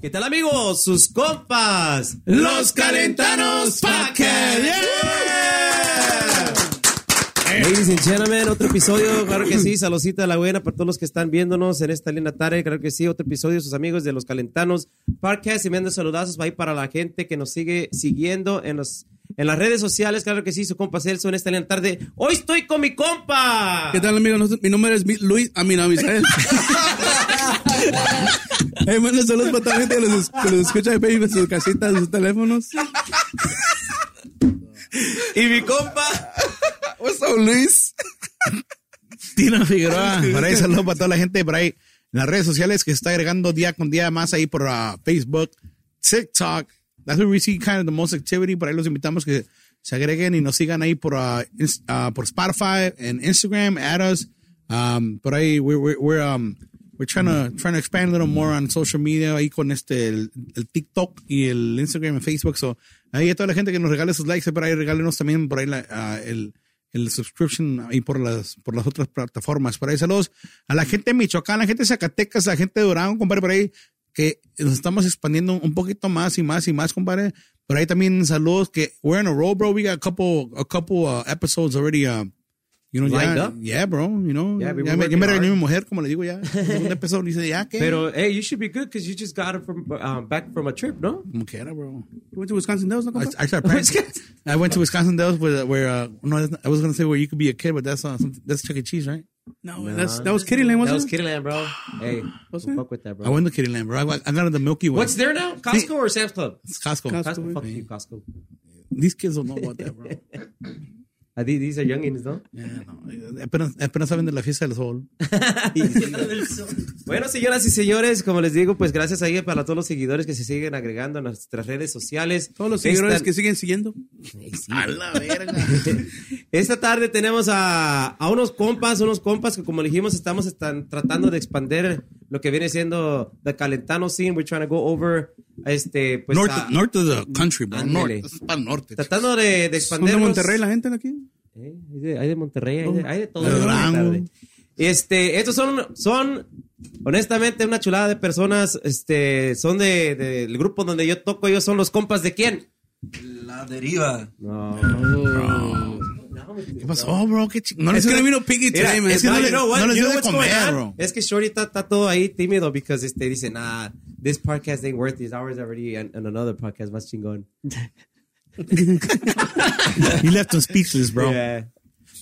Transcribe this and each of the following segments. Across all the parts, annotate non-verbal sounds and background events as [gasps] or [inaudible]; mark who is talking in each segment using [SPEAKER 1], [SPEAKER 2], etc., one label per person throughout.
[SPEAKER 1] ¿Qué tal amigos? Sus compas, los Calentanos Packers. Yeah. Ladies and gentlemen, otro episodio, claro que sí, saludcita a la buena para todos los que están viéndonos en esta linda tarde, claro que sí, otro episodio, sus amigos de los Calentanos Podcast, enviando saludazos para ahí para la gente que nos sigue siguiendo en los en las redes sociales, claro que sí, su compa Celso en esta linda tarde. Hoy estoy con mi compa.
[SPEAKER 2] ¿Qué tal, amigo? Mi nombre es Luis, a mi nombre
[SPEAKER 3] [laughs]
[SPEAKER 2] es Hey, manda saludos para toda la gente que los, que los escucha ahí en sus casitas, en sus teléfonos.
[SPEAKER 1] y mi compa,
[SPEAKER 2] what's up, Luis?
[SPEAKER 4] [laughs] Tina Figueroa. Por ahí saludos para toda la gente por ahí en las redes sociales que está agregando día con día más ahí por uh, Facebook, TikTok. That's where we see kind of the most activity. Por ahí los invitamos que se agreguen y nos sigan ahí por, uh, ins- uh, por Spotify and Instagram, at us. Um, por ahí we're, we're, we're, um, we're trying to, trying to expand a little more on social media ahí con este, el, el TikTok y el Instagram y Facebook. So, ahí a toda la gente que nos regale sus likes, por ahí regálenos también por ahí la, ah, el, el subscription ahí por las, por las otras plataformas. Por ahí saludos a la gente de Michoacán, a la gente de Zacatecas, a la gente de Durango, compadre, por ahí que nos estamos expandiendo un poquito más y más y más, compadre. Por ahí también saludos que we're in a row, bro. We got a couple, a couple uh, episodes already, uh, you know,
[SPEAKER 1] Lined
[SPEAKER 2] ya,
[SPEAKER 1] up?
[SPEAKER 2] yeah, bro, you know.
[SPEAKER 1] Yeah, we
[SPEAKER 2] ya
[SPEAKER 1] were
[SPEAKER 2] me, ya
[SPEAKER 1] working
[SPEAKER 2] me regañó
[SPEAKER 1] hard.
[SPEAKER 2] mi mujer, como le
[SPEAKER 1] [laughs]
[SPEAKER 2] digo ya. Un episodio dice, ya, ¿qué?
[SPEAKER 1] Pero, hey, you should be good because you just got it from, um, back from a trip, ¿no?
[SPEAKER 4] como
[SPEAKER 1] [laughs]
[SPEAKER 4] quiera, bro.
[SPEAKER 2] You went to Wisconsin Dells, no,
[SPEAKER 4] I,
[SPEAKER 3] Ah,
[SPEAKER 2] compa?
[SPEAKER 4] I, started practicing. I went to Wisconsin Dells where, where uh, no, that's not- I was gonna say where you could be a kid, but that's uh, something- that's Chuck E. Cheese, right?
[SPEAKER 2] No, that's, that was Kitty Lane,
[SPEAKER 1] That
[SPEAKER 2] wasn't
[SPEAKER 1] was
[SPEAKER 2] it?
[SPEAKER 1] Kittyland,
[SPEAKER 2] [gasps]
[SPEAKER 1] bro. Hey, don't
[SPEAKER 2] it?
[SPEAKER 1] fuck with that,
[SPEAKER 4] I
[SPEAKER 1] bro.
[SPEAKER 4] went to Kitty Land, bro. I, I got in the Milky Way.
[SPEAKER 1] What's there now? Costco or Sam's Club?
[SPEAKER 4] It's Costco.
[SPEAKER 2] Costco.
[SPEAKER 1] Costco,
[SPEAKER 2] Costco,
[SPEAKER 1] fuck you, Costco.
[SPEAKER 4] These kids don't know about that,
[SPEAKER 1] [laughs]
[SPEAKER 4] bro.
[SPEAKER 1] Ah, the- These are youngins,
[SPEAKER 2] [laughs]
[SPEAKER 1] ¿no?
[SPEAKER 4] Yeah, no. Apenas, apenas saben de la fiesta del sol.
[SPEAKER 1] Bueno, señoras y señores, como les digo, pues gracias ahí para todos los seguidores que se siguen agregando a nuestras redes sociales.
[SPEAKER 2] Todos los seguidores
[SPEAKER 1] Esta-
[SPEAKER 2] que siguen siguiendo.
[SPEAKER 4] A la verga.
[SPEAKER 1] Esta tarde tenemos a, a unos compas, unos compas que como dijimos estamos están tratando de expandir lo que viene siendo the Calentano scene. We're trying to go over este pues
[SPEAKER 4] north,
[SPEAKER 1] a-
[SPEAKER 4] north of the country, bro.
[SPEAKER 1] Ándele.
[SPEAKER 4] North. Es para el norte.
[SPEAKER 1] tratando de, de
[SPEAKER 2] ¿Son de
[SPEAKER 1] expandirnos.
[SPEAKER 2] Monterrey la gente de aquí?
[SPEAKER 1] Eh, hay, de, hay de Monterrey, hay de, hay de todo.
[SPEAKER 4] De Durango.
[SPEAKER 1] Tarde. Este, estos son, son, honestamente, una chulada de personas. Este, son de- del grupo donde yo toco. Ellos son los compas de quién?
[SPEAKER 5] La deriva.
[SPEAKER 1] No.
[SPEAKER 4] ¿Qué pasó, bro? ¿Qué chi- no
[SPEAKER 2] Es
[SPEAKER 4] les
[SPEAKER 2] que
[SPEAKER 4] doy-
[SPEAKER 2] no vino Piggy
[SPEAKER 4] Mira,
[SPEAKER 2] today, man.
[SPEAKER 4] Es que
[SPEAKER 1] No,
[SPEAKER 4] no,
[SPEAKER 1] you
[SPEAKER 4] le-
[SPEAKER 1] know what?
[SPEAKER 4] no les
[SPEAKER 1] You
[SPEAKER 4] dio
[SPEAKER 1] know
[SPEAKER 4] de
[SPEAKER 1] what's going
[SPEAKER 4] comer,
[SPEAKER 1] on?
[SPEAKER 4] bro.
[SPEAKER 1] Es que Shorty está, está todo ahí tímido because este, dice, nah, this podcast ain't worth these hours already and, and another podcast más chingón.
[SPEAKER 4] You left them speechless, bro.
[SPEAKER 1] Yeah.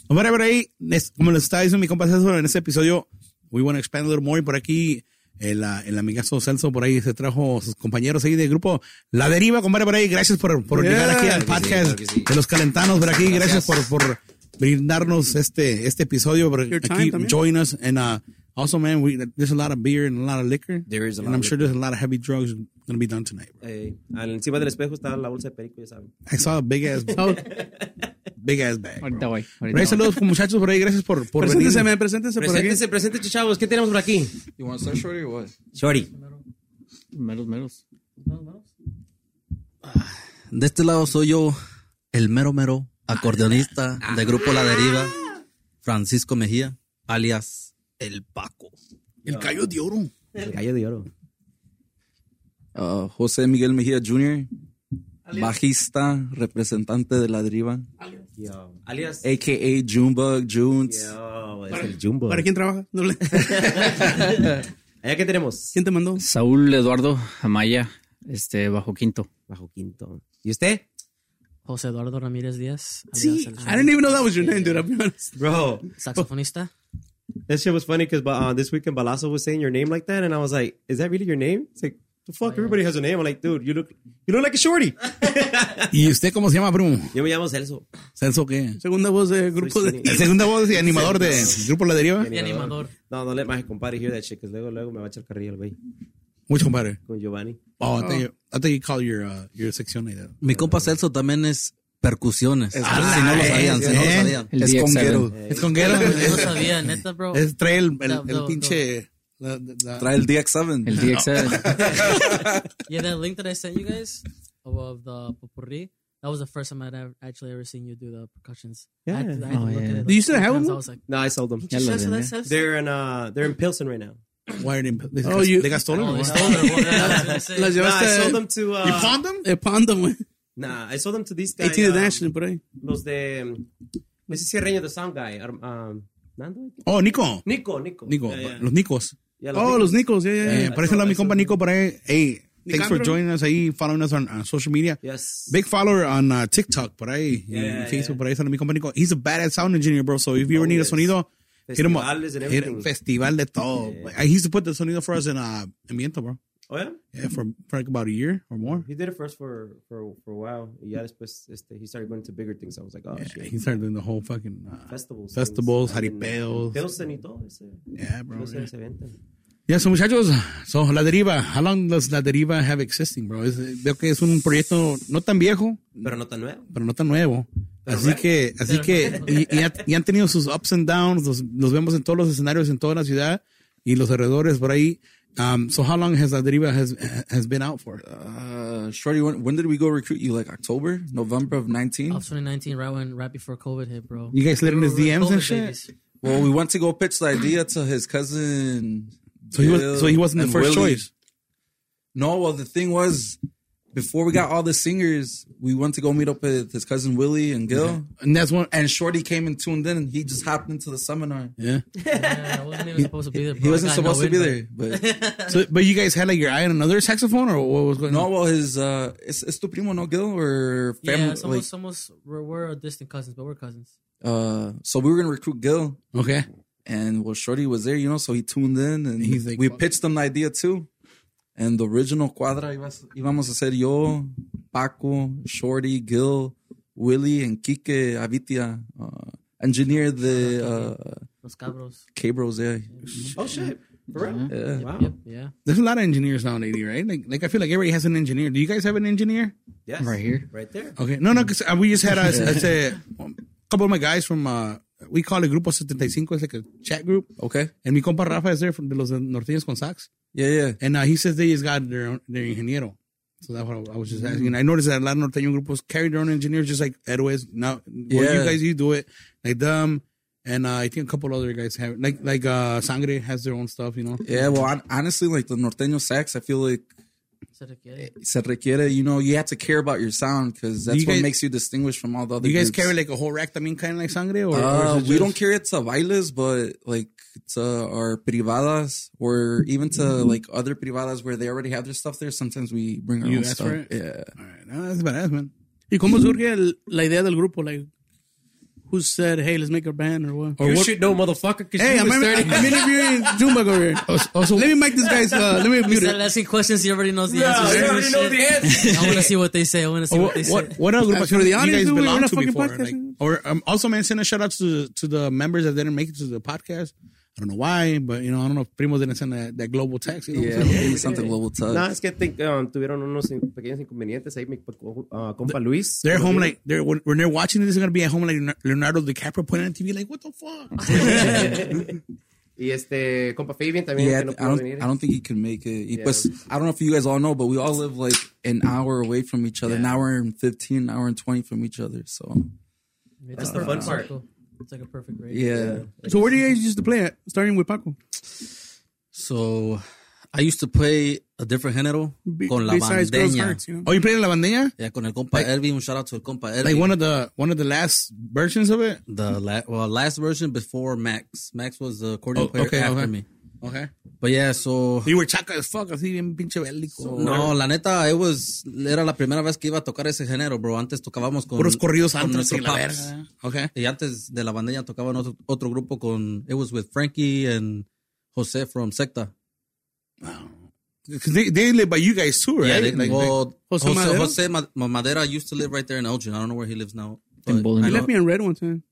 [SPEAKER 4] Hombre, por ahí, es- como les estaba diciendo mi compa Celso en este episodio, we want to expand a little more. Y por aquí, el, ah, el amigazo Celso por ahí se trajo sus compañeros ahí del grupo La Deriva, compadre, por ahí. Gracias por, por
[SPEAKER 2] Yeah.
[SPEAKER 4] llegar aquí
[SPEAKER 1] Claro
[SPEAKER 4] al
[SPEAKER 1] que sí,
[SPEAKER 4] podcast
[SPEAKER 1] claro que sí.
[SPEAKER 4] de los calentanos por aquí. Gracias, por, por brindarnos este, este episodio. Por
[SPEAKER 2] Your time
[SPEAKER 4] aquí,
[SPEAKER 2] también.
[SPEAKER 4] join us. And uh, also, man, we, there's a lot of beer and a lot of liquor.
[SPEAKER 5] There is a
[SPEAKER 4] And
[SPEAKER 5] lot
[SPEAKER 4] I'm
[SPEAKER 5] of
[SPEAKER 4] sure there's a lot of heavy drugs going to be done tonight. Bro.
[SPEAKER 1] Eh, al- encima del espejo está la bolsa de perico, ya saben.
[SPEAKER 4] I saw a big ass, big ass bag.
[SPEAKER 6] Ahorita voy.
[SPEAKER 4] Por ahí,
[SPEAKER 6] Ahorita voy.
[SPEAKER 4] saludos muchachos por ahí. Gracias por, por venir.
[SPEAKER 2] Preséntese, man, preséntese por aquí.
[SPEAKER 1] Preséntense, preséntense, chavos. ¿Qué tenemos por aquí?
[SPEAKER 5] You want to start shorty or what?
[SPEAKER 1] Shorty.
[SPEAKER 6] Meros, meros.
[SPEAKER 3] De este lado soy yo, el mero mero acordeonista
[SPEAKER 2] Ah.
[SPEAKER 3] de Grupo La Deriva, Francisco Mejía, alias El Paco.
[SPEAKER 4] El callo de oro.
[SPEAKER 1] El gallo de oro.
[SPEAKER 5] Uh, José Miguel Mejía Jr., bajista, representante de la deriva,
[SPEAKER 1] Yo. Alias.
[SPEAKER 5] a.k.a. Junebug, Junes.
[SPEAKER 1] Yo, es el Jumbo.
[SPEAKER 2] ¿Para quién trabaja?
[SPEAKER 5] [laughs]
[SPEAKER 2] No le-
[SPEAKER 1] Allá que tenemos.
[SPEAKER 2] ¿Quién te mandó?
[SPEAKER 6] Saúl Eduardo Amaya, este, bajo quinto.
[SPEAKER 1] Bajo quinto. ¿Y usted?
[SPEAKER 7] José Eduardo Ramírez Díaz.
[SPEAKER 2] Sí,
[SPEAKER 7] alias
[SPEAKER 2] I didn't even know that was your name, dude. I'll be honest.
[SPEAKER 1] Bro,
[SPEAKER 7] el saxofonista.
[SPEAKER 1] that shit was funny because uh, this weekend Balazo was saying your name like that, and I was like, "Is that really your name?" It's like, "The fuck, everybody has a name." I'm like, "Dude, you look, you look like a shorty."
[SPEAKER 4] ¿Y usted cómo se llama, primo?
[SPEAKER 1] [laughs] Yo me llamo Celso.
[SPEAKER 4] ¿Celso qué?
[SPEAKER 2] [laughs] Segunda voz del grupo de...
[SPEAKER 1] [laughs]
[SPEAKER 4] El segundo voz y animador de Grupo La Deriva.
[SPEAKER 7] Y animador.
[SPEAKER 1] No, no let my compadre hear that shit, because luego, luego me va a echar carrilla el güey
[SPEAKER 4] Mucho compadre.
[SPEAKER 1] con Giovanni.
[SPEAKER 4] Oh, I think you, I think you call your, uh, your sección ahí.
[SPEAKER 3] Mi compa Celso también es percusiones.
[SPEAKER 5] Es-
[SPEAKER 3] Ah, si no lo sabían, si no lo
[SPEAKER 4] ¿eh?
[SPEAKER 3] sabían.
[SPEAKER 6] El
[SPEAKER 5] Es
[SPEAKER 6] DX7.
[SPEAKER 5] conguero.
[SPEAKER 4] Es conguero.
[SPEAKER 7] No, yo no
[SPEAKER 4] Es,
[SPEAKER 7] sabía, neta, bro.
[SPEAKER 4] es- trae el, el-
[SPEAKER 7] No,
[SPEAKER 4] el
[SPEAKER 7] no,
[SPEAKER 4] pinche. la- la-
[SPEAKER 5] Trae el DX7.
[SPEAKER 6] El DX7.
[SPEAKER 7] Yeah, that link that I sent you guys of, of the potpourri, that was the first time I'd ever, actually ever seen you do the percussions. I had to, I had to
[SPEAKER 6] Oh,
[SPEAKER 7] look
[SPEAKER 6] yeah.
[SPEAKER 7] at it.
[SPEAKER 2] Do you still have
[SPEAKER 7] sometimes
[SPEAKER 2] them?
[SPEAKER 7] I was like,
[SPEAKER 1] No, I sold them.
[SPEAKER 6] Ya
[SPEAKER 7] "Shit,
[SPEAKER 6] los
[SPEAKER 7] so
[SPEAKER 6] vendí.
[SPEAKER 7] that's-
[SPEAKER 1] They're in, uh, they're in Pilsen right now.
[SPEAKER 4] wired in. They,
[SPEAKER 2] Oh, you-
[SPEAKER 4] they got stolen. or
[SPEAKER 7] Oh, they
[SPEAKER 4] what?
[SPEAKER 7] stole it. Well, yeah, I was gonna
[SPEAKER 2] Las
[SPEAKER 7] say.
[SPEAKER 1] Nah, I
[SPEAKER 2] llevaste
[SPEAKER 1] sold them to. Uh,
[SPEAKER 4] you pawned them?
[SPEAKER 2] a Panda, güey.
[SPEAKER 1] Nah, I sold them to these guys. um,
[SPEAKER 2] 18 National, por ahí.
[SPEAKER 1] los de. um, Ese cierreño de Sound Guy. Ar- um, ¿Nando?
[SPEAKER 4] Oh, Nico.
[SPEAKER 1] Nico, Nico.
[SPEAKER 4] Nico.
[SPEAKER 1] Yeah, yeah.
[SPEAKER 4] Los Nicos.
[SPEAKER 1] Yeah,
[SPEAKER 2] Oh, los Nicos, ya, ya,
[SPEAKER 4] Eh,
[SPEAKER 2] ya.
[SPEAKER 4] por eso
[SPEAKER 1] eso-
[SPEAKER 4] a mi
[SPEAKER 1] eso-
[SPEAKER 4] compa Nico por ahí. Hey, thanks for
[SPEAKER 2] Nicandro.
[SPEAKER 4] joining us ahí, following us on, on social media.
[SPEAKER 1] Yes.
[SPEAKER 4] Big follower on uh, TikTok por ahí, y
[SPEAKER 1] Mm-hmm. yeah,
[SPEAKER 4] Facebook
[SPEAKER 1] yeah. Oh,
[SPEAKER 4] por ahí, sale mi compa Nico. He's a badass sound engineer, bro. So if you ever need a
[SPEAKER 1] yes.
[SPEAKER 4] sonido, hit him up.
[SPEAKER 1] Festivales and
[SPEAKER 4] Hit-
[SPEAKER 1] everything.
[SPEAKER 4] Festival de todo. I used to put the sonido for us in uh, en Miento, bro.
[SPEAKER 1] Oh, yeah?
[SPEAKER 4] Yeah, for, for like about a year or more.
[SPEAKER 1] He did it first for, for, for a while. Y ya después este, he started going to bigger things. I was like, oh,
[SPEAKER 4] Yeah,
[SPEAKER 1] shit.
[SPEAKER 4] he started doing the whole fucking uh,
[SPEAKER 1] Festivals.
[SPEAKER 4] festivals,
[SPEAKER 1] things. And
[SPEAKER 4] jaripeos.
[SPEAKER 1] Pilsen y todo ese.
[SPEAKER 4] Yeah, bro.
[SPEAKER 1] Pilsen se venden.
[SPEAKER 4] Yeah, so muchachos, so La Deriva, how long does La Deriva have existing, bro? Es, veo que es un proyecto no tan viejo,
[SPEAKER 1] Pero no tan nuevo.
[SPEAKER 4] pero no tan nuevo. Así
[SPEAKER 1] nuevo.
[SPEAKER 4] que, así que, y, y ha- y han tenido sus ups and downs, los, los vemos en todos los escenarios en toda la ciudad y los alrededores por ahí. Um, so how long has La Deriva has, has been out for?
[SPEAKER 5] Uh, Shorty, when, when did we go recruit you? Like October, November of 19?
[SPEAKER 7] Of 2019, right when, right before COVID hit, bro.
[SPEAKER 4] You guys let him
[SPEAKER 7] We
[SPEAKER 4] his
[SPEAKER 7] were
[SPEAKER 4] DMs and
[SPEAKER 7] COVID
[SPEAKER 4] shit?
[SPEAKER 7] babies.
[SPEAKER 5] Well, we went to go pitch the idea to his cousin.
[SPEAKER 4] So he,
[SPEAKER 5] Bill
[SPEAKER 4] was, so he wasn't the
[SPEAKER 5] and
[SPEAKER 4] first
[SPEAKER 5] Willie.
[SPEAKER 4] choice.
[SPEAKER 5] No, well, the thing was, before we got all the singers, we went to go meet up with his cousin Willie and Gil.
[SPEAKER 4] And that's one,
[SPEAKER 5] And Shorty came and tuned in, and he just hopped into the seminar.
[SPEAKER 4] yeah.
[SPEAKER 7] Yeah, I wasn't even supposed to be there. Bro.
[SPEAKER 5] He wasn't
[SPEAKER 7] I got no
[SPEAKER 5] supposed to be
[SPEAKER 7] invite.
[SPEAKER 5] there, [laughs] but
[SPEAKER 4] So, but you guys had like your eye on another saxophone or what was going
[SPEAKER 5] no.
[SPEAKER 4] on?
[SPEAKER 5] Well, his uh, it's, it's tu primo, no Gil or
[SPEAKER 7] Yeah,
[SPEAKER 5] family.
[SPEAKER 7] it's
[SPEAKER 5] like,
[SPEAKER 7] almost, almost we're, we're distant cousins, but we're cousins.
[SPEAKER 5] uh, so we were gonna recruit Gil,
[SPEAKER 4] Okay.
[SPEAKER 5] and well, Shorty was there, you know, so he tuned in, and
[SPEAKER 4] He's like,
[SPEAKER 5] we
[SPEAKER 4] "Fuck."
[SPEAKER 5] pitched him the idea too. And the original cuadra ibas- íbamos a hacer yo, Paco, Shorty, Gil, Willie, and Kike Avitia, uh, engineer the uh,
[SPEAKER 7] Los cabros.
[SPEAKER 5] Cabros. Yeah,
[SPEAKER 1] Oh, shit. For real?
[SPEAKER 6] Uh-huh.
[SPEAKER 5] yeah.
[SPEAKER 1] Wow.
[SPEAKER 7] Yep. Yeah.
[SPEAKER 4] There's a lot of engineers now, lady, right? Like, like I feel like everybody has an engineer. Do you guys have an engineer?
[SPEAKER 1] Yes.
[SPEAKER 6] Right here.
[SPEAKER 1] Right there.
[SPEAKER 4] Okay. No, no, because we just had
[SPEAKER 5] [laughs]
[SPEAKER 4] a, a, a couple of my guys from, uh, we call it Grupo 75. It's like a chat group.
[SPEAKER 5] Okay.
[SPEAKER 4] And mi compa Rafa is there from de los norteños con sax.
[SPEAKER 5] Yeah, yeah.
[SPEAKER 4] And uh, he says they just got their own, their ingeniero. So that's what I was just
[SPEAKER 5] Mm.
[SPEAKER 4] asking. I noticed that a lot of norteño grupos carry their own engineers, just like Edwards. Now, well, you
[SPEAKER 5] Yeah.
[SPEAKER 4] guys, you do it. Like them. And uh, I think a couple other guys have, like, like uh, Sangre has their own stuff, you know?
[SPEAKER 5] Yeah, well, hon- honestly, like the norteño sax, I feel like
[SPEAKER 7] Said it again.
[SPEAKER 5] se requiere, you know, you have to care about your sound because that's
[SPEAKER 4] you
[SPEAKER 5] what
[SPEAKER 4] guys-
[SPEAKER 5] makes you distinguished from all the other
[SPEAKER 4] Do you guys
[SPEAKER 5] groups.
[SPEAKER 4] carry like a whole rack, I mean, kind of like Sangre? Or, or
[SPEAKER 5] Uh,
[SPEAKER 4] is it
[SPEAKER 5] we don't
[SPEAKER 4] just-
[SPEAKER 5] carry it to bailes, but like to our privadas or even to
[SPEAKER 3] Mm-hmm.
[SPEAKER 5] like other privadas where they already have their stuff there. Sometimes we bring our
[SPEAKER 4] You
[SPEAKER 5] own
[SPEAKER 4] ask
[SPEAKER 5] stuff.
[SPEAKER 4] for it?
[SPEAKER 5] Yeah.
[SPEAKER 4] All right. No, that's badass, man.
[SPEAKER 2] ¿Y cómo surge el- la idea del grupo? Like, who said, hey, let's make a band or what?
[SPEAKER 4] Or
[SPEAKER 1] You
[SPEAKER 4] what-
[SPEAKER 1] should know, motherfucker, because
[SPEAKER 2] Hey,
[SPEAKER 1] you
[SPEAKER 2] I'm,
[SPEAKER 1] was
[SPEAKER 2] I'm,
[SPEAKER 1] 30.
[SPEAKER 2] I'm interviewing Junebug
[SPEAKER 4] [laughs]
[SPEAKER 2] over here.
[SPEAKER 4] Also,
[SPEAKER 2] Let me mic this guy's, uh, let me mute
[SPEAKER 7] Instead of
[SPEAKER 2] it.
[SPEAKER 7] asking questions, he Oh, already knows the answers.
[SPEAKER 1] you
[SPEAKER 7] to
[SPEAKER 1] already
[SPEAKER 7] this
[SPEAKER 1] know
[SPEAKER 7] shit.
[SPEAKER 1] the answer.
[SPEAKER 7] I want to see what they say. I want to see what
[SPEAKER 4] what
[SPEAKER 7] they say.
[SPEAKER 4] what, what other
[SPEAKER 2] For
[SPEAKER 4] group
[SPEAKER 2] the
[SPEAKER 4] you
[SPEAKER 2] audience,
[SPEAKER 4] guys
[SPEAKER 2] dude, we're
[SPEAKER 4] belong
[SPEAKER 2] not
[SPEAKER 4] to
[SPEAKER 2] fucking
[SPEAKER 4] before? Like,
[SPEAKER 2] podcasting.
[SPEAKER 4] or um, also, man, send a shout out to to the members that didn't make it to the podcast. I don't know why, but you know, I don't know if Primo didn't send that, that global text. You know
[SPEAKER 5] Yeah.
[SPEAKER 4] what I'm saying?
[SPEAKER 5] maybe something uh, global touch.
[SPEAKER 1] No, es que te- um, tuvieron unos in- pequeños inconvenientes ahí, mi uh, compa Luis.
[SPEAKER 4] They're home like they're when, when they're watching this, they're gonna be at home like Leonardo- Leonardo DiCaprio pointing on TV like, "What the fuck?"
[SPEAKER 1] Y este, compa Fabian también.
[SPEAKER 5] [laughs] Yeah,
[SPEAKER 1] que no
[SPEAKER 5] I
[SPEAKER 1] pudo
[SPEAKER 5] don't.
[SPEAKER 1] venir.
[SPEAKER 5] I don't think he can make it. He- But I don't know if you guys all know, but we all live like an hour away from each other, an hour and fifteen, an hour and twenty from each other. So
[SPEAKER 7] It's
[SPEAKER 1] That's
[SPEAKER 7] a
[SPEAKER 1] the fun
[SPEAKER 7] perfect
[SPEAKER 1] part.
[SPEAKER 7] circle. It's like a perfect rate. [laughs]
[SPEAKER 5] yeah,
[SPEAKER 2] So where do you guys used to play at? Starting with Paco.
[SPEAKER 3] So I used to play a different género con la
[SPEAKER 2] Besides Girls'
[SPEAKER 3] bandeña.
[SPEAKER 2] Hearts, you know?
[SPEAKER 4] oh, you played La Bandeña?
[SPEAKER 3] Yeah, con el compa Ervin. Shout out to el compa Ervin.
[SPEAKER 4] Like one of the one of the last versions of it.
[SPEAKER 3] the la- well, last version before Max. Max was the accordion
[SPEAKER 4] Oh,
[SPEAKER 3] player
[SPEAKER 4] okay,
[SPEAKER 3] after
[SPEAKER 4] okay.
[SPEAKER 3] me.
[SPEAKER 4] Okay,
[SPEAKER 3] But yeah, so
[SPEAKER 4] you were chaca as fuck. Así bien pinche bélico.
[SPEAKER 3] No, la neta, it was, era la primera vez que iba a tocar ese género, bro. Antes tocábamos con.
[SPEAKER 4] puros corridos
[SPEAKER 3] con
[SPEAKER 4] antes
[SPEAKER 3] nuestro
[SPEAKER 4] y la
[SPEAKER 3] pops.
[SPEAKER 4] verga. Okay.
[SPEAKER 3] ¿eh? Y antes de la bandeña tocaban otro, otro grupo con. It was with Frankie and Jose from Secta.
[SPEAKER 4] Because they, they live by you guys too, right?
[SPEAKER 3] Yeah, they,
[SPEAKER 4] like,
[SPEAKER 3] well,
[SPEAKER 2] Jose
[SPEAKER 3] Jose, Jose,
[SPEAKER 2] Madera?
[SPEAKER 3] Ma- Ma- Madera used to live right there in Elgin. I don't know where he lives now.
[SPEAKER 6] In
[SPEAKER 3] but
[SPEAKER 6] Bowling
[SPEAKER 3] I
[SPEAKER 6] Green.
[SPEAKER 2] He
[SPEAKER 3] know-
[SPEAKER 2] left me in red
[SPEAKER 4] [laughs]
[SPEAKER 2] one time.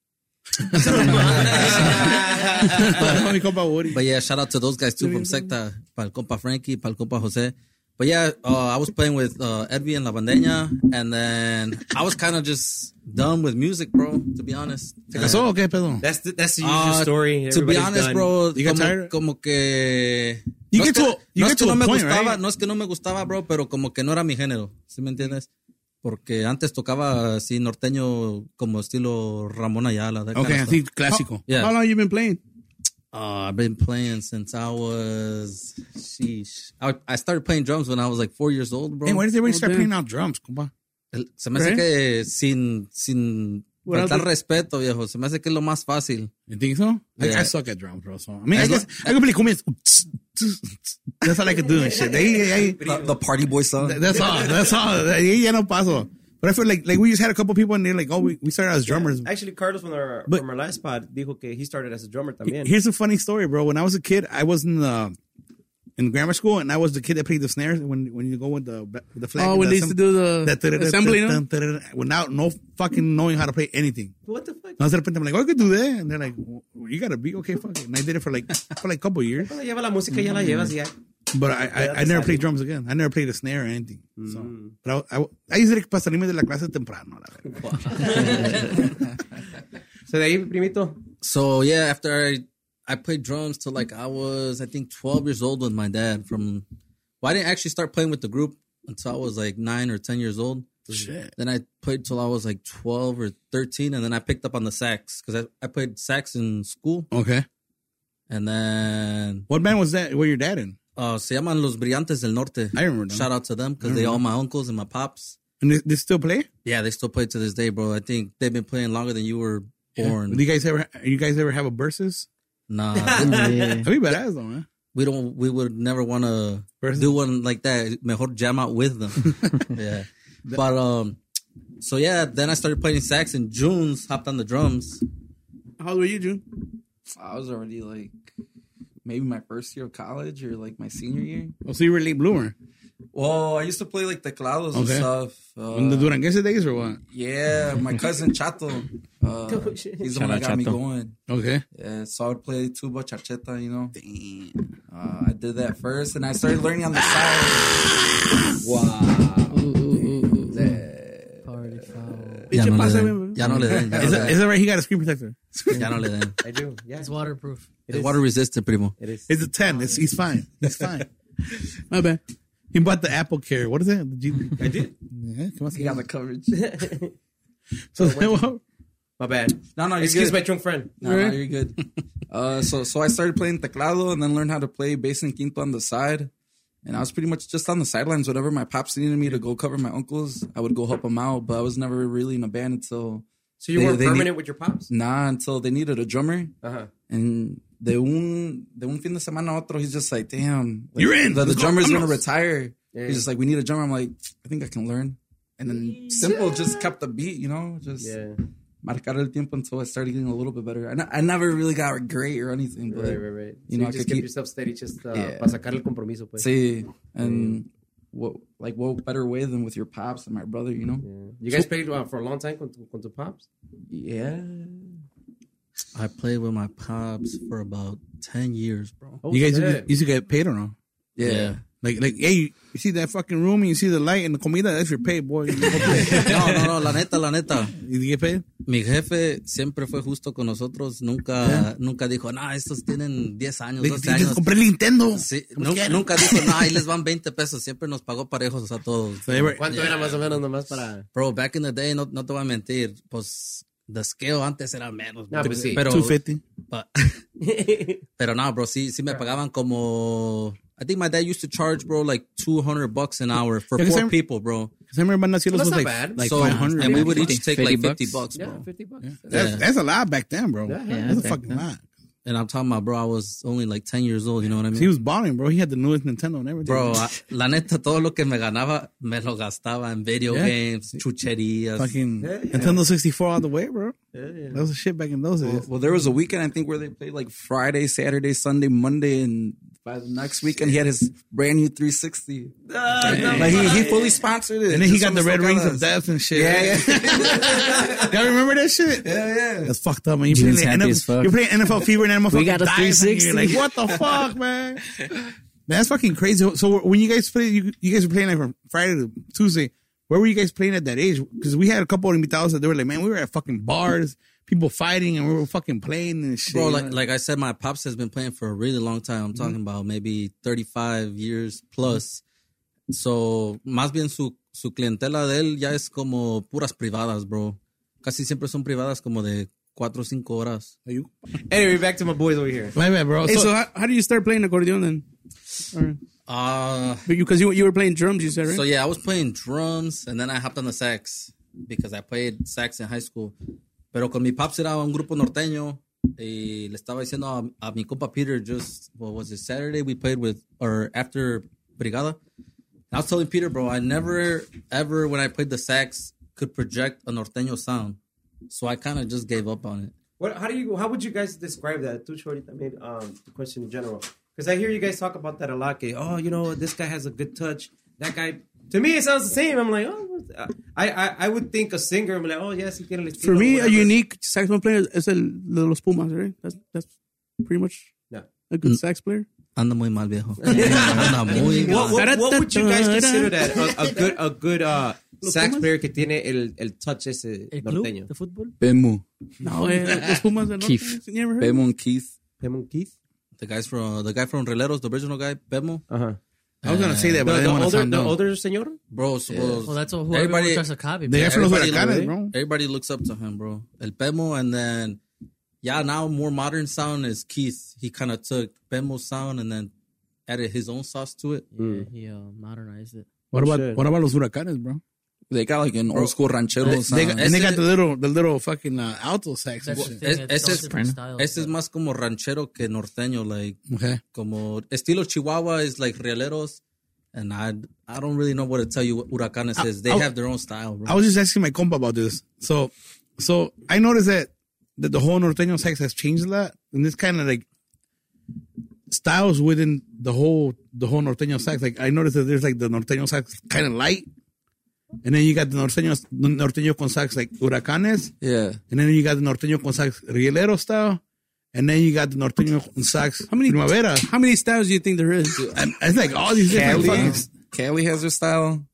[SPEAKER 4] they- Compa Woody.
[SPEAKER 3] But yeah, shout out to those guys too from Secta, pal compa Frankie, pal compa Jose. But yeah, uh, I was playing with uh, Edvi and La Bandeña, and then I was kind of just done with music, bro. To be honest,
[SPEAKER 4] ¿Te casó o qué pedo?
[SPEAKER 1] That's the, that's the usual
[SPEAKER 3] Uh,
[SPEAKER 1] story.
[SPEAKER 3] To be
[SPEAKER 1] Everybody's
[SPEAKER 3] honest,
[SPEAKER 1] done.
[SPEAKER 3] bro,
[SPEAKER 4] You get
[SPEAKER 3] como,
[SPEAKER 4] tired?
[SPEAKER 3] como que.
[SPEAKER 4] You
[SPEAKER 3] no
[SPEAKER 4] get
[SPEAKER 3] es que,
[SPEAKER 4] to- you
[SPEAKER 3] no
[SPEAKER 4] get
[SPEAKER 3] es
[SPEAKER 4] to
[SPEAKER 3] que no
[SPEAKER 4] a
[SPEAKER 3] me
[SPEAKER 4] point,
[SPEAKER 3] gustaba,
[SPEAKER 4] right?
[SPEAKER 3] no es que no me gustaba, bro, pero como que no era mi género, ¿sí me entiendes? Porque antes tocaba así norteño como estilo Ramón Ayala. that kind of
[SPEAKER 4] Okay,
[SPEAKER 3] stuff.
[SPEAKER 4] así clásico.
[SPEAKER 3] Oh, Yeah.
[SPEAKER 2] How long you been playing?
[SPEAKER 3] Oh, I've been playing since I was sheesh. I, I started playing drums when I was like four years old, bro.
[SPEAKER 4] Hey, when did everybody
[SPEAKER 2] Oh,
[SPEAKER 4] start
[SPEAKER 2] damn.
[SPEAKER 4] playing out drums, compa?
[SPEAKER 3] El- Se me hace que sin sin
[SPEAKER 2] What
[SPEAKER 3] faltar
[SPEAKER 2] other-
[SPEAKER 3] respeto, viejo. Se me hace que es lo más fácil.
[SPEAKER 4] You think so? Like,
[SPEAKER 3] Yeah.
[SPEAKER 4] I suck at drums, bro. So I mean, I,
[SPEAKER 3] As
[SPEAKER 4] guess I can play cumbia. [laughs] That's all I can do and shit. They, I,
[SPEAKER 5] The, the party boy song.
[SPEAKER 4] that's all. That's all. Yeah, no paso. But I feel like like we just had a couple people and they're like, oh, we, we started out as drummers.
[SPEAKER 1] Actually, Carlos from our,
[SPEAKER 4] But-
[SPEAKER 1] from our last pod dijo que he started as a drummer también.
[SPEAKER 4] Here's a funny story, bro. When I was a kid, I was in the in grammar school, and I was the kid that played the snares when when you go with the with the flag.
[SPEAKER 2] Oh,
[SPEAKER 4] and
[SPEAKER 2] when
[SPEAKER 4] the
[SPEAKER 2] they used to
[SPEAKER 4] assemb-
[SPEAKER 2] do the assembly, no?
[SPEAKER 4] without no fucking knowing how to play anything.
[SPEAKER 1] What the fuck?
[SPEAKER 4] I was I'm like, oh, I could do that, and they're like, well, you gotta be okay, fuck it. And I did it for like for like a couple years,
[SPEAKER 1] Cuando lleva la música,
[SPEAKER 5] Mm-hmm.
[SPEAKER 1] ya la llevas ya.
[SPEAKER 4] but I I, I never played drums again. I never played a snare or anything. So,
[SPEAKER 3] Mm.
[SPEAKER 4] but I I, I used it para salirme de la clase temprano. La
[SPEAKER 2] [laughs]
[SPEAKER 4] verdad.
[SPEAKER 1] So de ahí, primito.
[SPEAKER 3] So yeah, after I I played drums till like I was I think twelve years old with my dad. From well, I didn't actually start playing with the group until I was like nine or ten years old.
[SPEAKER 4] Shit.
[SPEAKER 3] Then I played till I was like twelve or thirteen, and then I picked up on the sax because I, I played sax in school,
[SPEAKER 4] Okay.
[SPEAKER 3] and then
[SPEAKER 4] What band was that? Where your dad in?
[SPEAKER 3] uh, se llaman Los Brillantes del Norte.
[SPEAKER 4] I remember them.
[SPEAKER 3] Shout out to them because they all my uncles and my pops.
[SPEAKER 4] And they, they still play?
[SPEAKER 3] Yeah, they still play to this day, bro. I think they've been playing longer than you were born.
[SPEAKER 4] Do you guys ever? You guys ever have a versus?
[SPEAKER 6] [laughs]
[SPEAKER 3] Nah,
[SPEAKER 6] Eh,
[SPEAKER 4] That'd be badass though, man.
[SPEAKER 3] we don't. We would never want to
[SPEAKER 4] Versus-
[SPEAKER 3] do one like that. Mejor jam out with
[SPEAKER 6] [laughs]
[SPEAKER 3] them. yeah, but um, so yeah. Then I started playing sax, and Junes hopped on the drums.
[SPEAKER 2] How old were you, June?
[SPEAKER 5] I was already like maybe my first year of college or like my senior year.
[SPEAKER 4] Oh, so you were a late bloomer
[SPEAKER 3] Oh,
[SPEAKER 5] Well, I used to play like teclados and
[SPEAKER 4] Okay.
[SPEAKER 5] stuff.
[SPEAKER 4] in the
[SPEAKER 5] Uh,
[SPEAKER 4] Duranguense days or what?
[SPEAKER 5] yeah, my cousin Chato. Uh,
[SPEAKER 7] Oh,
[SPEAKER 5] he's the one that
[SPEAKER 6] out
[SPEAKER 5] got me
[SPEAKER 6] Chato.
[SPEAKER 5] going.
[SPEAKER 4] Okay.
[SPEAKER 5] Yeah, so I would play tuba, chacheta, you know. Uh, I did that first, and I started learning on the
[SPEAKER 3] Ah,
[SPEAKER 5] side. wow.
[SPEAKER 7] Party foul.
[SPEAKER 3] Ya
[SPEAKER 2] Pinche
[SPEAKER 3] no le
[SPEAKER 2] pasa,
[SPEAKER 3] den.
[SPEAKER 2] güey.
[SPEAKER 3] Ya no le den. Ya no
[SPEAKER 4] Is
[SPEAKER 3] le
[SPEAKER 4] that,
[SPEAKER 3] den.
[SPEAKER 4] is that right? He got a screen protector.
[SPEAKER 3] Ya no le den.
[SPEAKER 1] I do. Yeah.
[SPEAKER 7] It's waterproof.
[SPEAKER 3] It's water resistant, primo.
[SPEAKER 1] It is.
[SPEAKER 4] It's a ten. It's, he's fine. He's fine.
[SPEAKER 2] My bad.
[SPEAKER 4] He bought the Apple Care. What is that? The G-
[SPEAKER 1] I did.
[SPEAKER 4] yeah, come on.
[SPEAKER 5] He got the
[SPEAKER 3] [laughs]
[SPEAKER 5] coverage.
[SPEAKER 4] So, well,
[SPEAKER 1] My bad.
[SPEAKER 5] No, no, you're
[SPEAKER 1] Excuse
[SPEAKER 5] good.
[SPEAKER 1] my drunk friend.
[SPEAKER 5] No, no, you're good. uh, so, so I started playing teclado and then learned how to play bass and quinto on the side. And I was pretty much just on the sidelines. Whatever my pops needed me to go cover my uncles, I would go help them out. But I was never really in a band until
[SPEAKER 1] So you
[SPEAKER 5] They-
[SPEAKER 1] weren't
[SPEAKER 5] they need-
[SPEAKER 1] permanent with your pops?
[SPEAKER 5] nah, until they needed a drummer.
[SPEAKER 1] Uh-huh.
[SPEAKER 5] And de un de un fin de semana a otro, he's just like, damn, like,
[SPEAKER 4] You're in.
[SPEAKER 5] The, the
[SPEAKER 4] Let's go.
[SPEAKER 5] drummer's gonna
[SPEAKER 4] Vámonos."
[SPEAKER 5] retire.
[SPEAKER 1] Yeah.
[SPEAKER 5] He's just like, we need a drummer. I'm like, I think I can learn. And then simple, just kept the beat, you know, just
[SPEAKER 1] Yeah.
[SPEAKER 5] marcar el tiempo until I started getting a little bit better. I, ne- I never really got great or anything, but
[SPEAKER 1] Right, right, right. So
[SPEAKER 5] you know,
[SPEAKER 1] you
[SPEAKER 5] I
[SPEAKER 1] just
[SPEAKER 5] could
[SPEAKER 1] kept
[SPEAKER 5] keep-
[SPEAKER 1] yourself steady just uh,
[SPEAKER 5] Yeah.
[SPEAKER 1] para sacar el compromiso, pues.
[SPEAKER 5] see, and what like what better way than with your pops and my brother, you know?
[SPEAKER 1] Yeah. You guys played uh, for a long time con tu, con tu pops?
[SPEAKER 5] Yeah,
[SPEAKER 3] I played with my pops for about 10 years, bro.
[SPEAKER 1] Oh,
[SPEAKER 4] you guys
[SPEAKER 1] shit.
[SPEAKER 4] used to- used to get paid or no?
[SPEAKER 5] yeah.
[SPEAKER 4] Like, like, hey, you, you see that fucking room and you see the light and the comida? That's your pay, boy. You
[SPEAKER 1] [laughs]
[SPEAKER 4] go play.
[SPEAKER 3] [laughs] No, no, no, la neta, la neta.
[SPEAKER 4] You get paid?
[SPEAKER 3] Mi jefe siempre fue justo con nosotros. Nunca, nunca dijo, no, estos tienen 10 años,
[SPEAKER 4] Like,
[SPEAKER 3] 12
[SPEAKER 4] "Yo les
[SPEAKER 3] años.
[SPEAKER 4] compré el Nintendo.
[SPEAKER 3] Sí, nu- nunca dijo, no, ahí
[SPEAKER 5] [laughs]
[SPEAKER 3] les van 20 pesos. Siempre nos pagó parejos a todos.
[SPEAKER 4] They were-
[SPEAKER 1] ¿Cuánto era más o menos nomás para...?
[SPEAKER 3] Bro, back in the day, no, no te voy a mentir, pues, the scale antes era menos.
[SPEAKER 1] No, pues sí.
[SPEAKER 3] Pero,
[SPEAKER 4] 250.
[SPEAKER 3] but- pero no, bro, sí, sí me pagaban como... I think my dad used to charge, bro, like 200 bucks an hour for
[SPEAKER 4] Yeah, 'cause
[SPEAKER 3] four
[SPEAKER 4] I'm-
[SPEAKER 3] people, bro.
[SPEAKER 4] 'Cause I remember my Nacielos
[SPEAKER 1] Well,
[SPEAKER 4] was
[SPEAKER 1] that's not
[SPEAKER 4] like,
[SPEAKER 1] bad.
[SPEAKER 4] like
[SPEAKER 3] so,
[SPEAKER 4] 500.
[SPEAKER 3] and we would each
[SPEAKER 6] 50
[SPEAKER 3] take like 50
[SPEAKER 6] bucks.
[SPEAKER 3] bucks, bro.
[SPEAKER 1] Yeah, 50 bucks.
[SPEAKER 4] That's, that's a lot back then, bro.
[SPEAKER 1] Yeah.
[SPEAKER 4] That's a fucking lot.
[SPEAKER 3] And I'm talking about, bro, I was only like 10 years old, you know what I mean?
[SPEAKER 4] He was balling, bro. He had the newest Nintendo and everything.
[SPEAKER 3] Bro, I- la neta, todo lo que me ganaba, me lo gastaba en video
[SPEAKER 4] Yeah.
[SPEAKER 3] games, chucherías.
[SPEAKER 4] fucking
[SPEAKER 1] Yeah, yeah.
[SPEAKER 4] Nintendo 64 all the way, bro.
[SPEAKER 1] Yeah,
[SPEAKER 4] That was the shit back in those
[SPEAKER 5] Well,
[SPEAKER 4] days.
[SPEAKER 5] well, there was a weekend I think where they played like Friday, Saturday, Sunday, Monday, and by the next weekend he had his brand new 360. Like he, he fully sponsored it.
[SPEAKER 4] And then he
[SPEAKER 5] Just
[SPEAKER 4] got the
[SPEAKER 5] somos
[SPEAKER 4] red rings
[SPEAKER 5] tocadas.
[SPEAKER 4] of death and shit.
[SPEAKER 5] Yeah,
[SPEAKER 4] right? [laughs] Y'all remember that shit?
[SPEAKER 5] Yeah, yeah.
[SPEAKER 4] That's fucked up, man. You
[SPEAKER 6] Dude's
[SPEAKER 4] playing,
[SPEAKER 6] happy
[SPEAKER 4] NFL,
[SPEAKER 6] as fuck.
[SPEAKER 4] you're playing
[SPEAKER 2] [laughs]
[SPEAKER 4] NFL Fever and NFL
[SPEAKER 6] We got a
[SPEAKER 4] dies and you're
[SPEAKER 6] 360.
[SPEAKER 4] Like, what the fuck, man? Man, That's fucking crazy. So when you guys play, you, you guys were playing like from Friday to Tuesday. Where were you guys playing at that age? Because we had a couple of invitados that they were like, man, we were at fucking bars, people fighting, and we were fucking playing and shit.
[SPEAKER 3] Bro, like, like I said, my pops has been playing for a really long time. I'm talking about maybe 35 years plus. So, más bien su, su clientela de él ya es como puras privadas, bro. Casi siempre son privadas como de cuatro o cinco horas.
[SPEAKER 1] Anyway, back to my boys over here.
[SPEAKER 4] My bad, bro.
[SPEAKER 2] Hey,
[SPEAKER 4] So-
[SPEAKER 2] so how, how do you start playing accordion then? Or-
[SPEAKER 3] Uh,
[SPEAKER 2] Because you, you were playing drums, you said, right?
[SPEAKER 3] So yeah, I was playing drums and then I hopped on the sax because I played sax in high school. Pero con mi pops era un grupo norteño y le estaba diciendo a, a mi compa Peter just what was it Saturday we played with or after Brigada. And I was telling Peter, bro, I never ever when I played the sax could project a norteño sound. So I kind of just gave up on it.
[SPEAKER 1] What, how do you? How would you guys describe that? Too shorty. I mean, um, the question in general, because I hear you guys talk about that a lot. Okay, oh, you know, this guy has a good touch. That guy, to me, it sounds the same. I'm like, oh, what's- uh, I, I, I would think a singer. I'm like, oh, yes, he can.
[SPEAKER 2] For me, a unique saxophone player is el de los Pumas, right? That's that's pretty much
[SPEAKER 1] Yeah.
[SPEAKER 2] a good sax player.
[SPEAKER 3] Anda muy mal
[SPEAKER 1] [laughs]
[SPEAKER 3] viejo. Anda muy
[SPEAKER 1] What,
[SPEAKER 3] mal.
[SPEAKER 1] what, what would you guys consider that a, a good a good uh, sax player que tiene el, el touch ese
[SPEAKER 7] El club
[SPEAKER 1] norteño?
[SPEAKER 7] de fútbol.
[SPEAKER 5] Pemu.
[SPEAKER 2] No, eh, los Pumas. del norte,
[SPEAKER 6] Keith.
[SPEAKER 2] You ever heard?
[SPEAKER 5] Pemu and Keith.
[SPEAKER 1] Pemon Keith.
[SPEAKER 3] The guys from the guy from Releros, the original guy, Pemo.
[SPEAKER 1] Uh huh.
[SPEAKER 4] I was gonna say that,
[SPEAKER 1] The,
[SPEAKER 4] but I
[SPEAKER 1] the
[SPEAKER 4] didn't want
[SPEAKER 1] older
[SPEAKER 4] to sound
[SPEAKER 1] the
[SPEAKER 4] dumb.
[SPEAKER 1] older señor.
[SPEAKER 3] Bro, so-
[SPEAKER 7] Well, Oh, that's what whoever
[SPEAKER 3] Everybody-
[SPEAKER 7] tries to copy.
[SPEAKER 4] They
[SPEAKER 7] bro.
[SPEAKER 4] have- Definitely huracanes,
[SPEAKER 3] everybody, look-
[SPEAKER 4] bro.
[SPEAKER 3] everybody looks up to him, bro. El Pemo, and then yeah, now more modern sound is Keith. He kind of took Pemo's sound and then added his own sauce to it.
[SPEAKER 7] Yeah, he uh, modernized it.
[SPEAKER 4] What
[SPEAKER 1] Shit.
[SPEAKER 4] about what about los huracanes, bro? Ah.
[SPEAKER 5] They got like an old school ranchero
[SPEAKER 4] They
[SPEAKER 5] sound.
[SPEAKER 4] got, and they got
[SPEAKER 3] Ese-
[SPEAKER 4] the little the little fucking uh, alto sax. and
[SPEAKER 7] That's the
[SPEAKER 4] shit.
[SPEAKER 7] thing.
[SPEAKER 3] es-
[SPEAKER 7] It's
[SPEAKER 3] ese
[SPEAKER 7] all
[SPEAKER 3] es
[SPEAKER 7] different styles.
[SPEAKER 3] Este es más como ranchero que norteño, like
[SPEAKER 4] Okay.
[SPEAKER 3] como estilo Chihuahua is like realeros, and I I don't really know what to tell you. What huracanes is they
[SPEAKER 4] I-
[SPEAKER 3] have their own style, bro.
[SPEAKER 4] I was just asking my compa about this. So, so I noticed that that the whole norteño sex has changed a lot, and this kind of like styles within the whole the whole norteño sex. Like I noticed that there's like the norteño sex kind of light, and then you got the norteño the norteño con sax like huracanes,
[SPEAKER 5] yeah.
[SPEAKER 4] and then you got the norteño con sax rielero style, and then you got the norteño con sax
[SPEAKER 2] How many-
[SPEAKER 4] primavera.
[SPEAKER 2] How many styles do you think there is?
[SPEAKER 4] And It's like all these different
[SPEAKER 5] Cali,
[SPEAKER 4] fucking.
[SPEAKER 5] Cali has their style.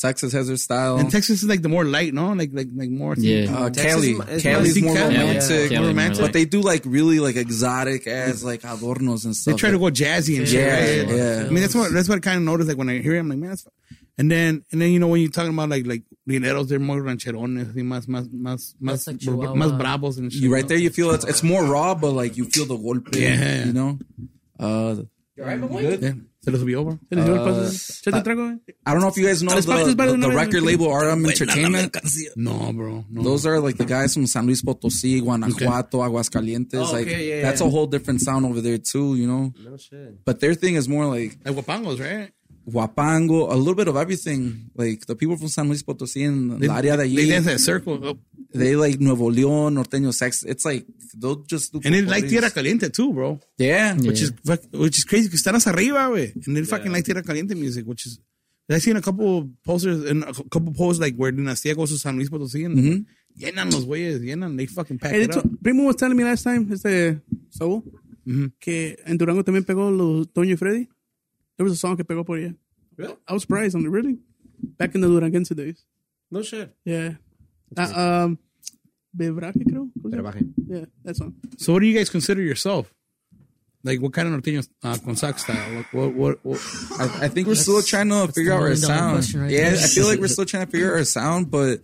[SPEAKER 5] Texas has their style.
[SPEAKER 4] And Texas is like the more light, no? Like like like more.
[SPEAKER 6] Yeah.
[SPEAKER 5] uh,
[SPEAKER 1] Texas
[SPEAKER 5] Cali,
[SPEAKER 1] is my- is my-
[SPEAKER 5] Cali's
[SPEAKER 4] See,
[SPEAKER 5] more
[SPEAKER 4] Cali-
[SPEAKER 5] romantic,
[SPEAKER 6] Yeah, Cali more
[SPEAKER 5] romantic, but
[SPEAKER 6] like-
[SPEAKER 5] they do like really like exotic as like adornos and
[SPEAKER 4] They
[SPEAKER 5] stuff.
[SPEAKER 4] try to go jazzy
[SPEAKER 5] Yeah,
[SPEAKER 4] and shit. right?
[SPEAKER 5] yeah.
[SPEAKER 4] I mean, that's what that's what I kind of noticed. Like when I hear him, I'm like, man, that's. Fun. And then and then you know when you're talking about like like dineros, they're more rancherones, y más más más más
[SPEAKER 7] That's like
[SPEAKER 4] br-
[SPEAKER 7] Chihuahua.
[SPEAKER 4] más bravos and shit.
[SPEAKER 5] you right there. You feel it's, it's more raw, but like you feel the golpe.
[SPEAKER 4] Yeah.
[SPEAKER 5] you know. Uh,
[SPEAKER 4] Yeah. Se los subió, bro.
[SPEAKER 2] ¿Te les dio el paso? Échate un trago, eh.
[SPEAKER 5] I don't know if you guys know the,
[SPEAKER 2] Let's party, let's party,
[SPEAKER 5] the, the
[SPEAKER 2] let's party.
[SPEAKER 5] record label RM Entertainment.
[SPEAKER 4] No, bro. No.
[SPEAKER 5] Those are like the guys from San Luis Potosí, Guanajuato, Aguascalientes.
[SPEAKER 1] Oh,
[SPEAKER 5] like
[SPEAKER 1] okay, yeah,
[SPEAKER 5] that's
[SPEAKER 1] yeah.
[SPEAKER 5] a whole different sound over there too, you know.
[SPEAKER 1] No shit.
[SPEAKER 5] But their thing is more like
[SPEAKER 4] like guapangos, right?
[SPEAKER 5] Huapango, a little bit of everything. Like the people from San Luis Potosí and the área de allí,
[SPEAKER 4] They
[SPEAKER 5] they,
[SPEAKER 4] dance in a circle, oh.
[SPEAKER 5] like Nuevo León, Norteño Sex. It's like they'll just do
[SPEAKER 4] and it's like
[SPEAKER 5] popcorns.
[SPEAKER 4] tierra caliente too, bro.
[SPEAKER 5] Yeah,
[SPEAKER 4] Which is fuck- which is crazy because están arriba, güey. And they fucking like tierra caliente music, which is. I seen a couple posters and a cou- couple posts like where Dinastía goes to San Luis Potosí and
[SPEAKER 5] Mm-hmm.
[SPEAKER 4] llenan los güeyes, llenan, they fucking pack
[SPEAKER 2] Hey,
[SPEAKER 4] it
[SPEAKER 2] that's
[SPEAKER 4] up.
[SPEAKER 2] what- Eh, Primo was telling me last time, este Saúl,
[SPEAKER 5] Mm-hmm.
[SPEAKER 2] que en Durango también pegó los Toño y Freddy. There was a song que pegó por allá.
[SPEAKER 1] Really?
[SPEAKER 2] I was surprised. I'm like, really? Back in the Duranguense days.
[SPEAKER 1] No shit.
[SPEAKER 2] Yeah.
[SPEAKER 4] Uh,
[SPEAKER 2] Ah, um, Bebraje, creo. ¿Cómo se llama?
[SPEAKER 1] Bebraje.
[SPEAKER 2] Yeah, that song.
[SPEAKER 4] So what do you guys consider yourself? Like what kind of norteño uh, con sax style? Like what what, what
[SPEAKER 5] I, I think we're still trying to figure out our
[SPEAKER 7] million dollar
[SPEAKER 5] sound.
[SPEAKER 7] question right
[SPEAKER 5] yeah,
[SPEAKER 7] there.
[SPEAKER 5] I feel like we're
[SPEAKER 7] [laughs]
[SPEAKER 5] still trying to figure out our sound, but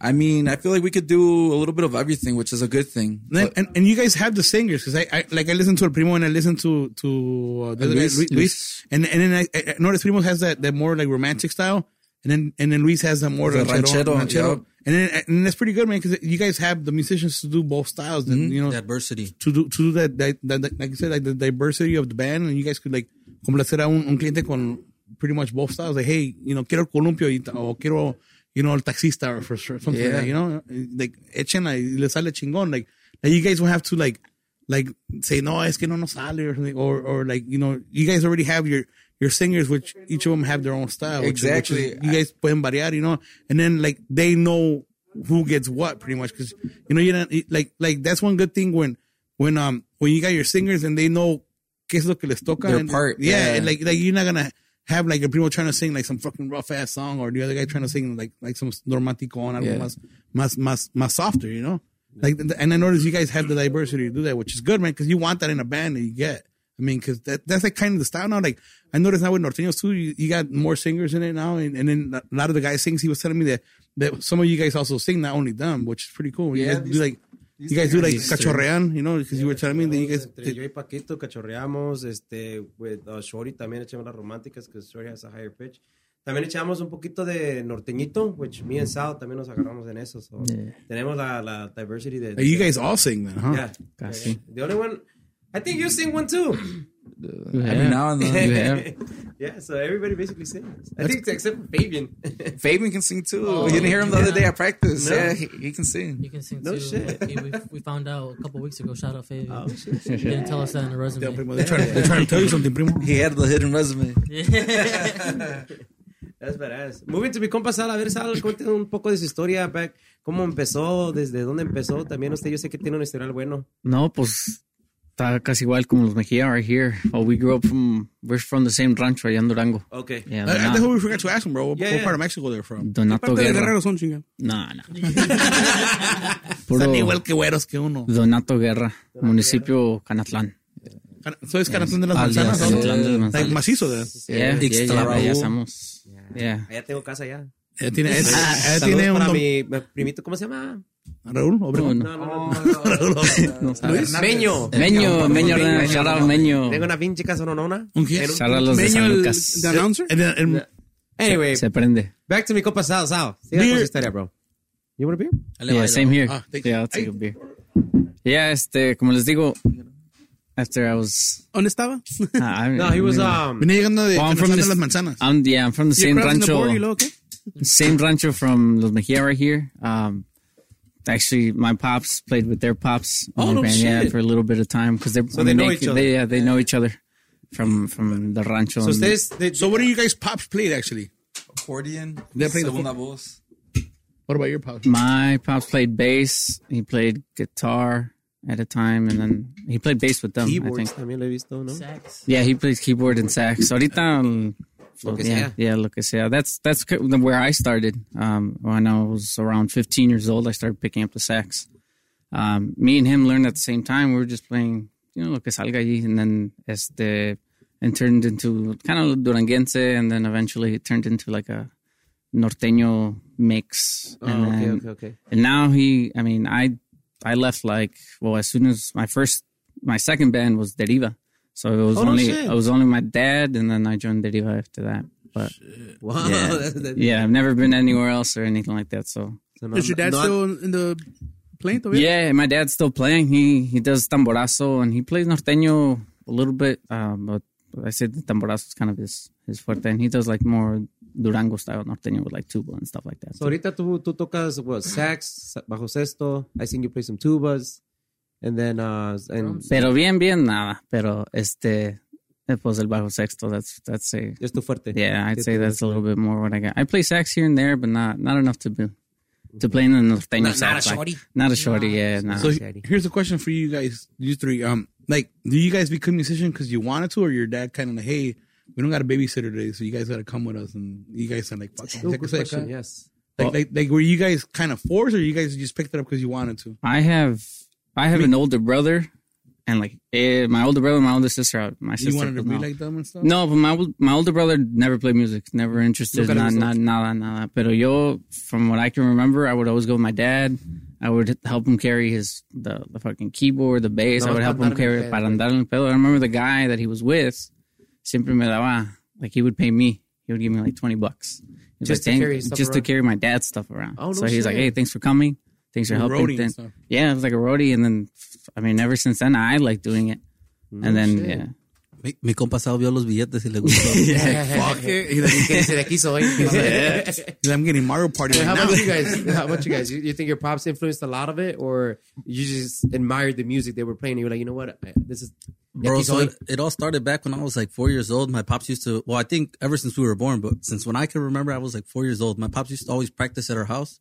[SPEAKER 5] I mean, I feel like we could do a little bit of everything, which is a good thing.
[SPEAKER 4] and, then,
[SPEAKER 5] But-
[SPEAKER 4] and and you guys have the singers because I, I like I listen to El Primo and I listen to to uh, the other guy,
[SPEAKER 5] Luis.
[SPEAKER 4] Lu- Luis, and and then I, I I notice Primo has that that more like romantic style and then and then Luis has that more
[SPEAKER 5] The
[SPEAKER 4] ranchero,
[SPEAKER 5] ranchero,
[SPEAKER 4] ranchero.
[SPEAKER 5] yeah.
[SPEAKER 4] and then and that's pretty good man because you guys have the musicians to do both styles and
[SPEAKER 5] Mm-hmm.
[SPEAKER 4] you know
[SPEAKER 3] The adversity.
[SPEAKER 4] to do to do that, that, that, that- like you said like the diversity of the band and you guys could like complacer a un, un cliente con pretty much both styles like hey you know quiero el columpio y, ta- o quiero you know el taxista or for sure something like
[SPEAKER 5] Yeah.
[SPEAKER 4] that, you know like echen a, y le sale chingón like, like you guys will have to like like say no es que no nos sale or something or, or like you know you guys already have your your singers which each of them have their own style which is- which is-
[SPEAKER 5] Exactly.
[SPEAKER 4] you guys pueden variar, you know, and then like they know who gets what pretty much because you know you don't like like that's one good thing when when um when you got your singers and they know qué es lo que les toca
[SPEAKER 5] Their
[SPEAKER 4] and-
[SPEAKER 5] part,
[SPEAKER 4] yeah,
[SPEAKER 5] yeah.
[SPEAKER 4] And, like like you're not gonna have like a primo trying to sing like some fucking rough ass song or the other guy trying to sing like like some romantico on algo
[SPEAKER 5] Yeah.
[SPEAKER 4] más más más más softer you know like th- and I notice you guys have the diversity to do that which is good man because you want that in a band that you get I mean because that that's like kind of the style now like I noticed now with norteños too you, you got more singers in it now and, and then a lot of the guys sings he was telling me that that some of you guys also sing not only them which is pretty cool you
[SPEAKER 5] Yeah,
[SPEAKER 4] guys do
[SPEAKER 5] these-
[SPEAKER 4] like You guys do like cachorrean, you know, because you were telling me that you guys.
[SPEAKER 1] Entre yo y Paquito cachorreamos, este, with uh, Shorty también echamos las románticas, because Shorty has a higher pitch. También echamos un poquito de norteñito, which me and Sal también nos agarramos en eso. so Tenemos la, la diversity de...
[SPEAKER 4] You guys all sing then, huh?
[SPEAKER 1] Yeah.
[SPEAKER 6] Casi.
[SPEAKER 1] The only one... I think you sing one too.
[SPEAKER 5] Every now and then.
[SPEAKER 6] Yeah.
[SPEAKER 1] [laughs] Yeah, so everybody basically sings. I think except for Fabian.
[SPEAKER 5] Fabian can sing too.
[SPEAKER 7] Oh,
[SPEAKER 5] you didn't hear him the other
[SPEAKER 7] yeah.
[SPEAKER 5] day at practice.
[SPEAKER 1] No.
[SPEAKER 5] Yeah, he, he can sing.
[SPEAKER 7] You can sing
[SPEAKER 1] No
[SPEAKER 7] too.
[SPEAKER 1] shit.
[SPEAKER 7] [laughs]
[SPEAKER 1] Oh,
[SPEAKER 7] We, we, we found out a couple weeks ago. Shout out Fabian. You didn't tell us that in the resume.
[SPEAKER 4] They're trying,
[SPEAKER 1] [laughs]
[SPEAKER 4] they're trying to tell you something, primo.
[SPEAKER 5] He had the hidden resume.
[SPEAKER 7] [laughs]
[SPEAKER 1] That's badass. Moving to mi compa Sal, a ver Sal, cuéntenos un poco de su historia, back, cómo empezó, desde dónde empezó. También usted, yo sé que tiene un historial bueno.
[SPEAKER 6] No, pues está casi igual como los Mejía right here. Oh, we grew up from, we're from the same rancho allá en Durango.
[SPEAKER 1] Ok.
[SPEAKER 6] Yeah,
[SPEAKER 4] I, I
[SPEAKER 6] Donato,
[SPEAKER 4] think Uh, we forgot to ask them, bro. What,
[SPEAKER 1] Yeah,
[SPEAKER 4] what
[SPEAKER 1] yeah.
[SPEAKER 4] part of Mexico they're from?
[SPEAKER 6] Donato
[SPEAKER 2] Parte de
[SPEAKER 6] Guerra.
[SPEAKER 2] Guerrero son chingados.
[SPEAKER 6] No,
[SPEAKER 4] [laughs]
[SPEAKER 6] no. Puro
[SPEAKER 4] Están igual que güeros que uno.
[SPEAKER 6] Donato Guerra, municipio Canatlán.
[SPEAKER 4] Cana- So it's Canatlán de las
[SPEAKER 3] Alias.
[SPEAKER 4] Manzanas, ¿no?
[SPEAKER 6] Canatlán de los
[SPEAKER 4] Like
[SPEAKER 6] Manzanos.
[SPEAKER 4] macizo, de-
[SPEAKER 6] Yeah, yeah, yeah,
[SPEAKER 3] Ixtlahuacu.
[SPEAKER 6] allá estamos. Yeah.
[SPEAKER 1] Allá tengo casa Ah, ya.
[SPEAKER 4] Ella eh, tiene, ella- ella
[SPEAKER 1] Saludos
[SPEAKER 4] tiene un
[SPEAKER 1] para
[SPEAKER 4] dom-
[SPEAKER 1] mi, mi primito, ¿cómo se llama?
[SPEAKER 4] Raúl Obregón.
[SPEAKER 6] No,
[SPEAKER 1] No, no, no.
[SPEAKER 4] Raúl Obregón.
[SPEAKER 6] no sabes.
[SPEAKER 1] Meño.
[SPEAKER 6] Eh, Meño, Meño, Hernández, shout out Meño.
[SPEAKER 1] Tengo una pinche casa nonona.
[SPEAKER 4] ¿Un qué?
[SPEAKER 1] Era un-
[SPEAKER 6] Shout out los de
[SPEAKER 2] Meño,
[SPEAKER 6] San
[SPEAKER 2] el,
[SPEAKER 6] Lucas.
[SPEAKER 2] the announcer.
[SPEAKER 4] And then- and-
[SPEAKER 1] Anyway,
[SPEAKER 6] Se prende.
[SPEAKER 1] back to mi compa Sal, Sal. Siga con su historia, bro. You want a beer?
[SPEAKER 6] Yeah, same here.
[SPEAKER 4] Ah, thank you.
[SPEAKER 6] yeah, I'll take a beer. Yeah, este, como les digo, after
[SPEAKER 1] [laughs]
[SPEAKER 6] I was,
[SPEAKER 2] ¿Dónde estaba?
[SPEAKER 6] I, I-
[SPEAKER 1] No, he was, um,
[SPEAKER 4] Venía llegando de
[SPEAKER 6] Well, I'm from
[SPEAKER 4] Canatlán de
[SPEAKER 6] this-
[SPEAKER 4] las Manzanas.
[SPEAKER 6] I'm yeah, I'm from the same
[SPEAKER 2] Crossing the border, ¿y
[SPEAKER 6] rancho,
[SPEAKER 2] luego qué?
[SPEAKER 6] same rancho from Los Mejia right here. Um, actually, my pops played with their pops,
[SPEAKER 1] Oh, no
[SPEAKER 6] and, yeah,
[SPEAKER 1] shit.
[SPEAKER 6] for a little bit of time because they're
[SPEAKER 1] So they know each other.
[SPEAKER 6] They, yeah, they know each other from from the rancho.
[SPEAKER 1] So
[SPEAKER 6] and-
[SPEAKER 1] ustedes, de-
[SPEAKER 4] So what do you guys pops played, actually?
[SPEAKER 5] Accordion.
[SPEAKER 4] They're playing the
[SPEAKER 5] segunda voz.
[SPEAKER 4] What about your pops?
[SPEAKER 6] my pops played bass. He played guitar at a time, and then he played bass with them. I think.
[SPEAKER 1] keyboards también lo he visto, ¿no? [laughs]
[SPEAKER 7] Sex.
[SPEAKER 6] Yeah, he plays keyboard and sax. Ahorita, um,
[SPEAKER 1] Lo que
[SPEAKER 6] yeah,
[SPEAKER 1] sea.
[SPEAKER 6] yeah, look, yeah, that's that's ki- where I started. Um, when I was around 15 years old, I started picking up the sax. Um, me and him learned at the same time. We were just playing, you know, lo que salga allí, and then este, and turned into kind of duranguense, and then eventually it turned into like a norteño mix. and
[SPEAKER 1] Oh, okay,
[SPEAKER 6] then-
[SPEAKER 1] okay, okay.
[SPEAKER 6] and now he, I mean, I, I left like, well, as soon as my first, my second band was Deriva. So it was
[SPEAKER 1] Oh, no
[SPEAKER 6] only,
[SPEAKER 1] shit.
[SPEAKER 6] it was only my dad. And then I joined Deriva after that.
[SPEAKER 1] [laughs]
[SPEAKER 6] But
[SPEAKER 1] Wow.
[SPEAKER 6] Yeah.
[SPEAKER 1] Oh, [laughs] that's- that's-
[SPEAKER 6] yeah, I've never been anywhere else or anything like that. So
[SPEAKER 1] so no-
[SPEAKER 2] Is your dad
[SPEAKER 1] no-
[SPEAKER 2] still in the plane todavía?
[SPEAKER 6] yeah, my dad's still playing. He, he does tamborazo and he plays norteño a little bit. Um, but I said the tamborazo is kind of his, his forte and he does like more Durango style norteño with like tuba and stuff like that.
[SPEAKER 1] So ahorita tú, tú tocas what, sax, bajo sexto. I seen you play some tubas. And then, uh, and
[SPEAKER 6] Pero bien, bien, nada. Pero este, eh, pues el bajo sexto, that's, that's a,
[SPEAKER 1] es tu fuerte.
[SPEAKER 6] yeah, I'd
[SPEAKER 1] It's
[SPEAKER 6] say
[SPEAKER 1] the
[SPEAKER 6] that's a little bit more what I got. I play sax here and there, but not not enough to be, to play in the norteño
[SPEAKER 1] Not- not a
[SPEAKER 6] sax, like-
[SPEAKER 1] shorty.
[SPEAKER 6] not a shorty, yeah, nah.
[SPEAKER 4] So
[SPEAKER 1] Daddy.
[SPEAKER 4] here's a question for you guys, you three. Um, like, do you guys become musician because you wanted to, or your dad kind of like, hey, we don't got a babysitter today, so you guys got to come with us, and you guys are like, fuck, it,
[SPEAKER 1] Ooh,
[SPEAKER 4] take
[SPEAKER 1] good
[SPEAKER 4] us, like,
[SPEAKER 1] question,
[SPEAKER 4] uh,
[SPEAKER 3] [laughs]
[SPEAKER 1] yes.
[SPEAKER 4] like, like, like, were you guys kind of forced, or you guys just picked it up because you wanted to?
[SPEAKER 6] I have I have an older brother, and like eh, my older brother, and my older sister, uh, my sister.
[SPEAKER 4] You wanted to
[SPEAKER 6] but
[SPEAKER 4] be
[SPEAKER 6] no.
[SPEAKER 4] like them and stuff.
[SPEAKER 6] No, but my ol- my older brother never played music, never interested,
[SPEAKER 1] Nunca le
[SPEAKER 6] not,
[SPEAKER 1] gustó.
[SPEAKER 6] not nada, nada. Pero yo, from what I can remember, I would always go with my dad. I would help him carry his the, the fucking keyboard, the bass.
[SPEAKER 1] No,
[SPEAKER 6] I would help
[SPEAKER 1] para
[SPEAKER 6] him
[SPEAKER 1] andar en
[SPEAKER 6] carry
[SPEAKER 1] el
[SPEAKER 6] it para
[SPEAKER 1] pedo.
[SPEAKER 6] andar en el pedo. I remember the guy that he was with, siempre me daba like he would pay me. He would give me like twenty bucks. He was
[SPEAKER 1] Just to
[SPEAKER 6] "Thank-
[SPEAKER 1] carry his stuff
[SPEAKER 6] just to
[SPEAKER 1] around.
[SPEAKER 6] carry my dad's stuff around.
[SPEAKER 1] Oh, no
[SPEAKER 6] so he's like,
[SPEAKER 1] shit.
[SPEAKER 6] hey, thanks for coming. Thanks for
[SPEAKER 4] Like roadie
[SPEAKER 6] helping.
[SPEAKER 4] and
[SPEAKER 6] Then-
[SPEAKER 4] stuff.
[SPEAKER 6] yeah, it was like a roadie, and then I mean, ever since then, I like doing it. and then
[SPEAKER 1] shit.
[SPEAKER 6] yeah,
[SPEAKER 3] Mi, mi compa Sal vio los billetes y le
[SPEAKER 5] [laughs]
[SPEAKER 3] gustó.
[SPEAKER 1] Fuck [laughs] it. de aquí
[SPEAKER 3] [laughs]
[SPEAKER 1] soy.
[SPEAKER 4] I'm getting Mario Party right
[SPEAKER 1] [laughs] How
[SPEAKER 4] now.
[SPEAKER 1] about you guys? How about you guys? You, you think your pops influenced a lot of it, or you just admired the music they were playing? And you were like, you know what? I- This is
[SPEAKER 3] Bro,
[SPEAKER 1] Aquí
[SPEAKER 3] so
[SPEAKER 1] soy.
[SPEAKER 3] it, it all started back when I was like four years old. My pops used to, well, I think ever since we were born, but since when I can remember, I was like four years old. My pops used to always practice at our house.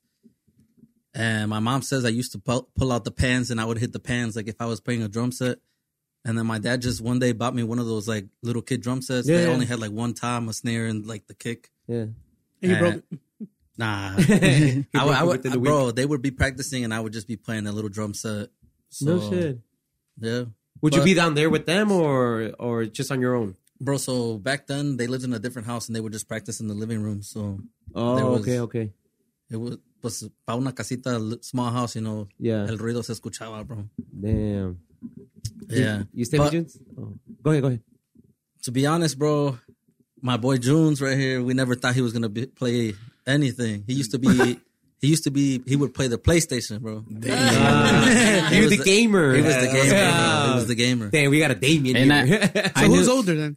[SPEAKER 3] And my mom says I used to pull, pull out the pans and I would hit the pans like if I was playing a drum set. And then my dad just one day bought me one of those like little kid drum sets. that
[SPEAKER 1] Yeah.
[SPEAKER 3] only had like one tom, a snare, and like the kick.
[SPEAKER 1] [laughs]
[SPEAKER 3] [laughs]
[SPEAKER 1] yeah.
[SPEAKER 2] And you
[SPEAKER 3] Uh,
[SPEAKER 2] broke it.
[SPEAKER 3] [laughs]
[SPEAKER 1] [laughs]
[SPEAKER 3] Nah, I, would- I
[SPEAKER 1] broke it
[SPEAKER 3] would,
[SPEAKER 1] within the
[SPEAKER 3] bro. They would be practicing, and I would just be playing that little drum set. So, Yeah,
[SPEAKER 1] Would you
[SPEAKER 3] But-
[SPEAKER 1] be down there with them, or or just on your own?
[SPEAKER 3] bro. So back then, they lived in a different house, and they would just practice in the living room. So
[SPEAKER 1] Oh,
[SPEAKER 3] There was-
[SPEAKER 1] okay, okay.
[SPEAKER 3] it was pues para una casita, l- small house, you know,
[SPEAKER 1] Yeah.
[SPEAKER 3] el ruido se escuchaba, bro.
[SPEAKER 1] Damn.
[SPEAKER 3] Yeah.
[SPEAKER 1] You stay
[SPEAKER 3] But
[SPEAKER 1] with Junes? Oh. Go ahead, go ahead.
[SPEAKER 3] to be honest, bro, my boy Junes right here, we never thought he was gonna be, play anything. He used to
[SPEAKER 1] [laughs]
[SPEAKER 3] be, he used to be, he would play the PlayStation, bro.
[SPEAKER 7] [laughs]
[SPEAKER 3] He
[SPEAKER 1] You're
[SPEAKER 3] was
[SPEAKER 1] the gamer.
[SPEAKER 3] He was the gamer.
[SPEAKER 1] Yeah.
[SPEAKER 3] bro. He was the gamer.
[SPEAKER 1] Damn, we got a Damien
[SPEAKER 6] And
[SPEAKER 1] here.
[SPEAKER 3] [laughs]
[SPEAKER 2] So who's older then?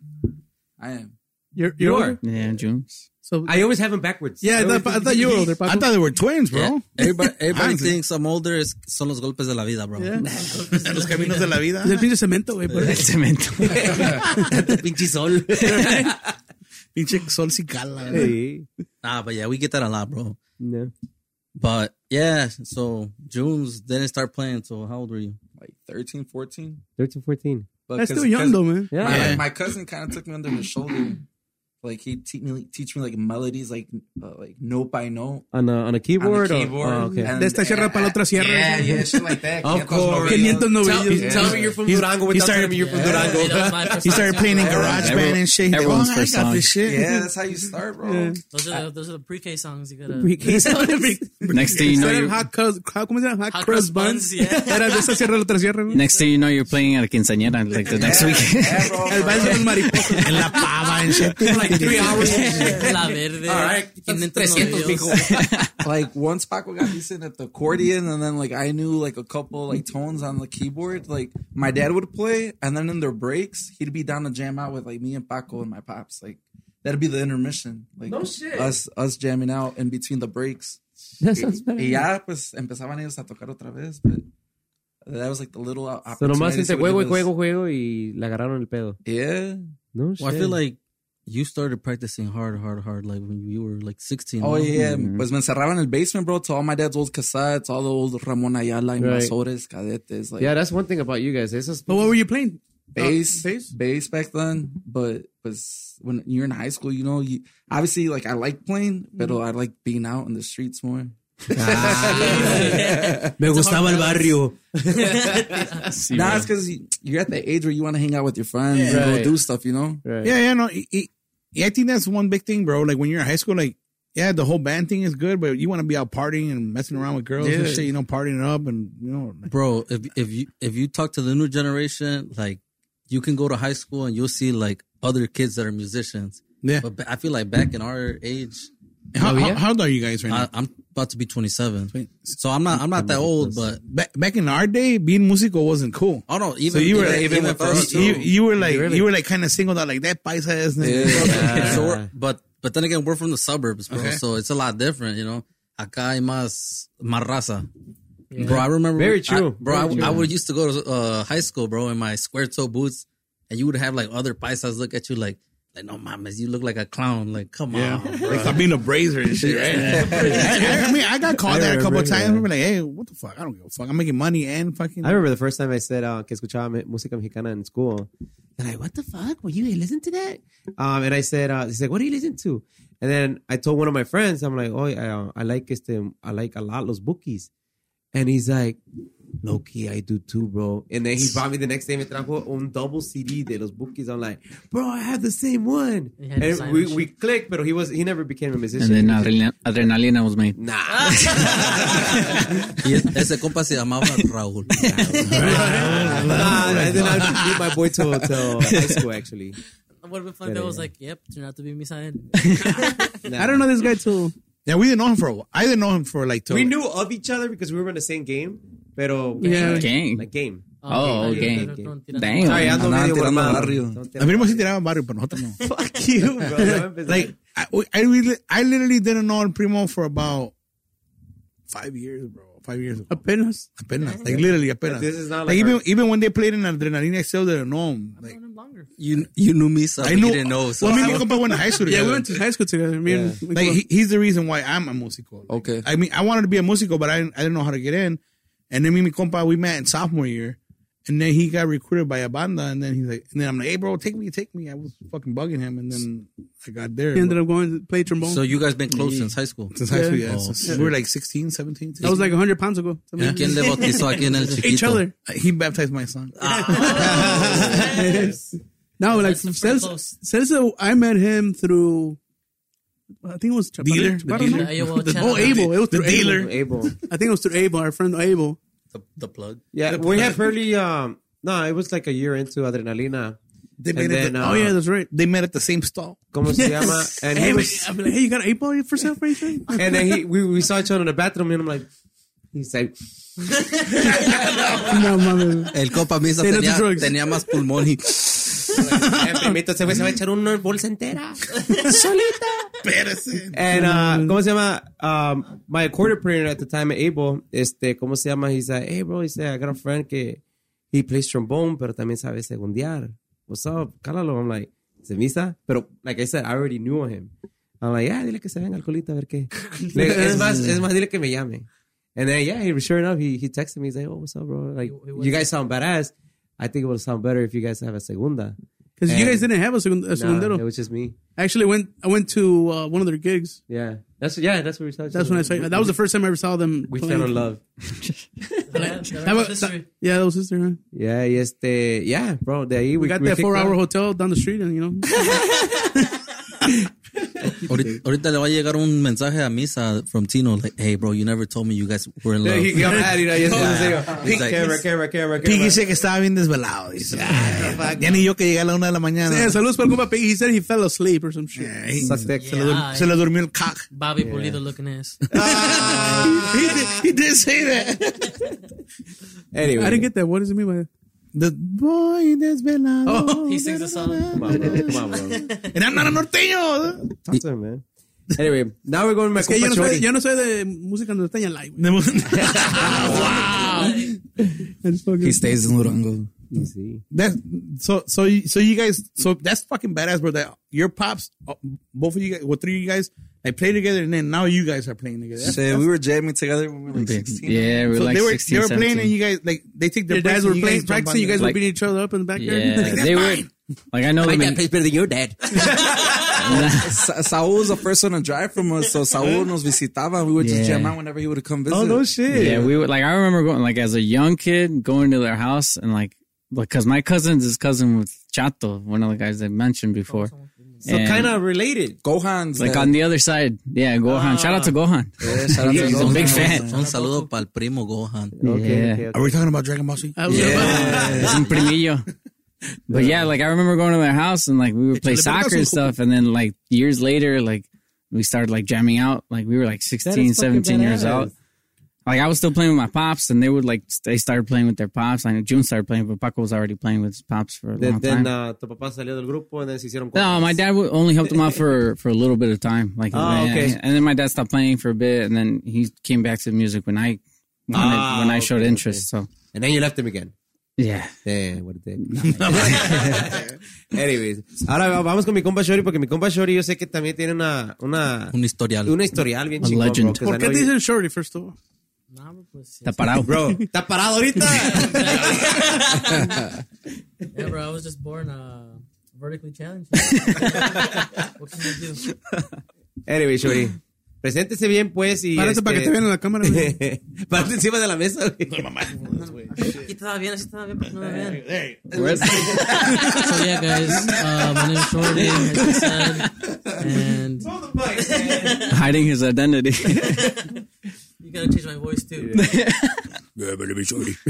[SPEAKER 5] I am.
[SPEAKER 2] You're,
[SPEAKER 1] You
[SPEAKER 2] you're
[SPEAKER 1] are.
[SPEAKER 2] older?
[SPEAKER 6] Yeah, Junes.
[SPEAKER 2] So,
[SPEAKER 1] I always have him backwards.
[SPEAKER 2] yeah, I
[SPEAKER 1] always
[SPEAKER 2] thought, I
[SPEAKER 1] think-
[SPEAKER 2] thought you were older.
[SPEAKER 4] I
[SPEAKER 2] Paco.
[SPEAKER 4] thought they were twins, bro.
[SPEAKER 3] Yeah. [laughs] Everybody, everybody
[SPEAKER 4] Honestly.
[SPEAKER 3] thinks I'm older. It's, son los golpes de la vida, bro.
[SPEAKER 2] Yeah.
[SPEAKER 4] Los caminos de la vida.
[SPEAKER 2] Es el pinche cemento, güey. por
[SPEAKER 6] El
[SPEAKER 2] eso.
[SPEAKER 4] [laughs]
[SPEAKER 6] cemento.
[SPEAKER 1] Pinche sol.
[SPEAKER 4] Pinche sol si cala.
[SPEAKER 1] Hey.
[SPEAKER 3] Nah, but yeah, we get that a lot, bro.
[SPEAKER 1] No.
[SPEAKER 3] But yeah, so Junes didn't start playing. So how old were you?
[SPEAKER 5] Like 13, 14.
[SPEAKER 1] 13, 14.
[SPEAKER 5] But
[SPEAKER 2] That's
[SPEAKER 5] 'cause-
[SPEAKER 2] still young
[SPEAKER 5] 'cause
[SPEAKER 2] though, man.
[SPEAKER 1] Yeah.
[SPEAKER 5] My, my cousin kind of took me under his shoulder. Like he teach me teach me like melodies like uh, like note by note
[SPEAKER 1] On, a, on a keyboard?
[SPEAKER 5] on
[SPEAKER 1] or-
[SPEAKER 5] the keyboard.
[SPEAKER 1] Oh, okay.
[SPEAKER 5] and-
[SPEAKER 2] De esta sierra para la otra sierra.
[SPEAKER 5] Yeah, yeah,
[SPEAKER 4] [laughs]
[SPEAKER 5] shit like that.
[SPEAKER 1] Of
[SPEAKER 5] 500
[SPEAKER 1] course.
[SPEAKER 5] novellas.
[SPEAKER 2] 500 novellas.
[SPEAKER 5] Yeah.
[SPEAKER 1] Tell me you're from Durango
[SPEAKER 4] he
[SPEAKER 1] without
[SPEAKER 4] started-
[SPEAKER 1] telling me you're from
[SPEAKER 5] Yeah.
[SPEAKER 1] Durango.
[SPEAKER 7] That was my first
[SPEAKER 4] He started
[SPEAKER 7] song,
[SPEAKER 4] playing in
[SPEAKER 7] bro.
[SPEAKER 4] garage
[SPEAKER 6] Everyone-
[SPEAKER 4] band and shit. He's like,
[SPEAKER 6] everyone's
[SPEAKER 4] "Oh, I
[SPEAKER 6] first
[SPEAKER 4] got
[SPEAKER 6] song."
[SPEAKER 4] this shit.
[SPEAKER 5] Yeah, that's how you start, bro.
[SPEAKER 7] Those are the, those are the pre-K songs you gotta. [laughs]
[SPEAKER 6] Next thing you know,
[SPEAKER 2] Eran
[SPEAKER 6] you're,
[SPEAKER 2] hot cuz- how- ¿Cómo se llama? Hot,
[SPEAKER 7] Hot crust
[SPEAKER 2] crust buns.
[SPEAKER 7] buns, yeah.
[SPEAKER 2] Era de esta sierra a la otra sierra, güey.
[SPEAKER 6] next thing you know, you're playing at a quinceañera like the next
[SPEAKER 3] [laughs]
[SPEAKER 6] week.
[SPEAKER 5] Yeah, bro,
[SPEAKER 2] El
[SPEAKER 5] bro.
[SPEAKER 2] baile de los mariposas.
[SPEAKER 4] En la pava and shit.
[SPEAKER 1] like
[SPEAKER 6] [laughs]
[SPEAKER 1] three hours.
[SPEAKER 7] La verde.
[SPEAKER 1] All
[SPEAKER 7] [laughs]
[SPEAKER 1] right. 300, mijo.
[SPEAKER 5] [laughs] like once Paco got decent at the accordion, and then like I knew like a couple like tones on the keyboard. Like my dad would play, and then in their breaks, he'd be down to jam out with like me and Paco and my pops. Like that'd be the intermission. Like no shit. us us jamming out in between the breaks.
[SPEAKER 1] That
[SPEAKER 5] Y,
[SPEAKER 1] sounds better.
[SPEAKER 5] y ya pues empezaban ellos a tocar otra vez, but that was like the little o-
[SPEAKER 1] So
[SPEAKER 5] opportunity.
[SPEAKER 1] nomás dice
[SPEAKER 5] to do
[SPEAKER 1] juego, y
[SPEAKER 5] this.
[SPEAKER 1] juego, juego y le agarraron el pedo.
[SPEAKER 5] Yeah.
[SPEAKER 1] No
[SPEAKER 3] Well, I
[SPEAKER 1] shit.
[SPEAKER 3] feel like you started practicing hard, hard, hard, like when you were like 16.
[SPEAKER 5] Oh
[SPEAKER 3] no?
[SPEAKER 5] yeah,
[SPEAKER 1] Mm-hmm.
[SPEAKER 5] pues me encerraba en el basement, bro, to all my dad's old cassettes, all the old Ramon Ayala,
[SPEAKER 1] Right.
[SPEAKER 5] Invasores, Cadetes, like
[SPEAKER 1] yeah, that's one thing about you guys. Esas
[SPEAKER 2] But what were you playing?
[SPEAKER 4] Ah,
[SPEAKER 5] bass,
[SPEAKER 2] Uh,
[SPEAKER 5] bass, back then. But was when you're in high school, you know, you obviously like I like playing, but
[SPEAKER 3] Mm-hmm.
[SPEAKER 5] I like being out in the streets more.
[SPEAKER 1] Me gustaba el barrio.
[SPEAKER 6] Sí,
[SPEAKER 5] nah,
[SPEAKER 6] bro.
[SPEAKER 5] it's because you're at the age where you want to hang out with your friends and
[SPEAKER 1] Right.
[SPEAKER 5] go do stuff, you know.
[SPEAKER 1] Right.
[SPEAKER 4] Yeah, yeah, no. y- y- yeah, I think that's one big thing, bro. Like when you're in high school, like yeah, the whole band thing is good, but you want to be out partying and messing around with girls and
[SPEAKER 5] Yeah.
[SPEAKER 4] shit, you know, partying up and you know. like-
[SPEAKER 3] bro. If if you if you talk to the new generation, like you can go to high school and you'll see like other kids that are musicians.
[SPEAKER 4] Yeah.
[SPEAKER 3] But ba- I feel like back in our age,
[SPEAKER 4] How,
[SPEAKER 1] Oh,
[SPEAKER 4] how-
[SPEAKER 1] yeah?
[SPEAKER 4] how old are you guys right
[SPEAKER 3] I,
[SPEAKER 4] now?
[SPEAKER 3] I'm about to be 27, so I'm not I'm not that old. But
[SPEAKER 4] Ba- back in our day, being musical wasn't cool.
[SPEAKER 3] oh no,
[SPEAKER 4] So
[SPEAKER 3] even
[SPEAKER 4] you were
[SPEAKER 3] [laughs] even,
[SPEAKER 4] even
[SPEAKER 3] even
[SPEAKER 5] with
[SPEAKER 3] for
[SPEAKER 5] us,
[SPEAKER 3] us
[SPEAKER 4] You,
[SPEAKER 3] too.
[SPEAKER 4] you, you were like
[SPEAKER 1] Really?
[SPEAKER 4] you were like kind of singled out like that paisa ass nigga.
[SPEAKER 3] So we're- but but then again, we're from the suburbs, bro.
[SPEAKER 4] Okay.
[SPEAKER 3] So it's a lot different, you know. Acá hay más, más raza. Bro, I remember.
[SPEAKER 1] Very
[SPEAKER 3] I,
[SPEAKER 1] true.
[SPEAKER 3] bro, I,
[SPEAKER 1] Very
[SPEAKER 3] I
[SPEAKER 1] true.
[SPEAKER 3] would used to go to uh, high school, bro, in my square toe boots, and you would have like other paisas look at you like, like no mames, you look like a clown. Like, come on.
[SPEAKER 4] [laughs]
[SPEAKER 3] bro.
[SPEAKER 4] Like I'm being a brazier and shit, [laughs] right? I, I mean, I got called
[SPEAKER 1] I
[SPEAKER 4] there a couple
[SPEAKER 1] remember
[SPEAKER 4] of times.
[SPEAKER 1] that.
[SPEAKER 4] We were like, hey, what the fuck? I don't give a fuck. I'm making money and fucking.
[SPEAKER 1] I remember the first time I said uh, que escuchaba me- música mexicana in school. They're like, what the fuck? Were you listen to that? Um, and I said, uh, he's like, what do you listen to? And then I told one of my friends, I'm like, oh, I, uh, I like este, I like a lot los bookies. And he's like, low key, I do too, bro. And then he bought me the next day, me trajo un double CD de los bookies. I'm like, bro, I have the same one.
[SPEAKER 7] You had the
[SPEAKER 1] And
[SPEAKER 7] same
[SPEAKER 1] we,
[SPEAKER 7] shit.
[SPEAKER 1] we clicked, but he was he never became a
[SPEAKER 6] and
[SPEAKER 1] musician.
[SPEAKER 6] then adrenalina, adrenalina was made.
[SPEAKER 1] nah.
[SPEAKER 6] [laughs]
[SPEAKER 1] [laughs]
[SPEAKER 3] Y ese compa se llamaba Raúl.
[SPEAKER 1] nah, and then I beat my boy to, to high school, actually.
[SPEAKER 7] [laughs] What if my dad was like, "Yep, turned out to be mi Saen."
[SPEAKER 2] I don't know this guy till
[SPEAKER 4] Yeah, we didn't know him for a while. I didn't know him for like. till-
[SPEAKER 1] We knew of each other because we were in the same game, pero
[SPEAKER 2] Yeah.
[SPEAKER 6] Gang.
[SPEAKER 1] like game.
[SPEAKER 6] Oh,
[SPEAKER 1] okay.
[SPEAKER 6] Damn.
[SPEAKER 1] Sorry, ando
[SPEAKER 5] Andaban
[SPEAKER 1] medio
[SPEAKER 5] tirando
[SPEAKER 1] guamado.
[SPEAKER 5] barrio.
[SPEAKER 1] Don't tell
[SPEAKER 4] A mí no
[SPEAKER 1] me.
[SPEAKER 4] me sí tiraban barrio, pero nosotros no.
[SPEAKER 1] [laughs] Fuck you, bro.
[SPEAKER 4] like I, I really, I literally didn't know El Primo for about five years, bro. Five years. ago.
[SPEAKER 2] apenas.
[SPEAKER 4] Apenas, like literally apenas.
[SPEAKER 1] This is not
[SPEAKER 4] like,
[SPEAKER 1] like
[SPEAKER 4] even
[SPEAKER 1] our-
[SPEAKER 4] even when they played in Adrenalina, I still didn't know him. Like
[SPEAKER 7] Longer.
[SPEAKER 3] You you knew me, so
[SPEAKER 4] I
[SPEAKER 3] you
[SPEAKER 4] know.
[SPEAKER 3] didn't know. So
[SPEAKER 4] Well, me and my compa went to high school
[SPEAKER 2] Yeah,
[SPEAKER 4] together.
[SPEAKER 2] we went to high school together. Me and
[SPEAKER 1] Yeah.
[SPEAKER 4] like he, he's the reason why I'm a musical.
[SPEAKER 5] Okay.
[SPEAKER 4] I mean, I wanted to be a musical, but I didn't, I didn't know how to get in. And then me and mi compa, we met in sophomore year, and then he got recruited by a banda, and then he's like, and then I'm like, hey, bro, take me, take me. I was fucking bugging him, and then I got there.
[SPEAKER 2] He ended
[SPEAKER 4] bro.
[SPEAKER 2] up going to play trombone.
[SPEAKER 3] so you guys been close since high school. Oh,
[SPEAKER 4] Since high school,
[SPEAKER 2] Yeah.
[SPEAKER 4] yeah. So We were like 16, 17.
[SPEAKER 2] Oh, that was like 100 pounds ago.
[SPEAKER 3] ¿Quién le bautizó aquí en el chiquito?
[SPEAKER 2] Each
[SPEAKER 4] [laughs]
[SPEAKER 2] other.
[SPEAKER 4] Uh, he baptized my son.
[SPEAKER 2] No, like
[SPEAKER 7] That's super
[SPEAKER 2] Celso,
[SPEAKER 7] close.
[SPEAKER 2] Celso, I met him through I think it was Chaparrito.
[SPEAKER 4] Dealer, the
[SPEAKER 2] Chaparro,
[SPEAKER 5] [laughs]
[SPEAKER 4] dealer.
[SPEAKER 2] no?
[SPEAKER 7] Yeah, yeah, well,
[SPEAKER 4] oh,
[SPEAKER 7] Channel-
[SPEAKER 4] Abel. It was the
[SPEAKER 2] through Abel.
[SPEAKER 4] dealer.
[SPEAKER 1] Abel.
[SPEAKER 2] I think it was through Abel, our friend Abel.
[SPEAKER 3] The, the plug.
[SPEAKER 1] Yeah, we had barely. Um, no, it was like a year into Adrenalina.
[SPEAKER 4] They
[SPEAKER 1] And
[SPEAKER 4] made it.
[SPEAKER 1] then,
[SPEAKER 4] the-
[SPEAKER 1] uh,
[SPEAKER 2] oh yeah, that's right.
[SPEAKER 4] they met at the same stall.
[SPEAKER 1] Como se llama? And he
[SPEAKER 2] Hey,
[SPEAKER 1] was,
[SPEAKER 2] I'm like, hey, you got an eight ball for sale,
[SPEAKER 4] [laughs]
[SPEAKER 2] for [laughs] anything?
[SPEAKER 1] and then he, we, we saw each other in the bathroom, and I'm like, he's like,
[SPEAKER 2] no, mames.
[SPEAKER 3] El copa misa
[SPEAKER 2] Say no to
[SPEAKER 3] tenía,
[SPEAKER 2] drugs.
[SPEAKER 3] tenía más pulmón y
[SPEAKER 1] "Eh, primito, ese güey se va a echar una bolsa entera, solita.
[SPEAKER 4] Espérese.
[SPEAKER 1] And uh, ¿cómo se llama? Um, my quarter printer at the time, Abel, este, ¿cómo se llama? He's like, hey bro, he said, I got a friend que he plays trombone, pero también sabe segundear. What's up? Cálalo. I'm like, ¿se misa? Pero, like I said, I already knew him. I'm like, yeah, dile que se venga al colita a ver qué. Le digo, es más, es más, dile que me llame. And then, yeah, he, sure enough, he, he texted me, he's like, oh, what's up, bro? Like,
[SPEAKER 7] he was-
[SPEAKER 1] you guys sound badass. I think it would sound better if you guys have a segunda.
[SPEAKER 2] Because you
[SPEAKER 1] And-
[SPEAKER 2] guys didn't have a, segun- a
[SPEAKER 1] Nah,
[SPEAKER 2] segundero.
[SPEAKER 1] it was just me.
[SPEAKER 2] I actually went. I went to uh, one of their gigs.
[SPEAKER 1] Yeah. That's, yeah, that's what we saw. each
[SPEAKER 2] That's
[SPEAKER 1] other.
[SPEAKER 2] when I saw. That was the first time I ever saw them.
[SPEAKER 1] We
[SPEAKER 2] playing.
[SPEAKER 1] fell in love.
[SPEAKER 7] Yeah,
[SPEAKER 2] That was-
[SPEAKER 7] history.
[SPEAKER 2] Yeah, that was sister. Huh?
[SPEAKER 1] Yeah, y este, yeah, bro, de ahí
[SPEAKER 2] We got that
[SPEAKER 1] kicked
[SPEAKER 2] four-hour
[SPEAKER 1] off.
[SPEAKER 2] hotel down the street, and
[SPEAKER 4] [laughs]
[SPEAKER 2] you know,
[SPEAKER 3] ahorita, ahorita le va a llegar un mensaje a misa from Tino like, hey bro, you never told me you guys were in love.
[SPEAKER 1] [laughs] He got mad, you know, y este
[SPEAKER 3] Yeah.
[SPEAKER 1] digo,
[SPEAKER 3] He's like,
[SPEAKER 1] camera, camera, camera,
[SPEAKER 4] Piggy
[SPEAKER 1] camera.
[SPEAKER 4] dice que estaba bien desvelado. Dice, "Ay, ya ni yo que llegué a la una de la mañana.
[SPEAKER 2] [laughs] yeah, saludos para el compa Piggy. He said he fell asleep or some shit.
[SPEAKER 4] Ay,
[SPEAKER 1] Sucked
[SPEAKER 4] se, le
[SPEAKER 7] Yeah.
[SPEAKER 4] dur- se le durmió el cock.
[SPEAKER 7] Bobby Pulido looking ass.
[SPEAKER 4] he, did, he did say that.
[SPEAKER 1] Anyway.
[SPEAKER 2] I didn't get that. What does it mean by that?
[SPEAKER 4] The boy desvelado.
[SPEAKER 7] [laughs] He sings a song.
[SPEAKER 1] Come on, bro, come on, bro.
[SPEAKER 4] And I'm not a norteño.
[SPEAKER 1] Talk to him, man. Anyway, now we're going to my
[SPEAKER 2] Que yo no,
[SPEAKER 1] compa
[SPEAKER 2] soy,
[SPEAKER 1] Chori.
[SPEAKER 2] yo no soy de música norteña live. güey.
[SPEAKER 4] [laughs]
[SPEAKER 2] [laughs] I just fucking-
[SPEAKER 5] He stays in Durango.
[SPEAKER 1] You see.
[SPEAKER 4] That's so so you- so you guys so that's fucking badass, bro. That your pops, uh, both of you guys, well, three of you guys, they play together, and then now you guys are playing together. That's-
[SPEAKER 5] Say, we were jamming together when we were like 16.
[SPEAKER 6] Yeah, we
[SPEAKER 4] so
[SPEAKER 6] were like
[SPEAKER 4] they were
[SPEAKER 6] 16,
[SPEAKER 4] they were playing,
[SPEAKER 6] 17.
[SPEAKER 4] and you guys like they take their
[SPEAKER 2] Your guys
[SPEAKER 4] breaks
[SPEAKER 2] were
[SPEAKER 4] and
[SPEAKER 2] playing,
[SPEAKER 4] jump
[SPEAKER 2] practicing.
[SPEAKER 4] on
[SPEAKER 2] You guys
[SPEAKER 4] the-
[SPEAKER 2] were
[SPEAKER 6] Like-
[SPEAKER 2] beating each other up in the backyard.
[SPEAKER 6] Yeah,
[SPEAKER 2] [laughs]
[SPEAKER 6] they were like I know the man,
[SPEAKER 3] better than your dad.
[SPEAKER 5] Sa- Saul was the first one to drive from us, so Saul nos visitaba. We would just
[SPEAKER 6] Yeah.
[SPEAKER 5] jam out whenever he would come visit.
[SPEAKER 1] Oh, no shit.
[SPEAKER 6] Yeah, we would like I remember going like as a young kid going to their house and like because my cousin's his cousin with Chato, one of the guys I mentioned before.
[SPEAKER 1] So
[SPEAKER 6] And,
[SPEAKER 1] kind of related.
[SPEAKER 5] Gohan's
[SPEAKER 6] like
[SPEAKER 5] the-
[SPEAKER 6] on the other side. Yeah, Gohan. Shout out to Gohan.
[SPEAKER 5] Ah. Yeah, shout out
[SPEAKER 6] [laughs]
[SPEAKER 5] to
[SPEAKER 6] He's a
[SPEAKER 5] Gohan.
[SPEAKER 6] big fan.
[SPEAKER 3] Un saludo para el primo Gohan.
[SPEAKER 6] Yeah.
[SPEAKER 1] Okay, okay,
[SPEAKER 4] Are
[SPEAKER 1] okay.
[SPEAKER 4] we talking about Dragon Ball Z?
[SPEAKER 2] I was-
[SPEAKER 6] It's in
[SPEAKER 1] [laughs]
[SPEAKER 6] Primillo. But yeah, like I remember going to their house and like we would play
[SPEAKER 4] Chale, pero
[SPEAKER 6] soccer and
[SPEAKER 4] es un
[SPEAKER 6] stuff. And then like years later, like we started like jamming out. Like we were like 16,
[SPEAKER 1] fucking
[SPEAKER 6] 17 years
[SPEAKER 1] badass.
[SPEAKER 6] old. Like I was still playing with my pops and they would like, they started playing with their pops. I know June started playing, but Paco was already playing with his pops for a
[SPEAKER 1] Then,
[SPEAKER 6] long
[SPEAKER 1] then
[SPEAKER 6] time.
[SPEAKER 1] uh, tu papá salió del grupo and then se hicieron
[SPEAKER 6] No, my dad would only helped him out for for a little bit of time. Like,
[SPEAKER 1] Oh,
[SPEAKER 6] yeah,
[SPEAKER 1] okay.
[SPEAKER 6] yeah. and then my dad stopped playing for a bit, and then he came back to the music when I when, I,
[SPEAKER 1] Ah,
[SPEAKER 6] when I showed
[SPEAKER 1] okay,
[SPEAKER 6] interest. So
[SPEAKER 1] And then you left him again.
[SPEAKER 6] yeah, [laughs]
[SPEAKER 1] Eh, what a [laughs] dick. [laughs] Anyways, ahora vamos con mi compa Shori porque mi compa Shori yo sé que también tiene una una
[SPEAKER 3] Un historial.
[SPEAKER 1] una historial bien
[SPEAKER 6] A
[SPEAKER 1] chingón.
[SPEAKER 6] legend.
[SPEAKER 1] bro, 'cause I
[SPEAKER 2] ¿Por qué
[SPEAKER 1] know
[SPEAKER 2] te
[SPEAKER 1] you-
[SPEAKER 2] dicen shorty, first of all?
[SPEAKER 7] Nah, pues,
[SPEAKER 6] está parado. [laughs]
[SPEAKER 2] [laughs]
[SPEAKER 1] Bro, está parado ahorita.
[SPEAKER 7] Yeah, bro, I was just born uh, vertically challenged. what can I do?
[SPEAKER 1] anyway, Shuri. Preséntese bien, pues, y.
[SPEAKER 2] Párate
[SPEAKER 1] este-
[SPEAKER 2] para que te vean en la cámara. güey.
[SPEAKER 1] [laughs] Párate encima de la mesa, güey.
[SPEAKER 7] Aquí estaba bien, así estaba bien, pero no me vean. So yeah, guys, uh, my name is Shorty, as you said, and
[SPEAKER 6] hiding his identity. [laughs]
[SPEAKER 7] you gotta change my voice too.
[SPEAKER 4] Yeah, but let me show you.
[SPEAKER 7] [laughs]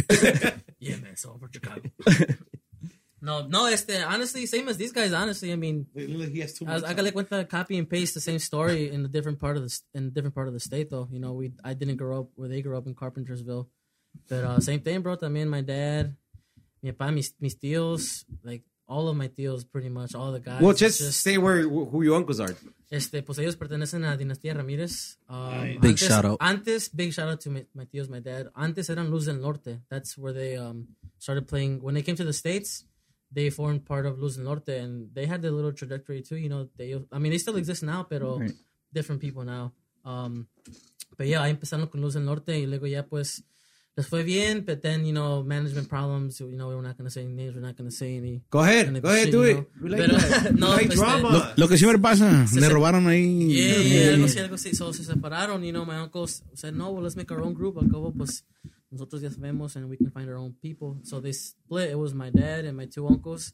[SPEAKER 7] Yeah, man, so I'm from Chicago. no, no, este, honestly, same as these guys. Honestly, I mean, I, was, I got like went to copy and paste the same story in a different part of the s- in a different part of the state though. You know, we I didn't grow up where they grew up in Carpentersville, but uh, same thing, bro. I mean, my dad, mi pa, mis, mis tíos, like all of my tíos, pretty much all the
[SPEAKER 1] [laughs]
[SPEAKER 7] guys.
[SPEAKER 1] Well,
[SPEAKER 7] it's
[SPEAKER 1] just say where who your uncles are.
[SPEAKER 7] Este, pues ellos pertenecen a Dinastía Ramírez. Um,
[SPEAKER 3] Big
[SPEAKER 7] antes-
[SPEAKER 3] shout out.
[SPEAKER 7] Antes, big shout out to my, my tíos, my dad. Antes eran Luz del Norte. That's where they um, started playing. When they came to the States, they formed part of Luz del Norte and they had their little trajectory too. You know, they, I mean, they still exist now, pero different people now. Um, but yeah, ahí empezaron con Luz del Norte y luego ya pues les fue bien, but then, you know, management problems, you know, we're not going to say any names, we're not going to say any.
[SPEAKER 1] Go ahead.
[SPEAKER 7] any
[SPEAKER 1] Go ahead,
[SPEAKER 7] shit,
[SPEAKER 1] do
[SPEAKER 7] you
[SPEAKER 1] it.
[SPEAKER 7] know.
[SPEAKER 1] We like
[SPEAKER 7] Pero- [laughs]
[SPEAKER 1] that.
[SPEAKER 7] no,
[SPEAKER 1] We like
[SPEAKER 7] pues,
[SPEAKER 1] drama.
[SPEAKER 7] eh,
[SPEAKER 4] Lo que siempre
[SPEAKER 2] [laughs]
[SPEAKER 4] pasa, le robaron ahí.
[SPEAKER 7] Yeah, yeah, algo así, algo así. So, se separaron, you know, my uncle s- said, no, well, let's make our own group. Al cabo, pues, nosotros ya sabemos and we can find our own people. So they split. It was my dad and my two uncles.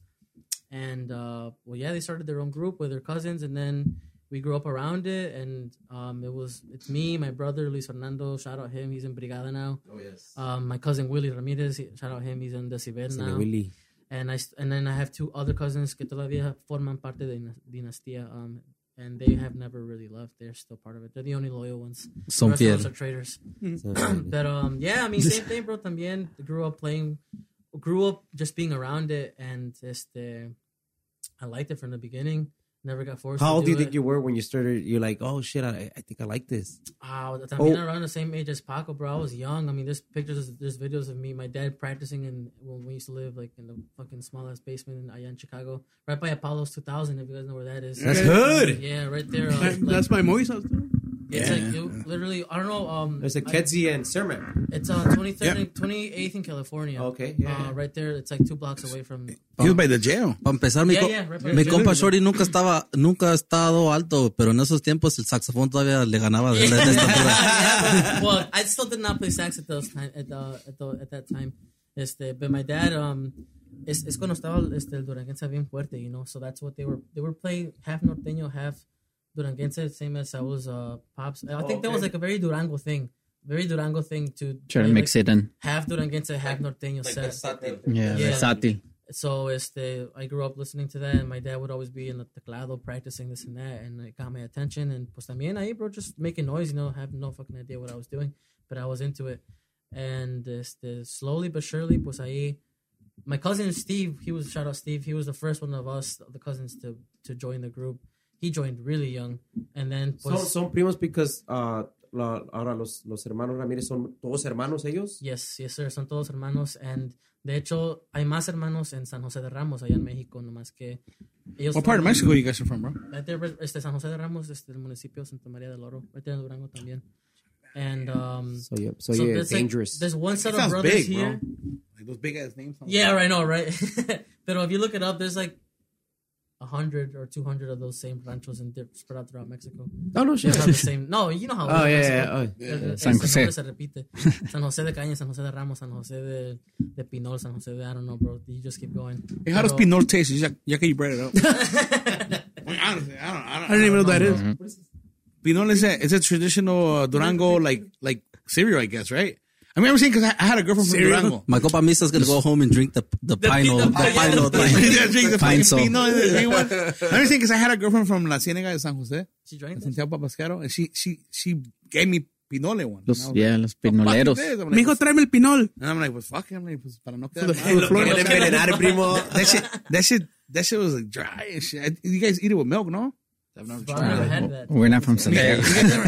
[SPEAKER 7] And, uh, well, yeah, they started their own group with their cousins. And then we grew up around it, and um, it was it's me, my brother Luis Fernando. Shout out him. He's in Brigada now.
[SPEAKER 5] Oh, yes.
[SPEAKER 7] Um, my cousin Willie Ramirez. he- Shout out him. He's in Decibel now.
[SPEAKER 1] Willy.
[SPEAKER 7] and I st- and then I have two other cousins que todavía forman parte de Dinas- dinastía, um, and they have never really left. They're still part of it. They're the only loyal ones. The
[SPEAKER 3] Son
[SPEAKER 7] rest of us
[SPEAKER 3] fiel.
[SPEAKER 7] are traitors.
[SPEAKER 1] So,
[SPEAKER 7] But um, yeah, I mean, same thing, bro. También grew up playing, grew up just being around it, and este, I liked it from the beginning. Never got forced.
[SPEAKER 1] How
[SPEAKER 7] to
[SPEAKER 1] old do you
[SPEAKER 7] it.
[SPEAKER 1] think you were when you started? You're like, oh shit, I, I think I like this.
[SPEAKER 7] Wow, I
[SPEAKER 1] Oh.
[SPEAKER 7] mean, Ah, around the same age as Paco, bro. I was young. I mean, there's pictures, there's videos of me, my dad practicing, and when we used to live like in the fucking small ass basement in allá in Chicago, right by Apollo's 2000, if you guys know where that is.
[SPEAKER 2] That's
[SPEAKER 1] good.
[SPEAKER 7] Yeah, right there. Uh,
[SPEAKER 2] That-
[SPEAKER 7] like,
[SPEAKER 2] That's my Moises.
[SPEAKER 7] it's like you, literally, I don't know. Um,
[SPEAKER 1] There's a
[SPEAKER 7] I-
[SPEAKER 1] Kedzie and Sermon. [laughs]
[SPEAKER 7] It's on 23rd, and 28th in California.
[SPEAKER 1] Okay, yeah.
[SPEAKER 7] Uh, right there, it's like two blocks away
[SPEAKER 1] [laughs]
[SPEAKER 7] from.
[SPEAKER 4] He was by the jail.
[SPEAKER 3] Para empezar, mi,
[SPEAKER 7] Yeah,
[SPEAKER 3] co-
[SPEAKER 7] yeah, right, right,
[SPEAKER 3] mi
[SPEAKER 7] right.
[SPEAKER 3] compa Shorty nunca estaba, nunca ha estado alto, pero en esos tiempos el saxofón todavía le ganaba
[SPEAKER 7] [laughs]
[SPEAKER 3] de, de estatura.
[SPEAKER 7] well, I still did not play sax at those time at the, at, the, at that time. Este, but my dad um es, es cuando estaba este el duranguense bien fuerte, you know. So that's what they were they were playing half norteño, half duranguense, same as I was uh pops. I think that was like a very Durango thing. Very Durango thing to
[SPEAKER 6] Try to
[SPEAKER 7] play,
[SPEAKER 6] mix it
[SPEAKER 7] like,
[SPEAKER 6] in.
[SPEAKER 7] half duranguense, half norteño sax.
[SPEAKER 6] Yeah,
[SPEAKER 7] Yeah.
[SPEAKER 6] versátil.
[SPEAKER 7] So este, I grew up listening to that, and my dad would always be in the teclado practicing this and that, and it got my attention. And pues también ahí, bro, just making noise, you know, have no fucking idea what I was doing, but I was into it. And este, slowly but surely, pues ahí, my cousin Steve, he was shout out Steve, he was the first one of us, the cousins, to to join the group. He joined really young, and then
[SPEAKER 1] Son,
[SPEAKER 7] pues
[SPEAKER 1] son primos because uh, la- ahora los, los hermanos Ramírez son todos hermanos ellos.
[SPEAKER 7] Yes, yes, sir. Son todos hermanos. And de hecho, hay más hermanos en San José de Ramos, allá en México, nomás que ellos.
[SPEAKER 4] What part of Mexico you guys are from, bro?
[SPEAKER 7] Right there, este, San José de Ramos, este, el municipio de Santa María del Oro. Right there en Durango también. And, um,
[SPEAKER 1] So yeah, so,
[SPEAKER 7] so
[SPEAKER 1] yeah,
[SPEAKER 7] there's, like,
[SPEAKER 1] eh, dangerous.
[SPEAKER 7] there's one set of
[SPEAKER 4] sounds
[SPEAKER 7] brothers
[SPEAKER 4] big,
[SPEAKER 7] here.
[SPEAKER 4] bro. Like those big ass names.
[SPEAKER 7] Yeah, right, no, right? [laughs] but if you look it up, there's like 100 or 200 of those same ranchos in, diff- spread out
[SPEAKER 1] [laughs]
[SPEAKER 7] throughout Mexico.
[SPEAKER 1] oh no
[SPEAKER 7] They
[SPEAKER 1] shit.
[SPEAKER 7] all have the same. No, you know how it
[SPEAKER 1] Oh
[SPEAKER 7] is,
[SPEAKER 1] yeah,
[SPEAKER 7] Mexico.
[SPEAKER 1] yeah, oh.
[SPEAKER 7] El- el-
[SPEAKER 6] San
[SPEAKER 7] ese
[SPEAKER 6] José.
[SPEAKER 7] nombre se repite. San José de Cañas, San José de Ramos, San José de, de Pinol, San José de I don't know, bro. You just keep going.
[SPEAKER 4] Hey, how does
[SPEAKER 7] Pero-
[SPEAKER 4] Pinol taste? Ya, ya que you brought [laughs] it up. Like, honestly, I don't, I
[SPEAKER 2] I
[SPEAKER 4] don't,
[SPEAKER 2] don't even know what that is.
[SPEAKER 4] Pinol is a, it's a traditional uh, Durango like like cereal, I guess, right? I remember seeing because I, I had a girlfriend from
[SPEAKER 2] Cereal? [laughs]
[SPEAKER 4] Durango. [laughs]
[SPEAKER 3] My compa Misa's gonna go home and drink the, the pine
[SPEAKER 7] the
[SPEAKER 3] old- the
[SPEAKER 7] pine-
[SPEAKER 3] pine old thing.
[SPEAKER 4] Yeah, drink the
[SPEAKER 3] Pine
[SPEAKER 4] fucking
[SPEAKER 3] salt.
[SPEAKER 4] Pinol, the green [laughs] one. I remember seeing because I had a girlfriend from La Cienega de San Jose,
[SPEAKER 7] She drank that?
[SPEAKER 4] Santiago Papascaro, and she she she gave me Pinole one. And I
[SPEAKER 6] Los,
[SPEAKER 4] was
[SPEAKER 6] yeah, los
[SPEAKER 4] like, "Fuck
[SPEAKER 6] pinoleros.
[SPEAKER 4] this." I'm like,
[SPEAKER 2] Mijo, tráeme el pinol.
[SPEAKER 4] And I'm like, pues fuck it. I'm like, pues para no quedar mal.
[SPEAKER 2] The- the flor-
[SPEAKER 4] That shit-
[SPEAKER 1] envenenar, primo.
[SPEAKER 4] That shit, that shit, that shit was like dry and shit. You guys eat it with milk, no?
[SPEAKER 7] Bro, I never had
[SPEAKER 4] [laughs]
[SPEAKER 7] that.
[SPEAKER 6] We're not from Santiago.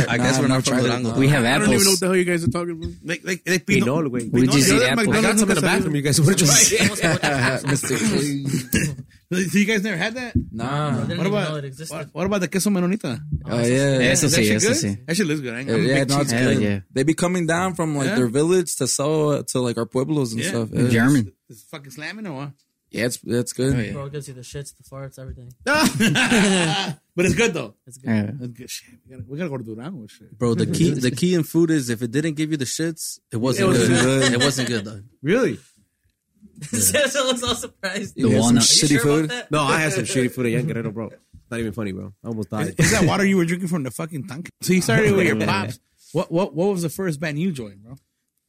[SPEAKER 3] I guess we're not from Durango.
[SPEAKER 6] We have
[SPEAKER 2] I don't even know
[SPEAKER 6] apples.
[SPEAKER 2] what the hell you guys are talking about.
[SPEAKER 4] [laughs] Like, like, like
[SPEAKER 1] Pinol, güey.
[SPEAKER 6] We just
[SPEAKER 4] Yo
[SPEAKER 6] eat
[SPEAKER 4] de
[SPEAKER 6] apples.
[SPEAKER 1] I
[SPEAKER 4] McDonald's
[SPEAKER 1] got some in the bathroom.
[SPEAKER 4] nunca sabía.
[SPEAKER 1] You guys
[SPEAKER 4] [laughs]
[SPEAKER 1] were just.
[SPEAKER 4] So you guys never had that?
[SPEAKER 7] I
[SPEAKER 5] Nah.
[SPEAKER 7] didn't
[SPEAKER 4] What
[SPEAKER 7] even know it
[SPEAKER 4] about
[SPEAKER 7] existed.
[SPEAKER 4] what, what about the queso menonita?
[SPEAKER 5] Oh, yeah.
[SPEAKER 6] Yeah, Eso
[SPEAKER 4] Is that
[SPEAKER 6] sí,
[SPEAKER 4] shit
[SPEAKER 6] eso
[SPEAKER 4] good?
[SPEAKER 6] sí.
[SPEAKER 4] That shit looks good. I
[SPEAKER 3] Eh,
[SPEAKER 4] ain't
[SPEAKER 5] Yeah,
[SPEAKER 4] gonna-
[SPEAKER 5] yeah, no, it's
[SPEAKER 6] Hell
[SPEAKER 5] good.
[SPEAKER 6] yeah.
[SPEAKER 5] They be coming down from like
[SPEAKER 4] Yeah.
[SPEAKER 5] their village to sell it to like our pueblos and
[SPEAKER 4] Yeah.
[SPEAKER 5] stuff. Yeah.
[SPEAKER 6] German.
[SPEAKER 4] It's fucking slamming or what? [laughs]
[SPEAKER 5] Yeah, it's it's good.
[SPEAKER 7] Bro, it gives you the shits, the farts, everything.
[SPEAKER 4] but it's good though.
[SPEAKER 7] It's good.
[SPEAKER 6] Yeah.
[SPEAKER 4] It's good shit. We gotta, we gotta go to Durango. Shit.
[SPEAKER 3] Bro, the key the key in food is if it didn't give you the shits, it wasn't
[SPEAKER 4] wasn't
[SPEAKER 7] [laughs]
[SPEAKER 3] good.
[SPEAKER 5] good.
[SPEAKER 3] It wasn't good though.
[SPEAKER 1] Really?
[SPEAKER 7] Cesar was all surprised.
[SPEAKER 5] Yeah,
[SPEAKER 6] The
[SPEAKER 5] some
[SPEAKER 6] walnut.
[SPEAKER 7] Are
[SPEAKER 5] shitty
[SPEAKER 7] you sure
[SPEAKER 5] food.
[SPEAKER 7] about
[SPEAKER 1] [laughs]
[SPEAKER 7] that?
[SPEAKER 1] No, I had some shitty food at Yan Guerrero, bro. Not even funny, bro. I almost died.
[SPEAKER 4] Is that water you were drinking from the fucking [laughs] tank? So you started with your pops. What what what was the first band you joined, bro?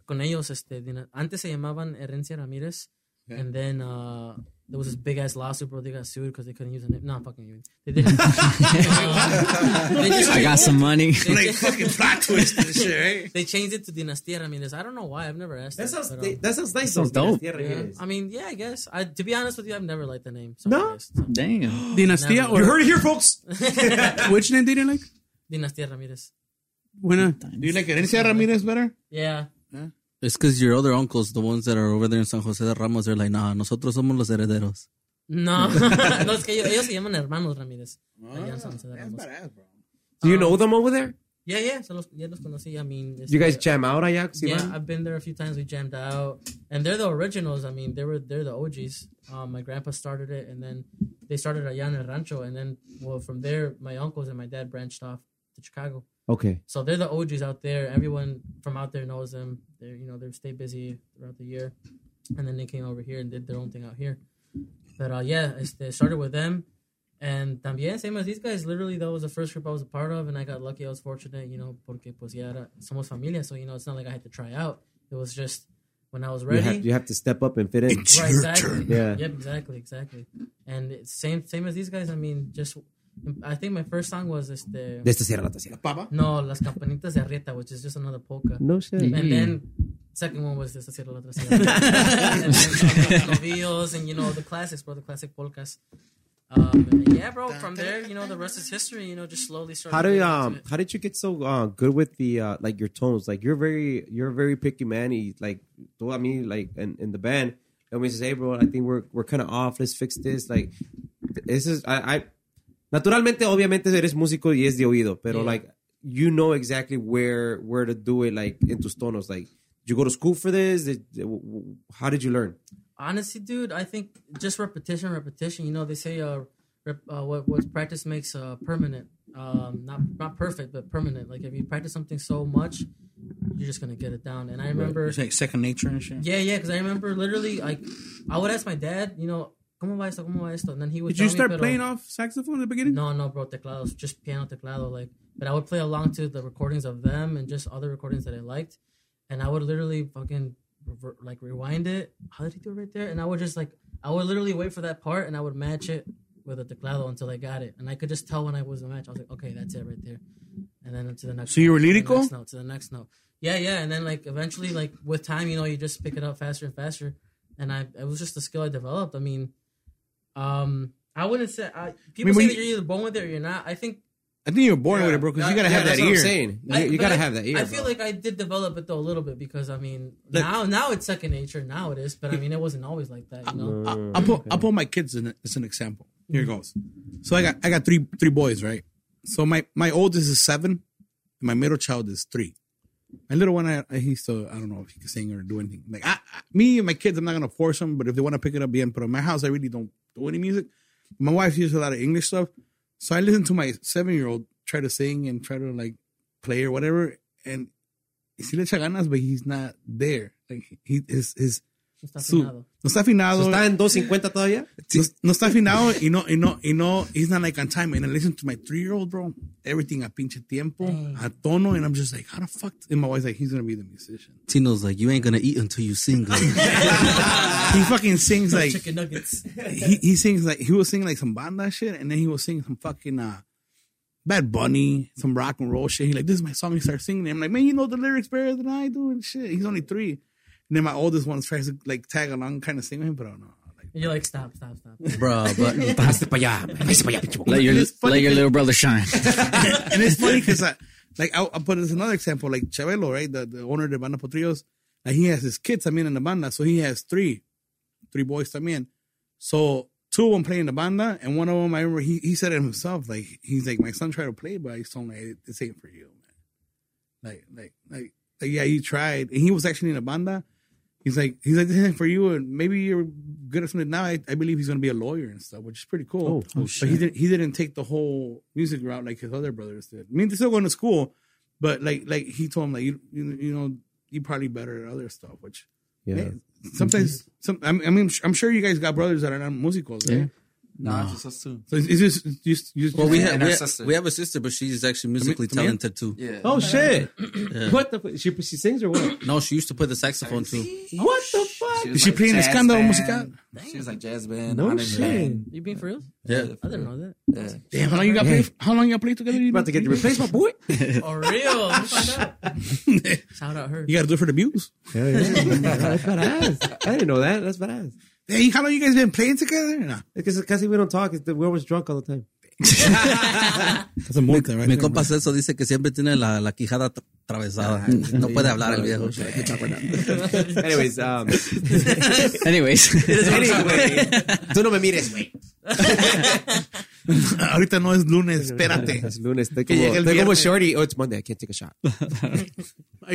[SPEAKER 7] Con ellos, este, dina- antes se llamaban Herencia Ramírez. And then uh, there was this big ass lawsuit, bro. They got sued because they couldn't use the name. No, I'm fucking you. They didn't. [laughs] Uh, they just-
[SPEAKER 6] I got some money.
[SPEAKER 4] Like fucking plot twist and shit, right?
[SPEAKER 7] They changed it to Dinastía Ramirez. I don't know why. I've never asked.
[SPEAKER 1] That sounds,
[SPEAKER 7] but, um,
[SPEAKER 1] that sounds nice.
[SPEAKER 6] Sounds dope.
[SPEAKER 1] Yeah,
[SPEAKER 7] yeah.
[SPEAKER 1] Ramirez.
[SPEAKER 7] I mean, yeah, I guess. I, to be honest with you, I've never liked the name. So
[SPEAKER 1] No?
[SPEAKER 7] I guess, so.
[SPEAKER 6] [laughs] Damn.
[SPEAKER 7] [laughs]
[SPEAKER 2] Dinastía
[SPEAKER 7] Never.
[SPEAKER 2] or
[SPEAKER 1] You heard it here, folks.
[SPEAKER 2] which name did you like? uh,
[SPEAKER 7] Dinastía Ramirez.
[SPEAKER 2] Buena.
[SPEAKER 4] Do you like Herencia Ramirez better?
[SPEAKER 7] Yeah.
[SPEAKER 3] It's because your other uncles, the ones that are over there in San Jose de Ramos, they're like, nah, nosotros somos los herederos. [laughs]
[SPEAKER 7] No. [laughs] no, es que ellos, ellos se llaman hermanos Ramírez. Allá en San José de
[SPEAKER 4] That's
[SPEAKER 7] Ramos.
[SPEAKER 4] badass, bro.
[SPEAKER 1] Do you know them over there?
[SPEAKER 7] Yeah, yeah. Se los, ya los conocí. I mean,
[SPEAKER 1] You guys
[SPEAKER 7] este,
[SPEAKER 1] jam out allá? ¿Sí
[SPEAKER 7] Yeah,
[SPEAKER 1] van?
[SPEAKER 7] I've been there a few times. We jammed out, and they're the originals. I mean, they were they're the OGs. Um, my grandpa started it, and then they started allá en el rancho, and then well, from there, my uncles and my dad branched off to Chicago.
[SPEAKER 1] Okay.
[SPEAKER 7] So they're the OGs out there. Everyone from out there knows them. They are you know they stay busy throughout the year, and then they came over here and did their own thing out here. But uh, yeah, it's, they started with them, And también, same as these guys, literally that was the first group I was a part of, and I got lucky. I was fortunate, you know, porque pues ya era, somos familia, so you know, it's not like I had to try out. It was just when I was
[SPEAKER 1] You
[SPEAKER 7] ready.
[SPEAKER 1] have, you have to step up and fit in.
[SPEAKER 7] Right, exactly.
[SPEAKER 1] Yeah.
[SPEAKER 7] Yep, exactly, exactly. And it's same same as these guys. I mean, just I think my first song was
[SPEAKER 1] [laughs]
[SPEAKER 7] este.
[SPEAKER 1] De esta sierra a la otra sierra.
[SPEAKER 4] Papa?
[SPEAKER 7] No, las campanitas de Arrieta, which is just another polka.
[SPEAKER 1] No shit.
[SPEAKER 7] And then second one was this hacia la otra ciudad. and then novios and you know the classics, bro, the classic polkas. Um, and yeah, bro. From there, you know, the rest is history. You know, just slowly started.
[SPEAKER 1] How did
[SPEAKER 7] getting into
[SPEAKER 1] um
[SPEAKER 7] it.
[SPEAKER 1] how did you get so uh, good with the uh, like your tones? Like you're very you're a very picky man. He, like do I mean like in, in the band and we says, hey bro, I think we're we're kind of off. Let's fix this. Like this is I, I naturalmente obviamente eres músico y es de oído, pero
[SPEAKER 7] Yeah.
[SPEAKER 1] like you know exactly where where to do it like in tus tonos. Like did you go to school for this? Did, w- w- how did you learn?
[SPEAKER 7] honestly, dude, I think just repetition, repetition. You know, they say uh, rep, uh what what practice makes uh permanent. Um, not not perfect, but permanent. Like if you practice something so much, you're just gonna get it down. And I remember,
[SPEAKER 3] It's like second nature and shit.
[SPEAKER 7] yeah, yeah, because I remember literally, like, I would ask my dad, you know, ¿Cómo va esto? ¿Cómo va esto? And then he would.
[SPEAKER 2] Did you
[SPEAKER 7] tell me,
[SPEAKER 2] start
[SPEAKER 7] pero-
[SPEAKER 2] playing off saxophone at the beginning?
[SPEAKER 7] No, no, bro, teclados, just piano teclado, like. But I would play along to the recordings of them and just other recordings that I liked, and I would literally fucking rever- like rewind it. How did he do it right there? And I would just like I would literally wait for that part and I would match it with a teclado until I got it, and I could just tell when I was a match. I was like, okay, that's it right there, and then to the next.
[SPEAKER 2] So you were
[SPEAKER 7] to the
[SPEAKER 2] lyrical?
[SPEAKER 7] next note, To the next note. Yeah, yeah, and then like eventually, like with time, you know, you just pick it up faster and faster. And I, it was just a skill I developed. I mean, um, I wouldn't say I, people
[SPEAKER 4] when
[SPEAKER 7] say
[SPEAKER 4] you-
[SPEAKER 7] that you're either born with it or you're not. I think
[SPEAKER 4] I think you're born
[SPEAKER 7] Yeah.
[SPEAKER 4] with it, bro, because you
[SPEAKER 7] Yeah,
[SPEAKER 4] gotta have
[SPEAKER 1] that's
[SPEAKER 4] that
[SPEAKER 1] what I'm
[SPEAKER 4] ear.
[SPEAKER 1] saying. You,
[SPEAKER 7] I-
[SPEAKER 1] you
[SPEAKER 7] but
[SPEAKER 1] gotta
[SPEAKER 7] I-
[SPEAKER 1] have that ear.
[SPEAKER 7] I feel
[SPEAKER 1] bro.
[SPEAKER 7] like I did develop it though a little bit because I mean
[SPEAKER 4] Look-
[SPEAKER 7] now now it's second nature. Now it is, but I mean it wasn't always like that. You know,
[SPEAKER 4] I-
[SPEAKER 1] Mm.
[SPEAKER 4] I'll put I'll put my kids in it as an example. Here goes. So I got I got three three boys, right? So my my oldest is seven, and my middle child is three. My little one, I, I- he's still I don't know if he can sing or do anything. Like I, I- me and my kids, I'm not gonna force them, but if they want to pick it up, yeah. But in my house, I really don't do any music. My wife uses a lot of English stuff, so I listen to my seven year old try to sing and try to like play or whatever, and he le echa ganas, but he's not there. Like he his his
[SPEAKER 7] Está
[SPEAKER 4] su,
[SPEAKER 7] afinado.
[SPEAKER 4] no está afinado.
[SPEAKER 1] So ¿Está en 250 todavía?
[SPEAKER 4] No, no está afinado y no, y no, y no, he's not like on time. And I listen to my three year old, bro, everything a pinche tiempo, a tono, and I'm just like, how the fuck? And my wife's like, he's gonna be the musician.
[SPEAKER 3] Tino's like, you ain't gonna eat until you sing. girl."
[SPEAKER 4] [laughs] He fucking sings like,
[SPEAKER 7] chicken nuggets.
[SPEAKER 4] he, he sings like, he will sing like some banda shit, and then he will sing some fucking, uh, Bad Bunny, some rock and roll shit. He like, this is my song. He starts singing it. I'm like, man, you know the lyrics better than I do and shit. He's only three. And then my oldest one tries to like tag along, kind of sing with him, but I don't know. Like,
[SPEAKER 7] And you're like stop, stop, stop.
[SPEAKER 3] bro, but
[SPEAKER 6] Let your,
[SPEAKER 4] It's funny
[SPEAKER 6] let your
[SPEAKER 4] 'cause-
[SPEAKER 6] little brother shine. [laughs]
[SPEAKER 4] and it's funny because I, like, I'll, I'll put this another example, like Chabelo, right? The, the owner de Banda Potrillos, and he has his kids, I mean, in the banda. So he has three, three boys, I mean. So two of them play in the banda, and one of them, I remember he, he said it himself, like, he's like, my son tried to play, but I just told him, like, this ain't for you, man. Like, like, like, like, yeah, you tried. And he was actually in the banda. He's like, he's like, this ain't for you, and maybe you're good at something now. I, I believe he's gonna be a lawyer and stuff, which is pretty cool. but he didn't, he didn't take the whole music route like his other brothers did. I mean, they're still going to school, but like, like he told him, like you, you, you know, you probably better at other stuff. Which
[SPEAKER 1] Yeah.
[SPEAKER 4] man, sometimes, some, I mean, I mean, I'm sure you guys got brothers that are not musical. Right? Yeah.
[SPEAKER 5] Nah, it's just us two.
[SPEAKER 4] So it's, it's just, it's just, you just
[SPEAKER 3] well, we
[SPEAKER 5] Yeah,
[SPEAKER 3] have
[SPEAKER 5] and our
[SPEAKER 3] we, ha-
[SPEAKER 5] sister.
[SPEAKER 3] we have a sister, but she's actually musically
[SPEAKER 4] Tamia?
[SPEAKER 3] talented too.
[SPEAKER 5] Yeah.
[SPEAKER 1] Oh shit! What the? fu- She she sings or what?
[SPEAKER 3] No, she used to play the saxophone too.
[SPEAKER 1] what the fuck?
[SPEAKER 4] Is she playing escándalo musical?
[SPEAKER 5] She was like jazz band.
[SPEAKER 1] No
[SPEAKER 5] honor
[SPEAKER 1] shit.
[SPEAKER 5] band.
[SPEAKER 7] You being for real?
[SPEAKER 3] Yeah,
[SPEAKER 7] I didn't know that.
[SPEAKER 5] Yeah.
[SPEAKER 4] Damn, how long you got play? How long you all played together? You,
[SPEAKER 1] About to get replaced, my [laughs] boy.
[SPEAKER 7] [laughs] For real? We'll find out. Shout out her.
[SPEAKER 4] you got to do it for the views.
[SPEAKER 1] [laughs] That's badass. I didn't know that. That's badass.
[SPEAKER 4] Hey, how long you guys been playing together? Nah,
[SPEAKER 1] Because casi we don't talk. It's that we're always drunk all the time.
[SPEAKER 4] that's a multa, right?
[SPEAKER 3] Mi
[SPEAKER 4] there, bro.
[SPEAKER 3] compa Celso dice que siempre tiene la, la quijada tra- atravesada. No puede hablar el viejo.
[SPEAKER 1] [laughs] Anyways, [laughs] um,
[SPEAKER 6] Anyways, [laughs]
[SPEAKER 1] anyway, tú no me mires, güey.
[SPEAKER 4] [laughs] Ahorita no es
[SPEAKER 2] [laughs]
[SPEAKER 4] lunes, espérate.
[SPEAKER 1] Es lunes. Estoy
[SPEAKER 4] Que
[SPEAKER 1] como,
[SPEAKER 4] llegue el
[SPEAKER 1] estoy como
[SPEAKER 4] viernes.
[SPEAKER 1] shorty. Oh, it's Monday. I can't take a shot.
[SPEAKER 2] Are you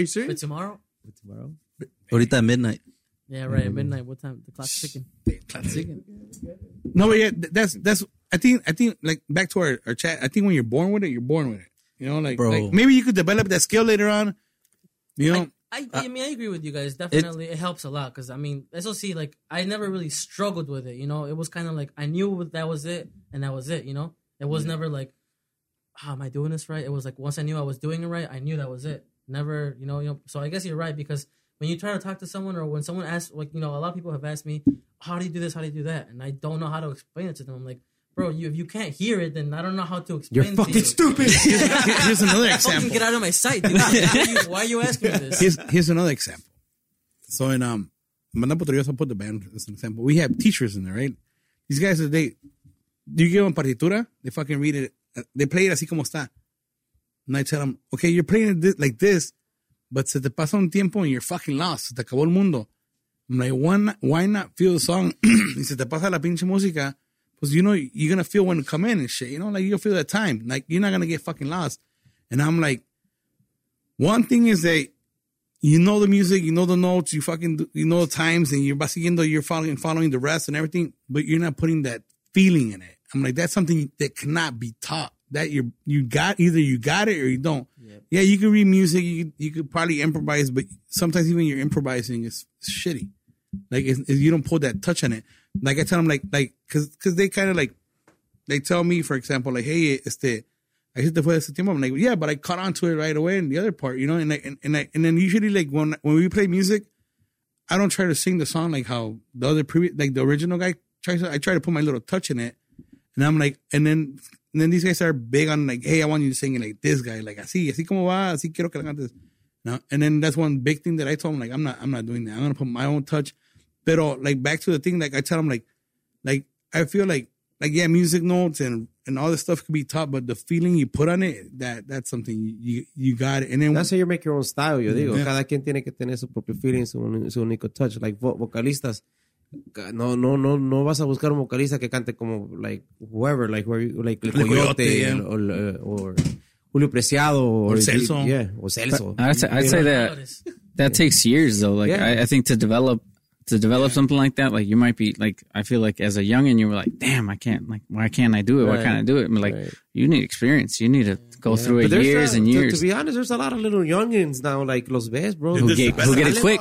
[SPEAKER 7] But
[SPEAKER 2] serious?
[SPEAKER 7] tomorrow?
[SPEAKER 1] Tomorrow.
[SPEAKER 3] Ahorita at midnight.
[SPEAKER 7] Yeah, right. At midnight. What time? The clock's ticking.
[SPEAKER 4] No, but yeah, th- that's that's. I think I think like back to our, our chat. I think when you're born with it, you're born with it. You know, like,
[SPEAKER 3] Bro.
[SPEAKER 4] like, maybe you could develop that skill later on. You know,
[SPEAKER 7] I, I mean, I agree with you guys. Definitely, it, helps a lot because I mean, SOC, like, I never really struggled with it. You know, it was kind of like I knew that was it. and that was it. You know, it was never like, ah, am I doing this right? It was like once I knew I was doing it right, I knew that was it. Never, you know, you know. So I guess you're right because when you try to talk to someone or when someone asks, like you know, a lot of people have asked me, how do you do this? How do you do that? And I don't know how to explain it to them. I'm like, bro, you if you can't hear it, then I don't know how to explain.
[SPEAKER 1] You're
[SPEAKER 7] it to
[SPEAKER 1] fucking
[SPEAKER 7] you." [laughs]
[SPEAKER 1] stupid.
[SPEAKER 4] Here's another
[SPEAKER 7] Fucking
[SPEAKER 4] example.
[SPEAKER 7] get out of my sight. Dude. Why, are you, why are you asking me this?
[SPEAKER 4] here's here's another example. So in um Mandapo Torioso, I'll put the band as an example. We have teachers in there, right? These guys they you give them partitura, they fucking read it, uh, they play it así como está. And I tell them, okay, you're playing it this, like this, but se te pasa un tiempo and you're fucking lost. Se te acabó el mundo. I'm like, why not, why not feel the song? [clears throat] y se te pasa la pinche música, because you know you're gonna feel when it come in and shit. You know, like you'll feel that time. Like you're not gonna get fucking lost. And I'm like, one thing is that you know the music, you know the notes, you fucking do- you know the times, and you're siguiendo, you're following following the rest and everything, but you're not putting that feeling in it. I'm like, that's something that cannot be taught. That you you got either you got it or you don't. Yeah, you can read music, you could- you could probably improvise, but sometimes even your improvising is shitty. Like it's, it's- you don't pull that touch on it. Like I tell them, like like because because they kind of like they tell me, for example, like hey, este, I hit the play ese tiempo. I'm like, yeah, but I caught on to it right away in the other part, you know. And I, and and, I, and then usually like when when we play music, I don't try to sing the song like how the other previous like the original guy tries. To, I try to put my little touch in it, and I'm like, and then and then these guys are big on like, hey, I want you to sing it like this guy, like así, así como va, así quiero que la cantes. No, and then that's one big thing that I told him like, I'm not, I'm not doing that. I'm gonna put my own touch. But like back to the thing, like I tell him like, like I feel like like yeah, music notes and and all this stuff could be taught, but the feeling you put on it, that that's something you you, you got it. And then
[SPEAKER 1] That's how you make your own style, yo digo.
[SPEAKER 4] Yeah.
[SPEAKER 1] Cada quien tiene que tener su propio feeling, su, uni- su único touch. Like vo- vocalistas, ca- no, no, no, no vas a buscar un vocalista que cante como like whoever, like whoever you- like el
[SPEAKER 4] El Coyote,
[SPEAKER 1] Coyote,
[SPEAKER 4] yeah.
[SPEAKER 1] el- o el, eh, or Julio Preciado, or
[SPEAKER 4] Celso.
[SPEAKER 1] yeah, o Celso.
[SPEAKER 6] I'd say, I'd say that that takes years though. Like
[SPEAKER 1] Yeah.
[SPEAKER 6] I, I think to develop to develop something like that, like you might be like I feel like as a youngin, you were like, damn, I can't like why can't I do it? Why
[SPEAKER 1] Right.
[SPEAKER 6] can't I do it? I'm like
[SPEAKER 1] Right.
[SPEAKER 6] you need experience. You need to go through
[SPEAKER 1] But
[SPEAKER 6] it
[SPEAKER 1] there's
[SPEAKER 6] years
[SPEAKER 1] a-
[SPEAKER 6] and
[SPEAKER 1] to-
[SPEAKER 6] years.
[SPEAKER 1] To, be honest, there's a lot of little youngins now, like los ves, bro.
[SPEAKER 6] Who get- who get it quick.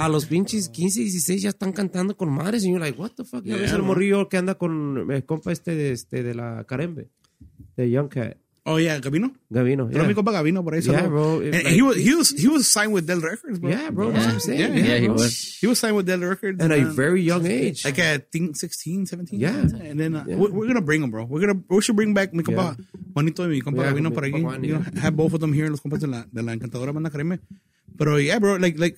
[SPEAKER 1] A los pinches 15, 16 ya están cantando con madres. And you're like, what the fuck? Ya ves el morrillo que anda con el compa este de, este de la Carembe, de Young Cat,
[SPEAKER 4] oh yeah, Gabino.
[SPEAKER 1] Gavino.
[SPEAKER 4] Pero mi compa Gabino por ahí.
[SPEAKER 1] Yeah,
[SPEAKER 4] saludo.
[SPEAKER 1] bro.
[SPEAKER 4] And,
[SPEAKER 1] Like-
[SPEAKER 4] and he was he was he was signed with Del Records, bro.
[SPEAKER 1] Yeah, bro. That's what I'm saying.
[SPEAKER 4] Yeah,
[SPEAKER 6] yeah, he
[SPEAKER 1] bro.
[SPEAKER 6] was.
[SPEAKER 4] He was signed with Del Records
[SPEAKER 1] At a
[SPEAKER 4] and, um,
[SPEAKER 1] very young age.
[SPEAKER 4] like at think 16, 17.
[SPEAKER 1] Yeah.
[SPEAKER 4] And then uh, we're, we're gonna bring him, bro. We're gonna we should bring back mi compa Juanito y mi compa
[SPEAKER 1] Yeah,
[SPEAKER 4] Gabino
[SPEAKER 1] mi
[SPEAKER 4] por
[SPEAKER 1] compa
[SPEAKER 4] aquí.
[SPEAKER 1] Juan,
[SPEAKER 4] You know,
[SPEAKER 1] yeah.
[SPEAKER 4] have both of them here, los compas de la, de la encantadora banda Careme. Pero yeah, bro, like like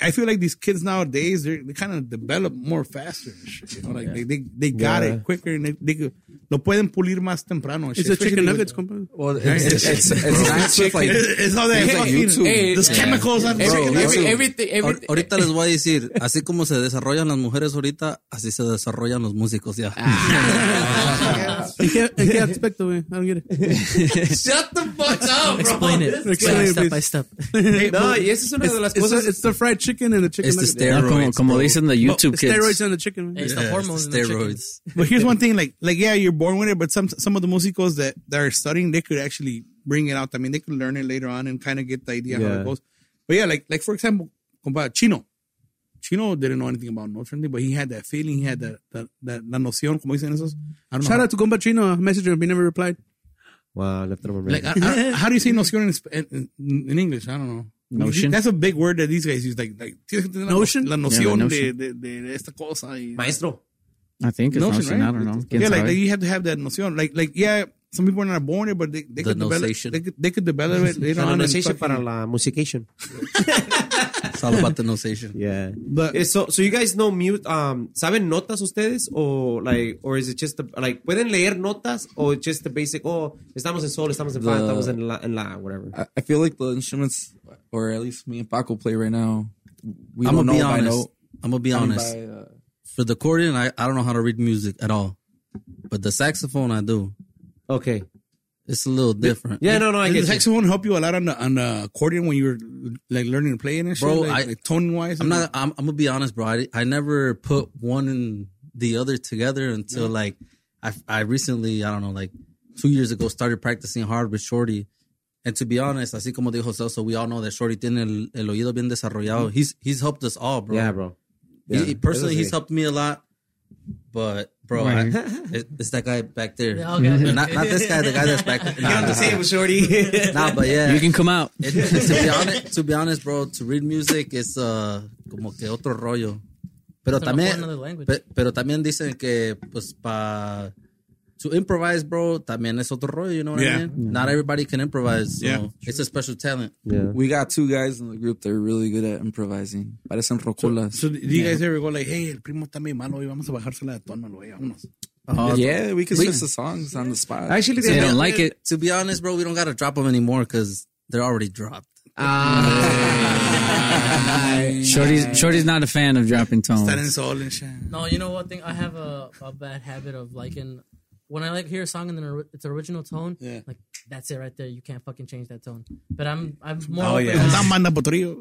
[SPEAKER 4] I feel like these kids nowadays they're, they kind of develop more faster. and shit, You know, like they, they they got
[SPEAKER 1] Yeah.
[SPEAKER 4] it quicker and they, they could- lo pueden pulir más temprano. and
[SPEAKER 2] It's
[SPEAKER 4] shit,
[SPEAKER 2] the chicken
[SPEAKER 4] especially
[SPEAKER 2] nuggets, compa.
[SPEAKER 5] Well, it's, it's, it's, it's nice with like,
[SPEAKER 4] with- It- It's all that
[SPEAKER 5] It's like
[SPEAKER 4] fucking-
[SPEAKER 5] YouTube. Hey,
[SPEAKER 4] there's
[SPEAKER 5] yeah.
[SPEAKER 4] chemicals on
[SPEAKER 5] Every-
[SPEAKER 4] bro.
[SPEAKER 5] every-
[SPEAKER 8] everything,
[SPEAKER 3] Ahor- Ahorita les voy a decir, así como se desarrollan las mujeres ahorita, así se desarrollan los músicos ya.
[SPEAKER 2] ¿En qué, ¿En
[SPEAKER 4] [laughs]
[SPEAKER 2] qué aspecto, güey? I don't get it.
[SPEAKER 8] Shut the fuck up, bro.
[SPEAKER 7] Explain it.
[SPEAKER 2] Explain
[SPEAKER 7] Explain
[SPEAKER 2] it,
[SPEAKER 7] it. Step
[SPEAKER 2] please.
[SPEAKER 7] by step.
[SPEAKER 1] no, y esa es una de las
[SPEAKER 2] It's,
[SPEAKER 1] cosas.
[SPEAKER 2] the, it's the fried chicken and the chicken
[SPEAKER 3] It's the
[SPEAKER 2] nuggets.
[SPEAKER 6] Yeah, como,
[SPEAKER 3] steroids,
[SPEAKER 6] como
[SPEAKER 3] bro.
[SPEAKER 6] dicen the YouTube
[SPEAKER 2] It's
[SPEAKER 6] kids.
[SPEAKER 2] steroids and the chicken. güey.
[SPEAKER 7] It's the hormones. in the chicken.
[SPEAKER 3] Steroids.
[SPEAKER 4] But here's one thing, like like yeah, you're born with it, but some some of the musicos that, that are studying, they could actually bring it out. I mean, they could learn it later on and kind of get the idea how
[SPEAKER 1] Yeah.
[SPEAKER 4] it goes. But yeah, like like for example, compa Chino. Chino didn't know anything about North Friendly, but he had that feeling, he had that that, that la noción, como dicen esos. I don't know.
[SPEAKER 2] Shout out to compa Chino. I messaged him. He never replied.
[SPEAKER 1] Wow, left it over
[SPEAKER 4] like I, I, Eh, how do you say noción in, Sp- in, in- in English? I don't know.
[SPEAKER 6] Notion.
[SPEAKER 4] That's a big word that these guys use. Like like
[SPEAKER 2] Notion?
[SPEAKER 4] la
[SPEAKER 6] Yeah,
[SPEAKER 4] noción
[SPEAKER 6] the
[SPEAKER 4] de,
[SPEAKER 6] notion.
[SPEAKER 4] de, de esta cosa. y-
[SPEAKER 1] Maestro.
[SPEAKER 6] I think it's
[SPEAKER 4] Notion,
[SPEAKER 6] notion,
[SPEAKER 4] right?
[SPEAKER 6] I don't know.
[SPEAKER 4] yeah,
[SPEAKER 6] Quién
[SPEAKER 4] like,
[SPEAKER 6] sabe.
[SPEAKER 4] like, you have to have that notion. Like, like yeah, some people are not born it, but they, they
[SPEAKER 3] The
[SPEAKER 4] could develop.
[SPEAKER 3] notation.
[SPEAKER 4] They could, they could develop it later
[SPEAKER 1] La
[SPEAKER 4] on. and
[SPEAKER 1] pronunciation
[SPEAKER 4] fucking-
[SPEAKER 1] para la musication.
[SPEAKER 3] It's all about the notation.
[SPEAKER 1] Yeah.
[SPEAKER 4] But-
[SPEAKER 1] Eh, so, so you guys know mute. Um, ¿Saben notas ustedes o like, or is it just the, like pueden leer notas o it's just the basic? Oh, estamos en sol, estamos en fa,
[SPEAKER 5] The-
[SPEAKER 1] estamos en la, en la, whatever.
[SPEAKER 5] I, I feel like the instruments, or at least me and Paco play right now, we
[SPEAKER 3] I'm
[SPEAKER 5] don't know
[SPEAKER 3] gonna be
[SPEAKER 5] by
[SPEAKER 3] honest.
[SPEAKER 5] note.
[SPEAKER 3] I'm gonna be
[SPEAKER 5] I mean,
[SPEAKER 3] honest.
[SPEAKER 5] by, uh,
[SPEAKER 3] For the accordion, I, I don't know how to read music at all, but the saxophone I do.
[SPEAKER 1] Okay.
[SPEAKER 3] It's a little different.
[SPEAKER 1] Yeah, no, no, I
[SPEAKER 4] Did the
[SPEAKER 1] get you.
[SPEAKER 4] saxophone help you a lot on the on the accordion when you were like learning to play it and shit,
[SPEAKER 3] Bro,
[SPEAKER 4] like,
[SPEAKER 3] I-
[SPEAKER 4] like tone wise.
[SPEAKER 3] I'm not. I'm, I'm gonna be honest, bro. I, I never put one and the other together until like I I recently I don't know like two years ago started practicing hard with Shorty. And to be honest, así como dijo Celso, we all know that Shorty tiene el, el oído bien desarrollado. He's he's helped us all, bro.
[SPEAKER 1] Yeah, bro.
[SPEAKER 3] He- he- personally, he's helped me a lot, but Bro, I, [laughs]
[SPEAKER 1] [laughs]
[SPEAKER 3] it, it's that guy
[SPEAKER 7] [laughs]
[SPEAKER 3] back there.
[SPEAKER 7] Yeah, okay, okay.
[SPEAKER 3] Not,
[SPEAKER 7] [laughs]
[SPEAKER 3] not this guy, the guy that's back there.
[SPEAKER 1] [laughs]
[SPEAKER 3] Nah, nah, nah.
[SPEAKER 1] shorty.
[SPEAKER 3] Nah, but yeah.
[SPEAKER 6] You can come out.
[SPEAKER 3] It- [laughs] to be honest, to be honest, bro, to read music is uh, como que otro rollo. Pero
[SPEAKER 7] It's a
[SPEAKER 3] también,
[SPEAKER 7] whole nother language.
[SPEAKER 3] pe- pero también dicen que pues para to improvise, bro, también es otro rollo. You know what I
[SPEAKER 4] Yeah.
[SPEAKER 3] mean? Not everybody can improvise. So
[SPEAKER 4] Yeah.
[SPEAKER 3] it's a special talent.
[SPEAKER 1] yeah.
[SPEAKER 5] We got two guys in the group that are really good at improvising. Parecen rocolas.
[SPEAKER 4] So do you guys ever go like, hey, el primo está muy malo y vamos a bajársela de tono, güey, vámonos.
[SPEAKER 5] yeah, we can switch the songs on the
[SPEAKER 4] [laughs]
[SPEAKER 5] spot.
[SPEAKER 1] Actually,
[SPEAKER 6] They don't like it.
[SPEAKER 3] To be honest, bro, we don't gotta drop them anymore because they're already dropped.
[SPEAKER 6] Ah. Shorty's, Shorty's not a fan of dropping
[SPEAKER 4] Estar en
[SPEAKER 6] tones.
[SPEAKER 4] sol and shit.
[SPEAKER 7] No, you know what thing? I have a, a bad habit of liking when I like hear a song and then ori- its original tone.
[SPEAKER 4] Yeah.
[SPEAKER 7] Like that's it right there. You can't fucking change that tone. But I'm I'm more.
[SPEAKER 4] Oh,
[SPEAKER 7] open
[SPEAKER 4] yeah.
[SPEAKER 7] now.
[SPEAKER 4] Está manda potrillo.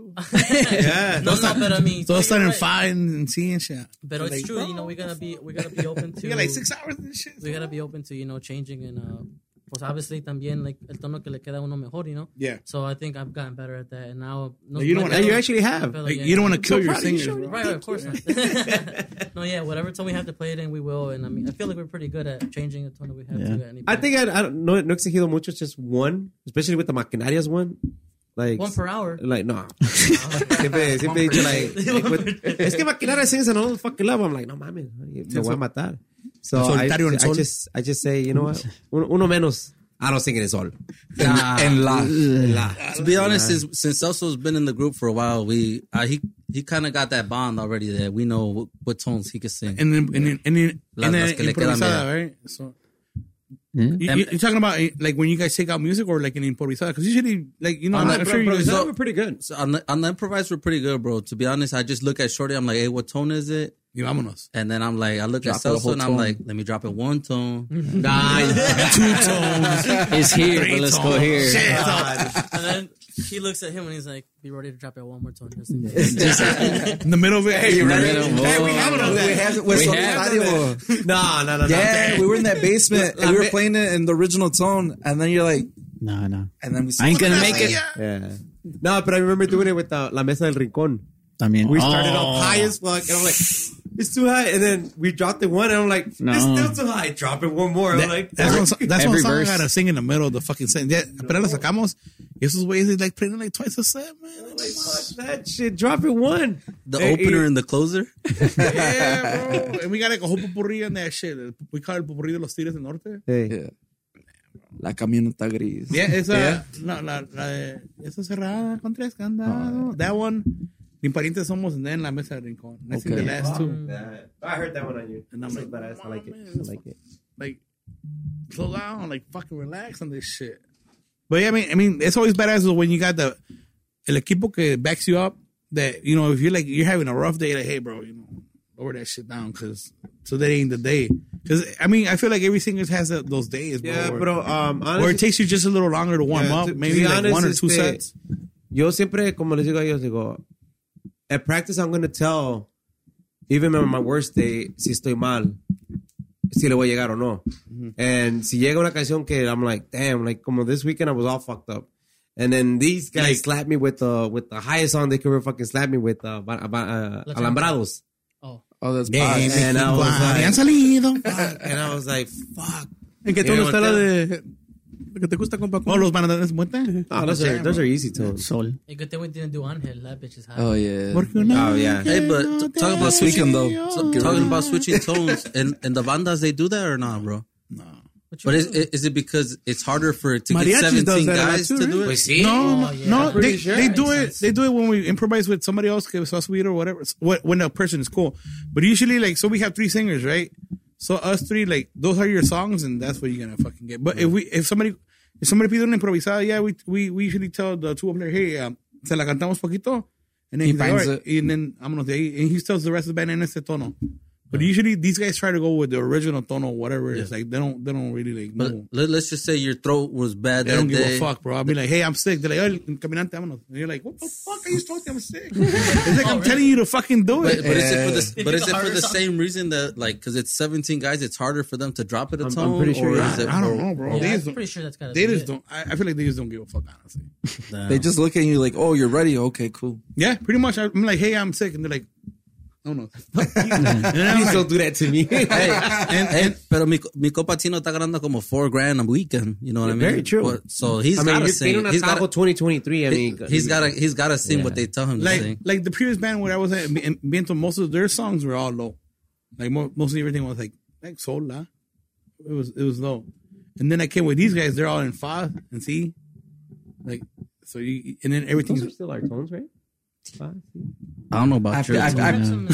[SPEAKER 4] yeah.
[SPEAKER 7] No, no, but I mean,
[SPEAKER 4] Todos
[SPEAKER 7] you're
[SPEAKER 4] están en
[SPEAKER 7] right.
[SPEAKER 4] five and sí and shit.
[SPEAKER 7] But it's
[SPEAKER 4] Like,
[SPEAKER 7] true. You know, we gotta be we
[SPEAKER 4] [laughs]
[SPEAKER 7] gotta be open to
[SPEAKER 4] You got like six hours and shit.
[SPEAKER 7] we gotta be open to you know changing and uh, pues obviously también like el tono que le queda a uno mejor. You know.
[SPEAKER 4] Yeah.
[SPEAKER 7] So I think I've gotten better at that, and now no,
[SPEAKER 4] you don't
[SPEAKER 7] like,
[SPEAKER 4] wanna-
[SPEAKER 1] you
[SPEAKER 7] I-
[SPEAKER 1] actually have.
[SPEAKER 7] I feel
[SPEAKER 4] Like,
[SPEAKER 7] yeah.
[SPEAKER 4] you don't want to kill your
[SPEAKER 1] proud of you,
[SPEAKER 4] singers,
[SPEAKER 1] Shorty.
[SPEAKER 4] bro.
[SPEAKER 7] Right,
[SPEAKER 4] [laughs]
[SPEAKER 7] right, of course not. [laughs] no, yeah, whatever tone we have to play it in, we will. And I mean, I feel like we're pretty good at changing the tone that we have to. At any
[SPEAKER 1] I
[SPEAKER 7] point.
[SPEAKER 1] think I, I don't, no, no he exigido mucho, it's just one, especially with the maquinarias one. Like,
[SPEAKER 7] one per
[SPEAKER 4] [laughs]
[SPEAKER 7] hour.
[SPEAKER 1] Like, no. siempre siempre he dicho, like, like, with- es que maquinaria sings and all the fucking love. I'm like, no mames, me voy a matar. So I,
[SPEAKER 4] Solitario en
[SPEAKER 1] I
[SPEAKER 4] sol.
[SPEAKER 1] just, I just say, you know what, uno, uno menos. I don't sing in sol.
[SPEAKER 5] and la.
[SPEAKER 3] To be honest, since since Celso's been in the group for a while, we uh, he he kind of got that bond already that we know what, what tones he could sing.
[SPEAKER 4] And then, and then, and then,
[SPEAKER 3] Las-
[SPEAKER 4] and
[SPEAKER 3] las
[SPEAKER 4] then
[SPEAKER 3] que le quedan,
[SPEAKER 4] improvisada,
[SPEAKER 3] mira.
[SPEAKER 4] right? So. You, you, you're talking about eh, like when you guys take out music or like an improvisada? Because usually, like you know, I'm,
[SPEAKER 3] no,
[SPEAKER 4] sure you guys.
[SPEAKER 3] improvisada.
[SPEAKER 1] we're pretty good. [laughs]
[SPEAKER 3] So on the on the improvise, we're pretty good, bro. To be honest, I just look at Shorty. I'm like, hey, what tone is it?
[SPEAKER 4] Y vámonos.
[SPEAKER 3] And then I'm like, I look at
[SPEAKER 5] Drop it a
[SPEAKER 3] Celso
[SPEAKER 5] whole
[SPEAKER 3] and I'm
[SPEAKER 5] tone.
[SPEAKER 3] like, let me drop it one
[SPEAKER 2] [laughs]
[SPEAKER 3] tone.
[SPEAKER 6] It's here, but let's go here.
[SPEAKER 7] And then he looks at him and he's like, "Be ready to drop it one more time." Just in case." [laughs]
[SPEAKER 4] In the middle of it, hey, you ready?
[SPEAKER 6] Middle, whoa.
[SPEAKER 5] We had, we
[SPEAKER 6] had
[SPEAKER 1] No, no, no, no.
[SPEAKER 5] Yeah, we were in that basement and we were playing it in the original tone, and then you're like,
[SPEAKER 6] No, no.
[SPEAKER 5] and then we.
[SPEAKER 6] I ain't gonna make it.
[SPEAKER 1] Yeah. No, but I remember doing it with the, La Mesa del Rincón.
[SPEAKER 6] I mean,
[SPEAKER 1] We started
[SPEAKER 6] oh.
[SPEAKER 1] off high as fuck, and I'm like, it's too high. And then we dropped it one, and I'm like,
[SPEAKER 6] No.
[SPEAKER 1] it's still too high. Drop it one more. I'm like,
[SPEAKER 4] That's one, so- that's one
[SPEAKER 6] Every
[SPEAKER 4] song
[SPEAKER 6] verse.
[SPEAKER 4] I gotta sing in the middle of the fucking sentence. Yeah, Pero la sacamos. Y esos güeyes, they like playing it like twice a set, man.
[SPEAKER 1] Like, fuck that shit. Drop it one.
[SPEAKER 3] The
[SPEAKER 1] Hey,
[SPEAKER 3] opener
[SPEAKER 1] hey.
[SPEAKER 3] and the closer.
[SPEAKER 4] yeah, bro. And we got like a whole popurrí on that shit. We call it popurrí de los Tigres del Norte.
[SPEAKER 1] Hey.
[SPEAKER 5] Yeah. La camioneta gris.
[SPEAKER 4] Yeah, esa, No, la, la de, esa cerrada con tres candados. That one, ni parientes somos, and then la mesa del rincón. I think the
[SPEAKER 5] Okay.
[SPEAKER 4] last two.
[SPEAKER 1] I heard that one on you.
[SPEAKER 4] And I'm like,
[SPEAKER 1] badass. I like it. I like it.
[SPEAKER 4] like slow down, like fucking relax on this shit. But yeah, I mean, I mean, it's always badass when you got the el equipo que backs you up. That you know, if you're like you're having a rough day, like hey, bro, you know, lower that shit down because today ain't the day. Because I mean, I feel like every singer has that those days, bro.
[SPEAKER 1] Yeah,
[SPEAKER 4] where-
[SPEAKER 1] bro. Um,
[SPEAKER 4] or
[SPEAKER 1] honestly,
[SPEAKER 4] it takes you just a little longer to warm
[SPEAKER 1] Yeah,
[SPEAKER 4] up,
[SPEAKER 1] to- to
[SPEAKER 4] maybe
[SPEAKER 1] be
[SPEAKER 4] like
[SPEAKER 1] honest,
[SPEAKER 4] one or two
[SPEAKER 1] este,
[SPEAKER 4] sets.
[SPEAKER 1] yo siempre, como les digo a ellos, digo, at practice I'm going to tell, even on my worst day, si estoy mal, si le voy a llegar o no.
[SPEAKER 7] Mm-hmm.
[SPEAKER 1] And si llega una canción que I'm like, damn, like, como this weekend I was all fucked up. And then these guys slapped me with the with the highest song they could ever fucking slap me with, uh, ba- ba- uh,
[SPEAKER 7] La chamba.
[SPEAKER 1] Alambrados.
[SPEAKER 7] Oh,
[SPEAKER 5] Oh, that's
[SPEAKER 1] And,
[SPEAKER 5] bad.
[SPEAKER 1] I was
[SPEAKER 4] Guau, Ah, ya han
[SPEAKER 1] like,
[SPEAKER 4] salido. Ah,
[SPEAKER 1] and I was like, fuck.
[SPEAKER 2] ¿En qué
[SPEAKER 1] Yeah,
[SPEAKER 2] tono está la
[SPEAKER 1] volteo.
[SPEAKER 2] de. la que te gusta, compa?
[SPEAKER 4] Oh, los Ah, banananes muertes.
[SPEAKER 1] Ah, No, those are those are easy tones.
[SPEAKER 6] Sol.
[SPEAKER 7] a good thing we didn't do Angel. That bitch is hot.
[SPEAKER 5] Oh yeah.
[SPEAKER 1] Oh yeah.
[SPEAKER 3] Hey, but t- talk about switching though.
[SPEAKER 5] So-
[SPEAKER 3] Talking about switching tones and and the bandas, they do that or not, bro?
[SPEAKER 7] What you
[SPEAKER 3] But is,
[SPEAKER 7] doing?
[SPEAKER 3] is it because it's harder for to
[SPEAKER 2] Mariachis
[SPEAKER 3] get
[SPEAKER 2] does
[SPEAKER 3] 17
[SPEAKER 2] that a lot
[SPEAKER 3] guys
[SPEAKER 2] too,
[SPEAKER 3] to
[SPEAKER 2] right?
[SPEAKER 3] do it?
[SPEAKER 1] Pues sí.
[SPEAKER 4] No,
[SPEAKER 7] Oh, yeah.
[SPEAKER 4] no,
[SPEAKER 7] Pretty
[SPEAKER 4] they,
[SPEAKER 7] sure.
[SPEAKER 4] they
[SPEAKER 7] That
[SPEAKER 4] do
[SPEAKER 7] makes
[SPEAKER 4] it.
[SPEAKER 7] sense.
[SPEAKER 4] They do it when we improvise with somebody else, que us weed or whatever. s- wh- When a person is cool, but usually like so we have three singers, right? So us three, like those are your songs, and that's what you're gonna fucking get. But if we, if somebody, if somebody pide una improvisada, yeah, we we, we usually tell the two up there, hey, um, se la cantamos poquito, and then
[SPEAKER 5] He
[SPEAKER 4] he's like, "All
[SPEAKER 5] finds
[SPEAKER 4] right," and then I'm gonna say, and he tells the rest of the band en este tono. But usually these guys try to go with the original tono, whatever. It's like they don't they don't really like.
[SPEAKER 3] But
[SPEAKER 4] know.
[SPEAKER 3] let, us just say your throat was bad
[SPEAKER 4] They
[SPEAKER 3] that
[SPEAKER 4] don't give
[SPEAKER 3] day.
[SPEAKER 4] a fuck, bro. I'll be like, hey, I'm sick. They're like, oh, caminante, vámonos. And you're like, what the fuck are you talking? I'm sick. it's like, I'm telling you to fucking do
[SPEAKER 3] But,
[SPEAKER 4] it.
[SPEAKER 3] but is it for the, but is it for
[SPEAKER 7] harder
[SPEAKER 3] the
[SPEAKER 7] song.
[SPEAKER 3] same reason that like because it's 17 guys, it's harder for them to drop it a tone?
[SPEAKER 1] pretty sure,
[SPEAKER 3] or
[SPEAKER 1] yeah.
[SPEAKER 3] is it
[SPEAKER 4] Eh, I don't
[SPEAKER 3] for-
[SPEAKER 4] know, bro.
[SPEAKER 7] Yeah,
[SPEAKER 4] they
[SPEAKER 7] I'm
[SPEAKER 4] just,
[SPEAKER 7] pretty
[SPEAKER 4] don't,
[SPEAKER 7] sure that's gotta
[SPEAKER 4] they
[SPEAKER 7] be
[SPEAKER 4] just
[SPEAKER 7] it.
[SPEAKER 4] don't. I, I feel like they just don't give a fuck, honestly.
[SPEAKER 5] They just look at you like, oh, you're ready. Okay, cool.
[SPEAKER 1] [laughs]
[SPEAKER 4] Yeah, pretty much. I'm like, hey, I'm sick. And they're like, No, [laughs] no.
[SPEAKER 1] Please don't do that to me. [laughs]
[SPEAKER 3] Hey, pero mi, mi compa chino está ganando como four grand a weekend. You know what I mean?
[SPEAKER 1] Very true.
[SPEAKER 3] But- so he's
[SPEAKER 1] I mean,
[SPEAKER 3] gotta
[SPEAKER 1] you're
[SPEAKER 3] sing.
[SPEAKER 1] painting a
[SPEAKER 3] He's gotta,
[SPEAKER 1] Tahoe 2023. I mean,
[SPEAKER 3] he's gotta he's gotta sing what they tell him to
[SPEAKER 4] like
[SPEAKER 3] sing.
[SPEAKER 4] like the previous band where I was at, and Bento, most of their songs were all low. Like mo- mostly everything was like like sola. It was it was low, and then I came with these guys. They're all in fa and si, like so. You and then
[SPEAKER 1] those are
[SPEAKER 4] everything's
[SPEAKER 1] still our tones, right? Five, six.
[SPEAKER 3] I don't know about
[SPEAKER 5] I-
[SPEAKER 3] your
[SPEAKER 5] I-
[SPEAKER 3] tone,
[SPEAKER 5] I- [laughs]
[SPEAKER 3] man.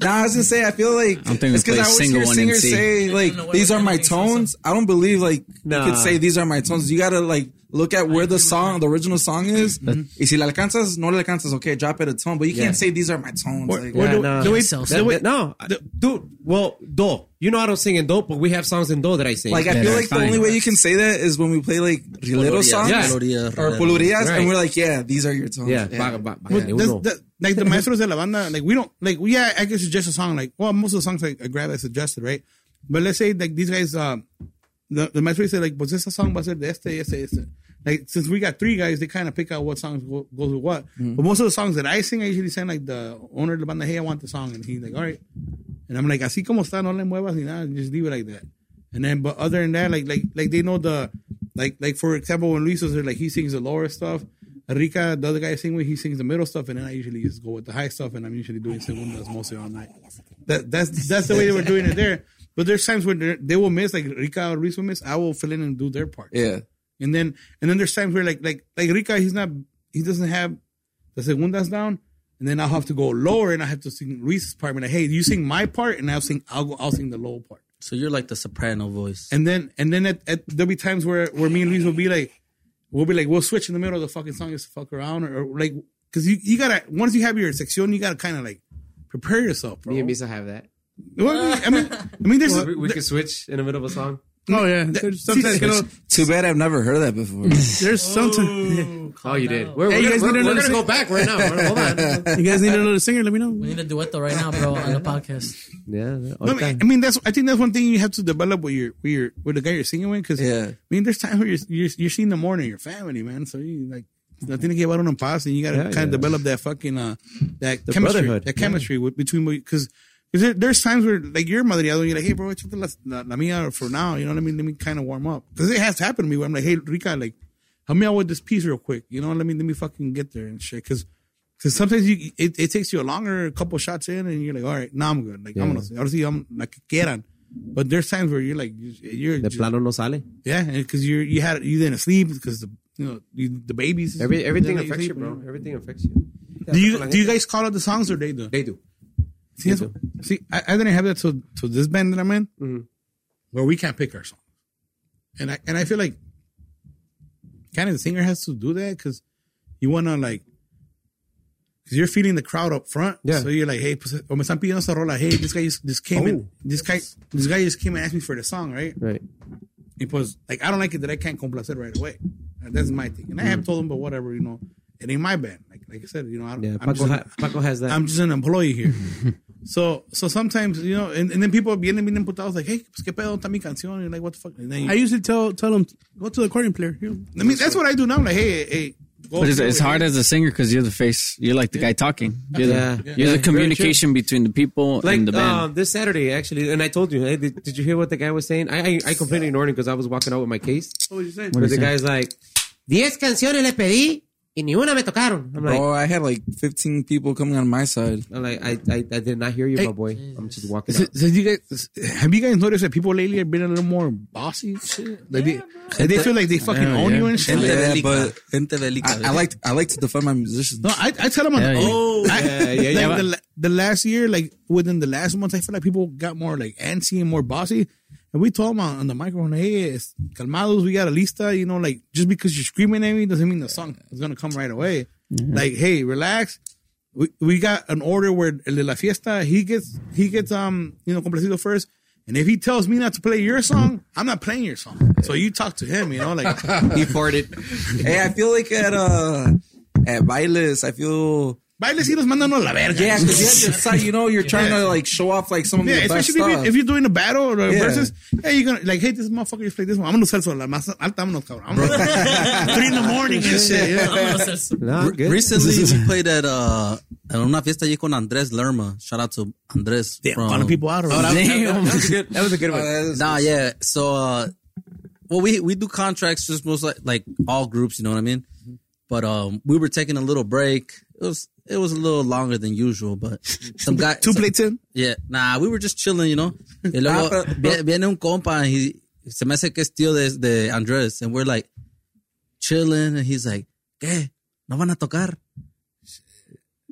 [SPEAKER 5] Nah, I was gonna say I feel like
[SPEAKER 6] I'm thinking
[SPEAKER 5] it's because I
[SPEAKER 6] play
[SPEAKER 5] always
[SPEAKER 6] single
[SPEAKER 5] hear
[SPEAKER 6] one
[SPEAKER 5] singers
[SPEAKER 6] MC.
[SPEAKER 5] say
[SPEAKER 7] No, no,
[SPEAKER 5] like
[SPEAKER 7] no,
[SPEAKER 5] these
[SPEAKER 7] no,
[SPEAKER 5] are
[SPEAKER 7] no,
[SPEAKER 5] my
[SPEAKER 7] no, no,
[SPEAKER 5] tones. I don't believe like you
[SPEAKER 1] Nah.
[SPEAKER 5] could say these are my tones. You gotta like look at where the song, the original song is. Y si la alcanzas, no la alcanzas. Okay, drop it a tone, but you can't say these are my tones.
[SPEAKER 4] or,
[SPEAKER 5] like,
[SPEAKER 4] or
[SPEAKER 1] Yeah,
[SPEAKER 4] the,
[SPEAKER 1] nah.
[SPEAKER 4] the way,
[SPEAKER 7] Self-
[SPEAKER 4] the way-
[SPEAKER 1] no, I- dude. Well, do. You know I don't sing in do, but we have songs in do that I sing.
[SPEAKER 5] like, I
[SPEAKER 6] Yeah,
[SPEAKER 5] feel
[SPEAKER 6] they're
[SPEAKER 5] like the
[SPEAKER 6] fine.
[SPEAKER 5] only way you can say that is when we play like Rilero
[SPEAKER 3] Colorias,
[SPEAKER 5] songs
[SPEAKER 1] Yeah.
[SPEAKER 3] colorias,
[SPEAKER 5] or
[SPEAKER 3] rilero.
[SPEAKER 5] Polurias,
[SPEAKER 1] Right.
[SPEAKER 5] and we're like, yeah, these are your tones.
[SPEAKER 1] yeah, vaga, va-
[SPEAKER 4] well,
[SPEAKER 1] vaga de
[SPEAKER 4] that's-
[SPEAKER 1] uno.
[SPEAKER 4] that- like the maestros de la banda. Like we don't like we. Yeah, I can suggest a song. Like well, most of the songs like, I grab as suggested, right? But let's say like these guys. Um, the, the maestro said like, pues esta song va a ser de este, este, este. Like since we got three guys, they kind of pick out what songs go, goes with what. But most of the songs that I sing, I usually send like the owner of the banda, hey, I want the song, and he's like, all right. And I'm like, así como está, no le muevas ni nada, just leave it like that. And then, but other than that, like, like, like they know the, like, like for example, when Luis was there, like he sings the lower stuff. Rica, the other guy I sing with, he sings the middle stuff, and then I usually just go with the high stuff, and I'm usually doing segundas mostly all night. That that's that's the way they were doing it there. But there's times when they're- they will miss, like Rica or Luis will miss. I will fill in and do their part.
[SPEAKER 5] yeah.
[SPEAKER 4] And then and then there's times where like like like Rica, he's not he doesn't have the segundas down, and then I'll have to go lower and I have to sing Luis's part. And like, hey, you sing my part, and I'll sing I'll go I'll sing the low part.
[SPEAKER 3] So you're like the soprano voice.
[SPEAKER 4] And then and then at, at, there'll be times where where me and Luis will be like we'll be like we'll switch in the middle of the fucking song just to fuck around or, or, like because you you gotta once you have your section you gotta kind of like prepare yourself, bro.
[SPEAKER 1] Me and Misa have that.
[SPEAKER 4] Well, I mean I mean there's
[SPEAKER 1] We, we could switch in the middle of a song.
[SPEAKER 2] Oh, yeah. There's sometimes, you know,
[SPEAKER 5] Too bad I've never heard that before.
[SPEAKER 4] [laughs]
[SPEAKER 2] there's sometimes.
[SPEAKER 1] Oh, you did. We're,
[SPEAKER 2] Hey, you
[SPEAKER 1] we're,
[SPEAKER 2] guys
[SPEAKER 1] weys we're,
[SPEAKER 2] didn't
[SPEAKER 1] we're
[SPEAKER 2] notice
[SPEAKER 1] gonna go back right now. Hold [laughs] on.
[SPEAKER 2] You guys need another singer? Let me know.
[SPEAKER 7] We need a dueto right now,
[SPEAKER 4] [laughs]
[SPEAKER 7] bro, on the podcast.
[SPEAKER 1] yeah.
[SPEAKER 4] No, I mean- I mean, that's. I think that's one thing you have to develop with your with your with the guy you're singing with. Because
[SPEAKER 5] Yeah.
[SPEAKER 4] I mean, there's time where you're you're, you're seeing the morning your family, man. So you like. I think you about on past, and you gotta
[SPEAKER 1] Yeah,
[SPEAKER 4] kind of
[SPEAKER 1] yeah.
[SPEAKER 4] develop that fucking uh, that chemistry,
[SPEAKER 1] brotherhood,
[SPEAKER 4] that
[SPEAKER 1] yeah.
[SPEAKER 4] chemistry with, between because because there, there's times where like your mother, you're like, hey bro, it's la, la, la mía for now, you know what I mean? Let me kind of warm up because it has to happen to me. Where I'm like, hey Rica, like help me out with this piece real quick, you know? Let me let me fucking get there and shit because because sometimes you it, it takes you a longer couple shots in and you're like, all right, now I'm good. Like, I'm gonna, ahora sí, I'm like, quieran. But there's times where you're like, you- you're,
[SPEAKER 1] The
[SPEAKER 4] just,
[SPEAKER 1] plano no sale.
[SPEAKER 4] yeah, because you you had you didn't sleep because the you know you, the babies.
[SPEAKER 1] Every, everything
[SPEAKER 4] didn't let
[SPEAKER 1] affects you,
[SPEAKER 4] sleep,
[SPEAKER 1] bro.
[SPEAKER 4] know.
[SPEAKER 1] Everything affects you.
[SPEAKER 4] Do you do you guys call out the songs or they do?
[SPEAKER 1] They do.
[SPEAKER 4] see, that's- see, I, I didn't have that to to this band that I'm in,
[SPEAKER 1] Mm-hmm.
[SPEAKER 4] where we can't pick our songs, and I and I feel like kind of the singer has to do that because you want to like. Cause you're feeling the crowd up front,
[SPEAKER 1] Yeah.
[SPEAKER 4] So you're like, "Hey, pues, o me están pidiendo esta rola. Hey, this guy just, just came
[SPEAKER 1] Oh.
[SPEAKER 4] in. This guy, this guy just came and asked me for the song, right?
[SPEAKER 1] Right.
[SPEAKER 4] Y pues, like, I don't like it that I can't complacer right away. And that's my thing. And I
[SPEAKER 1] Mm.
[SPEAKER 4] have told him, but whatever, you know, it ain't my band. Like, like I said, you know, I don't,
[SPEAKER 1] Yeah.
[SPEAKER 4] I'm,
[SPEAKER 1] Paco,
[SPEAKER 4] just,
[SPEAKER 1] ha- Paco has that.
[SPEAKER 4] I'm just an employee [laughs] here. so, so sometimes, you know, and, and then people vienen bien emputados, like, hey, pues, ¿qué pedo? ¿Dónde está mi canción? And you're like, what the fuck? And then you,
[SPEAKER 2] I usually tell tell them, go to the accordion player. Here.
[SPEAKER 4] I mean, that's what I do now. I'm like, hey, hey, go.
[SPEAKER 6] But it's,
[SPEAKER 4] do
[SPEAKER 6] it's
[SPEAKER 4] it."
[SPEAKER 6] hard as a singer because you're the face. You're like the guy talking. You're
[SPEAKER 1] Yeah.
[SPEAKER 6] the, you're the communication between the people
[SPEAKER 1] like
[SPEAKER 6] and the band.
[SPEAKER 1] um, this Saturday actually, and I told you. Hey, did, did you hear what the guy was saying? I I, I completely ignored him because I was walking out with my case.
[SPEAKER 2] What was you saying?
[SPEAKER 1] But the guy's like, "Diez canciones le pedí y ni una me tocaron." I'm like,
[SPEAKER 5] Bro, Oh, I had like 15 people coming on my side.
[SPEAKER 1] I'm like, I, I I did not hear you,
[SPEAKER 4] Hey.
[SPEAKER 1] my boy. I'm just walking.
[SPEAKER 4] So,
[SPEAKER 1] out.
[SPEAKER 4] so you guys, have you guys noticed that people lately have been a little more bossy? and Shit? Like they, like they feel like they fucking
[SPEAKER 6] Yeah,
[SPEAKER 4] own
[SPEAKER 6] yeah.
[SPEAKER 4] you and shit.
[SPEAKER 3] Gente
[SPEAKER 5] Yeah,
[SPEAKER 3] belica.
[SPEAKER 5] but-
[SPEAKER 3] Gente belica.
[SPEAKER 5] I, I like I like to defend
[SPEAKER 4] [laughs]
[SPEAKER 5] my musicians.
[SPEAKER 4] No, I, I tell them on
[SPEAKER 6] Yeah,
[SPEAKER 4] the,
[SPEAKER 6] you-
[SPEAKER 4] oh, I-
[SPEAKER 1] yeah, yeah,
[SPEAKER 4] like
[SPEAKER 1] yeah.
[SPEAKER 4] The, la- the last year, like within the last month, I feel like people got more like antsy and more bossy. And we told them on, on the microphone, hey, it's calmados, we got a lista. You know, like just because you're screaming at me doesn't mean the song is gonna come right away. Like, hey, relax. We, we got an order where el de la fiesta he gets he gets um you know complacido first. And if he tells me not to play your song, I'm not playing your song. So you talk to him, you
[SPEAKER 1] [laughs]
[SPEAKER 4] know, like
[SPEAKER 1] he farted.
[SPEAKER 5] Hey, I feel like at uh at bailes, I feel
[SPEAKER 4] Bailes y nos mandan a la verga.
[SPEAKER 5] Yeah, because you have your side, you know, you're trying
[SPEAKER 4] Yeah.
[SPEAKER 5] to like show off like some of
[SPEAKER 4] Yeah,
[SPEAKER 5] the best
[SPEAKER 4] especially if, you,
[SPEAKER 5] stuff.
[SPEAKER 4] if you're doing a battle or a
[SPEAKER 5] Yeah.
[SPEAKER 4] versus, hey, you're gonna like, hey, this motherfucker just played this one. I'm gonna sell so la más alta, vámonos, cabrón. Vámonos. [laughs] Three in the morning and shit.
[SPEAKER 7] [laughs]
[SPEAKER 4] Yeah. [laughs]
[SPEAKER 1] Nah, good.
[SPEAKER 5] [laughs]
[SPEAKER 3] Recently, we played at uh, at una fiesta allí con Andres Lerma. Shout out to Andres.
[SPEAKER 4] Damn,
[SPEAKER 3] from-
[SPEAKER 4] calling people out. already.
[SPEAKER 1] That
[SPEAKER 5] [laughs]
[SPEAKER 1] was a good one.
[SPEAKER 5] Uh,
[SPEAKER 3] Nah, yeah. So, uh, well, we we do contracts just most like, like all groups, you know what I mean?
[SPEAKER 4] Mm-hmm.
[SPEAKER 3] But um, we were taking a little break. It was it was a little longer than usual,
[SPEAKER 4] [laughs]
[SPEAKER 3] but some guy
[SPEAKER 4] Two
[SPEAKER 3] some-
[SPEAKER 4] plates in.
[SPEAKER 3] Yeah, nah, we were just chilling, you know.
[SPEAKER 4] [laughs] Ah,
[SPEAKER 3] Y luego vie- viene un compa and he se me hace que es tío de, de Andrés and we're like chilling and he's like, ¿qué? No van a tocar.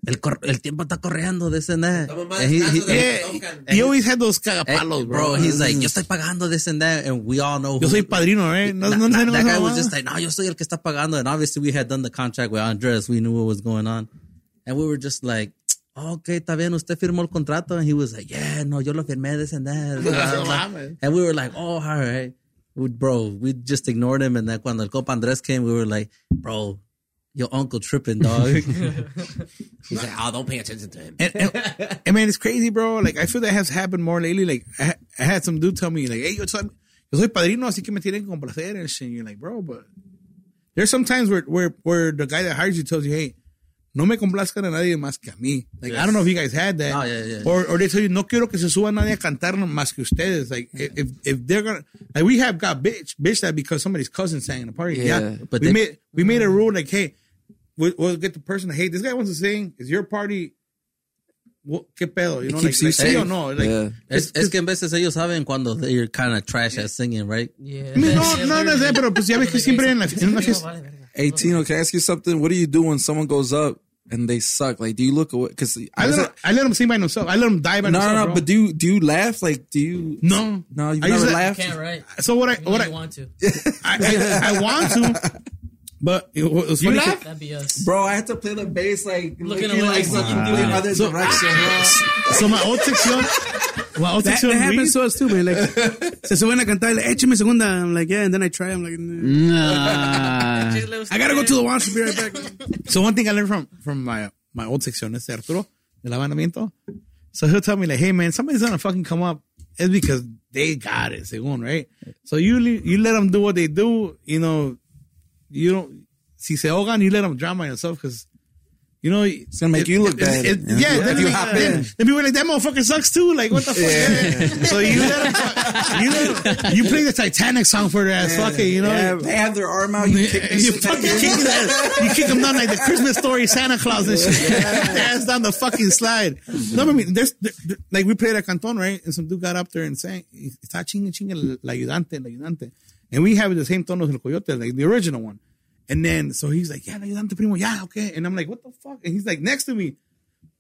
[SPEAKER 3] El, cor- el tiempo está corriendo, this and that. And he- he-
[SPEAKER 4] Yeah, he always had those cagapalos,
[SPEAKER 3] Hey,
[SPEAKER 4] bro.
[SPEAKER 3] He's like, yo estoy pagando this and that, and we all know.
[SPEAKER 4] yo
[SPEAKER 3] who-
[SPEAKER 4] soy padrino, right? No,
[SPEAKER 3] Nah,
[SPEAKER 4] no,
[SPEAKER 3] nah,
[SPEAKER 4] no,
[SPEAKER 3] that
[SPEAKER 4] no,
[SPEAKER 3] guy
[SPEAKER 4] no, [laughs]
[SPEAKER 3] was just like, no, yo soy el que está pagando. And obviously, we had done the contract with Andres. We knew what was going on. And we were just like, oh, okay, está bien, usted firmó el contrato. And he was like, yeah, no, yo lo firmé, this
[SPEAKER 4] [laughs]
[SPEAKER 3] and that. Blah, blah, blah. and we were like, oh, all right. We- Bro, we just ignored him. And then cuando el copa Andres came, we were like, bro, your uncle
[SPEAKER 4] [laughs]
[SPEAKER 3] tripping, dog. [laughs] He's like, oh, don't pay attention to him.
[SPEAKER 4] And,
[SPEAKER 3] [laughs]
[SPEAKER 4] and, and man, it's crazy, bro. Like I feel that has happened more lately. Like I, ha- I had some dude tell me, like, "Hey, yo soy, yo soy padrino, así que me tienen que complacer and shit." And you're like, bro, but there's some times where where where the guy that hires you tells you, "Hey, no me complazcan a nadie más que a mí." Like I don't know if you guys had that,
[SPEAKER 3] Oh, yeah, yeah.
[SPEAKER 4] or or they tell you, "No quiero que se suba nadie a cantar más que ustedes." Like if if they're gonna, like we have got bitch bitch that because somebody's cousin sang in the party. Yeah,
[SPEAKER 3] but
[SPEAKER 4] but we
[SPEAKER 3] they-
[SPEAKER 4] made we made a rule like, hey. We'll, we'll get the person. Hey, this guy wants to sing. It's your party what, qué pedo, you know, like,
[SPEAKER 5] keeps you
[SPEAKER 4] like, sí
[SPEAKER 5] safe.
[SPEAKER 4] o no, like,
[SPEAKER 5] Yeah.
[SPEAKER 3] Es, es que en veces ellos saben cuando they're kind of trash at singing, right?
[SPEAKER 7] Yeah.
[SPEAKER 4] I mean, no, no, no sé, pero pues ya ves que siempre en la, en una fiesta,
[SPEAKER 7] [laughs] Vale, verga.
[SPEAKER 5] Hey, Tino, can I ask you something? What do you do when someone goes up and
[SPEAKER 4] [laughs]
[SPEAKER 5] they suck? Like, do you look away? Because
[SPEAKER 4] I let, him- I let him sing by himself, I let him die by
[SPEAKER 5] no,
[SPEAKER 4] himself,
[SPEAKER 5] no,
[SPEAKER 4] bro.
[SPEAKER 5] but do you do you laugh? Like, do you? [laughs]
[SPEAKER 4] No.
[SPEAKER 5] no, you
[SPEAKER 4] I
[SPEAKER 5] never
[SPEAKER 4] usually-
[SPEAKER 5] laugh.
[SPEAKER 7] Can't, right?
[SPEAKER 4] so what I,
[SPEAKER 7] You know
[SPEAKER 4] what
[SPEAKER 7] you
[SPEAKER 4] I,
[SPEAKER 7] want to.
[SPEAKER 4] I, I, I want to, but it was funny. 'cause-
[SPEAKER 7] That'd be us.
[SPEAKER 5] Bro, I have to play the bass like
[SPEAKER 7] Looking away.
[SPEAKER 5] fucking doing other direction.
[SPEAKER 4] So my old section, my old
[SPEAKER 2] That,
[SPEAKER 4] section,
[SPEAKER 2] that happens
[SPEAKER 4] reads-
[SPEAKER 2] to us
[SPEAKER 4] [laughs]
[SPEAKER 2] too, man. Like, se suben a cantar, like, échame segunda. I'm like, yeah, and then I try. I'm like, nah.
[SPEAKER 6] Nah.
[SPEAKER 2] I gotta go to the washroom. Be right back.
[SPEAKER 4] [laughs] So one thing I learned from from my my old section is Arturo del abandonamiento. So he'll tell me like, "Hey man, somebody's gonna fucking come up." It's because they got it, según, right? So you le- you let them do what they do. You know, you don't. Si se ahogan, you let them drown by yourself because. You know, it's
[SPEAKER 5] gonna make you look bad,
[SPEAKER 4] It,
[SPEAKER 5] you know?
[SPEAKER 4] yeah,
[SPEAKER 5] If
[SPEAKER 4] then,
[SPEAKER 5] you
[SPEAKER 4] like,
[SPEAKER 5] hop
[SPEAKER 4] then,
[SPEAKER 5] in.
[SPEAKER 4] then people are like that motherfucker sucks too. Like what the fuck? [laughs] So you let 'em- you let 'em- you play the Titanic song for their ass, fucking, you know.
[SPEAKER 5] Yeah, they have their arm out. You kick
[SPEAKER 4] Yeah,
[SPEAKER 5] their
[SPEAKER 4] [laughs] you
[SPEAKER 5] shit
[SPEAKER 4] fucking
[SPEAKER 5] back in.
[SPEAKER 4] kick that. [laughs] You kick them down like the Christmas story, Santa Claus and shit. Ass down the fucking slide. No, but I mean, there's, there, there- like we played at Canton, right? And some dude got up there and sang, está chinga chinga la ayudante, la ayudante. And we have the same tonos in Coyote, like the original one. And then, so he's like, yeah, la ayudante primo, yeah, okay. And I'm like, what the fuck? And he's like, next to me.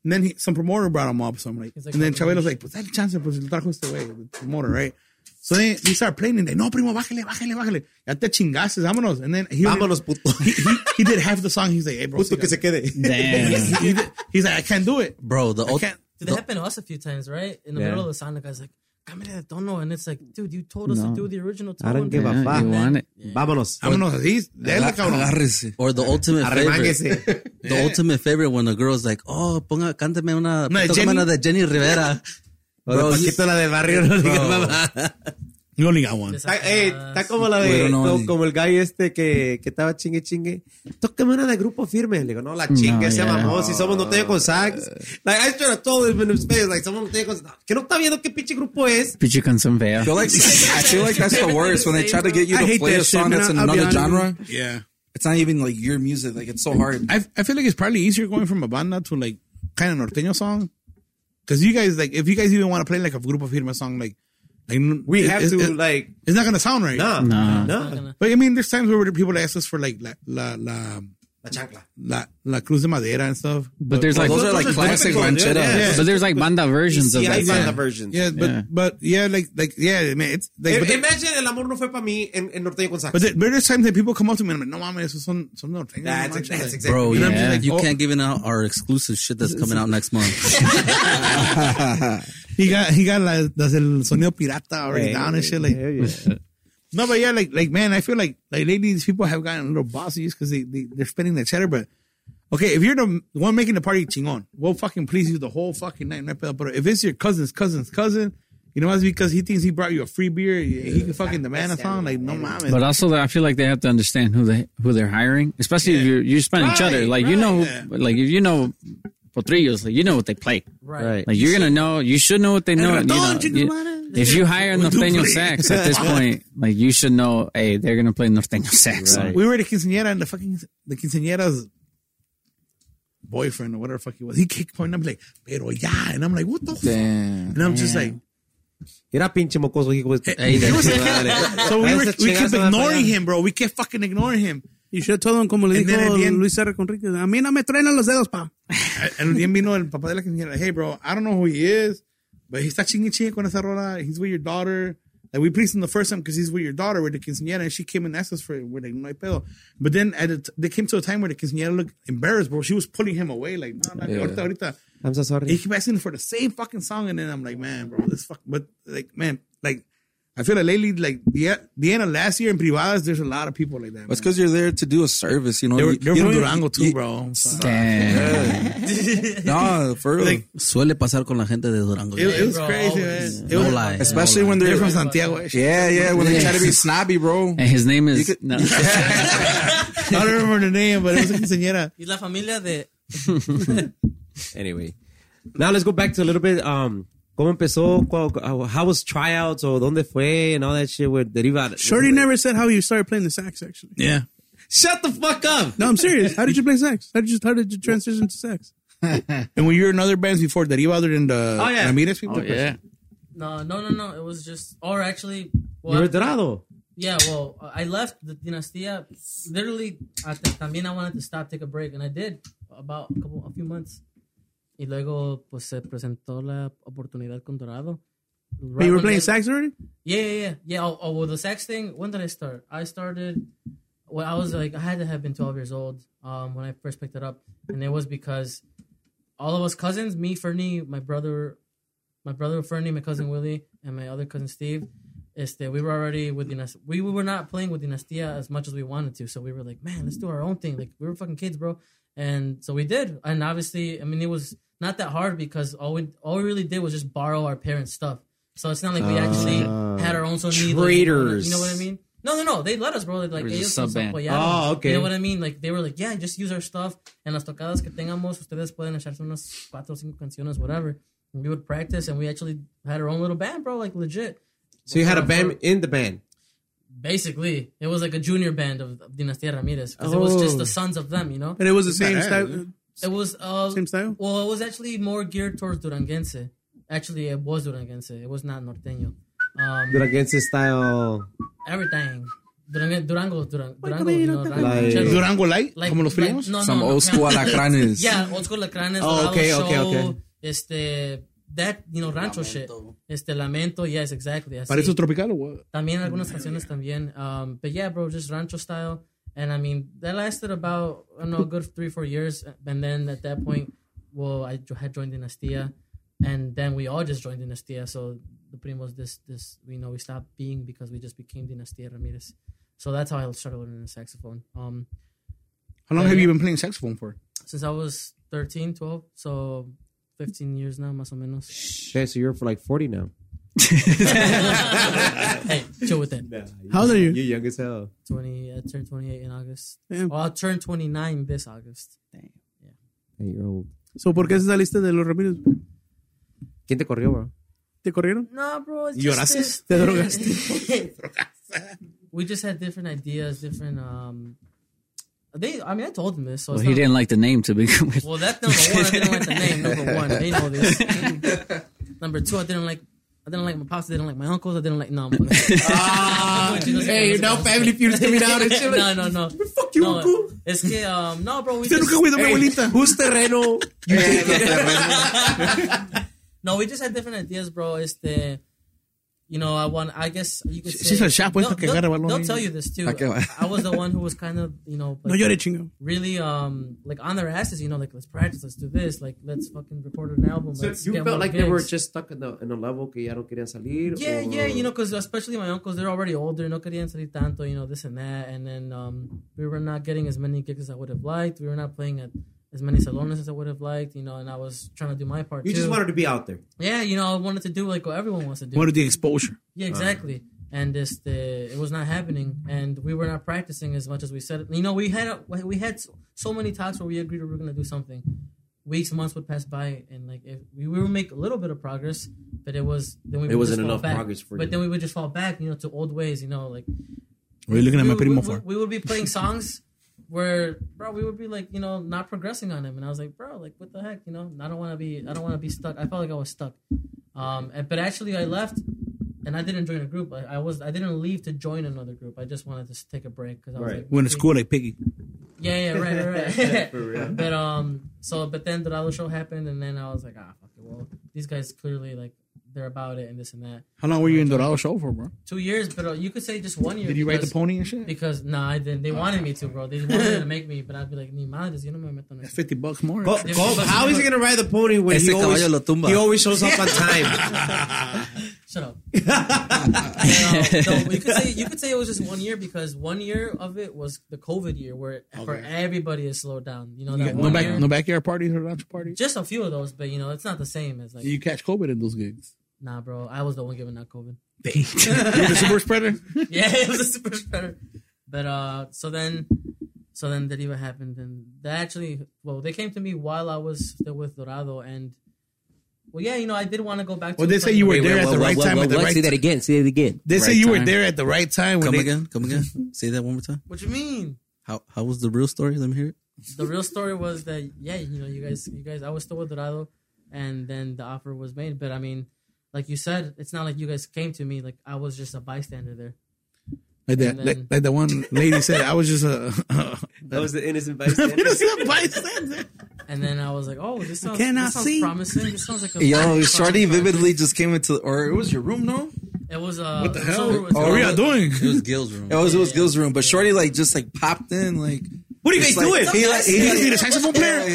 [SPEAKER 4] And then he, some promoter brought him up. So I'm like,
[SPEAKER 7] like,
[SPEAKER 4] and then
[SPEAKER 7] "Fucking
[SPEAKER 4] Chabelo's like, pues dale chance, pues lo trajo este way, the promoter, right? So then they start playing and they, no, primo, bájale, bájale, bájale. Ya te chingaste, vámonos. And then he,
[SPEAKER 1] Vámonos, puto.
[SPEAKER 4] he, he, he did half the song. He's like, hey, bro,
[SPEAKER 1] Puto que
[SPEAKER 4] siga."
[SPEAKER 1] se quede.
[SPEAKER 6] Damn.
[SPEAKER 4] He did- he's like, I can't do it.
[SPEAKER 3] Bro, the
[SPEAKER 4] I
[SPEAKER 3] old,
[SPEAKER 4] can't.
[SPEAKER 7] Dude, that happened to us a few times, right? In the middle of the song, the guy's like, "Cámbiale de tono," and it's like, "Dude, you told us to do the original tone."
[SPEAKER 1] I don't give a
[SPEAKER 6] You
[SPEAKER 1] fuck.
[SPEAKER 6] want it?
[SPEAKER 1] Vámonos.
[SPEAKER 4] Vámonos así. Dale, cabrón.
[SPEAKER 5] Agárrese.
[SPEAKER 3] or the
[SPEAKER 5] [laughs]
[SPEAKER 3] ultimate favorite. [laughs]
[SPEAKER 1] Arremánguese.
[SPEAKER 3] The ultimate favorite when a girl's like, oh, ponga, cántame una,
[SPEAKER 4] Una de
[SPEAKER 3] tócame
[SPEAKER 4] Jenny.
[SPEAKER 3] una de
[SPEAKER 5] [laughs]
[SPEAKER 3] Jenny Rivera.
[SPEAKER 1] O de
[SPEAKER 3] Bro,
[SPEAKER 1] Paquito, la del barrio. no digas mamá.
[SPEAKER 4] You only got one.
[SPEAKER 1] Está, eh,
[SPEAKER 7] uh,
[SPEAKER 1] está como la
[SPEAKER 5] Bueno,
[SPEAKER 1] de,
[SPEAKER 5] no,
[SPEAKER 1] como,
[SPEAKER 5] ni-
[SPEAKER 1] como el guy este que, que estaba chingue chingue. Tócame una de grupo firme. Le digo, no, la chingue,
[SPEAKER 6] No,
[SPEAKER 1] se
[SPEAKER 6] yeah.
[SPEAKER 1] mamó. Si somos Norteño con sax. Like, I should have told him in his face, like, somos Norteño con sax. Que no está viendo qué pinche grupo es.
[SPEAKER 6] [laughs] Pichu con some veil.
[SPEAKER 5] I feel like I feel like that's the worst when they try to get you
[SPEAKER 2] I
[SPEAKER 5] to
[SPEAKER 2] hate
[SPEAKER 5] play
[SPEAKER 2] that
[SPEAKER 5] a song
[SPEAKER 2] shit, man.
[SPEAKER 5] that's in
[SPEAKER 2] I'll be
[SPEAKER 5] another
[SPEAKER 2] honest.
[SPEAKER 5] genre.
[SPEAKER 4] Yeah.
[SPEAKER 5] It's not even like your music. Like it's so hard.
[SPEAKER 4] I, I feel like it's probably easier going from a banda to like kind of norteño song. Cause you guys, like, if you guys even want to play like a Grupo Firme song, like, like
[SPEAKER 1] We
[SPEAKER 4] it-
[SPEAKER 1] have
[SPEAKER 4] it-
[SPEAKER 1] to,
[SPEAKER 4] it-
[SPEAKER 1] like,
[SPEAKER 4] it's not going to sound right.
[SPEAKER 1] no,
[SPEAKER 6] No.
[SPEAKER 1] no.
[SPEAKER 4] But I mean, there's times where people ask us for like la, la, la,
[SPEAKER 1] La chancla.
[SPEAKER 4] la, la Cruz de Madera and stuff.
[SPEAKER 6] But there's like,
[SPEAKER 5] Those are like
[SPEAKER 1] those are
[SPEAKER 5] classic
[SPEAKER 1] typical,
[SPEAKER 5] rancheras.
[SPEAKER 1] yeah.
[SPEAKER 4] Yeah.
[SPEAKER 6] but there's like banda versions of
[SPEAKER 1] Sí,
[SPEAKER 6] that.
[SPEAKER 1] hay banda
[SPEAKER 6] song.
[SPEAKER 1] versions.
[SPEAKER 4] Yeah, but,
[SPEAKER 6] Yeah.
[SPEAKER 4] but yeah, like, like, yeah, man, it's like,
[SPEAKER 1] Eh,
[SPEAKER 4] but, there-
[SPEAKER 1] Imagine el amor no fue para mí en, en Norteño con sax.
[SPEAKER 4] but there- but there's times that people come up to me and I'm like, no mames, esos son, son norteños. no
[SPEAKER 1] That's,
[SPEAKER 4] manches."
[SPEAKER 1] that's exactly.
[SPEAKER 3] Bro,
[SPEAKER 4] And I'm just
[SPEAKER 3] yeah.
[SPEAKER 4] like,
[SPEAKER 3] you
[SPEAKER 4] oh.
[SPEAKER 3] can't give it out our exclusive shit that's coming out
[SPEAKER 5] [laughs]
[SPEAKER 3] next month.
[SPEAKER 4] he got he got like does el sonido pirata already
[SPEAKER 1] Yeah,
[SPEAKER 4] down and shit like
[SPEAKER 1] yeah, yeah.
[SPEAKER 4] [laughs] no but yeah like like man I feel like like lately these people have gotten a little bossy just because they, they they're spending the cheddar but Okay, if you're the one making the party chingon, we'll fucking please you the whole fucking night. no pedo. But if it's your cousin's cousin's cousin, you know, that's because he thinks he brought you a free beer. He can fucking demand a song. Like, no mames.
[SPEAKER 6] But also, I feel like they have to understand who they who they're hiring, especially if you're you're spending each other.
[SPEAKER 4] Right,
[SPEAKER 6] Like you know,
[SPEAKER 4] right.
[SPEAKER 6] like if you know potrillos, like you know what they play.
[SPEAKER 7] Right.
[SPEAKER 6] Like you're gonna know, you should know what they know. you know,
[SPEAKER 4] ratón,
[SPEAKER 6] you-
[SPEAKER 4] chingada.
[SPEAKER 6] if you hire norteño sax at this point, like you should know, hey, they're gonna play norteño sax.
[SPEAKER 5] Right.
[SPEAKER 4] we were at a quinceañera and the fucking the quinceañera's boyfriend or whatever the fuck he was, he kept pointing. I'm like, pero ya, and I'm like, what the fuck?
[SPEAKER 5] Damn.
[SPEAKER 4] And I'm just like,
[SPEAKER 1] Era pinche mocoso, hijo. de-
[SPEAKER 4] He was- so we were
[SPEAKER 1] Ese
[SPEAKER 4] we
[SPEAKER 1] chingazo
[SPEAKER 4] kept
[SPEAKER 1] va para
[SPEAKER 4] ignoring
[SPEAKER 1] allá.
[SPEAKER 4] him, bro. We kept fucking ignoring him.
[SPEAKER 2] Y yo todo como le
[SPEAKER 4] And then at
[SPEAKER 2] dijo
[SPEAKER 4] the end-
[SPEAKER 2] Luis R. Conríquez, a mí no me truenan los dedos, pa.
[SPEAKER 4] And then vino el papá de la quinceañera, hey, bro, I don't know who he is, but he's touching chingue con esa rola. He's with your daughter. Like we pleased him the first time because he's with your daughter, with the quinceañera, and she came and asked us for it. We're like, no hay pedo. But then at it, they came to a time where the quinceañera looked embarrassed, bro. She was pulling him away, like, no, no,
[SPEAKER 5] Yeah.
[SPEAKER 4] ahorita, ahorita.
[SPEAKER 1] I'm so sorry.
[SPEAKER 4] He kept asking for the same fucking song, and then I'm like, man, bro, this fuck. But like, man, like, I feel like lately, like the the end of last year in privadas, there's a lot of people like that.
[SPEAKER 5] It's
[SPEAKER 4] man.
[SPEAKER 5] because you're there to do a service, you know.
[SPEAKER 4] they were,
[SPEAKER 5] You-
[SPEAKER 4] they were
[SPEAKER 5] you
[SPEAKER 4] from
[SPEAKER 5] know,
[SPEAKER 4] Durango too,
[SPEAKER 5] you-
[SPEAKER 4] bro. So,
[SPEAKER 6] Damn.
[SPEAKER 5] Yeah. no, for real.
[SPEAKER 4] Like,
[SPEAKER 3] Suele pasar con la gente de Durango.
[SPEAKER 4] it, it was
[SPEAKER 7] Bro,
[SPEAKER 4] crazy,
[SPEAKER 7] always.
[SPEAKER 4] man. It
[SPEAKER 3] No
[SPEAKER 4] was,
[SPEAKER 3] lie.
[SPEAKER 5] especially when
[SPEAKER 4] they're
[SPEAKER 5] they're
[SPEAKER 4] from Santiago. eh?
[SPEAKER 5] Yeah, yeah. When they try to be snobby, bro.
[SPEAKER 6] And his name is no.
[SPEAKER 4] [laughs] I don't remember the name, but it was a quinceañera.
[SPEAKER 7] Y la familia de.
[SPEAKER 1] Anyway, now let's go back to a little bit. Um, ¿Cómo empezó? Cuál- How was tryouts? ¿O dónde fue? And all that shit with Deriva.
[SPEAKER 2] Shorty never said how you started playing the sax, actually.
[SPEAKER 4] Yeah.
[SPEAKER 1] Shut the fuck up!
[SPEAKER 2] No, I'm serious. How did you play sax? How did you, how did you transition to sax?
[SPEAKER 4] And when you were in other bands before Deriva, other than the
[SPEAKER 1] Oh, yeah.
[SPEAKER 4] Ramirez people?
[SPEAKER 7] No, no, no, no. It was just. Or actually.
[SPEAKER 1] You
[SPEAKER 7] Well,
[SPEAKER 1] were Dorado.
[SPEAKER 7] Yeah, well, uh, I left the Dinastia. Literally, at the también I wanted to stop, take a break, and I did about a couple, a few months. Y luego, pues se presentó la oportunidad con Dorado.
[SPEAKER 2] But
[SPEAKER 7] Right
[SPEAKER 2] you were
[SPEAKER 7] when
[SPEAKER 2] playing
[SPEAKER 7] they-
[SPEAKER 2] sax already?
[SPEAKER 7] Yeah, yeah, yeah. yeah oh, oh, well, the sax thing. When did I start? I started. Well, I was like, I had to have been 12 years old um, when I first picked it up, and it was because all of us cousins, me, Fernie, my brother, my brother Fernie, my cousin Willie, and my other cousin Steve, este, we were already with Dinastia. We, we were not playing with Dinastia as much as we wanted to, so we were like, man, let's do our own thing. Like we were fucking kids, bro, and so we did. And obviously, I mean, it was not that hard because all we all we really did was just borrow our parents' stuff. So it's not like we actually had our own. So need, like, you know what I mean? No, no, no. They let us, bro. Like, like
[SPEAKER 6] There was a
[SPEAKER 7] ellos nos
[SPEAKER 6] sub-band.
[SPEAKER 7] apoyaron.
[SPEAKER 1] Oh, okay.
[SPEAKER 7] You know what I mean? Like they were like, yeah, just use our stuff. And las tocadas que tengamos, ustedes pueden echarse unas cuatro o cinco canciones, whatever. And we would practice, and we actually had our own little band, bro. Like legit.
[SPEAKER 1] So you had a band in the band.
[SPEAKER 7] Basically, it was like a junior band of, of Dinastía Ramirez because it was just
[SPEAKER 2] Oh.
[SPEAKER 7] the sons of them, you know.
[SPEAKER 2] And it was the same
[SPEAKER 4] bad,
[SPEAKER 2] style.
[SPEAKER 4] dude.
[SPEAKER 7] It was uh,
[SPEAKER 2] Same style?
[SPEAKER 7] Well, it was actually more geared towards Duranguense. Actually, it was Duranguense. It was not Norteño. Um,
[SPEAKER 1] Duranguense style.
[SPEAKER 7] everything. Durango, Durango, Durango, Durango
[SPEAKER 2] come
[SPEAKER 7] you
[SPEAKER 2] here,
[SPEAKER 7] know,
[SPEAKER 2] look
[SPEAKER 7] Durango,
[SPEAKER 1] at- Like-
[SPEAKER 7] Chelo.
[SPEAKER 4] Durango Light,
[SPEAKER 7] Like-
[SPEAKER 4] como los
[SPEAKER 7] like-
[SPEAKER 4] primos.
[SPEAKER 7] no,
[SPEAKER 5] Some
[SPEAKER 7] no,
[SPEAKER 5] old school
[SPEAKER 7] yeah.
[SPEAKER 5] alacranes.
[SPEAKER 7] Yeah, old school alacranes.
[SPEAKER 1] Oh,
[SPEAKER 7] Dorado
[SPEAKER 1] okay,
[SPEAKER 7] show,
[SPEAKER 1] okay, okay.
[SPEAKER 7] Este, that, you know, rancho shit. Este, lamento, yes, exactly. Así.
[SPEAKER 4] Para eso tropical o what?
[SPEAKER 7] También algunas canciones también. Um, but yeah, bro, just rancho style. And I mean, that lasted about, I don't know, a good three, four years. And then at that point, well, I jo- had joined Dinastia. And then we all just joined Dinastia. So the primos, this, this, you know, we stopped being because we just became Dinastia Ramirez. So that's how I started learning the saxophone. Um,
[SPEAKER 4] How long
[SPEAKER 7] Yeah,
[SPEAKER 4] have
[SPEAKER 7] yeah.
[SPEAKER 4] you been playing saxophone for?
[SPEAKER 7] since I was 13, 12. So 15 years now, más o menos.
[SPEAKER 1] Okay, so you're for like 40 now.
[SPEAKER 7] hey, chill with that.
[SPEAKER 2] How old are you?
[SPEAKER 1] young as hell.
[SPEAKER 7] 20, I turned 28 in August.
[SPEAKER 2] Damn.
[SPEAKER 7] Oh, I'll turn 29 this August.
[SPEAKER 1] Eight year old.
[SPEAKER 2] So, ¿por qué se saliste de los Ramírez?
[SPEAKER 1] ¿Quién te corrió, bro?
[SPEAKER 2] ¿Te corrieron?
[SPEAKER 7] Nah, bro. It's
[SPEAKER 4] ¿Lloraste?
[SPEAKER 7] Just
[SPEAKER 2] Te
[SPEAKER 7] drogaste. [laughs] we just had different ideas, different. um They, I mean, I told them this. So
[SPEAKER 6] Well,
[SPEAKER 7] it's
[SPEAKER 6] he
[SPEAKER 7] not-
[SPEAKER 6] didn't like the name to begin with.
[SPEAKER 7] Well, that's number one. I didn't like the name. Number one, they know this. number two, I didn't like. I didn't like my pops. I didn't like my uncles. I didn't like. No, I'm playing. hey, no family feuds coming out and shit. [laughs] no, no, no. Fuck you, uncle. It's que, um, no, bro. We just,
[SPEAKER 1] Who's terreno?
[SPEAKER 7] No, we just had different ideas, bro. It's the, you know, I want. I guess you could. Say,
[SPEAKER 4] She's a shop, pues,
[SPEAKER 7] They'll-
[SPEAKER 4] que agarra
[SPEAKER 7] they'll-
[SPEAKER 4] balón
[SPEAKER 7] They'll
[SPEAKER 4] ahí.
[SPEAKER 7] tell you this too.
[SPEAKER 5] Ah, qué va.
[SPEAKER 7] I was the one who was kind of, you know,
[SPEAKER 2] No
[SPEAKER 7] like,
[SPEAKER 2] llores, chingo.
[SPEAKER 7] really, um, like on their asses. You know, like let's practice, let's do this, like let's fucking record an album.
[SPEAKER 1] So
[SPEAKER 7] let's
[SPEAKER 1] you
[SPEAKER 7] get
[SPEAKER 1] felt
[SPEAKER 7] more
[SPEAKER 1] like they were
[SPEAKER 7] gigs.
[SPEAKER 1] just stuck in, the, in a level que ya no querían salir?
[SPEAKER 7] Yeah,
[SPEAKER 1] or-
[SPEAKER 7] yeah, you know, because especially my uncles, they're already older, no querían salir tanto, you know, this and that. And then um, we were not getting as many gigs as I would have liked. We were not playing at as many salones as I would have liked, you know, and I was trying to do my part.
[SPEAKER 1] You just
[SPEAKER 7] too.
[SPEAKER 1] wanted to be out there.
[SPEAKER 7] Yeah, you know, I wanted to do like what everyone wants to do.
[SPEAKER 4] Wanted the exposure.
[SPEAKER 7] Yeah,
[SPEAKER 1] Uh-huh.
[SPEAKER 7] exactly. and this, the, it was not happening, and we were not practicing as much as we said. You know, we had a- we had so- so many talks where we agreed we were going to do something. Weeks, months would pass by, and like if we, we would make a little bit of progress, but it was then we would
[SPEAKER 1] wasn't
[SPEAKER 7] just fall
[SPEAKER 1] enough
[SPEAKER 7] back.
[SPEAKER 1] progress for
[SPEAKER 7] But
[SPEAKER 1] you.
[SPEAKER 7] then we would just fall back, you know, to old ways. You know, like
[SPEAKER 4] What are you looking at
[SPEAKER 7] we,
[SPEAKER 4] my
[SPEAKER 7] would-
[SPEAKER 4] primo
[SPEAKER 7] we,
[SPEAKER 4] for?
[SPEAKER 7] we would be playing songs where, bro, we would be like, you know, not progressing on them. And I was like, bro, like, what the heck, you know? I don't want to be, I don't want to be stuck. I felt like I was stuck. Um, and, but actually, I left, and I didn't join a group. I, I was, I didn't leave to join another group. I just wanted to s- take a break because I was
[SPEAKER 1] Right.
[SPEAKER 7] like,
[SPEAKER 4] Went to school like Piggy.
[SPEAKER 7] yeah, yeah,
[SPEAKER 1] [laughs]
[SPEAKER 7] right, right,
[SPEAKER 1] For real.
[SPEAKER 7] right. [laughs] but um, so but then the Lalo show happened, and then I was like, ah, fuck it. Well, these guys clearly like they're about it and this and that.
[SPEAKER 4] How long were you in Dorado show for, bro?
[SPEAKER 7] Two years, but uh, you could say just one year.
[SPEAKER 4] Did you ride the
[SPEAKER 7] because-
[SPEAKER 4] pony and shit?
[SPEAKER 7] because no, nah, I didn't. They wanted me to, bro. They wanted to make me, but I'd be like, ni madres, yo no me meto
[SPEAKER 4] [laughs]
[SPEAKER 7] en eso."
[SPEAKER 4] Fifty bucks more.
[SPEAKER 1] Go- go- how is he going to ride the pony when
[SPEAKER 5] Ese
[SPEAKER 1] he always,
[SPEAKER 5] caballo lo tumba.
[SPEAKER 1] he always shows
[SPEAKER 7] [laughs]
[SPEAKER 1] up on time?
[SPEAKER 4] [laughs]
[SPEAKER 7] Shut up. You know, no, you could say you could say it was just one year because one year of it was the COVID year where for everybody is slowed down. You know
[SPEAKER 4] You got
[SPEAKER 7] that one
[SPEAKER 4] no,
[SPEAKER 7] year,
[SPEAKER 4] back, no backyard parties or ranch parties.
[SPEAKER 7] just a few of those, but you know it's not the same as like
[SPEAKER 4] You catch COVID in those gigs.
[SPEAKER 7] nah, bro. I was the one giving out COVID. [laughs]
[SPEAKER 4] You're the super spreader.
[SPEAKER 7] yeah, it was a super spreader. But uh, so then, so then Deriva happened, and they actually, well, they came to me while I was still with Dorado, and well, yeah, you know, I did want to go back. to
[SPEAKER 4] Well, they say you were
[SPEAKER 7] playing-
[SPEAKER 4] there
[SPEAKER 5] wait,
[SPEAKER 4] at the
[SPEAKER 5] wait,
[SPEAKER 4] right
[SPEAKER 5] wait,
[SPEAKER 4] time.
[SPEAKER 5] wait,
[SPEAKER 4] At the
[SPEAKER 5] wait,
[SPEAKER 4] right
[SPEAKER 8] Say that
[SPEAKER 4] time.
[SPEAKER 8] again. Say it again.
[SPEAKER 4] They say
[SPEAKER 6] Right
[SPEAKER 4] you were
[SPEAKER 6] time.
[SPEAKER 4] there at the right time. When
[SPEAKER 5] Come
[SPEAKER 4] they,
[SPEAKER 5] again. Come again. Say that one more time.
[SPEAKER 7] What you mean?
[SPEAKER 5] How how was the real story? Let me hear it.
[SPEAKER 7] the real story was that yeah, you know, you guys, you guys, I was still with Dorado, and then the offer was made. But I mean, like you said, it's not like you guys came to me. Like I was just a bystander there.
[SPEAKER 4] Like that,
[SPEAKER 7] And then-
[SPEAKER 4] like, like that one lady said, I was just a. [laughs]
[SPEAKER 1] That was the [laughs] innocent
[SPEAKER 4] You're
[SPEAKER 1] bystander.
[SPEAKER 4] just a bystander.
[SPEAKER 7] And then I was like, oh, this sounds,
[SPEAKER 2] cannot
[SPEAKER 7] this sounds
[SPEAKER 2] see.
[SPEAKER 7] promising. This sounds like a
[SPEAKER 5] Yo,
[SPEAKER 7] this sounds
[SPEAKER 5] Shorty
[SPEAKER 7] promising.
[SPEAKER 5] vividly just came into, or it was your room, no?
[SPEAKER 7] It was uh,
[SPEAKER 4] What the
[SPEAKER 7] it was
[SPEAKER 4] hell Oh,
[SPEAKER 7] over with-
[SPEAKER 4] are we doing?
[SPEAKER 3] It was Gil's room.
[SPEAKER 5] It was it was Gil's room, but Shorty like just like popped in, like
[SPEAKER 1] what are you
[SPEAKER 5] just,
[SPEAKER 1] guys
[SPEAKER 5] like,
[SPEAKER 1] doing?
[SPEAKER 5] He like he
[SPEAKER 4] You need a
[SPEAKER 5] like,
[SPEAKER 4] saxophone player.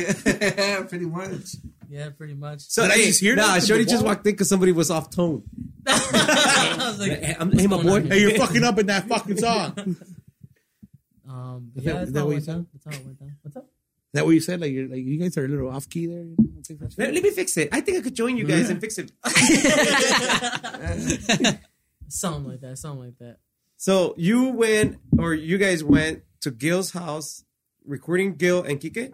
[SPEAKER 5] yeah, pretty much.
[SPEAKER 7] Yeah, pretty much.
[SPEAKER 1] So,
[SPEAKER 4] Did I
[SPEAKER 1] hey,
[SPEAKER 4] just hear
[SPEAKER 1] nah,
[SPEAKER 4] that?
[SPEAKER 1] Shorty just walked in because somebody was off tone.
[SPEAKER 7] [laughs] I was like,
[SPEAKER 1] Hey, I'm- hey, my
[SPEAKER 7] going on
[SPEAKER 1] boy.
[SPEAKER 4] Hey, you're fucking up in that fucking song.
[SPEAKER 7] um,
[SPEAKER 4] that-
[SPEAKER 7] but yeah, that's
[SPEAKER 4] is that
[SPEAKER 7] how
[SPEAKER 4] what you
[SPEAKER 7] it went
[SPEAKER 4] said?
[SPEAKER 7] down. That's how it went down. What's up?
[SPEAKER 4] that what you said? Like, you're, like you guys are a little off key there. You know? It's like-
[SPEAKER 1] Let, let me fix it. I think I could join you guys and fix it. [laughs]
[SPEAKER 7] Something like that. Something like that.
[SPEAKER 1] So you went, or you guys went to Gil's house, recording Gil and Kike.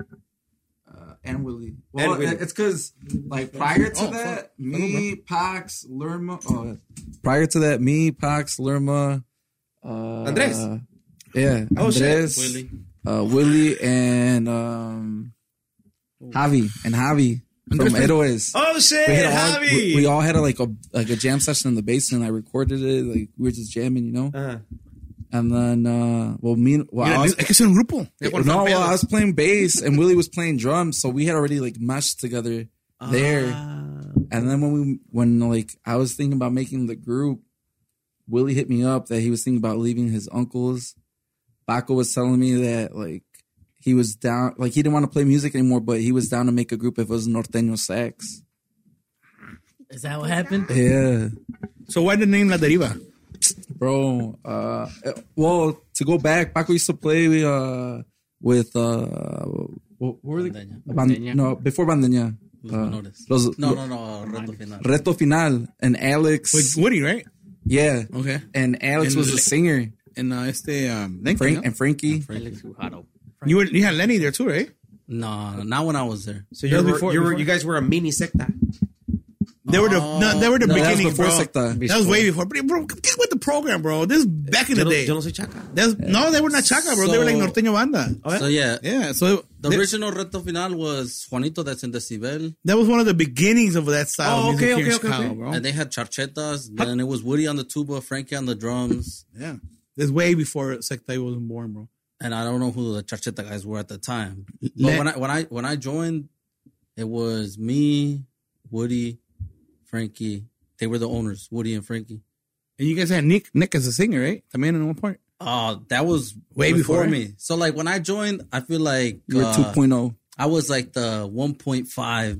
[SPEAKER 5] Uh, and Willie. Well,
[SPEAKER 1] Willie.
[SPEAKER 5] it's because like prior to
[SPEAKER 4] Oh,
[SPEAKER 5] that,
[SPEAKER 4] fuck.
[SPEAKER 5] me, Pax, Lerma. Oh, prior to that, me, Pax, Lerma, uh,
[SPEAKER 1] Andres.
[SPEAKER 5] Yeah,
[SPEAKER 1] Oh, shit.
[SPEAKER 5] Andres, Willie, uh, Willie, and um, Javi and Javi from Héroes.
[SPEAKER 1] Oh shit,
[SPEAKER 5] We, had all,
[SPEAKER 1] Javi.
[SPEAKER 5] we, we all had a, like a like a jam session in the basement. I recorded it. Like we were just jamming, you know.
[SPEAKER 1] Uh-huh.
[SPEAKER 5] And then, uh, well, me, well,
[SPEAKER 4] Mira,
[SPEAKER 5] I was
[SPEAKER 4] hay Ah, que ser un grupo.
[SPEAKER 5] no, well, I was playing bass and Willie was playing drums, so we had already like meshed together there. And then when we, when like I was thinking about making the group, Willie hit me up that he was thinking about leaving his uncle's. Baco was telling me that like he was down, like he didn't want to play music anymore, but he was down to make a group if it was norteño sax.
[SPEAKER 7] Is that what happened?
[SPEAKER 5] Yeah,
[SPEAKER 4] ah, So why the name La Deriva?
[SPEAKER 5] bro. Uh, well, to go back, Baco used to play uh with uh, what, what were they?
[SPEAKER 3] Bandeña.
[SPEAKER 5] Ban-
[SPEAKER 6] Bandeña.
[SPEAKER 5] no, before Bandeña.
[SPEAKER 3] Los
[SPEAKER 5] Uh,
[SPEAKER 3] menores.
[SPEAKER 5] los-
[SPEAKER 3] no, no, no. Reto final.
[SPEAKER 5] Reto Final and Alex.
[SPEAKER 4] With Woody, right?
[SPEAKER 5] yeah.
[SPEAKER 4] Okay.
[SPEAKER 5] And Alex
[SPEAKER 4] And
[SPEAKER 5] was
[SPEAKER 4] Le-
[SPEAKER 5] the singer.
[SPEAKER 4] And uh, este um, Lenny,
[SPEAKER 5] Frank
[SPEAKER 4] no?
[SPEAKER 5] and Frankie.
[SPEAKER 4] you were, you had Lenny there too, right?
[SPEAKER 3] No, not when I was there.
[SPEAKER 1] So you were,
[SPEAKER 4] That was before-
[SPEAKER 1] you were,
[SPEAKER 4] before-
[SPEAKER 1] you guys were a mini secta.
[SPEAKER 4] They were the Oh. no, they were the
[SPEAKER 5] No, that was
[SPEAKER 4] beginning,
[SPEAKER 5] before
[SPEAKER 4] bro.
[SPEAKER 5] Secta.
[SPEAKER 4] That was way before. But bro, get with the program, bro. This is back in the
[SPEAKER 1] Yo no,
[SPEAKER 4] day.
[SPEAKER 1] yo no soy chaca.
[SPEAKER 4] That's, no, they were not chaca, bro. they were like
[SPEAKER 3] So-
[SPEAKER 4] norteño banda.
[SPEAKER 3] So yeah,
[SPEAKER 4] Yeah, so
[SPEAKER 3] the
[SPEAKER 4] they-
[SPEAKER 3] original Reto final was Juanito that's in Decibel,
[SPEAKER 4] that was one of the beginnings of that style.
[SPEAKER 1] Oh,
[SPEAKER 4] of music
[SPEAKER 1] okay,
[SPEAKER 4] here in
[SPEAKER 1] okay, okay,
[SPEAKER 4] Chicago,
[SPEAKER 1] okay.
[SPEAKER 4] bro.
[SPEAKER 3] and they had charchetas. Then it was Woody on the tuba, Frankie on the drums,
[SPEAKER 4] Yeah, this way before Secta was born, bro.
[SPEAKER 3] and I don't know who the charcheta guys were at the time. But
[SPEAKER 4] Le-
[SPEAKER 3] when I when I when I joined, it was me, Woody, Frankie. They were the owners, Woody and Frankie.
[SPEAKER 4] And you guys had Nick, Nick as a singer, right? The man in one part.
[SPEAKER 3] Oh, that was
[SPEAKER 4] Way
[SPEAKER 3] way before,
[SPEAKER 4] before.
[SPEAKER 3] me. So like when I joined, I feel like
[SPEAKER 5] You were
[SPEAKER 3] uh,
[SPEAKER 5] 2.0.
[SPEAKER 3] I was like the 1.5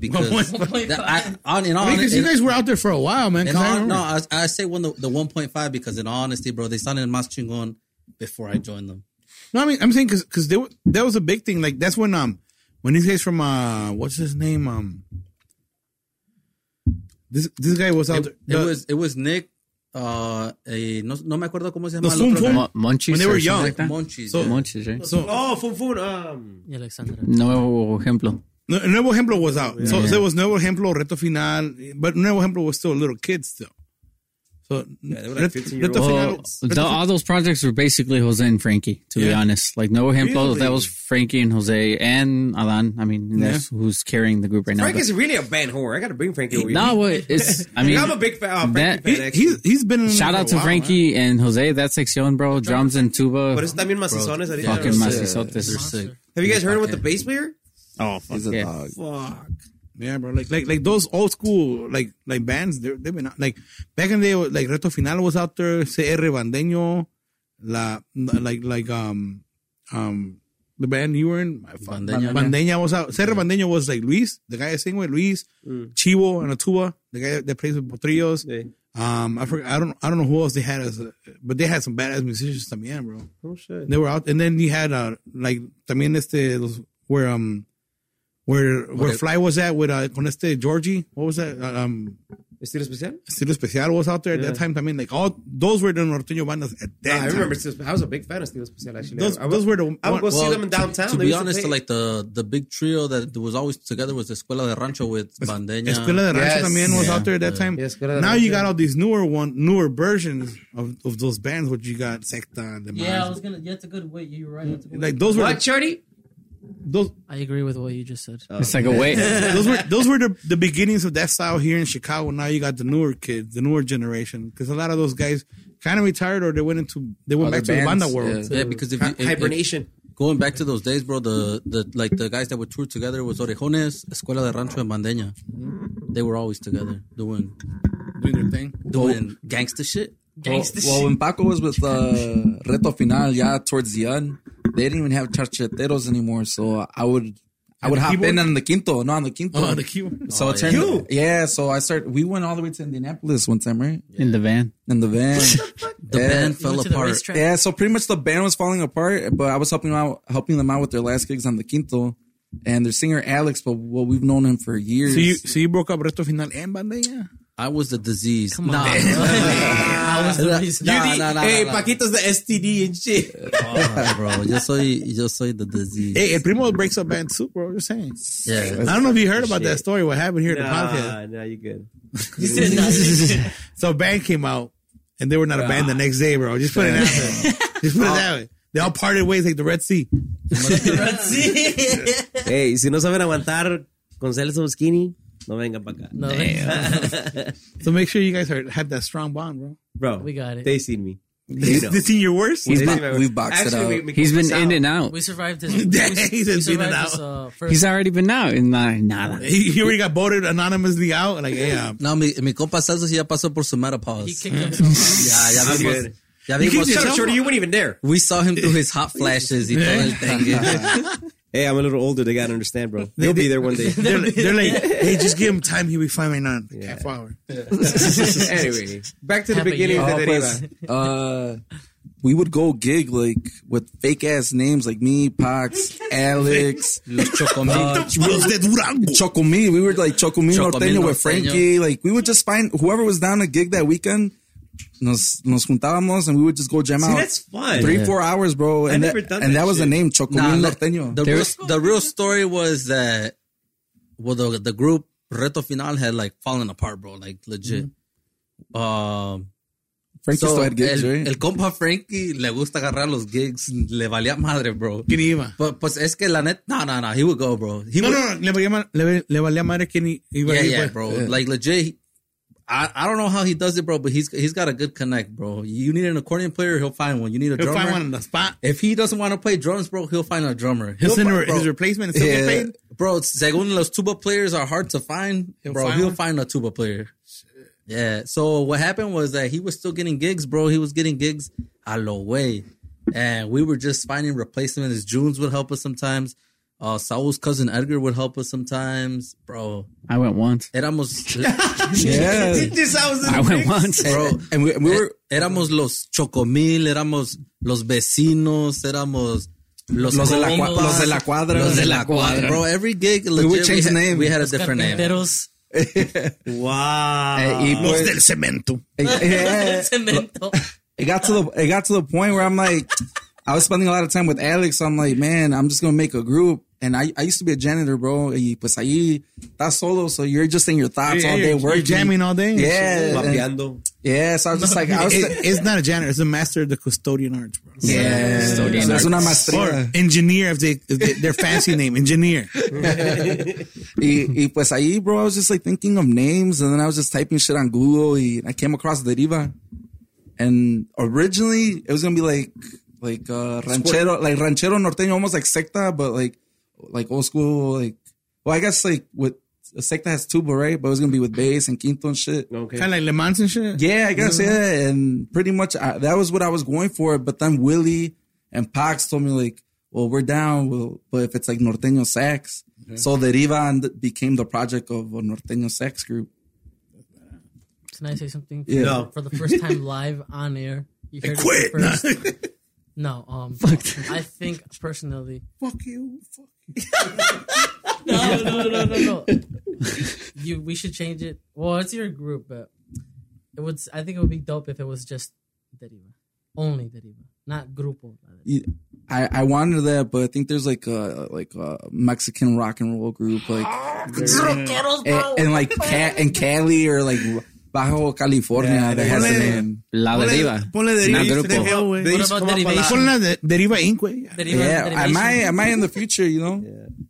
[SPEAKER 4] [laughs]
[SPEAKER 3] because
[SPEAKER 7] 1.5.
[SPEAKER 3] that, I, on in all
[SPEAKER 4] Because oh. you
[SPEAKER 3] in-
[SPEAKER 4] guys were out there for a while, man.
[SPEAKER 3] in
[SPEAKER 4] 'cause I
[SPEAKER 3] all-
[SPEAKER 4] remember.
[SPEAKER 3] no, I, I say one the, the 1.5 because in all honesty, bro, they sounded más chingon before I joined them.
[SPEAKER 4] No, I mean, I'm saying because because that was a big thing. Like that's when um When these guys from uh, what's his name? Um, this this guy was out.
[SPEAKER 3] It, it
[SPEAKER 4] the-
[SPEAKER 3] was it was Nick. Uh, eh, no, no me acuerdo cómo se
[SPEAKER 4] The
[SPEAKER 3] llama. el
[SPEAKER 4] Zoom
[SPEAKER 3] otro
[SPEAKER 4] Phone.
[SPEAKER 3] guy.
[SPEAKER 6] Munchies
[SPEAKER 4] When they were
[SPEAKER 6] or something
[SPEAKER 4] young.
[SPEAKER 6] like that.
[SPEAKER 3] Monchis.
[SPEAKER 4] So-
[SPEAKER 3] yeah.
[SPEAKER 6] Munchies, right?
[SPEAKER 4] so
[SPEAKER 1] Oh, Fun Fun. Um,
[SPEAKER 7] Y Alexandra.
[SPEAKER 6] Nuevo ejemplo.
[SPEAKER 4] Nu- Nuevo Ejemplo was out. So
[SPEAKER 6] Yeah.
[SPEAKER 4] there was Nuevo Ejemplo, Reto Final, but Nuevo Ejemplo was still a little kid still. So
[SPEAKER 5] they were like
[SPEAKER 4] Ret-
[SPEAKER 5] 15-year-olds.
[SPEAKER 4] Reto
[SPEAKER 6] Well,
[SPEAKER 4] Final-
[SPEAKER 6] the-
[SPEAKER 4] Reto
[SPEAKER 6] all those projects were basically Jose and Frankie, to be
[SPEAKER 4] Yeah.
[SPEAKER 6] honest. Like no ejemplo,
[SPEAKER 4] Really?
[SPEAKER 6] that was Frankie and Jose and Alan. I mean, that's who's carrying the group right now.
[SPEAKER 1] Frank is really a band whore. I gotta bring Frankie over
[SPEAKER 6] but-
[SPEAKER 1] here.
[SPEAKER 6] no, well, it's I mean,
[SPEAKER 1] I'm a big fan. Oh, Frankie
[SPEAKER 6] that-
[SPEAKER 1] fan,
[SPEAKER 4] He-
[SPEAKER 1] actually.
[SPEAKER 4] he's, he's been in
[SPEAKER 6] shout
[SPEAKER 4] for a
[SPEAKER 6] out to
[SPEAKER 4] while, man.
[SPEAKER 6] Frankie and Jose. That sección, bro, drums and tuba.
[SPEAKER 1] Por eso también macizones ahorita.
[SPEAKER 6] Fucking
[SPEAKER 1] no sé.
[SPEAKER 6] macizotes.
[SPEAKER 3] They're sick.
[SPEAKER 1] Have you guys heard of what the bass player?
[SPEAKER 4] Oh fuck.
[SPEAKER 5] He's a
[SPEAKER 6] Yeah.
[SPEAKER 5] dog.
[SPEAKER 4] fuck. Yeah, bro. Like like like those old school like like bands. They're, they've been out, like back in the day. Like Reto Final was out there. Cr Bandeño, la like like um um the band you were in. fuck,
[SPEAKER 3] Bandeña.
[SPEAKER 4] Bandeña was out. Cr Bandeño was like Luis, the guy I sing with. Luis
[SPEAKER 1] Mm.
[SPEAKER 4] Chivo and Atua, the guy that plays with Potrillos. Um, I forgot. I don't. I don't know who else they had as, a, but they had some badass musicians. También, bro.
[SPEAKER 1] Oh, shit.
[SPEAKER 4] They were out, and then you had uh like también este los, where um where where Fly was at with uh con este Georgie. What was that? Uh, um,
[SPEAKER 1] ¿Estilo especial?
[SPEAKER 4] Estilo Especial was out there at that time. I mean, like all those were the norteño bandas at that
[SPEAKER 1] I
[SPEAKER 4] time.
[SPEAKER 1] remember Estilo Especial. I was a big fan of Estilo Especial, actually.
[SPEAKER 4] Those-
[SPEAKER 1] I would,
[SPEAKER 4] those were the
[SPEAKER 1] I would go see
[SPEAKER 3] Well,
[SPEAKER 1] them in downtown.
[SPEAKER 3] To
[SPEAKER 1] They
[SPEAKER 3] be
[SPEAKER 1] used
[SPEAKER 3] honest,
[SPEAKER 1] play-
[SPEAKER 3] like the the big trio that was always together was Escuela de Rancho with Bandeña.
[SPEAKER 4] Escuela de Rancho
[SPEAKER 1] Yes.
[SPEAKER 4] también was
[SPEAKER 3] Yeah.
[SPEAKER 4] out there at that time.
[SPEAKER 1] Yeah, Escuela de
[SPEAKER 4] now you
[SPEAKER 1] Rancho.
[SPEAKER 4] got all these newer one, newer versions of, of those bands. What you got, Secta, the
[SPEAKER 7] Yeah, I was gonna. Yeah, it's a good way. You're right. that's a good
[SPEAKER 4] like
[SPEAKER 7] way.
[SPEAKER 4] those were
[SPEAKER 1] What,
[SPEAKER 4] the,
[SPEAKER 1] Charlie?
[SPEAKER 4] those
[SPEAKER 7] I agree with what you just said.
[SPEAKER 6] It's like a way.
[SPEAKER 4] those were those were the, the beginnings of that style here in Chicago. Now you got the newer kids, the newer generation, because a lot of those guys kind of retired or they went into they went
[SPEAKER 5] Other
[SPEAKER 4] back to the
[SPEAKER 5] bands,
[SPEAKER 4] banda world.
[SPEAKER 3] yeah, because if you, if- if,
[SPEAKER 1] Hibernation.
[SPEAKER 3] going back to those days, bro, the, the like the guys that would tour together was Orejones, Escuela de Rancho, and Bandeña. They were always together
[SPEAKER 4] [laughs]
[SPEAKER 3] doing
[SPEAKER 4] Doing their thing.
[SPEAKER 3] doing gangster shit.
[SPEAKER 5] Well, well, when Paco was with uh, Reto Final, yeah, towards the end, they didn't even have charcheteros anymore. So I would, I would hop in on the quinto, no, on the quinto.
[SPEAKER 4] Oh, the key one.
[SPEAKER 5] So it turned, you. yeah. So I started. We went all the way to Indianapolis one time, right?
[SPEAKER 6] in the van.
[SPEAKER 5] In the van.
[SPEAKER 3] The
[SPEAKER 5] Yeah.
[SPEAKER 3] band
[SPEAKER 7] You
[SPEAKER 3] fell
[SPEAKER 7] went to the
[SPEAKER 3] apart.
[SPEAKER 7] racetrack?
[SPEAKER 5] Yeah, so pretty much the band was falling apart, but I was helping them out, helping them out with their last gigs on the Quinto, and their singer Alex. But well, we've known him for years.
[SPEAKER 4] So you so you broke up Resto Final and Banda, yeah.
[SPEAKER 3] I was the disease.
[SPEAKER 7] Come on.
[SPEAKER 3] [laughs] Nah,
[SPEAKER 7] I was the reason.
[SPEAKER 3] nah, nah, nah,
[SPEAKER 1] hey,
[SPEAKER 3] nah, nah.
[SPEAKER 1] Paquito's the STD and shit.
[SPEAKER 3] Ah, bro. Yo soy, yo soy the disease.
[SPEAKER 4] Hey, El Primo breaks up band too, bro. Just saying.
[SPEAKER 3] Yeah.
[SPEAKER 4] I don't know if you heard about that story. What happened here at the
[SPEAKER 1] [laughs]
[SPEAKER 4] podcast?
[SPEAKER 1] Nah, nah, you good. You said
[SPEAKER 3] [laughs]
[SPEAKER 4] so a band came out and they were not a band the next day, bro. Just put it out there.
[SPEAKER 1] [laughs]
[SPEAKER 4] Just put it out. there. They all parted ways like the Red Sea.
[SPEAKER 1] Hey, si no saben aguantar con Celso Skinny, no vengan para acá.
[SPEAKER 7] No, they-
[SPEAKER 4] So make sure you guys are, have that strong bond, bro.
[SPEAKER 1] Bro,
[SPEAKER 7] We got it.
[SPEAKER 1] They seen me. [laughs] They
[SPEAKER 4] This
[SPEAKER 1] know.
[SPEAKER 4] this in your worst?
[SPEAKER 1] They
[SPEAKER 5] been-
[SPEAKER 1] seen my-
[SPEAKER 5] we've boxed it
[SPEAKER 1] Actually,
[SPEAKER 5] out.
[SPEAKER 1] we- we
[SPEAKER 6] He's
[SPEAKER 1] kicked
[SPEAKER 6] been
[SPEAKER 1] this
[SPEAKER 6] in
[SPEAKER 1] out.
[SPEAKER 6] and out.
[SPEAKER 7] we survived
[SPEAKER 3] [laughs]
[SPEAKER 7] this.
[SPEAKER 4] He's just been it out.
[SPEAKER 7] this, uh, first-
[SPEAKER 6] He's already been out in uh, nada.
[SPEAKER 4] He, he already got voted anonymously out. Like, hey,
[SPEAKER 1] [laughs]
[SPEAKER 4] um,
[SPEAKER 3] No, mi, mi compa Salsa sí ya pasó por su
[SPEAKER 7] he
[SPEAKER 3] menopause.
[SPEAKER 7] kicked
[SPEAKER 3] [laughs]
[SPEAKER 7] himself.
[SPEAKER 3] Ya, ya vimos.
[SPEAKER 1] good.
[SPEAKER 3] Ya
[SPEAKER 4] You
[SPEAKER 3] vimos.
[SPEAKER 4] kicked
[SPEAKER 1] Shut
[SPEAKER 4] yourself?
[SPEAKER 1] up, Shorty, you weren't even there.
[SPEAKER 3] We saw him through his hot flashes y todo el
[SPEAKER 4] [laughs]
[SPEAKER 3] dengue.
[SPEAKER 1] Hey, I'm a little older. They gotta understand, bro. They'll be there one [laughs] day.
[SPEAKER 4] they're, like- they're like, hey, just give him time. He'll be fine right now. Half hour. [laughs]
[SPEAKER 1] anyway, back to the
[SPEAKER 7] Happy
[SPEAKER 1] beginning
[SPEAKER 7] year.
[SPEAKER 1] of
[SPEAKER 5] Oh,
[SPEAKER 1] the
[SPEAKER 5] pues,
[SPEAKER 1] deriva.
[SPEAKER 5] uh, we would go gig like with fake ass names like me, Pax, Alex, uh,
[SPEAKER 3] Los chocomitos.
[SPEAKER 4] Los de Durango.
[SPEAKER 5] Chocomil. We were like Chocomil
[SPEAKER 3] Chocomil
[SPEAKER 5] Norteño,
[SPEAKER 3] Norteño.
[SPEAKER 5] with Frankie. Like we would just find whoever was down a gig that weekend. Nos, nos juntábamos and we would just go jam
[SPEAKER 1] See,
[SPEAKER 5] out.
[SPEAKER 1] that's fun.
[SPEAKER 5] Three, four hours, bro. And
[SPEAKER 1] never
[SPEAKER 5] that,
[SPEAKER 1] done
[SPEAKER 5] and
[SPEAKER 1] that
[SPEAKER 5] that was the
[SPEAKER 1] shit.
[SPEAKER 5] name, Chocomil
[SPEAKER 3] Nah, the-
[SPEAKER 5] Norteño.
[SPEAKER 3] The real, the real story was that well the the group Reto Final had like fallen apart, bro, like legit.
[SPEAKER 4] Mm-hmm.
[SPEAKER 3] Um,
[SPEAKER 5] Frankie
[SPEAKER 3] so
[SPEAKER 5] still had gigs,
[SPEAKER 3] el,
[SPEAKER 5] right?
[SPEAKER 3] el compa Frankie le gusta agarrar los gigs, le valía madre, bro.
[SPEAKER 4] ¿Quién iba?
[SPEAKER 3] But pues es que la neta, no, no, no, he would go, bro. He
[SPEAKER 4] No,
[SPEAKER 3] would,
[SPEAKER 4] no, no. Le valía, ma- le, le valía madre quién i- iba.
[SPEAKER 3] yeah,
[SPEAKER 4] iba.
[SPEAKER 3] yeah, bro. Like legit. he- I, I don't know how he does it, bro, but he's he's got a good connect, bro. You need an accordion player, he'll find one. You need a
[SPEAKER 4] He'll
[SPEAKER 3] drummer.
[SPEAKER 4] find one on the spot.
[SPEAKER 3] If he doesn't want to play drums, bro, he'll find a drummer.
[SPEAKER 4] His,
[SPEAKER 3] He'll
[SPEAKER 4] center,
[SPEAKER 3] fi- bro. [laughs]
[SPEAKER 4] his replacement is still
[SPEAKER 5] Yeah.
[SPEAKER 4] get paid.
[SPEAKER 3] Bro, según los tuba players are hard to find, bro,
[SPEAKER 4] find
[SPEAKER 3] he'll
[SPEAKER 4] one?
[SPEAKER 3] find a tuba player. Yeah. So what happened was that he was still getting gigs, bro. He was getting gigs a lo way. And we were just finding replacements. Junes would help us sometimes. Uh, Saul's cousin Edgar would help us sometimes, bro.
[SPEAKER 6] I went once.
[SPEAKER 5] [laughs]
[SPEAKER 3] Éramos,
[SPEAKER 5] yeah.
[SPEAKER 1] This I was in
[SPEAKER 6] I
[SPEAKER 1] the
[SPEAKER 6] went
[SPEAKER 1] mix.
[SPEAKER 6] once.
[SPEAKER 3] bro,
[SPEAKER 5] And
[SPEAKER 3] Eh,
[SPEAKER 5] we, we were,
[SPEAKER 3] éramos los Chocomil, éramos los vecinos, éramos Los,
[SPEAKER 5] Los de la
[SPEAKER 3] compas,
[SPEAKER 5] cua- los de la cuadra.
[SPEAKER 3] Los de la cuadra. Bro, every gig, legit,
[SPEAKER 5] would change
[SPEAKER 3] we, had,
[SPEAKER 5] name.
[SPEAKER 3] we had a
[SPEAKER 7] Los
[SPEAKER 3] different name. [laughs]
[SPEAKER 7] carpinteros,
[SPEAKER 1] Wow.
[SPEAKER 5] Eh, y
[SPEAKER 4] Los
[SPEAKER 5] pues-
[SPEAKER 4] del cemento.
[SPEAKER 5] [laughs] eh, eh,
[SPEAKER 7] [laughs]
[SPEAKER 5] eh,
[SPEAKER 7] cemento.
[SPEAKER 5] it got to the it got to the point where I'm like, I was spending a lot of time with Alex. I'm like, man, I'm just gonna make a group. And I, I used to be a janitor, bro. Y pues ahí that's solo, so you're just in your thoughts all day
[SPEAKER 4] you're,
[SPEAKER 5] working.
[SPEAKER 4] jamming all day.
[SPEAKER 1] eh.
[SPEAKER 5] Yeah, and-
[SPEAKER 1] Mapeando.
[SPEAKER 5] yeah. So I was just like, I was
[SPEAKER 4] [laughs] It- it's not a janitor. It's a master of the custodian arts, bro.
[SPEAKER 5] yeah. So
[SPEAKER 6] Custodian
[SPEAKER 5] es una
[SPEAKER 4] Or
[SPEAKER 5] maestría.
[SPEAKER 4] engineer if they, if they their fancy name engineer.
[SPEAKER 5] y, y pues ahí, bro, I was just like thinking of names, and then I was just typing shit on Google. y- I came across Deriva, and originally it was gonna be like like uh, ranchero, like ranchero norteño, almost like secta, but like like old school. Like, well, I guess like with a secta has tuba, right? But it was gonna be with bass and quinto and shit.
[SPEAKER 1] Okay.
[SPEAKER 4] Kind of like Le Mans and shit.
[SPEAKER 5] Yeah, I
[SPEAKER 3] Mm-hmm.
[SPEAKER 5] guess yeah, and pretty much I, that was what I was going for. But then Willie and Pax told me like, "Well, we're down, well, but if it's like norteño sax,
[SPEAKER 3] Mm-hmm.
[SPEAKER 5] so Deriva and became the project of a norteño sax group.
[SPEAKER 7] Can I say something?
[SPEAKER 5] Yeah.
[SPEAKER 1] No.
[SPEAKER 7] For the first time live on air, you heard
[SPEAKER 4] quit.
[SPEAKER 7] it first.
[SPEAKER 3] [laughs]
[SPEAKER 7] No, um, I think personally,
[SPEAKER 4] Fuck you. Fuck
[SPEAKER 7] no, no, no, no, no.
[SPEAKER 5] [laughs]
[SPEAKER 7] You, we should change it. Well, it's your group, but it would. I think it would be dope if it was just Deriva, only Deriva, not grupo.
[SPEAKER 5] You- I, I wanted that, but I think there's like a like a Mexican rock and roll group like and, and like Ca- and Cali or like Bajo California that has the name.
[SPEAKER 6] La
[SPEAKER 2] Ponle,
[SPEAKER 6] deriva.
[SPEAKER 2] ponle de
[SPEAKER 6] Not
[SPEAKER 2] Deriva.
[SPEAKER 6] grupo.
[SPEAKER 2] Deriva, güey.
[SPEAKER 1] They
[SPEAKER 7] What
[SPEAKER 1] used to
[SPEAKER 7] about
[SPEAKER 1] come up a lot.
[SPEAKER 4] Con la de, deriva Inc. güey.
[SPEAKER 7] Deriva,
[SPEAKER 5] Yeah, I
[SPEAKER 7] derivation.
[SPEAKER 5] might, I might in the future, you know.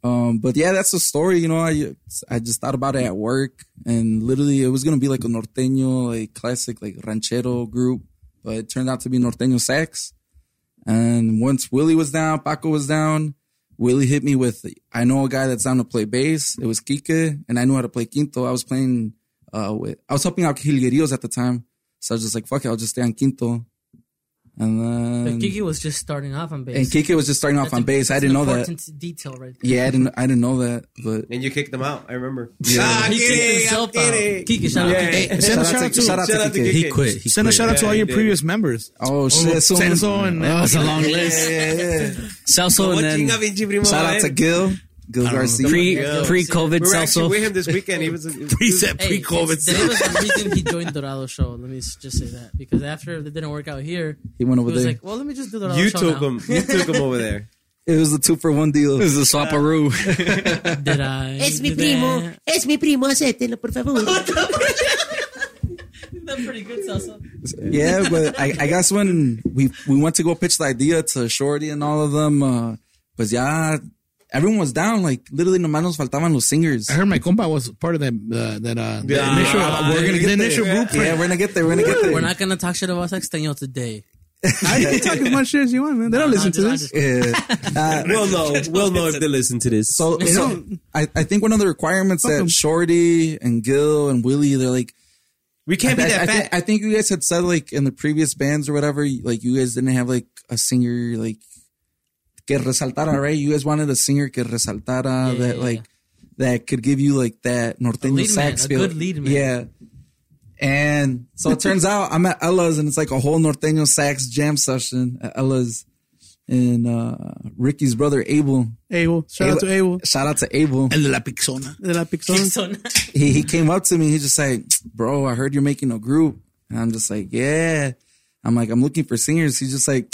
[SPEAKER 5] Um, but yeah, that's the story, you know. I I just thought about it at work, and literally, it was gonna be like a norteño, like classic, like ranchero group, but it turned out to be norteño sax. And once Willie was down, Paco was down. Willie hit me with, I know a guy that's down to play bass. It was Kike, and I knew how to play quinto. I was playing, uh, with, I was helping out Gilguerillos at the time, so I was just like, fuck it, I'll just stay on quinto. And then
[SPEAKER 7] But Kiki was just starting off on bass.
[SPEAKER 5] and Kike was just starting off
[SPEAKER 7] That's
[SPEAKER 5] on
[SPEAKER 7] a-
[SPEAKER 5] bass. I
[SPEAKER 7] that's
[SPEAKER 5] didn't know
[SPEAKER 7] an
[SPEAKER 5] that.
[SPEAKER 7] important Detail, right? There.
[SPEAKER 5] Yeah, I didn't. I didn't know that. But
[SPEAKER 1] And you kicked them out. I remember. Ah,
[SPEAKER 7] He
[SPEAKER 1] get
[SPEAKER 7] kicked
[SPEAKER 1] it,
[SPEAKER 7] himself
[SPEAKER 1] get
[SPEAKER 7] out.
[SPEAKER 1] it.
[SPEAKER 7] Kiki, shout out. Kiki.
[SPEAKER 4] Hey, send a shout out to,
[SPEAKER 5] shout out
[SPEAKER 1] Shout out to
[SPEAKER 5] Kike.
[SPEAKER 1] Kike.
[SPEAKER 3] He quit. He
[SPEAKER 4] send a
[SPEAKER 3] quit.
[SPEAKER 4] shout out to
[SPEAKER 1] Yeah,
[SPEAKER 4] all
[SPEAKER 1] he
[SPEAKER 4] your
[SPEAKER 1] did.
[SPEAKER 4] previous members.
[SPEAKER 5] Oh shit! So
[SPEAKER 4] Senso and uh,
[SPEAKER 6] That was a long list.
[SPEAKER 5] yeah, yeah.
[SPEAKER 6] Celso
[SPEAKER 1] What
[SPEAKER 6] and
[SPEAKER 1] chinga
[SPEAKER 6] then
[SPEAKER 1] Vinci primo,
[SPEAKER 5] Shout
[SPEAKER 1] eh?
[SPEAKER 5] out to Gil, Gil Garcia.
[SPEAKER 6] pre
[SPEAKER 1] Yeah.
[SPEAKER 6] pre COVID
[SPEAKER 1] We were actually with
[SPEAKER 6] Celso.
[SPEAKER 1] him this weekend. He was. he was-
[SPEAKER 4] Preset
[SPEAKER 7] Hey, it's- That was the reason he joined Dorado show. Let me s- just say that because after it didn't work out here,
[SPEAKER 5] he went
[SPEAKER 7] he
[SPEAKER 5] over
[SPEAKER 7] was
[SPEAKER 5] there.
[SPEAKER 7] like, "Well, let me just do Dorado
[SPEAKER 1] You
[SPEAKER 7] show
[SPEAKER 1] took
[SPEAKER 7] now."
[SPEAKER 1] him. You took him over [laughs] there.
[SPEAKER 5] it was a two for one deal.
[SPEAKER 6] This is a swaparoo.
[SPEAKER 9] [laughs]
[SPEAKER 7] Did I?
[SPEAKER 9] Es mi
[SPEAKER 7] did
[SPEAKER 9] primo,
[SPEAKER 7] I-
[SPEAKER 9] es mi primo, acéptenlo, por favor.
[SPEAKER 7] That's pretty good, Celso.
[SPEAKER 5] [laughs] yeah, but I, I guess when we we went to go pitch the idea to Shorty and all of them, uh, but yeah, everyone was down. Like literally, nomás nos faltaban los
[SPEAKER 1] [laughs]
[SPEAKER 5] singers.
[SPEAKER 4] I heard my compa was part of that uh, that uh, the
[SPEAKER 1] Yeah.
[SPEAKER 4] initial,
[SPEAKER 1] Ah,
[SPEAKER 4] we're gonna get the initial group.
[SPEAKER 5] Yeah, we're gonna get there. We're gonna get there.
[SPEAKER 7] We're not gonna talk shit about Sexteño today.
[SPEAKER 2] I can talk as much shit as you want, man. They don't listen
[SPEAKER 7] I'm
[SPEAKER 2] to
[SPEAKER 7] just- I'm
[SPEAKER 2] this.
[SPEAKER 7] just-
[SPEAKER 5] Yeah. Uh,
[SPEAKER 1] [laughs] We'll know. [laughs] We'll know if they listen to this.
[SPEAKER 5] So, so I, I think one of the requirements that Shorty and Gil and Willie, they're like,
[SPEAKER 1] we can't be
[SPEAKER 5] I, I
[SPEAKER 1] that
[SPEAKER 5] think,
[SPEAKER 1] fat.
[SPEAKER 5] I think you guys had said like in the previous bands or whatever, like you guys didn't have like a singer like que resaltara, right? You guys wanted a singer que resaltara
[SPEAKER 7] Yeah,
[SPEAKER 5] that
[SPEAKER 7] yeah,
[SPEAKER 5] like that could give you like that norteño
[SPEAKER 7] lead man,
[SPEAKER 5] sax
[SPEAKER 7] a
[SPEAKER 5] feel.
[SPEAKER 7] good lead man.
[SPEAKER 5] Yeah. And so it turns out I'm at Ella's and it's like a whole norteño sax jam session at Ella's and uh, Ricky's brother Abel.
[SPEAKER 2] Abel. Shout out to Abel.
[SPEAKER 5] Shout out to Abel.
[SPEAKER 4] El de la pixona.
[SPEAKER 2] De la Pixon.
[SPEAKER 7] So now-
[SPEAKER 5] he he came up to me. He's just like, bro, I heard you're making a group, and I'm just like, yeah. I'm like, I'm looking for singers. He's just like,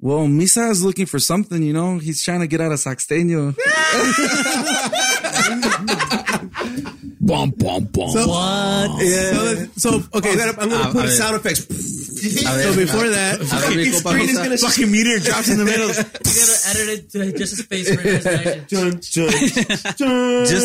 [SPEAKER 5] well, Misa is looking for something, you know. He's trying to get out of
[SPEAKER 2] [laughs]
[SPEAKER 5] Saxteño.
[SPEAKER 4] Bum, bum, bum.
[SPEAKER 7] what?
[SPEAKER 2] So, so, okay.
[SPEAKER 1] I'm gonna, I'm gonna
[SPEAKER 3] A-
[SPEAKER 1] put
[SPEAKER 3] a ver.
[SPEAKER 1] sound effects.
[SPEAKER 2] So before that,
[SPEAKER 3] A ver, mi compa
[SPEAKER 1] Green is
[SPEAKER 3] José.
[SPEAKER 1] gonna
[SPEAKER 4] Fucking meteor drops in the middle.
[SPEAKER 7] You gotta edit it to just a space for
[SPEAKER 1] [laughs]
[SPEAKER 7] action.
[SPEAKER 3] Just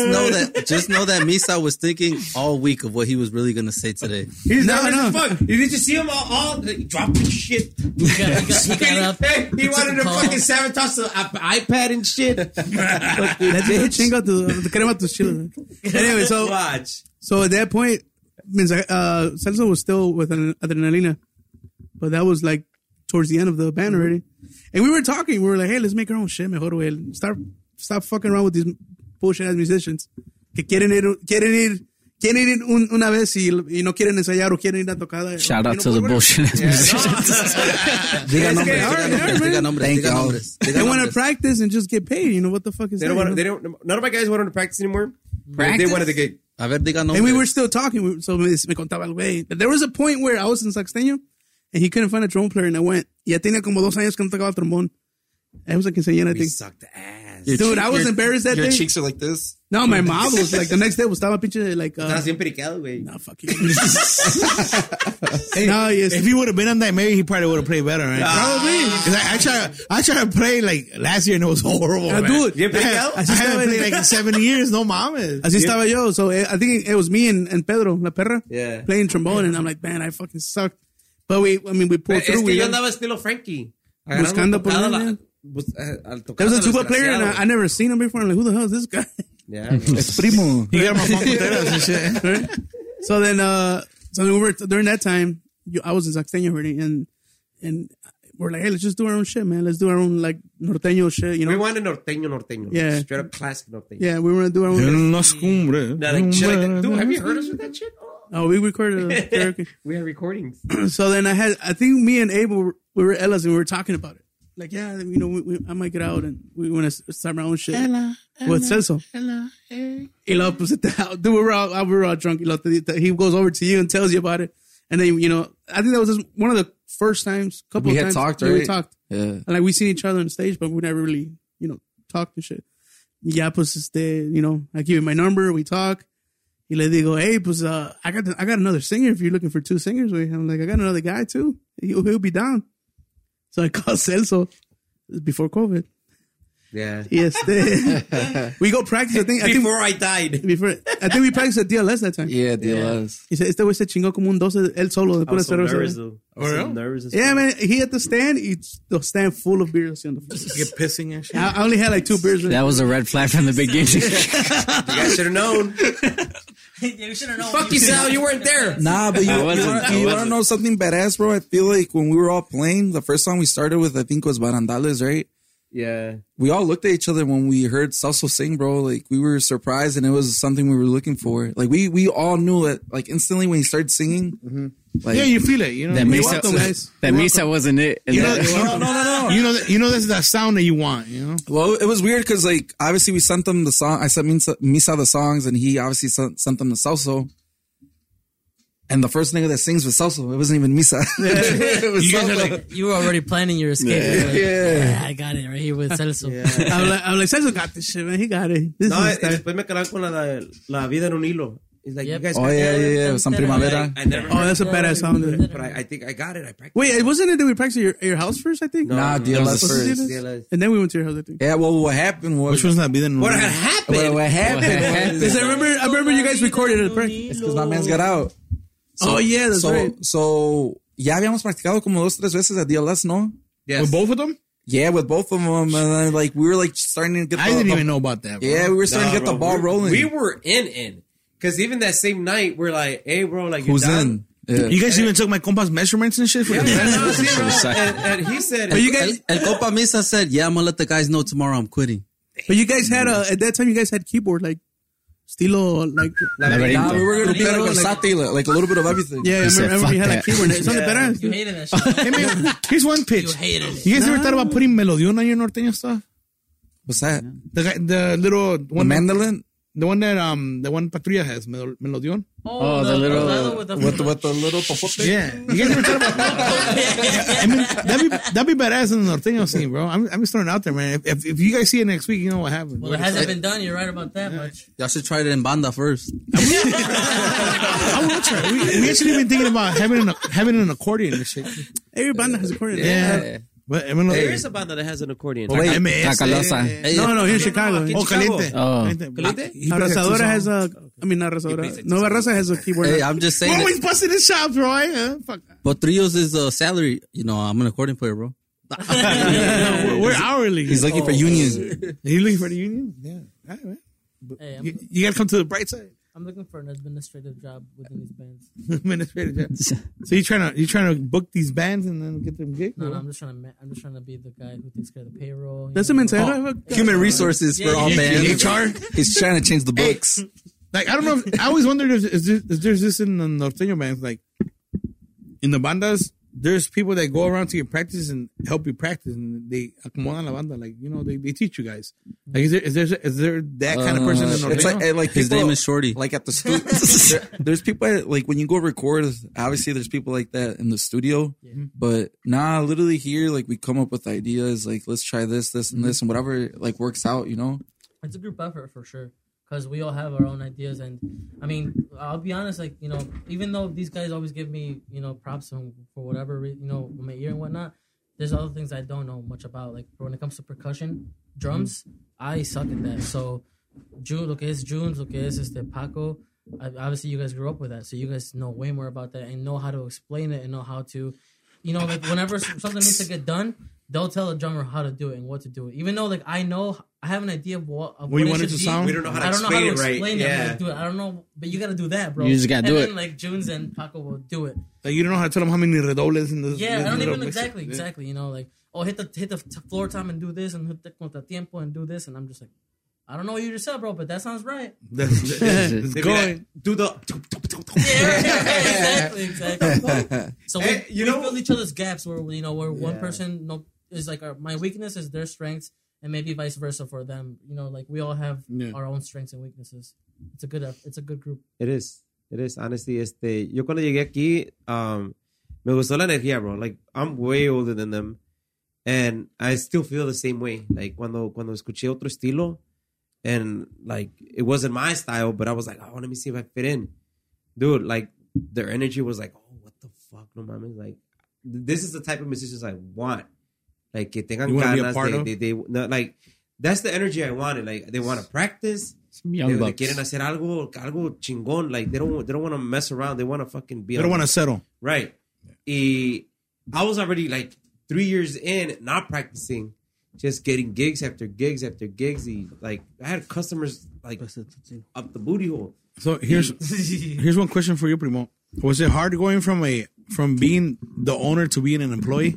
[SPEAKER 3] know that. Just know that Misa was thinking all week of what he was really gonna say today.
[SPEAKER 1] He's no, no. Fuck. Did you see him all, all dropping shit? [laughs]
[SPEAKER 7] He got, he got, he got up.
[SPEAKER 1] Hey, he
[SPEAKER 7] took
[SPEAKER 1] wanted
[SPEAKER 7] a
[SPEAKER 1] to
[SPEAKER 7] call. [laughs]
[SPEAKER 1] fucking sabotage the app- iPad and shit. uh,
[SPEAKER 2] let me chinga tu, te crema tus chiles. Anyway, so
[SPEAKER 1] Watch.
[SPEAKER 2] So at that point, means uh, Celso was still with an adrenalina, but that was like towards the end of the band already. And we were talking. We were like, "Hey, let's make our own shit, mejor güey. Stop, stop fucking around with these bullshit ass musicians. Que quieren ir, quieren ir,
[SPEAKER 5] quieren ir un- una vez y, y no quieren ensayar o quieren ir a tocada.
[SPEAKER 6] Shout
[SPEAKER 5] y
[SPEAKER 6] out
[SPEAKER 5] no
[SPEAKER 6] to the
[SPEAKER 5] pueden-
[SPEAKER 6] bullshit ass musicians.
[SPEAKER 10] Diga
[SPEAKER 5] Es que,
[SPEAKER 10] nombres, diga
[SPEAKER 5] all right,
[SPEAKER 10] nombres,
[SPEAKER 5] all right,
[SPEAKER 10] diga
[SPEAKER 5] man.
[SPEAKER 10] nombres,
[SPEAKER 3] Thank
[SPEAKER 10] diga
[SPEAKER 3] God.
[SPEAKER 10] nombres, diga
[SPEAKER 5] They want to
[SPEAKER 10] nombres.
[SPEAKER 5] practice and just get paid. You know what the fuck is
[SPEAKER 1] They
[SPEAKER 5] that?
[SPEAKER 1] don't want.
[SPEAKER 5] you
[SPEAKER 1] They
[SPEAKER 5] know?
[SPEAKER 1] don't. None of my guys wanted to practice anymore. They
[SPEAKER 6] Practice?
[SPEAKER 1] wanted to get.
[SPEAKER 10] A ver, diga nombres.
[SPEAKER 5] And we were still talking. we- So me, me contaba el güey. There was a point where I was in Saxteño and he couldn't find a drum player and I went. Ya tenía como dos años que no tocaba trombón. I was like enseñando, I think.
[SPEAKER 11] sucked ass.
[SPEAKER 5] Dude, I was embarrassed that
[SPEAKER 11] Your
[SPEAKER 5] day.
[SPEAKER 11] cheeks are like this.
[SPEAKER 5] No, my mom
[SPEAKER 11] [laughs]
[SPEAKER 5] was like, the next day was estaba pinche like, uh,
[SPEAKER 1] Estaba bien periqueado, güey.
[SPEAKER 5] nah, fuck you. [laughs] no, yes.
[SPEAKER 4] If he would have been on that, maybe he probably would have played better, right? Probably.
[SPEAKER 11] Ah.
[SPEAKER 4] Cause I, I tried, I tried to play like last year and it was horrible.
[SPEAKER 5] Yeah,
[SPEAKER 4] man.
[SPEAKER 5] dude.
[SPEAKER 1] Bien
[SPEAKER 4] I, had,
[SPEAKER 1] periqueado.
[SPEAKER 4] I
[SPEAKER 1] [laughs]
[SPEAKER 4] haven't played like in seven years. No mames.
[SPEAKER 5] Así estaba yo. So eh, I think it was me and, and Pedro, la perra,
[SPEAKER 1] Yeah.
[SPEAKER 5] playing trombone. And I'm like, man, I fucking sucked. But we, I mean, we pulled
[SPEAKER 1] Es
[SPEAKER 5] through.
[SPEAKER 1] que
[SPEAKER 5] We,
[SPEAKER 1] yo andaba estilo Frankie.
[SPEAKER 5] Buscando por
[SPEAKER 1] Tocado
[SPEAKER 5] dónde.
[SPEAKER 1] la- bus- eh, al
[SPEAKER 5] there
[SPEAKER 1] tocar
[SPEAKER 5] was a
[SPEAKER 1] a
[SPEAKER 5] tuba player and I, I never seen him before. I'm like, who the hell is this guy?
[SPEAKER 1] Yeah,
[SPEAKER 3] Es primo.
[SPEAKER 4] You got my mongoteras and shit.
[SPEAKER 5] [laughs] Right? so then, uh, so we were, during that time, you, I was in Saxteño already. And, and we're like, hey, let's just do our own shit, man. Let's do our own, like, norteño shit, you know?
[SPEAKER 1] we wanted norteño, norteño.
[SPEAKER 5] Yeah.
[SPEAKER 1] Straight up classic norteño.
[SPEAKER 5] yeah, we were going to do our own.
[SPEAKER 4] Las cumbres.
[SPEAKER 1] Yeah, like shit like that. Dude, have you heard us with that shit? Oh,
[SPEAKER 5] Oh, we recorded
[SPEAKER 4] [laughs]
[SPEAKER 5] a karaoke.
[SPEAKER 1] we have recordings.
[SPEAKER 5] so then I had, I think me and Abel, were- we were Ella's and we were talking about it. Like, yeah, you know, we, we, I might get out and we want to start my own shit. Ella, With Celso. Ella, hey. Y luego, pues, te- dude, we were all, we were all drunk. Y luego, te- te- he goes over to you and tells you about it. And then, you know, I think that was just one of the first times, couple
[SPEAKER 3] We
[SPEAKER 5] of times
[SPEAKER 3] had talked,
[SPEAKER 5] that we
[SPEAKER 3] right?
[SPEAKER 5] talked.
[SPEAKER 3] Yeah.
[SPEAKER 5] And like, we seen each other on stage, but we never really, you know, talked and shit. Y ya, pues, este, you know, I give him my number, we talk. Y le digo, hey, pues, uh, I got the, I got another singer if you're looking for two singers. güey." I'm like, I got another guy too. He'll, he'll be down. So I [laughs] called Celso This is before COVID.
[SPEAKER 1] Yeah.
[SPEAKER 5] Yes,
[SPEAKER 3] [laughs]
[SPEAKER 5] we go practice. I think, I think,
[SPEAKER 1] Before I died.
[SPEAKER 5] before, I think we practiced at DLS that time.
[SPEAKER 3] Yeah, DLS.
[SPEAKER 5] He said, este güey se chingó como un 12 él solo de
[SPEAKER 1] I
[SPEAKER 5] pura
[SPEAKER 1] was so
[SPEAKER 5] cerveza.
[SPEAKER 1] nervous, though. I was so nervous. as
[SPEAKER 5] Yeah,
[SPEAKER 1] fuck.
[SPEAKER 5] man, he at the stand, it's the stand full of beers on the floor.
[SPEAKER 10] Get pissing and shit.
[SPEAKER 5] I, I only had like two beers.
[SPEAKER 6] That was a red flag from the beginning.
[SPEAKER 1] You guys should have known.
[SPEAKER 7] yeah, you should have known.
[SPEAKER 1] Fuck you, Sal. You weren't there.
[SPEAKER 3] Nah, but you, you,
[SPEAKER 6] wasn't.
[SPEAKER 3] wanna-
[SPEAKER 6] I
[SPEAKER 3] you want to
[SPEAKER 6] wasn't.
[SPEAKER 3] know something badass, bro? I feel like when we were all playing, the first song we started with, I
[SPEAKER 5] [laughs]
[SPEAKER 3] think was Barandales, right?
[SPEAKER 1] [laughs] Yeah.
[SPEAKER 3] We all looked at each other when we heard Celso sing, bro. Like we were surprised, and it was something we were looking for. Like we we all knew it. Like instantly when he started singing, like
[SPEAKER 4] Yeah, you feel it. You know,
[SPEAKER 6] That
[SPEAKER 4] you
[SPEAKER 6] Mesa,
[SPEAKER 4] want them, guys.
[SPEAKER 6] that
[SPEAKER 4] You
[SPEAKER 6] Mesa wasn't it. And
[SPEAKER 4] know, no, no,
[SPEAKER 6] that-
[SPEAKER 4] no. You know, that- you know, this is that sound that you want. You know,
[SPEAKER 3] Well, it was weird because like obviously we sent them the song. I sent Misa, Misa the songs, and he obviously sent, sent them the salso. And the first nigga that sings was salso. It wasn't even
[SPEAKER 5] [laughs]
[SPEAKER 3] Misa. It was Salso.
[SPEAKER 7] [laughs] You were already planning your escape. Yeah, I got it right here with Celso.
[SPEAKER 5] I'm like, I'm like, Celso got this shit, man. He got it. This
[SPEAKER 1] No,
[SPEAKER 5] is
[SPEAKER 1] y
[SPEAKER 5] his style.
[SPEAKER 1] después me calaban con la, de- la vida en un hilo. It's like,
[SPEAKER 7] Yep.
[SPEAKER 1] you guys
[SPEAKER 3] oh
[SPEAKER 1] got
[SPEAKER 3] yeah,
[SPEAKER 1] that?
[SPEAKER 3] yeah, yeah. It was some primavera.
[SPEAKER 1] I never
[SPEAKER 5] Oh, that's a badass song. dude.
[SPEAKER 1] but I, I think I got it. I practiced.
[SPEAKER 5] Wait, it wasn't it that we practiced at your, at your house first, I think?
[SPEAKER 3] Nah, DLS
[SPEAKER 5] Was it DLS?
[SPEAKER 3] first.
[SPEAKER 1] DLS.
[SPEAKER 5] And then we went to your house, I think.
[SPEAKER 3] Yeah. Well, what happened was
[SPEAKER 4] which one's not being
[SPEAKER 1] What had happened?
[SPEAKER 3] what, what happened?
[SPEAKER 5] Because I remember, I remember you guys recorded it. right?
[SPEAKER 3] Because my man's got out.
[SPEAKER 5] oh, yeah, that's
[SPEAKER 3] so
[SPEAKER 5] right.
[SPEAKER 3] so ya habíamos practicado como dos tres veces at DLS, no?
[SPEAKER 1] Yes.
[SPEAKER 4] both of them?
[SPEAKER 3] Yeah, with both of them, and then like we were like starting to get.
[SPEAKER 4] I
[SPEAKER 3] the,
[SPEAKER 4] didn't
[SPEAKER 3] the-
[SPEAKER 4] even know about that. Bro.
[SPEAKER 3] Yeah, we were starting
[SPEAKER 1] Nah,
[SPEAKER 3] to get
[SPEAKER 1] bro,
[SPEAKER 3] the ball
[SPEAKER 1] we-
[SPEAKER 3] rolling.
[SPEAKER 1] We were in in because even that same night we're like, hey, bro, like
[SPEAKER 3] Who's
[SPEAKER 1] you're down?
[SPEAKER 3] in? Yeah.
[SPEAKER 4] You guys even took my compass measurements and shit for the
[SPEAKER 1] Yeah,
[SPEAKER 6] [laughs]
[SPEAKER 4] band?
[SPEAKER 3] [laughs]
[SPEAKER 1] no, sí, bro. and, and he said,
[SPEAKER 5] But you
[SPEAKER 10] El,
[SPEAKER 5] guys,
[SPEAKER 10] el compa Misa said, yeah, I'm going to let the guys know tomorrow I'm quitting.
[SPEAKER 5] but you guys had a, at that time, you guys had keyboard, like, estilo, like,
[SPEAKER 3] Nah, we were gonna
[SPEAKER 5] Laberinto.
[SPEAKER 3] play like a sate, like, like a little bit of everything.
[SPEAKER 5] yeah, I remember, I
[SPEAKER 6] said,
[SPEAKER 5] remember you had
[SPEAKER 6] "Fuck
[SPEAKER 5] a
[SPEAKER 6] that."
[SPEAKER 5] keyboard. It sounded badass.
[SPEAKER 7] You
[SPEAKER 5] dude.
[SPEAKER 7] hated that shit.
[SPEAKER 1] [laughs]
[SPEAKER 4] Hey man, here's one pitch.
[SPEAKER 7] You hated it.
[SPEAKER 4] You guys ever thought about putting melodion on your norteño stuff?
[SPEAKER 3] What's that?
[SPEAKER 4] The guy, the little
[SPEAKER 3] The
[SPEAKER 4] one,
[SPEAKER 3] mandolin?
[SPEAKER 4] the one that um, the one Patria has, Mel- melodion.
[SPEAKER 6] Oh, the little-
[SPEAKER 7] other with the,
[SPEAKER 3] With the, with the little popote?
[SPEAKER 4] Yeah, you guys ever thought about
[SPEAKER 7] [laughs]
[SPEAKER 4] I mean, that'd be that'd be badass in the norteño scene, bro. I'm I'm just throwing it out there, man. If, if if you guys see it next week, you know what happened.
[SPEAKER 7] Well, it hasn't been done. You're right about that much.
[SPEAKER 10] Y'all should try it in banda first.
[SPEAKER 4] I will try. Oh, We, we actually been thinking about having an having an accordion and shit.
[SPEAKER 5] Every band has recorded it.
[SPEAKER 4] Yeah, but I mean,
[SPEAKER 1] there is a band that has an accordion.
[SPEAKER 5] [laughs]
[SPEAKER 3] Wait,
[SPEAKER 4] MS,
[SPEAKER 6] Tacalosa.
[SPEAKER 5] No, no, here in Chicago. Ah,
[SPEAKER 4] Oh, caliente.
[SPEAKER 6] Oh.
[SPEAKER 4] Caliente. He plays that
[SPEAKER 5] Arrasadora
[SPEAKER 4] song.
[SPEAKER 5] has a, I mean, not Arrasadora. Nova Raza has a keyboard.
[SPEAKER 10] Hey, I'm just saying.
[SPEAKER 4] We're
[SPEAKER 10] That,
[SPEAKER 4] always busting his chops, bro. eh? Huh? Fuck.
[SPEAKER 10] Potrillos is a salary. You know, I'm an accordion player, bro.
[SPEAKER 4] No, we're, we're hourly.
[SPEAKER 3] He's looking for union.
[SPEAKER 4] Are you looking for the union? Yeah. All right, man.
[SPEAKER 7] Hey,
[SPEAKER 4] You,
[SPEAKER 7] I'm,
[SPEAKER 4] you gotta come to the bright side. [laughs]
[SPEAKER 7] I'm looking for an administrative job within these bands.
[SPEAKER 4] Administrative job. So you trying to you trying to book these bands and then get them gigs?
[SPEAKER 7] No, no, I'm just trying to. Ma- I'm just trying to be the guy who takes care of the payroll. you
[SPEAKER 5] That's a
[SPEAKER 7] know.
[SPEAKER 5] mensaje.
[SPEAKER 3] Human resources for all
[SPEAKER 4] You-
[SPEAKER 3] bands.
[SPEAKER 4] you HR?
[SPEAKER 3] He's trying to change the books.
[SPEAKER 4] Like I don't know. If, I always wondered if, is there, if there's this in the norteño bands. Like in the bandas, there's people that go around to your practice and help you practice, and they acomodan la banda. Like you know, they, they teach you guys. Like is there is there is there that kind of person in
[SPEAKER 5] Uh,
[SPEAKER 4] norteño?
[SPEAKER 5] it's like, eh, like
[SPEAKER 3] His
[SPEAKER 5] people-
[SPEAKER 3] name is Shorty.
[SPEAKER 5] Like at the studio, there's people that, like when you go record. Obviously, there's people like that in the studio. But nah, literally here, like we come up with ideas. Like let's try this, this, and this, and whatever like works out. You know,
[SPEAKER 7] It's a group effort for sure because we all have our own ideas. And I mean, I'll be honest, like, you know, even though these guys always give me, you know, props and for whatever, re- you know, my ear and whatnot, there's other things I don't know much about. Like, when it comes to percussion, drums, I suck at that. So, June, lo que es Junes, lo que es este Paco, I, obviously you guys grew up with that. So, you guys know way more about that and know how to explain it and know how to, you know, like, whenever s- something needs to get done, They'll tell a drummer how to do it and what to do. Even though, like, I know, I have an idea of what, of
[SPEAKER 4] What you
[SPEAKER 7] what
[SPEAKER 4] want it
[SPEAKER 7] should
[SPEAKER 4] to
[SPEAKER 7] be.
[SPEAKER 4] sound?
[SPEAKER 8] We don't know how to
[SPEAKER 7] I don't know how
[SPEAKER 8] explain
[SPEAKER 7] to
[SPEAKER 8] it right.
[SPEAKER 7] explain it. I'm
[SPEAKER 8] Yeah.
[SPEAKER 7] gonna do it. I don't know, but you gotta do that, bro.
[SPEAKER 6] You just gotta
[SPEAKER 7] and
[SPEAKER 6] do
[SPEAKER 7] then,
[SPEAKER 6] it.
[SPEAKER 7] Like Junes and Paco will do it.
[SPEAKER 4] Like, you don't know how to tell them how many redobles in this.
[SPEAKER 7] Yeah, I
[SPEAKER 4] this
[SPEAKER 7] don't
[SPEAKER 4] little
[SPEAKER 7] even
[SPEAKER 4] mix-
[SPEAKER 7] exactly, exactly. You know, like oh, hit the hit the t- floor time and do this, and hit the contratiempo and do this, and I'm just like, I don't know what you just said, bro, but that sounds right. [laughs]
[SPEAKER 4] That's, that's,
[SPEAKER 1] [laughs]
[SPEAKER 8] They'd be
[SPEAKER 4] going.
[SPEAKER 8] like, Do
[SPEAKER 5] [laughs]
[SPEAKER 8] the.
[SPEAKER 7] Yeah, right, right, exactly, exactly. So we,
[SPEAKER 8] Hey, you
[SPEAKER 7] we
[SPEAKER 8] know-
[SPEAKER 7] fill each other's gaps where you know where one person no is like our, my weakness is their strengths, and maybe vice versa for them. You know, like we all have
[SPEAKER 4] Yeah.
[SPEAKER 7] our own strengths and weaknesses. It's a good eff- it's a good group.
[SPEAKER 1] It is. It is. Honestly, este, yo cuando llegué aquí, um, me gustó la energía, bro. Like, I'm way older than them. And I still feel the same way. Like, cuando, cuando escuché otro estilo, and like, it wasn't my style, but I was like, oh, let me see if I fit in. Dude, like, their energy was like, oh, what the fuck, no mames. Like, this is the type of musicians I want. Like, que tengan
[SPEAKER 4] You wanna be a
[SPEAKER 1] ganas.
[SPEAKER 4] part
[SPEAKER 1] they,
[SPEAKER 4] of?
[SPEAKER 1] they, they, no, like, that's the energy I wanted. Like, they want to practice.
[SPEAKER 6] Some
[SPEAKER 1] They-
[SPEAKER 6] young
[SPEAKER 1] they
[SPEAKER 6] bucks.
[SPEAKER 1] quieren hacer algo, algo chingón. Like they don't, they don't want to mess around. They want to fucking be.
[SPEAKER 4] They don't
[SPEAKER 1] on-
[SPEAKER 4] want to settle.
[SPEAKER 1] right. Y- I was already like three years in, not practicing, just getting gigs after gigs after gigs. Y, like I had customers like up the booty hole.
[SPEAKER 4] So
[SPEAKER 7] [laughs]
[SPEAKER 4] here's here's one question for you, Primo. Was it hard going from a from being the owner to being an employee?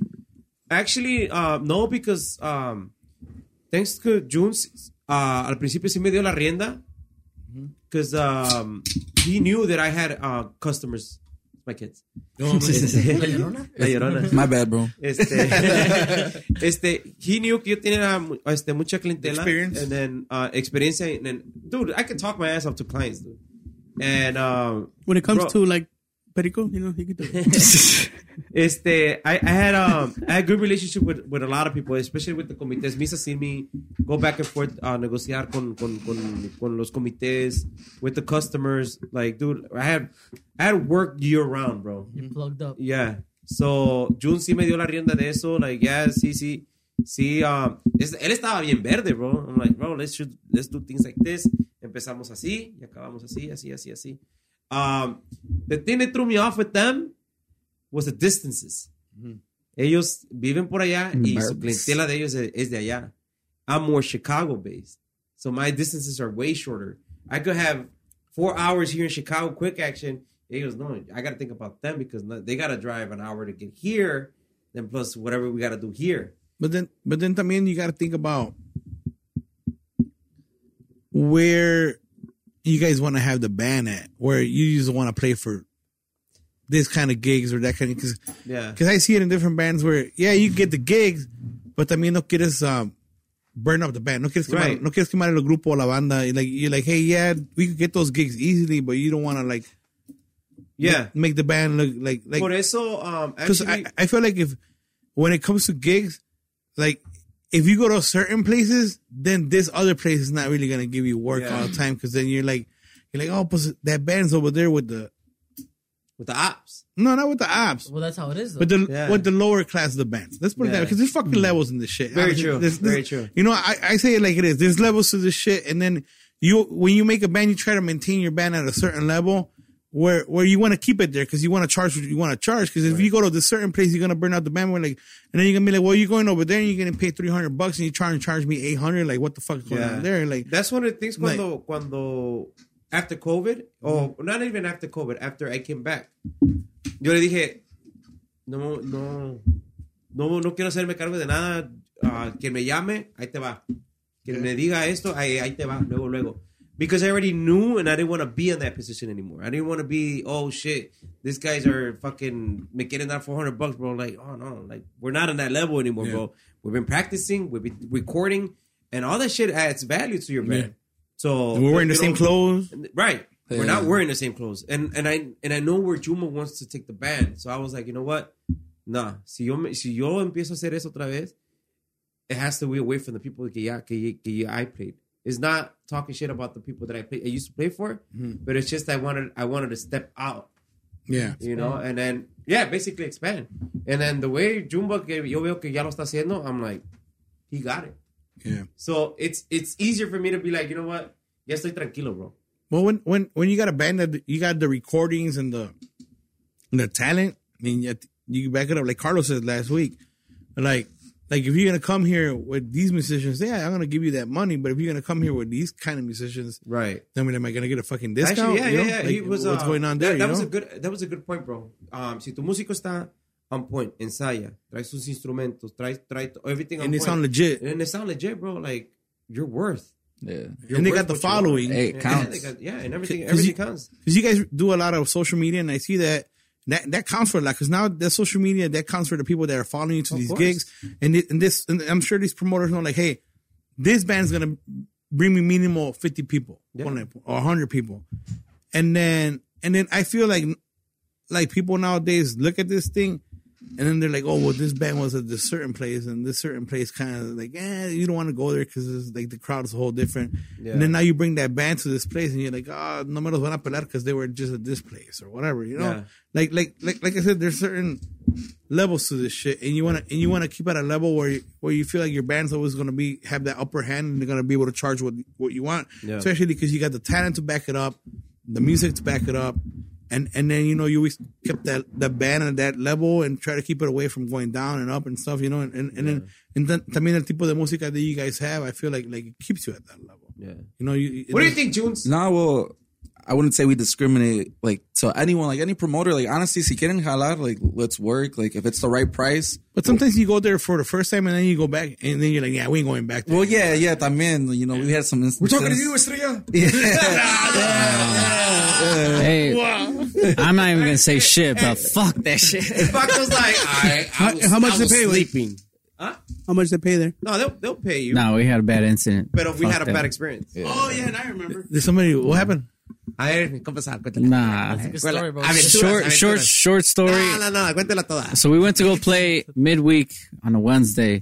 [SPEAKER 1] Actually, uh, no, because um, thanks to Junes, uh, al principio sí me dio la rienda. Because um, he knew that I had uh, customers, my kids. La llorona.
[SPEAKER 5] my bad, bro.
[SPEAKER 1] Este, este, he knew que yo tenía mu- este, mucha clientela.
[SPEAKER 4] Experience.
[SPEAKER 1] And then, uh, experiencia. And then, dude, I could talk my ass off to clients, dude. And, um,
[SPEAKER 2] When it comes
[SPEAKER 1] Bro.
[SPEAKER 2] to like Perico, you know, he could do it.
[SPEAKER 1] este, I, I had, um, I had good relationship with, with a lot of people, especially with the comités. Me hizo see me go back and forth, uh, negociar con, con, con, con los comités, with the customers. Like, dude, I had, I had work year round, bro.
[SPEAKER 7] You're plugged up.
[SPEAKER 1] Yeah. So, Jun sí me dio la rienda de eso. Like, yeah, sí, sí. Sí, um, es- él estaba bien verde, bro. I'm like, bro, let's, shoot- let's do things like this. Empezamos así y acabamos así, así, así, así. Um, the thing that threw me off with them was the distances. Ellos viven por allá y su clientela de ellos es es de allá. I'm more Chicago based. So my distances are way shorter. I could have four hours here in Chicago, quick action. He goes, no, I got to think about them because no- they got to drive an hour to get here, then plus whatever we got to do here.
[SPEAKER 4] But then, but then, I mean, you got to think about where you guys want to have the band at, where you just want to play for this kind of gigs or that kind of. Because
[SPEAKER 1] Yeah.
[SPEAKER 4] I see it in different bands where, yeah, you get the gigs, but I mean, no quieres um, burn up the band. No quieres quemar,
[SPEAKER 1] Right.
[SPEAKER 4] no quieres quemar el grupo o la banda. You're like you're like, hey, yeah, we could get those gigs easily, but you don't want to like
[SPEAKER 1] Yeah.
[SPEAKER 4] make the band look like like
[SPEAKER 1] Por eso, um,
[SPEAKER 4] because
[SPEAKER 1] actually,
[SPEAKER 4] I, I feel like if when it comes to gigs, like if you go to certain places, then this other place is not really gonna give you work
[SPEAKER 1] Yeah.
[SPEAKER 4] all the time because then you're like you're like oh, but that band's over there with the
[SPEAKER 1] with the ops.
[SPEAKER 4] no, not with the ops,
[SPEAKER 7] Well, that's how it is. Though.
[SPEAKER 4] but the
[SPEAKER 1] Yeah.
[SPEAKER 4] with the lower class of the bands. Let's put it
[SPEAKER 1] Yeah.
[SPEAKER 4] that
[SPEAKER 1] Mm.
[SPEAKER 4] way because there's fucking levels in this shit.
[SPEAKER 1] Very true. Very true.
[SPEAKER 4] You know, I, I say it like it is. There's levels to this shit, and then you when you make a band, you try to maintain your band at a certain level where where you want to keep it there because you want to charge what you want to charge. Because if you go to this certain place, you're gonna burn out the band. We're like, and then you're gonna be like, well, you're going over there and you're gonna pay three hundred bucks, and you're trying to charge me eight hundred. Like, what the fuck is going
[SPEAKER 1] Yeah.
[SPEAKER 4] on there? Like,
[SPEAKER 1] That's one of the things cuando, cuando after COVID, or
[SPEAKER 4] Mm-hmm.
[SPEAKER 1] not even after COVID, after I came back, yo le dije, no, no, no, no quiero hacerme cargo de nada. Ah, quien me llame, ahí te va. Quien me diga esto, ahí, ahí te va, luego, luego. because I already knew and I didn't want to be in that position anymore. I didn't want to be, oh shit, these guys are fucking me quieren dar 400 bucks, bro. Like, oh no, like we're not on that level anymore, bro. We've been practicing, we've been recording, and all that shit adds value to your band. So
[SPEAKER 4] We're wearing the
[SPEAKER 1] you
[SPEAKER 4] same
[SPEAKER 1] know,
[SPEAKER 4] clothes.
[SPEAKER 1] Right. We're
[SPEAKER 5] Yeah.
[SPEAKER 1] not wearing the same clothes. And and I and I know where Juma wants to take the band. So I was like, you know what? Nah, si yo me- si yo empiezo a hacer eso otra vez, it has to be away from the people que ya, que, ya- que ya I played. It's not talking shit about the people that I play, I used to play for, but it's just I wanted I wanted to step out,
[SPEAKER 4] Yeah.
[SPEAKER 1] you know, and then yeah, basically expand. And then the way Jumba que yo veo que ya lo está haciendo, I'm like, he got it.
[SPEAKER 4] Yeah.
[SPEAKER 1] So it's it's easier for me to be like, you know what? Ya estoy tranquilo, bro.
[SPEAKER 4] Well, when when when you got a band that you got the recordings and the and the talent, I mean, you, you can back it up. Like Carlos said last week, like like if you're gonna come here with these musicians, yeah, I'm gonna give you that money. But if you're gonna come here with these kind of musicians,
[SPEAKER 1] Right.
[SPEAKER 4] then I mean, am I gonna get a fucking discount?
[SPEAKER 1] Actually,
[SPEAKER 4] you
[SPEAKER 1] yeah,
[SPEAKER 4] know?
[SPEAKER 1] yeah, yeah.
[SPEAKER 4] Like,
[SPEAKER 1] he was,
[SPEAKER 4] what's
[SPEAKER 1] uh,
[SPEAKER 4] going on
[SPEAKER 1] that-
[SPEAKER 4] there?
[SPEAKER 1] That,
[SPEAKER 4] you
[SPEAKER 1] was
[SPEAKER 4] know?
[SPEAKER 1] a good. That was a good point, bro. Um, si tu músico está on point, ensaya, trae sus instrumentos, trae, trae t- everything. On
[SPEAKER 4] and they
[SPEAKER 1] point.
[SPEAKER 4] sound legit,
[SPEAKER 1] And they sound legit, bro. Like you're worth.
[SPEAKER 5] Yeah.
[SPEAKER 1] You're
[SPEAKER 4] and they
[SPEAKER 1] worth
[SPEAKER 4] got the
[SPEAKER 1] what you are.
[SPEAKER 4] following.
[SPEAKER 5] Hey,
[SPEAKER 1] Yeah,
[SPEAKER 5] it counts.
[SPEAKER 1] they got- Yeah, and everything,
[SPEAKER 4] 'Cause
[SPEAKER 1] everything
[SPEAKER 4] you- [laughs]
[SPEAKER 1] counts.
[SPEAKER 4] because you guys do a lot of social media, and I see that that that counts for a lot. Because now that social media that counts for the people that are following you to
[SPEAKER 1] Of
[SPEAKER 4] these
[SPEAKER 1] course.
[SPEAKER 4] gigs, and thi- and this, and I'm sure these promoters know, like, hey, this band's gonna bring me minimal 50 people,
[SPEAKER 1] Yeah.
[SPEAKER 4] one- or 100 people, and then and then I feel like like people nowadays look at this thing. And then they're like, "Oh, well, this band was at this certain place, and this certain place kind of like, eh, you don't want to go there because like the crowd's a whole different."
[SPEAKER 1] Yeah.
[SPEAKER 4] And then now you bring that band to this place, and you're like, "Ah, no me los van a pelar because they were just at this place or whatever." You know,
[SPEAKER 1] Yeah.
[SPEAKER 4] like like like like I said, there's certain levels to this shit, and you want to and you want to keep at a level where you, where you feel like your band's always going to be have that upper hand, and they're going to be able to charge what what you want,
[SPEAKER 1] Yeah.
[SPEAKER 4] especially because you got the talent to back it up, the music to back it up, and and then you know you always kept that that band at that level and try to keep it away from going down and up and stuff, you know, and and, and then and then también el tipo de música that you guys have, I feel like like it keeps you at that level.
[SPEAKER 1] Yeah.
[SPEAKER 4] You know, you,
[SPEAKER 1] What do you think,
[SPEAKER 4] [laughs]
[SPEAKER 1] Junes?
[SPEAKER 5] No, well, I wouldn't say we discriminate like to anyone, like any promoter. Like honestly, si quieren jalar, like let's work. Like if it's the right price.
[SPEAKER 4] But sometimes you go there for the first time and then you go back and then you're like, yeah, we ain't going back. There.
[SPEAKER 5] Well, yeah, yeah, también. You know, we had some instances. We're
[SPEAKER 1] Estrella.
[SPEAKER 6] Hey, I'm not even gonna say shit,
[SPEAKER 4] [laughs]
[SPEAKER 6] but fuck that shit.
[SPEAKER 1] Paco's like, I, I
[SPEAKER 2] How-
[SPEAKER 1] was,
[SPEAKER 2] how much
[SPEAKER 1] I
[SPEAKER 2] they
[SPEAKER 1] was
[SPEAKER 2] pay, like-
[SPEAKER 1] Sleeping.
[SPEAKER 2] How much they pay there?
[SPEAKER 1] No, they'll they'll pay you.
[SPEAKER 6] no, we had a bad incident.
[SPEAKER 1] But we
[SPEAKER 6] Fuck
[SPEAKER 1] had a
[SPEAKER 6] that.
[SPEAKER 1] bad experience.
[SPEAKER 2] Oh yeah, and I remember.
[SPEAKER 4] Did somebody? What happened?
[SPEAKER 1] A ver, confesar, cuéntala.
[SPEAKER 4] [laughs]
[SPEAKER 6] Nah,
[SPEAKER 7] Good story, bro. [laughs]
[SPEAKER 6] short, short, short story.
[SPEAKER 4] Ah,
[SPEAKER 1] Ah, No, no, no, cuéntala toda.
[SPEAKER 6] So we went to go play midweek on a Wednesday.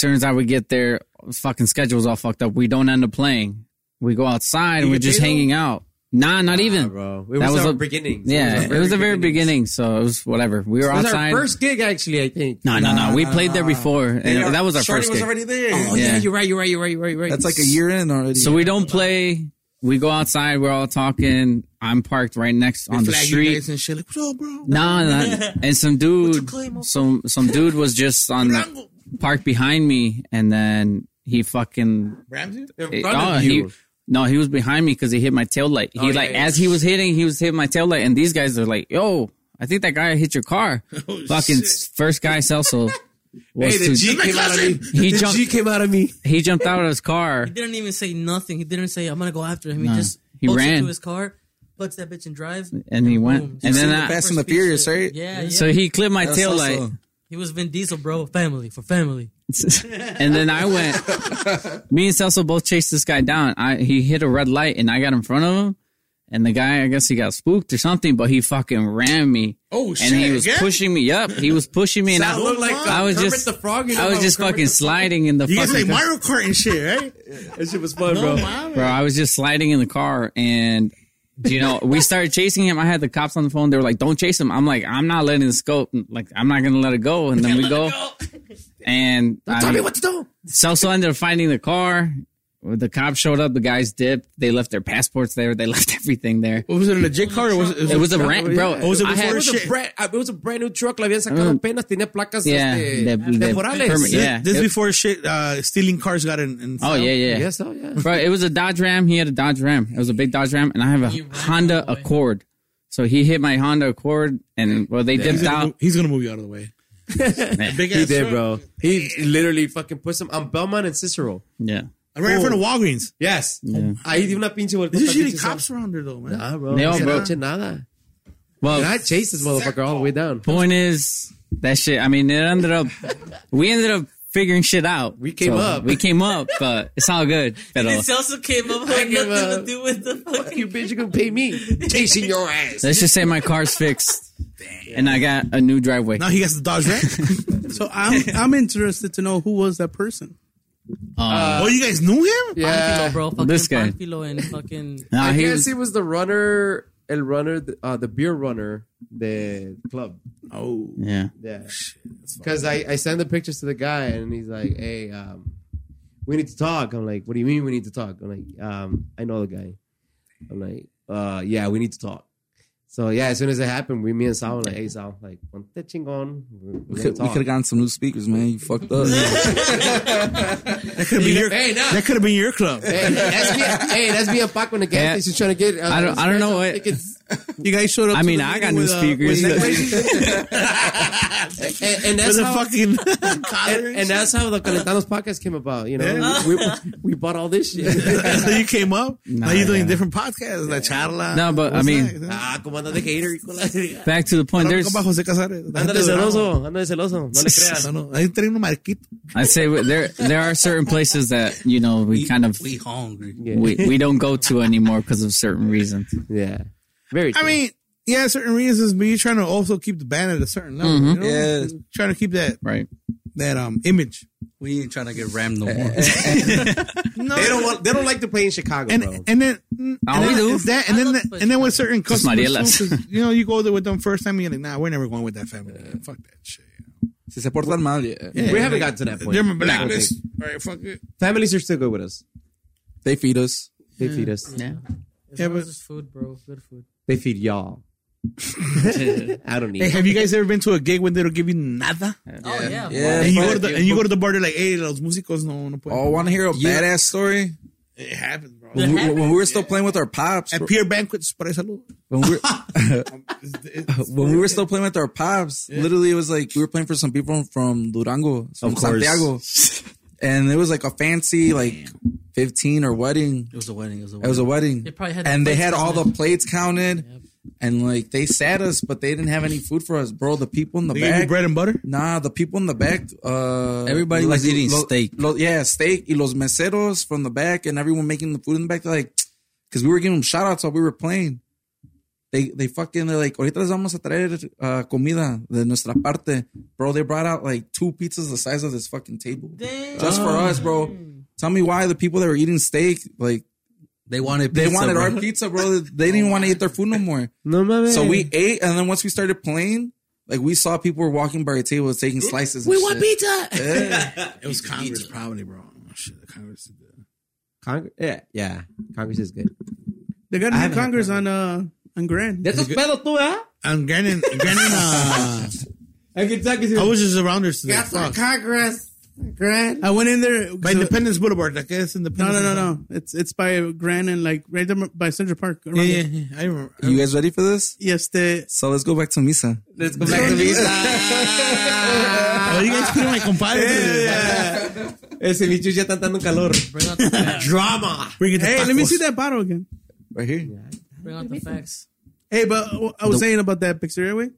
[SPEAKER 6] Turns out we get there, fucking schedule's all fucked up. We don't end up playing. We go outside and
[SPEAKER 1] You
[SPEAKER 6] we're
[SPEAKER 1] get
[SPEAKER 6] just
[SPEAKER 1] paid, though?
[SPEAKER 6] hanging out. Nah, not even.
[SPEAKER 1] bro. It
[SPEAKER 6] That
[SPEAKER 1] was,
[SPEAKER 6] was
[SPEAKER 1] our
[SPEAKER 6] a-
[SPEAKER 1] beginning.
[SPEAKER 6] Yeah, it was the very beginning, so it was whatever. We were
[SPEAKER 1] It was
[SPEAKER 6] outside.
[SPEAKER 1] our first gig, actually, I think.
[SPEAKER 6] no, no, no. We played there before, and that was our
[SPEAKER 5] Shorty
[SPEAKER 6] first
[SPEAKER 5] was
[SPEAKER 6] gig.
[SPEAKER 5] already there.
[SPEAKER 1] Oh yeah.
[SPEAKER 6] Yeah.
[SPEAKER 1] you're right, you're right, you're right, you're right, you're right.
[SPEAKER 5] That's like a year in already.
[SPEAKER 6] So we don't play. We go outside. We're all talking. I'm parked right next on the
[SPEAKER 4] Flag you
[SPEAKER 6] street.
[SPEAKER 4] guys and shit. Like, what's up, bro?
[SPEAKER 6] No, no. And some dude, some some dude was just on the park behind me, and then he fucking
[SPEAKER 4] Ramsey?
[SPEAKER 1] in
[SPEAKER 6] eh,
[SPEAKER 1] front
[SPEAKER 6] oh,
[SPEAKER 1] of
[SPEAKER 6] he,
[SPEAKER 1] you. Oh,
[SPEAKER 6] no, he was behind me because he hit my taillight. He
[SPEAKER 1] yeah,
[SPEAKER 6] like
[SPEAKER 1] yeah.
[SPEAKER 6] as he was hitting, he was hitting my taillight, and these guys are like, "Yo, I think that guy hit
[SPEAKER 1] [laughs]
[SPEAKER 6] your car."
[SPEAKER 1] Oh,
[SPEAKER 6] fucking first guy Celso. Was to-
[SPEAKER 1] came out of me.
[SPEAKER 6] He jumped-
[SPEAKER 1] came out of me.
[SPEAKER 6] he jumped out of his car.
[SPEAKER 7] He didn't even say nothing. He didn't say, I'm going to go after him. He just
[SPEAKER 6] He
[SPEAKER 7] bolts
[SPEAKER 6] ran.
[SPEAKER 7] into his car, plucks that bitch and drives.
[SPEAKER 6] And he
[SPEAKER 1] Mm.
[SPEAKER 6] went.
[SPEAKER 7] Boom.
[SPEAKER 6] And
[SPEAKER 7] Just
[SPEAKER 6] then
[SPEAKER 7] like
[SPEAKER 6] I-
[SPEAKER 5] Fast and the
[SPEAKER 7] first piece
[SPEAKER 5] Furious,
[SPEAKER 7] of-
[SPEAKER 5] right?
[SPEAKER 7] Yeah, yeah.
[SPEAKER 6] So he clipped my
[SPEAKER 5] That's
[SPEAKER 6] tail light,
[SPEAKER 5] also-
[SPEAKER 7] He was Vin Diesel, bro. Family, for family.
[SPEAKER 6] [laughs] and then I went. me and Celso both chased this guy down. I he hit a red light, and I got in front of him. And the guy, I guess he got spooked or something, but he fucking ran me.
[SPEAKER 4] Oh, shit,
[SPEAKER 6] And he was
[SPEAKER 4] again?
[SPEAKER 6] pushing me up. He was pushing me, and I,
[SPEAKER 1] Sound looked like
[SPEAKER 6] I was
[SPEAKER 1] Kermit
[SPEAKER 6] just,
[SPEAKER 1] the Frog, you know
[SPEAKER 6] I was
[SPEAKER 1] how
[SPEAKER 6] just
[SPEAKER 1] Kermit
[SPEAKER 6] fucking
[SPEAKER 1] the Frog-
[SPEAKER 6] sliding in the
[SPEAKER 4] You guys
[SPEAKER 6] fucking.
[SPEAKER 4] like
[SPEAKER 6] car.
[SPEAKER 4] Mario Kart and shit, right?
[SPEAKER 1] That shit was fun, bro.
[SPEAKER 6] Bro, I was just sliding in the car and you know, we started chasing him. I had the cops on the phone. They were like, Don't chase him. I'm like, I'm not letting this go. Like, I'm not gonna let it go. And then we go. And I,
[SPEAKER 1] Tell me what to do.
[SPEAKER 6] Celso ended up finding the car. The cops showed up, the guys dipped, they left their passports there, they [laughs] left everything there.
[SPEAKER 4] What was it a legit car or was it?
[SPEAKER 6] It was a rant, bro.
[SPEAKER 4] Oh, was it
[SPEAKER 6] I
[SPEAKER 4] before
[SPEAKER 6] had-
[SPEAKER 1] It
[SPEAKER 4] Or
[SPEAKER 1] was, a
[SPEAKER 4] shit.
[SPEAKER 1] brand, uh, it was a brand new truck. La habían sacado apenas. Tenía placas
[SPEAKER 6] yeah,
[SPEAKER 1] este,
[SPEAKER 6] the- the
[SPEAKER 1] temporales.
[SPEAKER 6] permit,
[SPEAKER 4] This-
[SPEAKER 6] yeah.
[SPEAKER 4] This
[SPEAKER 6] It-
[SPEAKER 4] before shit, uh, stealing cars got in. in
[SPEAKER 6] oh yeah, yeah.
[SPEAKER 1] Yes, oh, yeah.
[SPEAKER 6] Bro, it was a Dodge Ram. He had a Dodge Ram. It was a big Dodge Ram, and I have a Honda Accord. So he hit my Honda Accord, and well, they dipped
[SPEAKER 4] he's, gonna,
[SPEAKER 6] out.
[SPEAKER 4] move- he's gonna move you out of the way.
[SPEAKER 1] He did, bro. He literally fucking put some on Belmont and Cicero.
[SPEAKER 6] Yeah,
[SPEAKER 4] Right in front of Walgreens.
[SPEAKER 1] Yes.
[SPEAKER 6] Yeah.
[SPEAKER 1] Ahí di una pinche
[SPEAKER 4] [laughs]
[SPEAKER 1] vuelta.
[SPEAKER 4] There's usually cops around there though, man.
[SPEAKER 1] Nah, bro.
[SPEAKER 6] They all
[SPEAKER 1] no
[SPEAKER 6] broke.
[SPEAKER 1] broke. nada.
[SPEAKER 6] Well,
[SPEAKER 1] And I chased this motherfucker all the way down.
[SPEAKER 6] point is that shit. I mean, it ended up. we ended up figuring shit out.
[SPEAKER 1] We came up.
[SPEAKER 6] We came up, but it's all good. Pero
[SPEAKER 7] It also came up
[SPEAKER 1] I
[SPEAKER 7] had
[SPEAKER 1] give
[SPEAKER 7] nothing
[SPEAKER 1] up.
[SPEAKER 7] to do with the fucking. [laughs]
[SPEAKER 1] You bitch, you gonna pay me [laughs] chasing your ass.
[SPEAKER 6] let's just say my car's fixed, and I got a new driveway.
[SPEAKER 4] Now Oh, he has to dodge that.
[SPEAKER 2] So I'm I'm interested to know who was that person.
[SPEAKER 4] oh, you guys knew
[SPEAKER 1] [laughs]
[SPEAKER 4] him? [laughs]
[SPEAKER 7] Panfilo,
[SPEAKER 1] Yeah.
[SPEAKER 7] bro. Fucking
[SPEAKER 6] This guy.
[SPEAKER 7] Panfilo and fucking.
[SPEAKER 6] Nah,
[SPEAKER 1] I
[SPEAKER 6] he
[SPEAKER 1] guess
[SPEAKER 6] was-
[SPEAKER 1] he was the runner, el runner, uh, the beer runner, the club.
[SPEAKER 4] Oh.
[SPEAKER 6] yeah.
[SPEAKER 1] Yeah. Because I, I send the pictures to the guy and he's like, hey, um, we need to talk. I'm like, what do you mean we need to talk? I'm like, um, I know the guy. I'm like, uh, yeah, we need to talk. So yeah, as soon as it happened, we me and Sal were like, hey Sal, like, ponte chingón. We're, we're
[SPEAKER 5] We
[SPEAKER 1] gonna
[SPEAKER 5] could
[SPEAKER 1] talk.
[SPEAKER 5] have gotten some new speakers, man. You fucked up.
[SPEAKER 4] [laughs] That could have been your
[SPEAKER 1] Hey, nah.
[SPEAKER 4] That could have been your club.
[SPEAKER 1] Hey, that's me. Hey, that's me and Paco in the gas
[SPEAKER 6] Yeah.
[SPEAKER 1] station trying to get. Uh,
[SPEAKER 6] I don't- I don't know what-
[SPEAKER 1] tickets.
[SPEAKER 2] You guys showed up.
[SPEAKER 6] I
[SPEAKER 2] to
[SPEAKER 6] mean,
[SPEAKER 2] the
[SPEAKER 6] I
[SPEAKER 2] meeting
[SPEAKER 6] got new
[SPEAKER 2] with, uh,
[SPEAKER 6] speakers.
[SPEAKER 2] with-
[SPEAKER 1] And, and that's
[SPEAKER 4] With a
[SPEAKER 1] how,
[SPEAKER 4] fucking
[SPEAKER 1] and, [laughs] and that's how the Calentanos podcast came about. You know, we, we, we bought all this shit.
[SPEAKER 4] That's how you came up. now
[SPEAKER 6] Nah,
[SPEAKER 4] you're doing
[SPEAKER 6] yeah.
[SPEAKER 4] different podcasts, La Charla.
[SPEAKER 6] No, but, I
[SPEAKER 4] What's
[SPEAKER 6] mean-
[SPEAKER 4] that?
[SPEAKER 1] ah, comando de [laughs] hater.
[SPEAKER 6] Back to the point. There's,
[SPEAKER 4] Compa José Casares. La gente
[SPEAKER 1] Ándale
[SPEAKER 4] de Bravo.
[SPEAKER 1] celoso, ándale celoso. No le creas.
[SPEAKER 4] No, no. Ahí trae un marquito.
[SPEAKER 6] I'd say there there are certain places that you know we kind of
[SPEAKER 3] we hungry.
[SPEAKER 6] we, we don't go to anymore because of certain reasons.
[SPEAKER 1] Yeah. Very.
[SPEAKER 4] I
[SPEAKER 1] true.
[SPEAKER 4] mean, yeah, certain reasons, but you're trying to also keep the band at a certain level. You know?
[SPEAKER 5] Yeah.
[SPEAKER 4] Trying to keep that
[SPEAKER 6] Right.
[SPEAKER 4] that um image.
[SPEAKER 3] We ain't trying to get rammed
[SPEAKER 5] Eh,
[SPEAKER 3] no more.
[SPEAKER 1] they don't want. They don't like to play in Chicago,
[SPEAKER 4] And
[SPEAKER 1] bro.
[SPEAKER 4] and then mm, and
[SPEAKER 6] we
[SPEAKER 4] then
[SPEAKER 6] do.
[SPEAKER 4] it's that and then
[SPEAKER 7] love
[SPEAKER 4] that,
[SPEAKER 7] push
[SPEAKER 4] and then with certain customers,
[SPEAKER 6] Marielas.
[SPEAKER 4] too, 'cause, you know, you go there with them first time, and you're like, nah, we're never going with that family. Fuck that shit.
[SPEAKER 5] [laughs] Si se portan mal, yeah.
[SPEAKER 1] we haven't gotten to that point.
[SPEAKER 4] They're my blacklist. All right, fuck it.
[SPEAKER 1] Families are still good with us.
[SPEAKER 5] they feed us.
[SPEAKER 1] They feed us.
[SPEAKER 6] Yeah.
[SPEAKER 7] As long as it's food, bro. Good food.
[SPEAKER 1] They feed [laughs] y'all. I don't need.
[SPEAKER 4] Hey, have you guys ever been to a gig when they don't give you nada?
[SPEAKER 7] Oh yeah.
[SPEAKER 5] Yeah.
[SPEAKER 4] and you go to the and you go to the bar, they're like, "Hey, los músicos no no pueden."
[SPEAKER 5] Oh, want to hear a
[SPEAKER 3] Yeah.
[SPEAKER 5] badass story?
[SPEAKER 4] it happens, bro.
[SPEAKER 5] When we, when we were still playing with our pops,
[SPEAKER 4] At
[SPEAKER 5] bro-
[SPEAKER 4] peer banquets, para salud.
[SPEAKER 5] when we were, when we were still playing with our pops, literally it was like we were playing for some people from Durango, from
[SPEAKER 1] course.
[SPEAKER 5] Santiago,
[SPEAKER 2] [laughs]
[SPEAKER 5] and it was like a fancy like fifteen or wedding.
[SPEAKER 3] It was a wedding. It was a
[SPEAKER 5] It
[SPEAKER 3] wedding.
[SPEAKER 5] was a wedding,
[SPEAKER 7] They [laughs] probably had the
[SPEAKER 5] and they
[SPEAKER 7] plates
[SPEAKER 5] had all the
[SPEAKER 7] counted.
[SPEAKER 5] plates counted, and like they sat us, but they didn't have any food for us, bro. The people in the
[SPEAKER 4] They give you
[SPEAKER 5] back,
[SPEAKER 4] bread and butter.
[SPEAKER 5] Nah, the people in the back. Uh,
[SPEAKER 3] Everybody was eating steak.
[SPEAKER 5] lo- yeah, steak. Y los meseros from the back and everyone making the food in the back. They're like, because we were giving them shout outs while we were playing. They they fucking, they're like, ahorita les vamos a traer uh, comida de nuestra parte. Bro, they brought out like two pizzas the size of this fucking table.
[SPEAKER 7] Damn.
[SPEAKER 5] Just for us, bro.
[SPEAKER 9] Mm.
[SPEAKER 5] Tell me why the people that were eating steak, like,
[SPEAKER 3] They wanted.
[SPEAKER 5] they
[SPEAKER 3] pizza,
[SPEAKER 5] wanted
[SPEAKER 3] bro.
[SPEAKER 5] our pizza, bro. They
[SPEAKER 9] [laughs]
[SPEAKER 5] didn't want to eat their food no more.
[SPEAKER 1] No mames.
[SPEAKER 5] So we ate, and then once we started playing, like we saw people were walking by our tables taking slices. and
[SPEAKER 9] We want
[SPEAKER 5] shit.
[SPEAKER 9] pizza.
[SPEAKER 4] It was Congress, probably, bro. Oh, shit, the Congress. did that.
[SPEAKER 1] Cong- yeah, yeah. Congress is good.
[SPEAKER 2] They got a new Congress on uh on Grand.
[SPEAKER 1] That's pedo tú, eh?
[SPEAKER 4] I'm getting, I'm getting.
[SPEAKER 5] [laughs]
[SPEAKER 4] Uh,
[SPEAKER 1] I can talk to
[SPEAKER 4] I
[SPEAKER 1] you.
[SPEAKER 4] was just around there today. Fuck.
[SPEAKER 9] Congress. Grand.
[SPEAKER 2] I went in there.
[SPEAKER 4] By Independence Boulevard, I guess
[SPEAKER 2] no,
[SPEAKER 4] Independence.
[SPEAKER 2] no, no, Ah, no. It's it's by Grand and like right there by Central Park. around
[SPEAKER 4] Yeah,
[SPEAKER 2] there.
[SPEAKER 4] yeah, yeah. I remember.
[SPEAKER 5] You guys ready for this?
[SPEAKER 2] Yes, the
[SPEAKER 5] So let's go back to misa.
[SPEAKER 1] Let's go back to [laughs]
[SPEAKER 4] [laughs]
[SPEAKER 1] visa.
[SPEAKER 4] oh, you guys put my compadre.
[SPEAKER 1] Ese bicho ya está dando calor.
[SPEAKER 7] Bring out the facts.
[SPEAKER 4] Drama. Bring it
[SPEAKER 2] Hey, let me see that bottle again.
[SPEAKER 5] Right here.
[SPEAKER 7] Bring out the facts.
[SPEAKER 2] Hey, but I was saying about that picture anyway.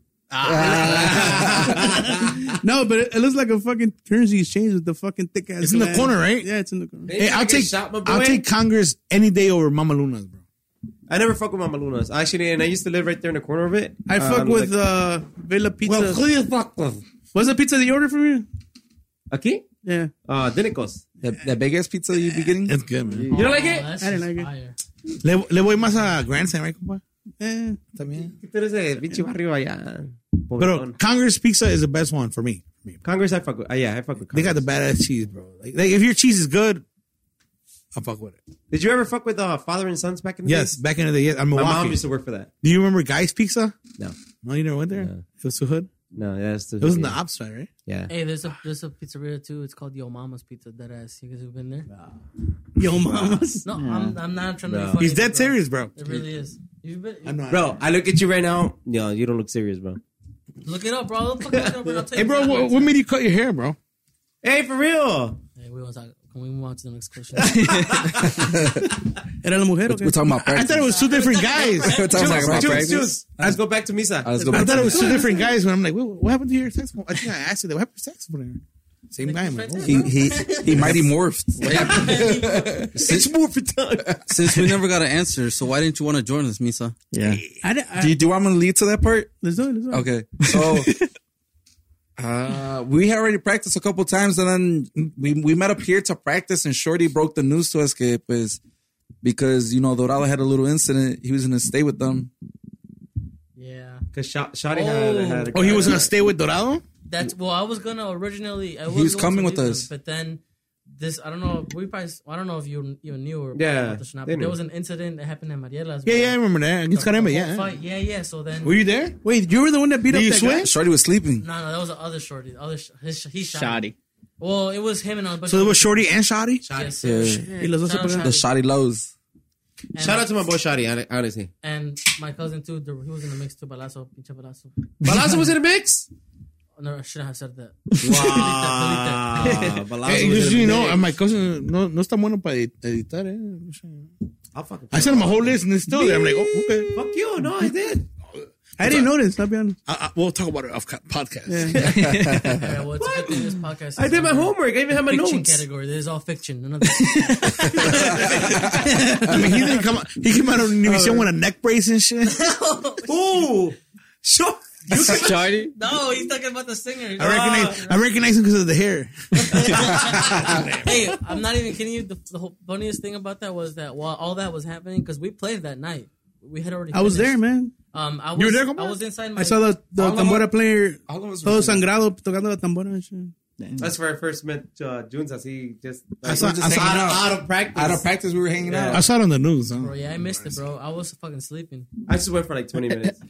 [SPEAKER 2] no, but it, it looks like a fucking currency exchange with the fucking thick ass.
[SPEAKER 4] It's in the
[SPEAKER 2] glass.
[SPEAKER 4] corner, right?
[SPEAKER 2] Yeah, it's in the corner.
[SPEAKER 4] Hey, I'll
[SPEAKER 1] Get
[SPEAKER 4] take,
[SPEAKER 1] shot, my boy.
[SPEAKER 4] I'll take Congress any day over Mama Luna's, bro.
[SPEAKER 1] I never fuck with Mama Luna's. Actually, and I used to live right there in the corner of it.
[SPEAKER 2] I
[SPEAKER 5] Um,
[SPEAKER 1] Uh,
[SPEAKER 2] fuck
[SPEAKER 1] I'm
[SPEAKER 2] with
[SPEAKER 1] like,
[SPEAKER 2] uh, Villa Pizza.
[SPEAKER 1] you fuck with?
[SPEAKER 2] What's the pizza that you ordered for me?
[SPEAKER 1] Aquí?
[SPEAKER 2] Yeah,
[SPEAKER 1] Uh, Denicos.
[SPEAKER 5] That, that big ass pizza you be getting?
[SPEAKER 4] It's good, man.
[SPEAKER 1] You don't like
[SPEAKER 7] Oh,
[SPEAKER 1] it?
[SPEAKER 7] that's
[SPEAKER 2] I didn't
[SPEAKER 7] just
[SPEAKER 2] like it.
[SPEAKER 7] fire.
[SPEAKER 4] Le, le voy más a Grand Slam, right, compadre?
[SPEAKER 2] eh,
[SPEAKER 1] Tú eres de pinche barrio allá.
[SPEAKER 4] But
[SPEAKER 1] Pobretón.
[SPEAKER 4] Congress pizza is the best one for me. For me.
[SPEAKER 1] Congress, I fuck with. Uh, yeah, I fuck with
[SPEAKER 4] They
[SPEAKER 1] Congress.
[SPEAKER 4] got the badass cheese, bro. Like, like, if your cheese is good, I'll fuck with it.
[SPEAKER 1] Did you ever fuck with uh, father and sons back in the
[SPEAKER 4] Yes,
[SPEAKER 1] days?
[SPEAKER 4] back in the day, yes, I'm
[SPEAKER 1] My
[SPEAKER 4] Milwaukee.
[SPEAKER 1] mom used to work for that.
[SPEAKER 4] Do you remember Guy's Pizza?
[SPEAKER 1] No.
[SPEAKER 4] No, you never went there? It was too hood?
[SPEAKER 1] No, that's the.
[SPEAKER 4] It was in the ops side, right?
[SPEAKER 1] Yeah.
[SPEAKER 7] Hey, there's a there's a pizzeria too. It's called Yo Mama's Pizza. That ass. You guys have been there?
[SPEAKER 2] yo, mamas.
[SPEAKER 7] No, I'm, I'm not trying to
[SPEAKER 1] No.
[SPEAKER 7] be funny.
[SPEAKER 4] He's dead
[SPEAKER 7] bro.
[SPEAKER 4] serious, bro.
[SPEAKER 7] It really is. You've been,
[SPEAKER 4] I'm not.
[SPEAKER 1] Bro, I look at you right now. No, you don't look serious, bro.
[SPEAKER 7] Look it up, bro. Look it up, bro. I'll tell
[SPEAKER 4] Hey,
[SPEAKER 7] you
[SPEAKER 4] bro,
[SPEAKER 7] what-
[SPEAKER 4] what, what made you cut your hair, bro?
[SPEAKER 1] Hey, for real.
[SPEAKER 7] Hey, we don't talk. Can we move on to the next question?
[SPEAKER 2] Era la mujer.
[SPEAKER 5] We're talking about
[SPEAKER 4] I
[SPEAKER 5] practice.
[SPEAKER 4] thought it was [laughs] two different
[SPEAKER 7] [laughs]
[SPEAKER 4] guys.
[SPEAKER 2] [laughs]
[SPEAKER 5] We're talking
[SPEAKER 1] Choose,
[SPEAKER 5] about
[SPEAKER 1] choose,
[SPEAKER 5] practice.
[SPEAKER 1] choose. Let's go back to Misa.
[SPEAKER 5] Let's go
[SPEAKER 4] I
[SPEAKER 5] back
[SPEAKER 4] thought
[SPEAKER 5] to
[SPEAKER 4] it was two different guys. When I'm like, "Wait, what happened to your saxophone? I think I asked you that. What happened to your saxophone? Same guy, man.
[SPEAKER 5] He he he mighty morphed.
[SPEAKER 1] It's more for time.
[SPEAKER 3] Since we never got an answer, so why didn't you want to join us, Misa?
[SPEAKER 5] Yeah.
[SPEAKER 2] I, di- I,
[SPEAKER 5] Do you do you want me to lead to that part?
[SPEAKER 2] let's do it. Let's do it.
[SPEAKER 5] Okay. So
[SPEAKER 4] [laughs]
[SPEAKER 5] uh, we had already practiced a couple times and then we, we met up here to practice and Shorty broke the news to us que, pues, because, you know, Dorado had a little incident. He was going to stay with them.
[SPEAKER 7] yeah.
[SPEAKER 1] Because Shotty had, had a
[SPEAKER 4] Oh, he was gonna stay with Dorado.
[SPEAKER 7] That's well. I was gonna originally. I was
[SPEAKER 5] was
[SPEAKER 7] going
[SPEAKER 5] coming
[SPEAKER 7] to
[SPEAKER 5] with
[SPEAKER 7] leave
[SPEAKER 5] us.
[SPEAKER 7] him, but then this. I don't know. We probably. I don't know if you even knew or
[SPEAKER 1] Yeah,
[SPEAKER 7] about this or not.
[SPEAKER 1] they
[SPEAKER 7] But
[SPEAKER 1] knew.
[SPEAKER 7] there was an incident that happened at Mariela's.
[SPEAKER 4] Yeah,
[SPEAKER 7] where
[SPEAKER 4] yeah, I remember that against
[SPEAKER 7] the whole
[SPEAKER 4] Caramba. Yeah.
[SPEAKER 7] fight- yeah, yeah. So then,
[SPEAKER 4] Were you there?
[SPEAKER 2] Wait, you were the one that beat
[SPEAKER 4] Did
[SPEAKER 2] up
[SPEAKER 4] you
[SPEAKER 2] that
[SPEAKER 4] swim?
[SPEAKER 2] guy?
[SPEAKER 5] Shorty was sleeping.
[SPEAKER 7] no, no, that was the other shorty. The other sh- his, he shot. him.
[SPEAKER 6] Shoddy.
[SPEAKER 7] Well, it was him and uh, a bunch
[SPEAKER 4] So
[SPEAKER 7] of
[SPEAKER 4] it was Shorty and Shotty.
[SPEAKER 7] Yes,
[SPEAKER 5] Yeah.
[SPEAKER 2] Y los dos se
[SPEAKER 7] Shout out
[SPEAKER 2] pegaron.
[SPEAKER 5] The Shotty lows.
[SPEAKER 7] And,
[SPEAKER 1] Shout out to my boy Shotty, hon- honestly.
[SPEAKER 7] and my cousin too. the- He was in the mix too. Balazo, pinche balazo.
[SPEAKER 1] Balazo was in the mix?
[SPEAKER 7] No, I shouldn't have said that.
[SPEAKER 1] [laughs] Wow.
[SPEAKER 4] Hey,
[SPEAKER 1] Ah, was
[SPEAKER 4] just,
[SPEAKER 1] in
[SPEAKER 4] you
[SPEAKER 1] the
[SPEAKER 4] know,
[SPEAKER 1] mix.
[SPEAKER 4] and my cousin no no está bueno para editar. Eh.
[SPEAKER 1] I'll fucking
[SPEAKER 4] I sent him a whole list and it's still there. I'm like, oh, okay.
[SPEAKER 1] fuck you. No, I did.
[SPEAKER 2] I didn't notice. I'll be honest.
[SPEAKER 4] I, I, Uh, we'll talk about it off co- podcast. [laughs]
[SPEAKER 7] Yeah, well, it's a good thing this podcast.
[SPEAKER 1] I
[SPEAKER 7] is
[SPEAKER 1] did my
[SPEAKER 7] in the
[SPEAKER 1] homework. I even had my
[SPEAKER 7] Fiction
[SPEAKER 1] notes.
[SPEAKER 7] category. This is all fiction. None of this.
[SPEAKER 4] I mean, he didn't come. Out, he came out of Univision with a neck brace and shit.
[SPEAKER 1] Ooh. Sure.
[SPEAKER 6] Shoddy.
[SPEAKER 7] [laughs] no, he's talking about the singer.
[SPEAKER 4] I
[SPEAKER 1] uh,
[SPEAKER 4] recognize. I recognize him because of the hair.
[SPEAKER 7] hey, I'm not even kidding you. The, the whole funniest thing about that was that while all that was happening, because we played that night, we had already.
[SPEAKER 2] I was
[SPEAKER 7] finished.
[SPEAKER 2] there, man.
[SPEAKER 7] Um, I was,
[SPEAKER 4] were there, compa?
[SPEAKER 7] I was inside my.
[SPEAKER 2] I saw the, the
[SPEAKER 5] All of
[SPEAKER 2] tambora player
[SPEAKER 5] How long was
[SPEAKER 2] todo sangrado tocando la tambora and shit.
[SPEAKER 1] That's where I first met uh, Junes. I see just,
[SPEAKER 4] I saw-
[SPEAKER 1] just
[SPEAKER 4] I saw-
[SPEAKER 1] out, out of practice.
[SPEAKER 5] Out of practice, we were hanging
[SPEAKER 1] Yeah.
[SPEAKER 5] out.
[SPEAKER 4] I saw it on the news. Huh?
[SPEAKER 7] Bro, yeah, I missed it, bro. I was fucking sleeping.
[SPEAKER 1] I just went for like [laughs] 20 minutes.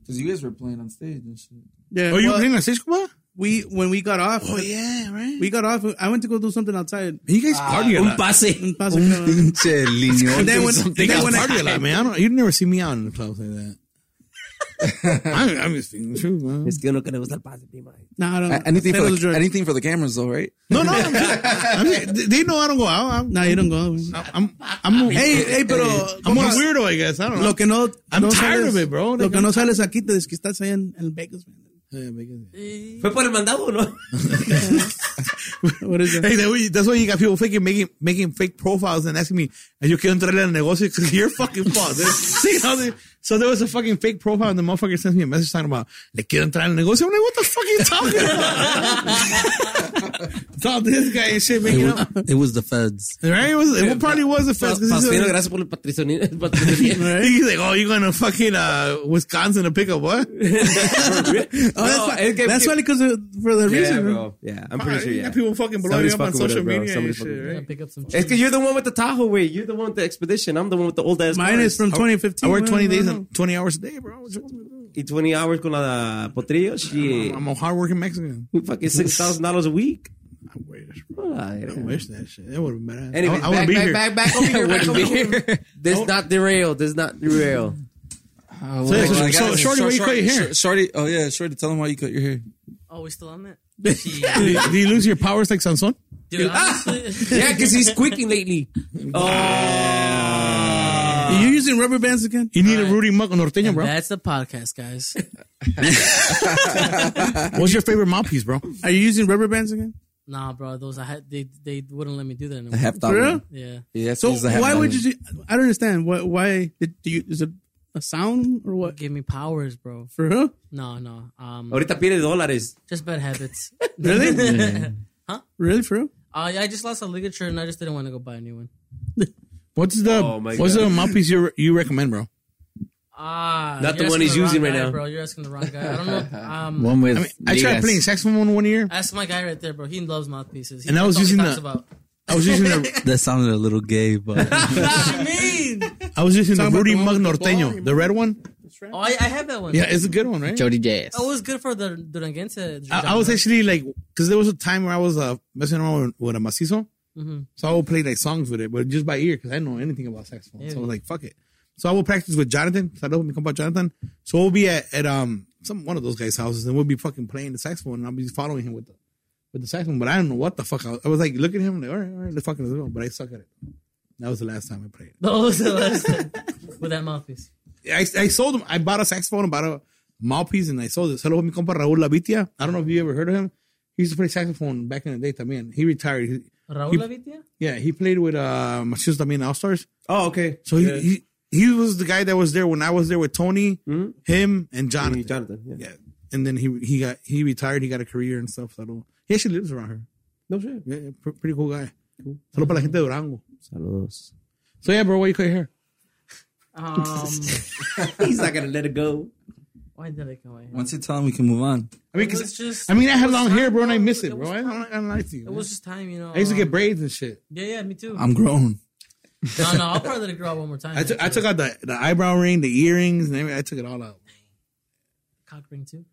[SPEAKER 5] Because you guys were playing on stage and shit.
[SPEAKER 2] Yeah.
[SPEAKER 4] Oh, you were
[SPEAKER 2] well,
[SPEAKER 4] playing on stage, Kuba?
[SPEAKER 2] we when we got off,
[SPEAKER 4] yeah, right.
[SPEAKER 2] we got off. I went to go do something outside. uh,
[SPEAKER 4] You guys
[SPEAKER 5] Ah,
[SPEAKER 4] party a lot.
[SPEAKER 2] Un paso, cabrón. [laughs]
[SPEAKER 5] Pinche liñón.
[SPEAKER 4] And then when,
[SPEAKER 5] Something
[SPEAKER 4] they guys
[SPEAKER 5] else.
[SPEAKER 4] party a lot, man. I don't, you never see me out in the clubs like that. I'm, I'm just speaking the truth, man.
[SPEAKER 1] que uno que le gusta el pase, prima.
[SPEAKER 2] Nah, I don't.
[SPEAKER 5] A- Anything
[SPEAKER 2] that
[SPEAKER 5] for,
[SPEAKER 2] was
[SPEAKER 5] the,
[SPEAKER 2] drugs.
[SPEAKER 5] anything for the cameras, though, right?
[SPEAKER 4] No, no, [laughs] I'm just, I'm just- they know I don't go out. I'm,
[SPEAKER 2] Nah, you don't go. güey.
[SPEAKER 4] I'm, I'm,
[SPEAKER 2] Hey, hey, pero
[SPEAKER 4] I'm a
[SPEAKER 2] compas,
[SPEAKER 4] weirdo, I guess. I don't know.
[SPEAKER 2] lo que no,
[SPEAKER 4] I'm
[SPEAKER 2] no
[SPEAKER 4] tired
[SPEAKER 2] sales-
[SPEAKER 4] of it, bro.
[SPEAKER 2] Lo que no sales aquí te desquistas allá en el Vegas, man.
[SPEAKER 4] Yeah, because-
[SPEAKER 1] ¿Fue por el mandado o
[SPEAKER 2] [laughs]
[SPEAKER 1] no?
[SPEAKER 2] What is that?
[SPEAKER 4] Hey, that way, that's why you got people faking, making, making fake profiles and asking me, "Are you quiero entrarle al negocio?" Because you're fucking fucked.
[SPEAKER 2] [laughs]
[SPEAKER 4] dude. See how they- so there was a fucking fake profile, and the motherfucker sends me a message talking about, "Le quiero entrar al negocio." I'm like, "What the fuck are you talking about?" [laughs] it's all this guy and shit making up.
[SPEAKER 3] It was the feds.
[SPEAKER 4] Right? It, was, it probably was the first. 'cause he's,
[SPEAKER 1] Pasquino,
[SPEAKER 4] like,
[SPEAKER 1] gracias por el patricio- el patricio. [laughs]
[SPEAKER 4] he's like, "Oh, you're going to fucking uh, Wisconsin to pick up what?"
[SPEAKER 2] Oh, that's
[SPEAKER 1] No,
[SPEAKER 2] why.
[SPEAKER 1] it gave
[SPEAKER 2] That's
[SPEAKER 1] you-
[SPEAKER 2] why because of, for the
[SPEAKER 1] Yeah,
[SPEAKER 2] reason, bro.
[SPEAKER 5] Oh,
[SPEAKER 1] bro. Yeah, I'm pretty sure.
[SPEAKER 4] You
[SPEAKER 1] Yeah.
[SPEAKER 4] got people fucking blowing
[SPEAKER 1] Somebody's
[SPEAKER 4] up on
[SPEAKER 1] fucking with
[SPEAKER 4] social
[SPEAKER 1] it, bro.
[SPEAKER 4] media and
[SPEAKER 1] Somebody's
[SPEAKER 4] shit,
[SPEAKER 1] fucking-
[SPEAKER 7] I'm
[SPEAKER 4] right?
[SPEAKER 7] gonna pick up some.
[SPEAKER 1] It's because you're the one with the Tahoe, way. You're the one with the expedition. I'm the one with the old ass.
[SPEAKER 2] Mine
[SPEAKER 1] cars.
[SPEAKER 2] is from 2015.
[SPEAKER 4] I work
[SPEAKER 2] man,
[SPEAKER 4] 20
[SPEAKER 2] I don't
[SPEAKER 4] days
[SPEAKER 2] know.
[SPEAKER 4] and 20 hours a day, bro.
[SPEAKER 1] Y 20 hours con la potrillo. Shit.
[SPEAKER 4] I'm a hardworking Mexican.
[SPEAKER 1] Fucking $6,000 a week.
[SPEAKER 4] I wish. I
[SPEAKER 1] Anyway,
[SPEAKER 4] wish that shit. That would have been better.
[SPEAKER 1] Anyways,
[SPEAKER 4] I, I want
[SPEAKER 1] back,
[SPEAKER 4] to be
[SPEAKER 1] back,
[SPEAKER 4] here.
[SPEAKER 1] back, [laughs] back over here. Back over here. This not derail. This not derail.
[SPEAKER 4] So,
[SPEAKER 5] Like, like,
[SPEAKER 4] so- so,
[SPEAKER 5] guys, Shor-
[SPEAKER 4] Shorty, where you
[SPEAKER 5] Shor-
[SPEAKER 4] cut your hair?
[SPEAKER 5] Shor- Shorty, oh yeah, Shorty, tell them why you cut your hair.
[SPEAKER 7] Oh, we still on that?
[SPEAKER 4] Do you- do you lose your powers like Sanson?
[SPEAKER 7] Dude, honestly,
[SPEAKER 1] Ah! [laughs] Yeah,
[SPEAKER 7] [laughs]
[SPEAKER 1] because he's squeaking [laughs] lately. Oh. Uh,
[SPEAKER 2] you using rubber bands again?
[SPEAKER 4] You need a Rudy Muck Norteño, bro.
[SPEAKER 7] that's the podcast, guys.
[SPEAKER 4] What's your favorite mouthpiece, bro?
[SPEAKER 2] Are you using rubber bands again?
[SPEAKER 7] Nah, bro, those I had they they wouldn't let me do that
[SPEAKER 5] A
[SPEAKER 7] anymore.
[SPEAKER 1] Uh,
[SPEAKER 5] half dollar.
[SPEAKER 2] real?
[SPEAKER 7] Yeah,
[SPEAKER 5] Yeah,
[SPEAKER 2] So
[SPEAKER 5] it's a half
[SPEAKER 2] why
[SPEAKER 5] dollar.
[SPEAKER 2] would you? Do, I don't understand. Why? Why did, do you? Is it a sound or what?
[SPEAKER 7] give me powers, bro.
[SPEAKER 2] For who?
[SPEAKER 7] No, no. Um,
[SPEAKER 1] Ahorita pide dólares.
[SPEAKER 7] just
[SPEAKER 1] [laughs]
[SPEAKER 7] bad habits. [laughs]
[SPEAKER 2] Really?
[SPEAKER 1] Mm.
[SPEAKER 2] Really for real?
[SPEAKER 7] Uh, yeah, I just lost a ligature and I just didn't want to go buy a new one.
[SPEAKER 4] What's the
[SPEAKER 1] Oh, my
[SPEAKER 4] What's
[SPEAKER 1] God.
[SPEAKER 4] the mouthpiece you you recommend, bro?
[SPEAKER 7] Ah,
[SPEAKER 1] Not the
[SPEAKER 7] you're
[SPEAKER 1] one
[SPEAKER 7] asking
[SPEAKER 1] he's using
[SPEAKER 7] wrong
[SPEAKER 1] right
[SPEAKER 7] guy,
[SPEAKER 1] now.
[SPEAKER 7] bro. You're asking the wrong guy. I
[SPEAKER 1] [laughs]
[SPEAKER 7] don't know. Um,
[SPEAKER 6] One with.
[SPEAKER 4] I mean, I tried
[SPEAKER 6] Vegas.
[SPEAKER 4] playing saxophone one year.
[SPEAKER 7] ask my guy right there, bro. He loves mouthpieces. He
[SPEAKER 4] And I
[SPEAKER 7] that's
[SPEAKER 4] was
[SPEAKER 7] all he
[SPEAKER 4] using
[SPEAKER 7] talks
[SPEAKER 4] the-
[SPEAKER 7] about.
[SPEAKER 1] [laughs]
[SPEAKER 4] I was using
[SPEAKER 3] [laughs]
[SPEAKER 4] the
[SPEAKER 3] That sounded a little gay,
[SPEAKER 4] [laughs]
[SPEAKER 3] but
[SPEAKER 7] [laughs]
[SPEAKER 4] I was using the
[SPEAKER 2] Talking about
[SPEAKER 4] Rudy
[SPEAKER 2] the
[SPEAKER 4] Muck
[SPEAKER 2] one with the
[SPEAKER 4] Norteño,
[SPEAKER 2] ball.
[SPEAKER 4] the red one.
[SPEAKER 7] Oh, I, I have that one.
[SPEAKER 4] Yeah, it's a good one, right?
[SPEAKER 6] Jody Jazz.
[SPEAKER 7] It was good for the Duranguense.
[SPEAKER 4] I, I
[SPEAKER 7] [laughs]
[SPEAKER 4] was actually like, because there was a time where I was uh, messing around with, with a macizo,
[SPEAKER 2] Mm-hmm.
[SPEAKER 4] so I would play like songs with it, but just by ear because I didn't know anything about saxophone. So I was like, fuck it. So I would practice with Jonathan. So I don't become about Jonathan. So we'll be at, at um some one of those guys' houses, and we'll be fucking playing the saxophone, and I'll be following him with the with the saxophone, but I don't know what the fuck. I was, I was like, look at him, like, all right, all right, let's fucking let's go. But I suck at it. That was the last time I played.
[SPEAKER 7] That was the last time. With that mouthpiece.
[SPEAKER 4] I, I sold him. I bought a saxophone, and bought a mouthpiece, and I sold it. Hello, mi compa Raúl Lavitia. I don't know if you ever heard of him. He used to play saxophone back in the day. También he retired. He-
[SPEAKER 7] Raúl
[SPEAKER 4] he- [laughs]
[SPEAKER 7] Lavitia?
[SPEAKER 4] yeah, he played with uh Matheus También All Stars.
[SPEAKER 1] Oh, okay.
[SPEAKER 4] So he, he he was the guy that was there when I was there with Tony, him, Mm-hmm. and Jonathan.
[SPEAKER 1] Jonathan. Yeah.
[SPEAKER 4] Yeah, and then he he got he retired. He got a career and stuff. So he actually lives around here.
[SPEAKER 1] No shit.
[SPEAKER 4] Yeah, yeah, pr- pretty cool guy. Solo para la gente de Durango.
[SPEAKER 1] Saludos.
[SPEAKER 4] So yeah, bro, why you cut your hair?
[SPEAKER 7] Um,
[SPEAKER 1] He's not gonna let it go.
[SPEAKER 7] why did I come away?
[SPEAKER 5] Once you tell him, we can move on.
[SPEAKER 4] I mean,
[SPEAKER 7] It was
[SPEAKER 4] cause,
[SPEAKER 7] just.
[SPEAKER 4] I mean, I have long hair, bro, and I
[SPEAKER 7] it
[SPEAKER 4] miss
[SPEAKER 7] was-
[SPEAKER 4] it, bro. I,
[SPEAKER 7] was
[SPEAKER 4] I'm not gonna lie to you.
[SPEAKER 7] It was just time, you know.
[SPEAKER 4] I used to
[SPEAKER 7] um,
[SPEAKER 4] get braids and shit.
[SPEAKER 7] Yeah, yeah,
[SPEAKER 4] [laughs]
[SPEAKER 7] me too.
[SPEAKER 5] I'm grown.
[SPEAKER 7] no, no, I'll probably let it grow out one more time.
[SPEAKER 4] I took I
[SPEAKER 7] actually.
[SPEAKER 4] took out the, the eyebrow ring, the earrings, and everything. I took it all out.
[SPEAKER 7] cock ring too. [laughs]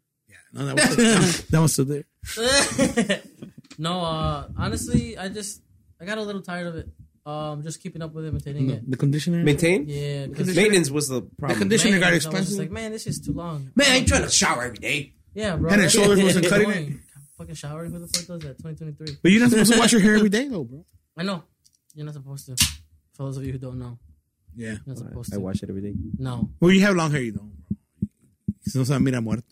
[SPEAKER 4] No, that was that was still there.
[SPEAKER 7] no, uh, honestly, I just I got a little tired of it. Um, just keeping up with it, maintaining it.
[SPEAKER 4] The conditioner.
[SPEAKER 1] Maintain.
[SPEAKER 7] Yeah, because
[SPEAKER 1] Maintenance was the problem.
[SPEAKER 4] condition- conditioner got
[SPEAKER 7] maintenance, I was just
[SPEAKER 4] expensive.
[SPEAKER 7] Like, man, this is too long.
[SPEAKER 8] Man, I ain't trying to shower every day.
[SPEAKER 7] Yeah,
[SPEAKER 4] And
[SPEAKER 7] bro.
[SPEAKER 4] her
[SPEAKER 7] that's-
[SPEAKER 4] shoulders
[SPEAKER 7] that's [laughs]
[SPEAKER 4] wasn't cutting
[SPEAKER 7] annoying. Fucking showering. Who the fuck does that? 2023.
[SPEAKER 4] But you're not supposed to wash your hair every day, though, bro.
[SPEAKER 7] I know. You're not supposed to. For those of you who don't know,
[SPEAKER 4] Yeah.
[SPEAKER 7] you're not supposed
[SPEAKER 1] I
[SPEAKER 7] to.
[SPEAKER 1] wash it every day.
[SPEAKER 7] No.
[SPEAKER 4] Well, you have long hair, you don't, bro. Si no se va a mirar muerto.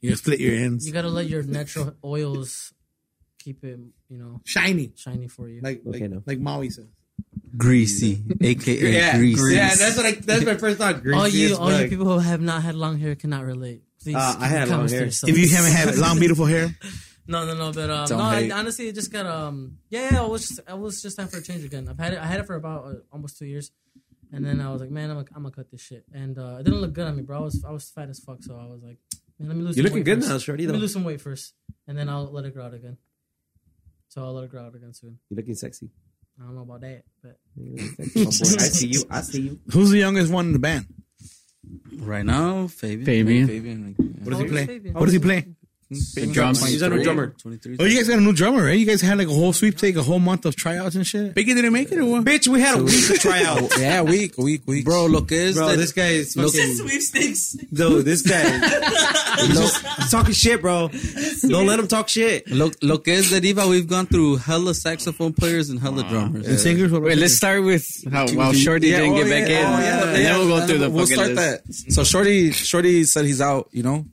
[SPEAKER 4] You gonna split your ends.
[SPEAKER 7] Hmm? You gotta let your natural oils keep it, you know,
[SPEAKER 4] Shiny,
[SPEAKER 7] shiny for you.
[SPEAKER 4] like
[SPEAKER 1] Okay,
[SPEAKER 4] like,
[SPEAKER 1] no.
[SPEAKER 4] like Maui says.
[SPEAKER 5] Greasy, aka
[SPEAKER 1] Yeah,
[SPEAKER 5] greasy.
[SPEAKER 1] yeah, that's what I. That's my first thought.
[SPEAKER 7] all
[SPEAKER 1] Greasy
[SPEAKER 7] you,
[SPEAKER 1] as
[SPEAKER 7] all you
[SPEAKER 1] fuck.
[SPEAKER 7] people who have not had long hair cannot relate. Please,
[SPEAKER 1] Uh, I
[SPEAKER 7] keep
[SPEAKER 1] had
[SPEAKER 7] the comments
[SPEAKER 1] long
[SPEAKER 7] to
[SPEAKER 1] hair.
[SPEAKER 7] yourself.
[SPEAKER 4] If you
[SPEAKER 5] [laughs]
[SPEAKER 4] haven't had long, beautiful hair,
[SPEAKER 7] No, no, no. But um,
[SPEAKER 5] Don't
[SPEAKER 7] no, I,
[SPEAKER 5] hate.
[SPEAKER 7] honestly, it just got um. Yeah, yeah, I was just, I was just time for a change again. I've had it. I had it for about uh, almost two years, and then I was like, man, I'm gonna, I'm gonna cut this shit. And uh, it didn't look good on me, bro. I was I was fat as fuck, so I was like, man, let me lose.
[SPEAKER 1] You're
[SPEAKER 7] some
[SPEAKER 1] looking
[SPEAKER 7] weight
[SPEAKER 1] good
[SPEAKER 7] first.
[SPEAKER 1] now, shorty. Though
[SPEAKER 7] Let me
[SPEAKER 1] you're
[SPEAKER 7] lose some weight first, and then I'll let it grow out again. So I'll let it grow out again soon.
[SPEAKER 1] looking sexy.
[SPEAKER 7] I don't know about that, but
[SPEAKER 1] You're looking sexy, my boy. I see you. I see you.
[SPEAKER 4] [laughs] who's the youngest one in the band?
[SPEAKER 5] Right now, Fabian.
[SPEAKER 6] Fabian.
[SPEAKER 4] What does
[SPEAKER 7] How
[SPEAKER 4] he
[SPEAKER 7] old
[SPEAKER 4] play?
[SPEAKER 7] is Fabian?
[SPEAKER 4] What does he play?
[SPEAKER 6] The drums.
[SPEAKER 1] He's a new drummer.
[SPEAKER 5] 23.
[SPEAKER 4] Oh, you guys got a new drummer, right? You guys had like a whole sweepstake, a whole month of tryouts and shit. Biggie didn't make it, or what?
[SPEAKER 1] Bitch, we had a week to try out.
[SPEAKER 5] [laughs] Yeah, week, week, week. Bro, look is
[SPEAKER 1] Bro,
[SPEAKER 5] the-
[SPEAKER 1] this guy is fucking.
[SPEAKER 7] sweepstakes.
[SPEAKER 1] Dude, this [laughs] guy. He's just talking shit, bro. Don't let him talk shit.
[SPEAKER 5] Lo, lo que es Deriva, we've gone through hella saxophone players and hella drummers.
[SPEAKER 4] And singers. what
[SPEAKER 6] Wait,
[SPEAKER 4] about singers?
[SPEAKER 6] let's start with how wow Shorty didn't
[SPEAKER 2] oh,
[SPEAKER 5] oh,
[SPEAKER 6] get back in, and then we'll go through the
[SPEAKER 5] We'll
[SPEAKER 6] fucking
[SPEAKER 5] start
[SPEAKER 6] list.
[SPEAKER 5] that. So Shorty, Shorty said he's out, you know,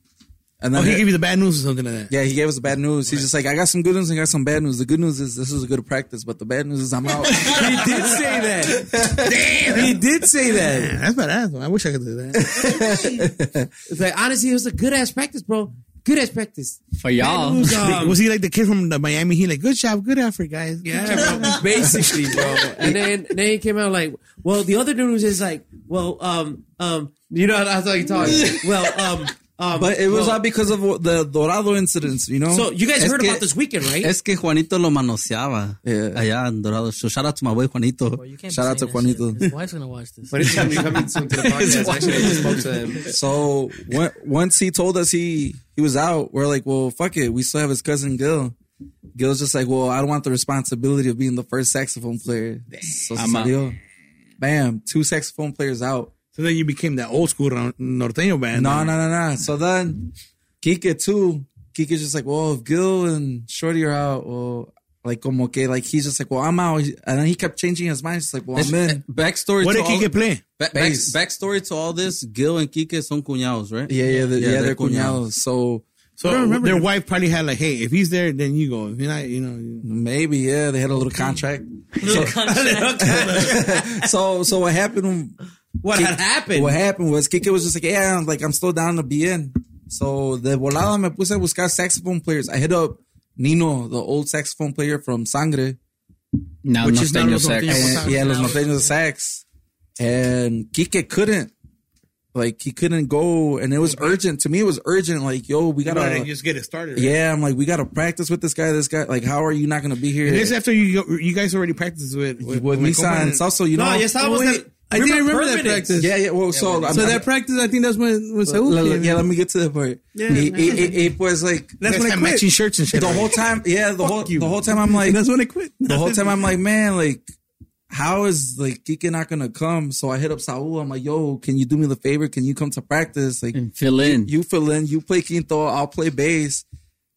[SPEAKER 5] and then
[SPEAKER 4] Oh, he gave you the bad news or something like that.
[SPEAKER 5] yeah, he gave us the bad news. He's just like, I got some good news, I got some bad news. The good news is this is a good practice, but the bad news is I'm out.
[SPEAKER 1] He did say that. Damn. He did say that.
[SPEAKER 4] Yeah, that's badass. man. I wish I could do [laughs] that.
[SPEAKER 1] It's like, honestly, it was a good ass practice, bro. Good ass practice.
[SPEAKER 6] For
[SPEAKER 4] Oh,
[SPEAKER 6] y'all,
[SPEAKER 1] Who's, um,
[SPEAKER 4] [laughs] was he like the kid from the Miami? He like, good job, good effort, guys. Yeah,
[SPEAKER 1] basically, bro. And then then he came out like, well, the other dude was just like, well, um, um, you know, that's how he talks. [laughs] Well, um, um,
[SPEAKER 5] [laughs] but it was
[SPEAKER 1] well,
[SPEAKER 5] all because of the Dorado incidents, you know.
[SPEAKER 1] so you guys
[SPEAKER 5] Es
[SPEAKER 1] heard
[SPEAKER 5] que-
[SPEAKER 1] about this weekend, right?
[SPEAKER 3] Es que Juanito lo manoseaba
[SPEAKER 5] Yeah.
[SPEAKER 3] allá en Dorado. So shout out to my boy Juanito.
[SPEAKER 7] Well, you can't be
[SPEAKER 5] Shout out
[SPEAKER 7] saying
[SPEAKER 5] to
[SPEAKER 7] that shit.
[SPEAKER 5] Juanito.
[SPEAKER 7] His wife's gonna watch this.
[SPEAKER 1] But it's coming, coming soon to the podcast. Actually, I just spoke to him.
[SPEAKER 5] So when, once he told us he he was out, we're like, well, fuck it. We still have his cousin Gil. Gil's just like, well, I don't want the responsibility of being the first saxophone player. So
[SPEAKER 6] I'm out.
[SPEAKER 5] salió. Bam, two saxophone players out.
[SPEAKER 4] So then you became that old school ro- norteño band.
[SPEAKER 5] No, no, no, no. So then Kike too. Kike's just like, well, if Gil and Shorty are out, well, like, como que, like, he's just like, well, I'm out. And then he kept changing his mind. He's like, well, I'm in.
[SPEAKER 3] Backstory
[SPEAKER 4] What
[SPEAKER 3] to
[SPEAKER 4] did
[SPEAKER 3] all,
[SPEAKER 4] Kike play?
[SPEAKER 3] ba- back-
[SPEAKER 5] Bass.
[SPEAKER 3] backstory to all this, Gil and Kike son cuñados,
[SPEAKER 5] [laughs]
[SPEAKER 3] right?
[SPEAKER 5] Yeah, yeah, the, yeah,
[SPEAKER 3] they're
[SPEAKER 5] they're
[SPEAKER 3] cuñados.
[SPEAKER 5] cuñados. So
[SPEAKER 4] So their wife probably had like, hey, if he's there, then you go. If you're not, you know. you-
[SPEAKER 5] maybe, yeah, they had a little contract.
[SPEAKER 7] [laughs]
[SPEAKER 1] [laughs]
[SPEAKER 7] Little contract.
[SPEAKER 5] [laughs] so so what happened
[SPEAKER 1] What [laughs] had happened?
[SPEAKER 5] what happened was Kike was just like, Yeah, I'm like I'm still down to be in. So the volada me puse a buscar saxophone players. I hit up Nino, the old saxophone player from Sangre.
[SPEAKER 6] now
[SPEAKER 4] Which is not
[SPEAKER 6] Norteño
[SPEAKER 4] los norteños.
[SPEAKER 6] sex.
[SPEAKER 5] And, yeah, los norteños de sax. And Kike couldn't. Like he couldn't go and it was urgent. To me it was urgent, like, yo, we
[SPEAKER 4] Gotta
[SPEAKER 5] gotta
[SPEAKER 4] just get it started. right?
[SPEAKER 5] Yeah, I'm like, we gotta practice with this guy, this guy. Like, how are you not gonna be here?
[SPEAKER 4] And this after you go, you guys already practiced with
[SPEAKER 5] with, with Nissan and Salso, you
[SPEAKER 1] No,
[SPEAKER 5] know.
[SPEAKER 1] yes, I was.
[SPEAKER 2] Wait, I think I remember that practice.
[SPEAKER 5] Yeah, yeah. Well, so I'm-
[SPEAKER 2] So
[SPEAKER 5] I'm-
[SPEAKER 2] that practice, I think that's when when Saúl
[SPEAKER 5] Let- let-
[SPEAKER 2] came
[SPEAKER 5] yeah,
[SPEAKER 2] in.
[SPEAKER 5] let me get to that part. Yeah, it, it, it, it was like
[SPEAKER 2] That's when I quit.
[SPEAKER 4] matching shirts and shit.
[SPEAKER 5] the
[SPEAKER 4] already.
[SPEAKER 5] whole time. Yeah, the whole the whole time I'm like
[SPEAKER 2] That's when I quit.
[SPEAKER 5] the whole time I'm like, man, like how is like Kike not gonna come? So I hit up Saul. I'm like, yo, can you do me the favor? Can you come to practice? Like
[SPEAKER 6] And fill in.
[SPEAKER 5] you fill in, you play quinto, I'll play bass.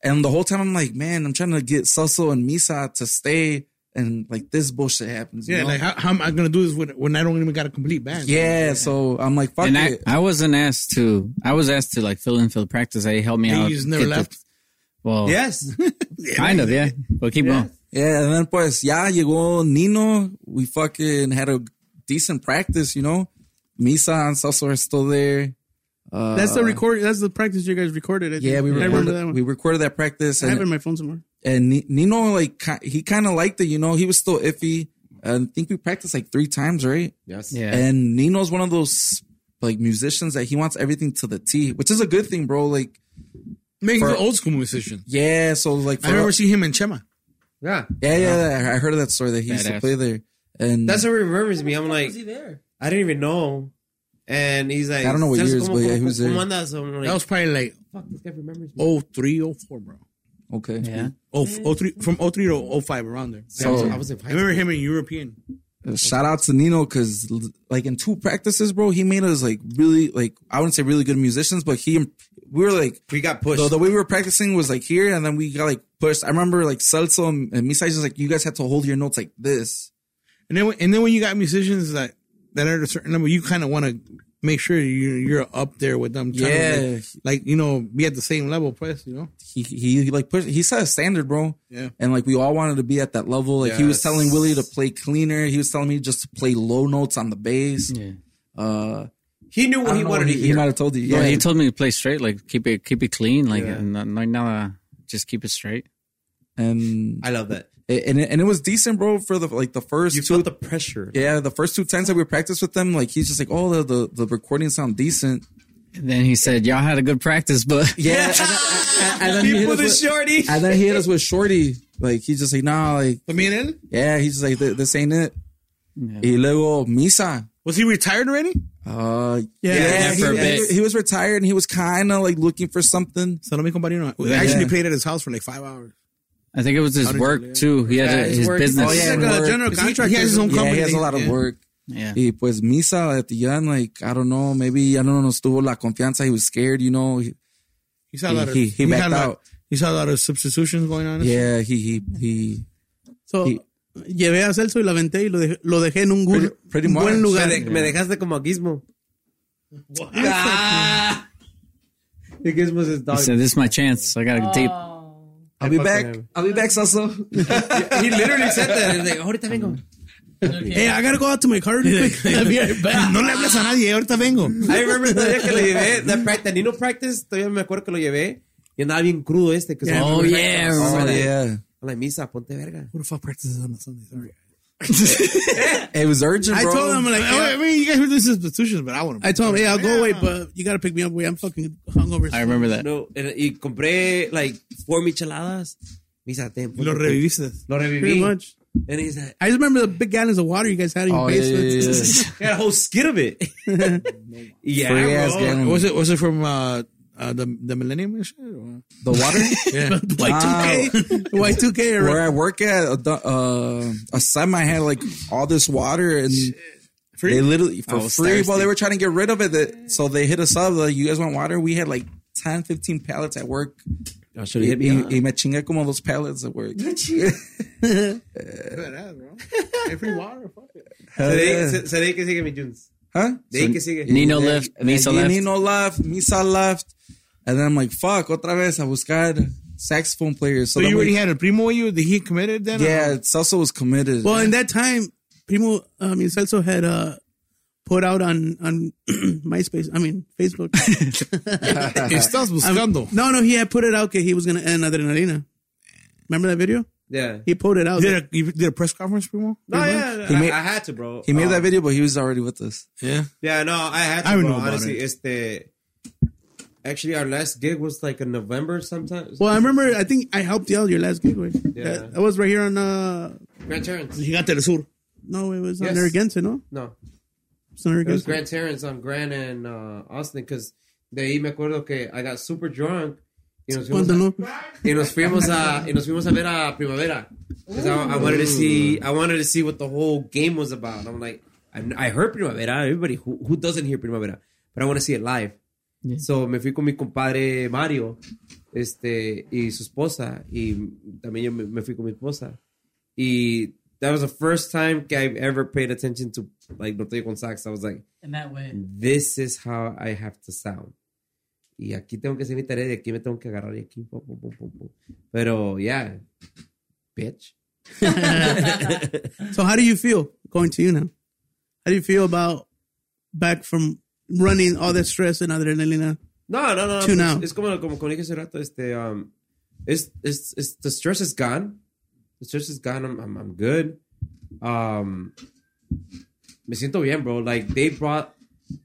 [SPEAKER 5] And the whole time I'm like, man, I'm trying to get Susso and Misa to stay, and like this bullshit happens. you
[SPEAKER 4] Yeah,
[SPEAKER 5] know?
[SPEAKER 4] like how, how am I gonna do this when, when I don't even got a complete band?
[SPEAKER 5] yeah. So I'm like, fuck
[SPEAKER 6] and I,
[SPEAKER 5] it.
[SPEAKER 6] I wasn't asked to. I was asked to like fill in field practice. They helped me
[SPEAKER 4] And you
[SPEAKER 6] out.
[SPEAKER 4] just never
[SPEAKER 6] get the-
[SPEAKER 4] left?
[SPEAKER 6] well,
[SPEAKER 1] Yes.
[SPEAKER 4] [laughs]
[SPEAKER 6] kind of, yeah. But keep going.
[SPEAKER 5] Yeah, and then pues ya llegó Nino. We fucking had a decent practice, you know. Misa and Sasso are still there. Uh,
[SPEAKER 2] That's the record. That's the practice you guys recorded. I think.
[SPEAKER 5] Yeah, we
[SPEAKER 2] I remember
[SPEAKER 5] recorded,
[SPEAKER 2] that one.
[SPEAKER 5] we recorded that practice,
[SPEAKER 2] I have it in
[SPEAKER 5] and,
[SPEAKER 2] my phone somewhere.
[SPEAKER 5] and Ni- Nino like ki- he kind of liked it, you know. He was still iffy. And I think we practiced like three times, right?
[SPEAKER 1] Yes.
[SPEAKER 6] Yeah.
[SPEAKER 5] And Nino's one of those like musicians that he wants everything to the T, which is a good thing, bro. Like,
[SPEAKER 4] Make
[SPEAKER 5] For-
[SPEAKER 4] an old school musician.
[SPEAKER 5] yeah. So like,
[SPEAKER 4] I remember
[SPEAKER 5] for,
[SPEAKER 4] seeing him in Chema.
[SPEAKER 1] Yeah.
[SPEAKER 5] yeah, yeah. I heard of that story that he used to
[SPEAKER 6] Badass.
[SPEAKER 5] play there, and
[SPEAKER 1] That's what remembers me. I'm like,
[SPEAKER 7] Was he there?
[SPEAKER 1] I didn't even know. And he's like,
[SPEAKER 5] I don't know what
[SPEAKER 1] "Celso,
[SPEAKER 5] years,
[SPEAKER 1] ¿cómo-
[SPEAKER 5] but yeah,
[SPEAKER 1] cómo-
[SPEAKER 5] he
[SPEAKER 1] cómo
[SPEAKER 5] was there.
[SPEAKER 1] andas?" I'm like,
[SPEAKER 4] That was probably like
[SPEAKER 1] fuck, this guy remembers me.
[SPEAKER 4] oh three, oh four, bro.
[SPEAKER 5] okay.
[SPEAKER 6] Yeah.
[SPEAKER 4] Oh, f- oh three from oh three to oh five around there.
[SPEAKER 1] I was,
[SPEAKER 5] So-
[SPEAKER 1] I was in
[SPEAKER 4] I remember him in European.
[SPEAKER 5] Shout out to Nino because like in two practices, bro, he made us like really like I wouldn't say really good musicians, but he we were like
[SPEAKER 1] We got pushed.
[SPEAKER 5] the, the way we were practicing was like here, and then we got like pushed. I remember like Celso and, and Misai just like you guys had to hold your notes like this.
[SPEAKER 4] And then when- and then when you got musicians that that are at a certain level, you kind of want to make sure you you're up there with them. trying to,
[SPEAKER 5] Yeah.
[SPEAKER 4] like, like, you know, be at the same level, press. You know,
[SPEAKER 5] He, he he, like pushed. He set a standard, bro.
[SPEAKER 4] Yeah.
[SPEAKER 5] and like we all wanted to be at that level. Like he was
[SPEAKER 1] Yes.
[SPEAKER 5] telling Willie to play cleaner. He was telling me just to play low notes on the bass.
[SPEAKER 6] Yeah.
[SPEAKER 5] Uh,
[SPEAKER 1] Mm-hmm. he knew
[SPEAKER 5] I
[SPEAKER 1] what
[SPEAKER 5] don't
[SPEAKER 1] he
[SPEAKER 5] know,
[SPEAKER 1] wanted to
[SPEAKER 5] He might
[SPEAKER 1] hear.
[SPEAKER 5] have told you.
[SPEAKER 6] Yeah.
[SPEAKER 5] Yeah,
[SPEAKER 6] he told me to play straight, like keep it keep it clean, like
[SPEAKER 1] Yeah.
[SPEAKER 6] and not, like not uh, just keep it straight.
[SPEAKER 5] and
[SPEAKER 1] I love that.
[SPEAKER 5] and it, and it was decent, bro. For the like the first
[SPEAKER 1] You
[SPEAKER 5] two
[SPEAKER 1] felt the pressure. [laughs]
[SPEAKER 5] Yeah, the first two times that we practiced with them, like he's just like, oh, the the, the recordings sound decent.
[SPEAKER 6] And then he said, "Y'all had a good practice, [laughs] but
[SPEAKER 5] Yeah, and, then- and- and then he hit us with,
[SPEAKER 1] shorty.
[SPEAKER 5] and then he hit us with shorty. Like he's just like, nah, like
[SPEAKER 4] but me and him.
[SPEAKER 5] yeah, he's just like, "Th- this ain't it. Y luego misa.
[SPEAKER 4] Was he retired already?
[SPEAKER 5] Uh,
[SPEAKER 4] Yeah, yeah,
[SPEAKER 5] he,
[SPEAKER 6] for a
[SPEAKER 5] he-
[SPEAKER 6] bit.
[SPEAKER 5] he was retired and he was kind of like looking for something.
[SPEAKER 4] So mi compadrino. We actually
[SPEAKER 5] Yeah.
[SPEAKER 4] played at his house for like five hours.
[SPEAKER 6] I think it was his
[SPEAKER 4] How did you
[SPEAKER 6] work too. He had
[SPEAKER 1] Yeah,
[SPEAKER 6] a,
[SPEAKER 1] his
[SPEAKER 6] his,
[SPEAKER 1] work.
[SPEAKER 6] business.
[SPEAKER 5] Oh, yeah,
[SPEAKER 4] He's
[SPEAKER 5] and
[SPEAKER 4] like a
[SPEAKER 5] work.
[SPEAKER 4] general
[SPEAKER 2] Is he-
[SPEAKER 4] contractor. He has his own
[SPEAKER 5] Yeah,
[SPEAKER 4] company.
[SPEAKER 5] he has a lot of
[SPEAKER 4] Yeah.
[SPEAKER 5] work.
[SPEAKER 6] yeah.
[SPEAKER 5] Y pues misa at the end, like I don't know, maybe I don't know, tuvo la confianza. He was scared, you know. He-
[SPEAKER 4] He saw a lot of.
[SPEAKER 5] He- he- he backed
[SPEAKER 4] had a lot-
[SPEAKER 5] out.
[SPEAKER 4] He saw a lot of substitutions going on.
[SPEAKER 5] yeah, he he he.
[SPEAKER 2] So,
[SPEAKER 5] Sí.
[SPEAKER 2] llevé a Celso y la aventé y lo dejé, lo dejé en un, gu-
[SPEAKER 5] Pretty- pretty
[SPEAKER 2] un
[SPEAKER 5] much.
[SPEAKER 2] buen lugar.
[SPEAKER 5] Pretty-
[SPEAKER 1] Me dejaste como a Gizmo. [laughs] Ah. The Gizmo's his dog.
[SPEAKER 6] He said, "This is my chance. I got to tape."
[SPEAKER 5] I'll be
[SPEAKER 1] fuck
[SPEAKER 5] back.
[SPEAKER 1] him.
[SPEAKER 5] I'll be back, Sasso.
[SPEAKER 1] he literally said that. He was like, ahorita vengo.
[SPEAKER 2] Hey, I gotta go out to my car real
[SPEAKER 5] [laughs]
[SPEAKER 2] quick. I'll be right back.
[SPEAKER 4] No le hables a nadie. Ahorita vengo.
[SPEAKER 1] I remember the day que lo llevé, that practice, Nino practice, todavía me acuerdo que lo llevé y andaba bien crudo este. Que se-
[SPEAKER 6] Oh yeah,
[SPEAKER 1] Oh,
[SPEAKER 6] bro.
[SPEAKER 1] yeah.
[SPEAKER 5] yeah.
[SPEAKER 1] A la misa, ponte verga.
[SPEAKER 2] What the fuck practices on a Sunday? Sorry.
[SPEAKER 5] It was urgent,
[SPEAKER 2] I
[SPEAKER 5] bro.
[SPEAKER 2] told him
[SPEAKER 4] I,
[SPEAKER 2] like,
[SPEAKER 4] mean, I
[SPEAKER 2] Oh, yeah.
[SPEAKER 4] mean, "Oh, you guys were doing substitutions, but I want to.
[SPEAKER 2] I told him, hey, I'll go away, but you gotta pick me up, way. I'm fucking hungover.
[SPEAKER 6] I remember that.
[SPEAKER 1] No, and- y compré, like, four micheladas. Misa, ten.
[SPEAKER 4] Lo
[SPEAKER 1] ponte-
[SPEAKER 4] reviviste.
[SPEAKER 1] Lo reviví.
[SPEAKER 2] Pretty much.
[SPEAKER 1] And he's like,
[SPEAKER 2] I just remember the big gallons of water you guys had in your
[SPEAKER 5] Oh, yeah,
[SPEAKER 2] basement.
[SPEAKER 5] yeah, yeah, yeah.
[SPEAKER 1] I had a whole skid of it. [laughs] yeah,
[SPEAKER 5] Free
[SPEAKER 1] bro.
[SPEAKER 5] ass gallon.
[SPEAKER 4] Was it was it from uh, uh the the millennium and shit? Or?
[SPEAKER 5] the water?
[SPEAKER 4] Yeah.
[SPEAKER 2] Y2K. Y2K. or-
[SPEAKER 5] Where I work at, a, du- uh, a semi had like all this water and they literally for
[SPEAKER 6] was
[SPEAKER 5] free. While
[SPEAKER 6] thirsty.
[SPEAKER 5] they were trying to get rid of it, that- so they hit us up. Like, you guys want water? We had like 10, 15 pallets at work.
[SPEAKER 1] Oh, should
[SPEAKER 5] Y,
[SPEAKER 1] he hit me up?
[SPEAKER 5] y me chingué como dos pallets at work.
[SPEAKER 4] Every water. Fuck it.
[SPEAKER 5] Hell
[SPEAKER 1] Se de
[SPEAKER 5] yeah.
[SPEAKER 1] ahí- se- se de ahí que sigue mi Junes.
[SPEAKER 5] huh?
[SPEAKER 1] De ahí que sigue.
[SPEAKER 6] [laughs] ¿Ah? Nino left.
[SPEAKER 5] And then
[SPEAKER 6] Misa left.
[SPEAKER 5] Nino left. Misa left. And then I'm like, fuck, otra vez a buscar saxophone players.
[SPEAKER 4] So
[SPEAKER 5] then
[SPEAKER 4] you
[SPEAKER 5] we-
[SPEAKER 4] already had a primo with you? Did he committed then? or-
[SPEAKER 5] Yeah, Celso was committed.
[SPEAKER 2] Well, in that time, Primo, I mean, Celso had uh, put out on on [clears throat] MySpace. I mean, Facebook.
[SPEAKER 4] Estás buscando.
[SPEAKER 2] no, no, he had put it out that he was gonna end Adrenalina. Remember that video?
[SPEAKER 1] Yeah.
[SPEAKER 2] He put it out.
[SPEAKER 4] Did a, you did a press conference, primo?
[SPEAKER 1] No, yeah, I,
[SPEAKER 5] made-
[SPEAKER 1] I had to, bro.
[SPEAKER 5] he made
[SPEAKER 1] Uh,
[SPEAKER 5] that video, but he was already with us.
[SPEAKER 4] Yeah.
[SPEAKER 1] Yeah, no, I had to,
[SPEAKER 4] I
[SPEAKER 1] bro.
[SPEAKER 4] know about
[SPEAKER 1] Honestly, it's the. Actually, our last gig was like in November sometimes.
[SPEAKER 2] well, I remember. I think I helped you out your last gig. Right?
[SPEAKER 1] Yeah.
[SPEAKER 2] That, that was right here on. uh
[SPEAKER 1] Grand Terrence.
[SPEAKER 4] Gigante del Sur.
[SPEAKER 2] No, it was on
[SPEAKER 1] Yes.
[SPEAKER 2] Narragansett. No,
[SPEAKER 1] No,
[SPEAKER 2] it's on
[SPEAKER 1] it was
[SPEAKER 2] Narragansett.
[SPEAKER 1] Grand Terrence on Grand and uh, Austin because de ahí me acuerdo que I got super drunk. Y nos fuimos,
[SPEAKER 2] Cuando no.
[SPEAKER 1] y nos fuimos a y nos fuimos a ver a Primavera. 'Cause I, I wanted to see I wanted to see what the whole game was about. I'm like I, I heard Primavera. Everybody who, who doesn't hear Primavera, but I want to see it live. So me fui con mi compadre Mario. este, y su esposa, y también yo me, me fui con mi esposa. Y that was the first time que I've ever paid attention to, like, Norteño con sax. I was like,
[SPEAKER 7] in that way.
[SPEAKER 1] this is how I have to sound. Y aquí tengo que hacer mi tarea, y aquí me tengo que agarrar, y aquí, pum, pum, pum, pum, pum. Pero, yeah, bitch.
[SPEAKER 2] So how do you feel going to you now? How do you feel about back from running all that stress and adrenaline?
[SPEAKER 1] No, no, no.
[SPEAKER 2] To
[SPEAKER 1] pues,
[SPEAKER 2] now.
[SPEAKER 1] Es como, como, como dije hace rato, este, um, es, es, es, the stress is gone. The stress is gone. I'm, I'm, I'm good. Um, me siento bien, bro. Like, they brought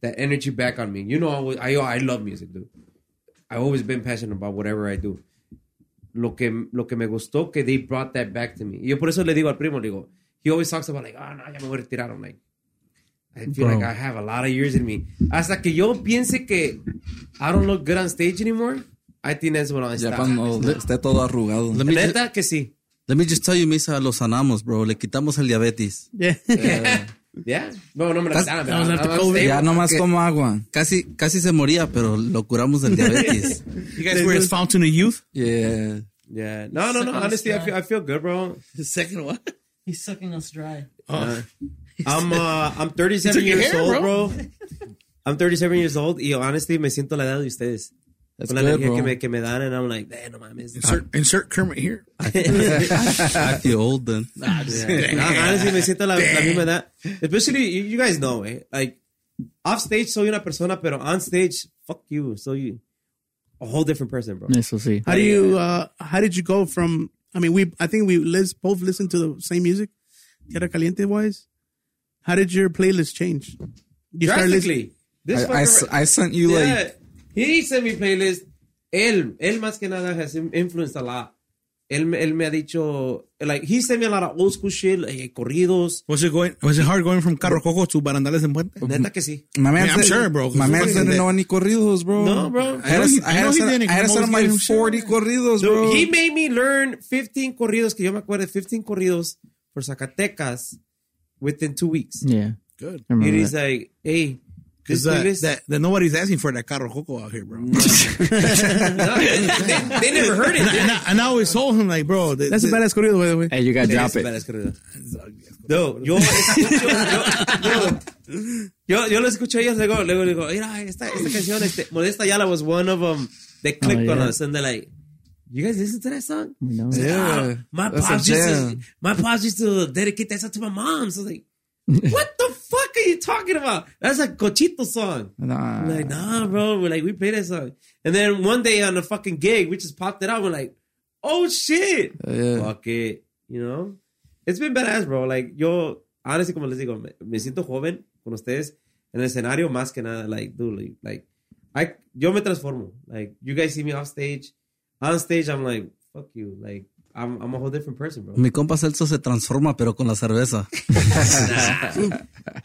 [SPEAKER 1] that energy back on me. You know, I, was- I, I love music, dude. I've always been passionate about whatever I do. Lo que, lo que me gustó que they brought that back to me. Y yo por eso le digo al primo, le digo, he always talks about like, ah, no, ya me voy a retirar. I'm like, I feel like I have a lot of years in me. Hasta que yo piense que I don't look good on stage anymore, I think that's when I
[SPEAKER 5] Ya
[SPEAKER 1] stop.
[SPEAKER 5] cuando esté todo arrugado.
[SPEAKER 3] Let me, ju-
[SPEAKER 1] Neta que sí.
[SPEAKER 3] let me just tell you, Misa, lo sanamos, bro. Le quitamos el diabetes.
[SPEAKER 2] Yeah.
[SPEAKER 1] Yeah. No, no me la quitaron.
[SPEAKER 2] that was
[SPEAKER 1] I'm-
[SPEAKER 2] after
[SPEAKER 1] I'm
[SPEAKER 2] COVID.
[SPEAKER 1] stable.
[SPEAKER 5] Ya nomás tomo agua.
[SPEAKER 3] Casi, casi se moría, pero lo curamos
[SPEAKER 4] [laughs]
[SPEAKER 3] del diabetes.
[SPEAKER 4] You guys were his fountain of youth?
[SPEAKER 5] Yeah.
[SPEAKER 1] Yeah. No, no, no.
[SPEAKER 7] Second
[SPEAKER 1] Honestly, I
[SPEAKER 7] strike.
[SPEAKER 1] feel, I feel good, bro.
[SPEAKER 2] The second one.
[SPEAKER 7] He's sucking us dry.
[SPEAKER 5] [laughs]
[SPEAKER 1] I'm uh, I'm 37 years
[SPEAKER 2] hair,
[SPEAKER 1] old, bro. I'm 37 years old y honestly me siento la edad de ustedes.
[SPEAKER 5] That's
[SPEAKER 1] Con la
[SPEAKER 5] good,
[SPEAKER 1] energía
[SPEAKER 5] bro.
[SPEAKER 1] que me, que me dan and I'm like, "Eh, no mames.
[SPEAKER 4] Insert, insert Kermit here.
[SPEAKER 3] I feel old then.
[SPEAKER 1] Ah, [laughs] Honestly,
[SPEAKER 5] [laughs]
[SPEAKER 1] me siento la, la misma edad. Especially, you, you guys know, eh. Like, off stage soy una persona, pero on stage, fuck you. So you, a whole different person, bro.
[SPEAKER 6] Eso sí.
[SPEAKER 2] How do you? Uh, how did you go from? I mean, we. I think we lis- both listen to the same music, Tierra Caliente wise. How did your playlist change? You start listening.
[SPEAKER 1] Drastically. This
[SPEAKER 5] I, I,
[SPEAKER 1] fucker-
[SPEAKER 5] I sent you like
[SPEAKER 1] Yeah. He sent me playlist. Él, él más que nada has in- influenced a lot. Él, me- él me ha dicho, like, he sent me a lot of old school shit, like, eh, corridos.
[SPEAKER 4] Was it going? Was it hard going from Carro Coco to Barandales en Puente?
[SPEAKER 1] Neta que sí.
[SPEAKER 5] My man
[SPEAKER 4] Yeah, I'm
[SPEAKER 5] said-
[SPEAKER 4] sure, bro, 'cause
[SPEAKER 5] My
[SPEAKER 4] it's
[SPEAKER 5] man
[SPEAKER 4] fucking
[SPEAKER 5] didn't
[SPEAKER 4] dead.
[SPEAKER 5] know any corridos, bro.
[SPEAKER 1] No, bro.
[SPEAKER 5] I had
[SPEAKER 4] I know he-
[SPEAKER 5] to- I had
[SPEAKER 4] I know
[SPEAKER 5] to
[SPEAKER 4] he
[SPEAKER 5] send-
[SPEAKER 4] didn't,
[SPEAKER 5] I had to
[SPEAKER 4] I'm
[SPEAKER 5] send him
[SPEAKER 4] always
[SPEAKER 5] like
[SPEAKER 4] giving
[SPEAKER 5] 40
[SPEAKER 4] him
[SPEAKER 5] corridos,
[SPEAKER 1] So,
[SPEAKER 5] bro.
[SPEAKER 1] he made me learn 15 corridos, que yo me acuerdo, 15 corridos por Zacatecas within two weeks.
[SPEAKER 6] Yeah.
[SPEAKER 4] Good.
[SPEAKER 6] I remember
[SPEAKER 1] It is
[SPEAKER 6] that.
[SPEAKER 1] like, hey,
[SPEAKER 4] Because
[SPEAKER 1] this
[SPEAKER 4] that,
[SPEAKER 1] playlist-
[SPEAKER 4] that, that nobody's asking for that Carro Coco out here, bro.
[SPEAKER 5] Mm.
[SPEAKER 1] No, they, [laughs] they- they never heard
[SPEAKER 3] [laughs]
[SPEAKER 1] it.
[SPEAKER 4] and, I, and I always told him like, bro, the,
[SPEAKER 2] That's a
[SPEAKER 4] the,
[SPEAKER 2] badass corrido, by the way.
[SPEAKER 6] Hey, you gotta drop
[SPEAKER 1] Ese
[SPEAKER 6] it.
[SPEAKER 1] Pérez Correa. No, yo escucho, yo, yo, yo, yo lo escuché a ellos, luego, luego digo, mira, esta, esta canción, este, Modesta Yala was one of them. They clicked
[SPEAKER 6] Oh,
[SPEAKER 1] on
[SPEAKER 6] yeah.
[SPEAKER 1] us and they're like, you guys listen to that song?
[SPEAKER 6] You know?
[SPEAKER 1] Like,
[SPEAKER 5] Yeah.
[SPEAKER 1] "Ah, my
[SPEAKER 5] That's a
[SPEAKER 1] pops used to,
[SPEAKER 5] jam.
[SPEAKER 1] my pops used to dedicate that song to my mom. So I was like, what the fuck are you talking about? That's a cochito song.
[SPEAKER 5] Nah.
[SPEAKER 1] I'm like, nah, bro. We're like, we play that song. And then one day on a fucking gig, we just popped it out. We're like, oh shit.
[SPEAKER 5] Yeah.
[SPEAKER 1] Fuck it. You know? It's been badass, bro. Like, yo, honestly, como les digo, me, me siento joven con ustedes en el escenario más que nada. Like, dude, like, like, I, yo me transformo. Like, you guys see me off stage. On stage, I'm like, fuck you. Like, I'm, I'm a whole different person, bro.
[SPEAKER 3] Mi compa Celso se transforma, pero con la cerveza.
[SPEAKER 1] nah,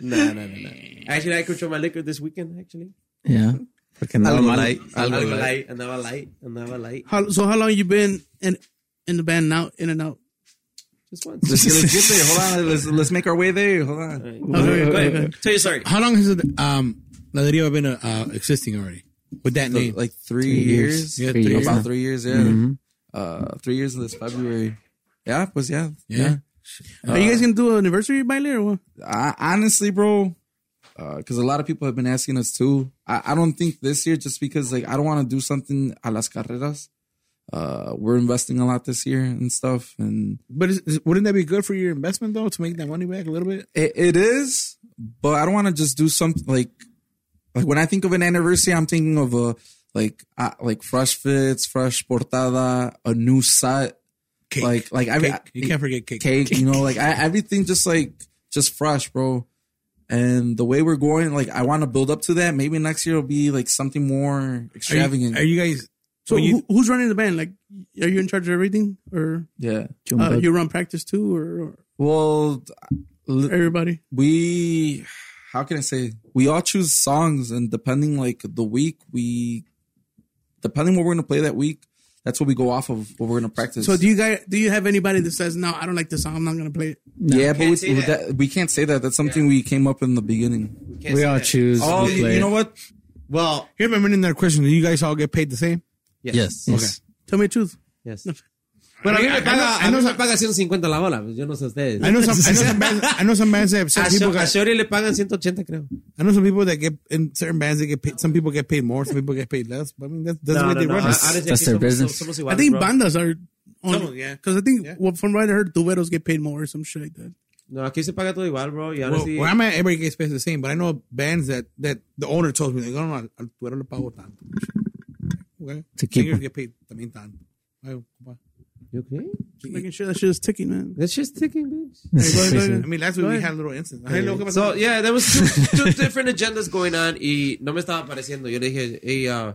[SPEAKER 1] nah, nah, nah. Actually, I control my liquor this weekend, actually.
[SPEAKER 6] Yeah. Porque nada
[SPEAKER 3] Algo
[SPEAKER 6] malo.
[SPEAKER 3] light, algo
[SPEAKER 1] Andaba
[SPEAKER 3] light.
[SPEAKER 1] light, andaba light, andaba light.
[SPEAKER 2] How, so how long you been in in the band now? In and out.
[SPEAKER 1] Just once.
[SPEAKER 5] Let's, let's get there. Hold on. Let's, let's make our way there. Hold on.
[SPEAKER 2] Okay, go ahead, go ahead.
[SPEAKER 1] Tell your story.
[SPEAKER 4] how long has it, um La Deriva been uh, uh, existing already with that
[SPEAKER 5] So,
[SPEAKER 4] name?
[SPEAKER 5] like three, years.
[SPEAKER 6] years.
[SPEAKER 4] Yeah,
[SPEAKER 6] Three
[SPEAKER 4] three Mm-hmm.
[SPEAKER 6] years.
[SPEAKER 5] About three years, yeah. Uh, three years this February. Yeah, pues yeah. Uh,
[SPEAKER 4] Yeah.
[SPEAKER 2] Are you guys gonna do an anniversary baile or what?
[SPEAKER 5] I, honestly, bro, because a lot of people have been asking us too. I, I don't think this year, just because like I don't want to do something a las carreras. Uh, we're investing a lot this year and stuff, and
[SPEAKER 4] But is, is- wouldn't that be good for your investment though to make that money back a little bit?
[SPEAKER 5] it, it is. But I don't want to just do something like like when I think of an anniversary, I'm thinking of a like uh, like fresh fits, fresh portada, a new set,
[SPEAKER 4] Cake.
[SPEAKER 5] like like I,
[SPEAKER 4] Cake.
[SPEAKER 5] I
[SPEAKER 4] you can't forget cake.
[SPEAKER 5] cake, you know, like I, everything just like just fresh, bro. And the way we're going, like I want to build up to that. Maybe next year will be like something more
[SPEAKER 4] Are you-
[SPEAKER 5] extravagant.
[SPEAKER 4] Are you guys?
[SPEAKER 2] So
[SPEAKER 4] Well, you-
[SPEAKER 2] who, who's running the band? Like, are you in charge of everything, or
[SPEAKER 5] yeah.
[SPEAKER 2] uh, you run practice too, or,
[SPEAKER 5] Well,
[SPEAKER 2] or everybody?
[SPEAKER 5] we how can I say we all choose songs, and depending like the week, we depending what we're gonna play that week, that's what we go off of. What we're gonna practice.
[SPEAKER 2] So do you guys do you have anybody that says no? I don't like this song. I'm not gonna play it.
[SPEAKER 5] yeah, but
[SPEAKER 1] say
[SPEAKER 5] we,
[SPEAKER 1] that.
[SPEAKER 5] that. we can't say that. That's something we came up in the beginning.
[SPEAKER 1] Can't
[SPEAKER 6] We
[SPEAKER 1] say
[SPEAKER 6] all
[SPEAKER 1] that.
[SPEAKER 6] choose.
[SPEAKER 5] Oh,
[SPEAKER 6] we
[SPEAKER 5] you,
[SPEAKER 6] play.
[SPEAKER 5] you know what?
[SPEAKER 1] Well,
[SPEAKER 4] Here's my million dollar question. Do you guys all get paid the same?
[SPEAKER 3] Yes.
[SPEAKER 6] Yes.
[SPEAKER 2] Tell me the truth.
[SPEAKER 1] Yes. [laughs] Bueno, a mí me paga, a mí me paga 150 la bola. pues Yo no sé ustedes.
[SPEAKER 4] I know some. I know some bands. I know some bands that have
[SPEAKER 1] A
[SPEAKER 4] some people
[SPEAKER 1] Sho- a
[SPEAKER 4] got.
[SPEAKER 1] Shory le pagan 180, creo.
[SPEAKER 4] I know some people that get in certain bands. They get paid. Some people get paid more. Some people get paid less. But I mean, that's, that's
[SPEAKER 1] No,
[SPEAKER 4] the way
[SPEAKER 1] no,
[SPEAKER 4] they
[SPEAKER 1] no.
[SPEAKER 4] run.
[SPEAKER 1] Ah,
[SPEAKER 4] it.
[SPEAKER 1] honestly, aquí
[SPEAKER 6] that's their
[SPEAKER 1] somos-
[SPEAKER 6] business.
[SPEAKER 1] somos
[SPEAKER 2] I
[SPEAKER 1] iguales,
[SPEAKER 2] think
[SPEAKER 1] bro.
[SPEAKER 2] bandas are.
[SPEAKER 4] Some,
[SPEAKER 2] On,
[SPEAKER 4] yeah.
[SPEAKER 2] Because I think well, from what I heard, duetos get paid more or some shit like that.
[SPEAKER 1] No, aquí se paga todo igual, bro. Y
[SPEAKER 4] Well,
[SPEAKER 1] honestly,
[SPEAKER 4] where I'm at, everybody gets paid the same. But I know bands that that the owner tells me, "No, no, al tuero le pago tanto." Okay.
[SPEAKER 6] To keep-
[SPEAKER 4] Singers get paid también tanto. Ay, [laughs] compa.
[SPEAKER 1] you okay?
[SPEAKER 2] Just making sure that shit is ticking, man.
[SPEAKER 1] That shit's ticking, bitch.
[SPEAKER 4] I mean, last week we had a little incident. Ay, loco,
[SPEAKER 3] [laughs]
[SPEAKER 1] So, yeah, there was two, two different agendas going on y no me estaba apareciendo. Yo le dije, hey, uh,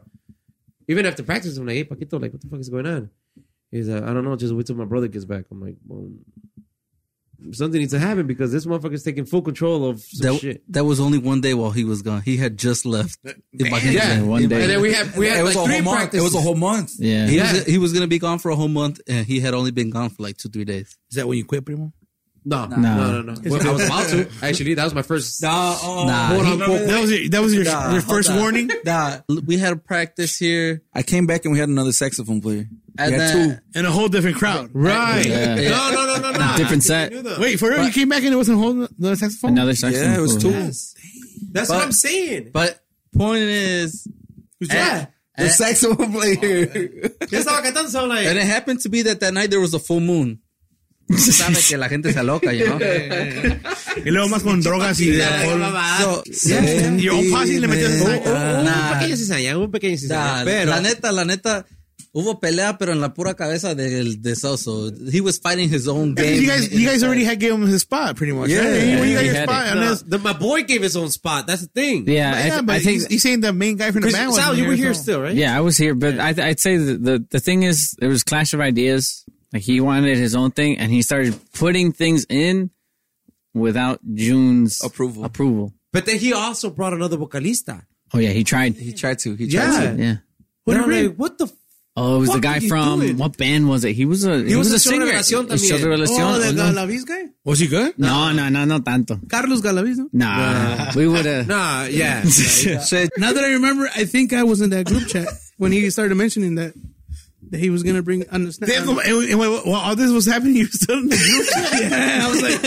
[SPEAKER 1] even after practice, I'm like, hey, Paquito, like, what the fuck is going on? He's like, I don't know, just wait till my brother gets back. I'm like, well, something needs to happen because this motherfucker's taking full control of some
[SPEAKER 3] That, [laughs]
[SPEAKER 1] shit.
[SPEAKER 3] that was only one day while he was gone. He had just left.
[SPEAKER 6] Yeah, one day.
[SPEAKER 1] And then we had, we had
[SPEAKER 3] it was
[SPEAKER 1] like
[SPEAKER 3] a
[SPEAKER 1] three
[SPEAKER 3] whole month. It
[SPEAKER 1] practices.
[SPEAKER 3] was a whole month.
[SPEAKER 6] Yeah.
[SPEAKER 3] He,
[SPEAKER 1] Yeah.
[SPEAKER 3] Was, he was gonna be gone for a whole month, and he had only been gone for like two, three days.
[SPEAKER 4] Is that when you quit, primo?
[SPEAKER 1] No, no, no, no. Well, I was about to. Actually, that was my first.
[SPEAKER 5] um,
[SPEAKER 1] Quote, unquote.
[SPEAKER 4] That was your, that was your,
[SPEAKER 5] Nah,
[SPEAKER 4] your
[SPEAKER 5] hold
[SPEAKER 4] first
[SPEAKER 5] on.
[SPEAKER 4] warning.
[SPEAKER 3] Nah, we had a practice here,
[SPEAKER 5] I came back and we had another saxophone player.
[SPEAKER 3] and
[SPEAKER 5] we had
[SPEAKER 3] then
[SPEAKER 5] two.
[SPEAKER 4] And a whole different crowd. Right.
[SPEAKER 6] Yeah.
[SPEAKER 1] No, no, no, no, no.
[SPEAKER 6] Different set.
[SPEAKER 4] Wait, for real? You came back and it wasn't holding the saxophone?
[SPEAKER 6] Another section.
[SPEAKER 5] Yeah, it was
[SPEAKER 6] full.
[SPEAKER 5] two.
[SPEAKER 1] That's what I'm saying.
[SPEAKER 3] But point is,
[SPEAKER 1] Yeah.
[SPEAKER 5] The saxophone player.
[SPEAKER 1] Yo estaba cantando, so I'm like,
[SPEAKER 3] and it happened to be that that night there was a full moon. [laughs] Sabe que la gente se aloca, you know?
[SPEAKER 4] Y luego más con drogas y alcohol.
[SPEAKER 3] So,
[SPEAKER 4] And your own posse le metió
[SPEAKER 1] Oh,
[SPEAKER 4] saxo.
[SPEAKER 1] un pequeño cizaña, un pequeño cizaña.
[SPEAKER 3] nah,
[SPEAKER 1] Pero,
[SPEAKER 3] la neta, la neta, hubo pelea, pero en la pura cabeza del de Soso. He was fighting his own game.
[SPEAKER 4] You guys, you guys already had given him his spot, pretty much.
[SPEAKER 5] Yeah.
[SPEAKER 4] right? He- he got
[SPEAKER 6] He
[SPEAKER 4] your
[SPEAKER 6] had
[SPEAKER 4] spot,
[SPEAKER 6] it.
[SPEAKER 1] No,
[SPEAKER 4] unless-
[SPEAKER 1] the, my boy gave his own spot. That's the thing.
[SPEAKER 6] Yeah, I,
[SPEAKER 4] Yeah,
[SPEAKER 6] th-
[SPEAKER 4] but
[SPEAKER 6] I think
[SPEAKER 4] he's, he's saying the main guy from the
[SPEAKER 1] Chris,
[SPEAKER 4] band was
[SPEAKER 1] Sal, you were here
[SPEAKER 4] so-
[SPEAKER 1] still, right?
[SPEAKER 6] Yeah, I was here, but I, I'd say the, the the thing is there was clash of ideas. Like he wanted his own thing, and he started putting things in without June's
[SPEAKER 5] Approval.
[SPEAKER 6] Approval.
[SPEAKER 1] But then he also brought another vocalista.
[SPEAKER 6] Oh yeah, he tried.
[SPEAKER 5] He tried to. He tried
[SPEAKER 1] Yeah.
[SPEAKER 5] to.
[SPEAKER 6] Yeah.
[SPEAKER 1] What, I'm like, what the? F-
[SPEAKER 6] Oh, it was
[SPEAKER 1] What
[SPEAKER 6] the guy
[SPEAKER 1] did you
[SPEAKER 6] from
[SPEAKER 1] do it?
[SPEAKER 6] what band was it? He was a he,
[SPEAKER 1] was
[SPEAKER 6] was,
[SPEAKER 1] a
[SPEAKER 6] a
[SPEAKER 1] show
[SPEAKER 6] singer.
[SPEAKER 1] revelación
[SPEAKER 6] It's
[SPEAKER 1] también.
[SPEAKER 6] show revelación,
[SPEAKER 2] Oh,
[SPEAKER 6] oh,
[SPEAKER 2] the
[SPEAKER 6] no?
[SPEAKER 2] Galavis guy?
[SPEAKER 4] Was he good?
[SPEAKER 6] no, no, no, no tanto.
[SPEAKER 2] Carlos Galavis, no?
[SPEAKER 6] Nah, we would have.
[SPEAKER 1] nah, yeah. yeah, yeah.
[SPEAKER 2] Now that I remember, I think I was in that group chat when he
[SPEAKER 4] [laughs]
[SPEAKER 2] started mentioning that that he was gonna bring [laughs] on the snap.
[SPEAKER 4] Damn, and, and, while "Eh, while all this was happening, he was still in the group. yeah, I was like,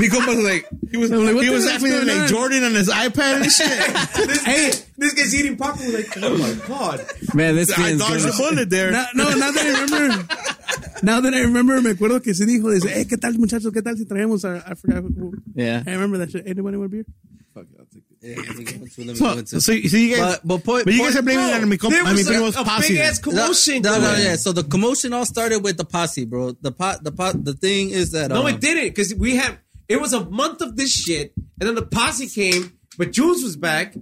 [SPEAKER 4] mi compa was like, he was,
[SPEAKER 2] I'm like, what
[SPEAKER 4] he
[SPEAKER 2] the
[SPEAKER 4] was
[SPEAKER 2] hell's
[SPEAKER 4] acting
[SPEAKER 2] going
[SPEAKER 4] like
[SPEAKER 2] on?
[SPEAKER 4] Jordan on his iPad and shit.
[SPEAKER 1] hey, this guy's eating popcorn. Like, oh my god.
[SPEAKER 6] Man, this
[SPEAKER 4] I
[SPEAKER 6] band's
[SPEAKER 4] dodged the
[SPEAKER 6] good.
[SPEAKER 4] bullet there.
[SPEAKER 2] Now- no, now that I remember, [laughs] now that I remember, me acuerdo que se dijo, dice, hey, ¿qué tal muchachos? ¿Qué tal si traemos a, I forgot who.
[SPEAKER 6] Yeah.
[SPEAKER 2] I remember that shit. Anybody want a beer?
[SPEAKER 4] so, so, so you guys,
[SPEAKER 3] But, but point,
[SPEAKER 4] but you guys
[SPEAKER 3] point-
[SPEAKER 4] are blaming it on mi compa.
[SPEAKER 1] There
[SPEAKER 4] I mean,
[SPEAKER 1] was
[SPEAKER 4] but it
[SPEAKER 1] a,
[SPEAKER 4] was
[SPEAKER 1] a
[SPEAKER 4] posse.
[SPEAKER 1] big ass
[SPEAKER 3] No,
[SPEAKER 1] commotion.
[SPEAKER 3] no,
[SPEAKER 1] going
[SPEAKER 3] no,
[SPEAKER 1] on.
[SPEAKER 3] yeah. So the commotion all started with the posse, bro. The pot, the pot, the thing is that
[SPEAKER 1] No,
[SPEAKER 3] um,
[SPEAKER 1] it didn't because we had it was a month of this shit, and then the posse came, but Jules was back,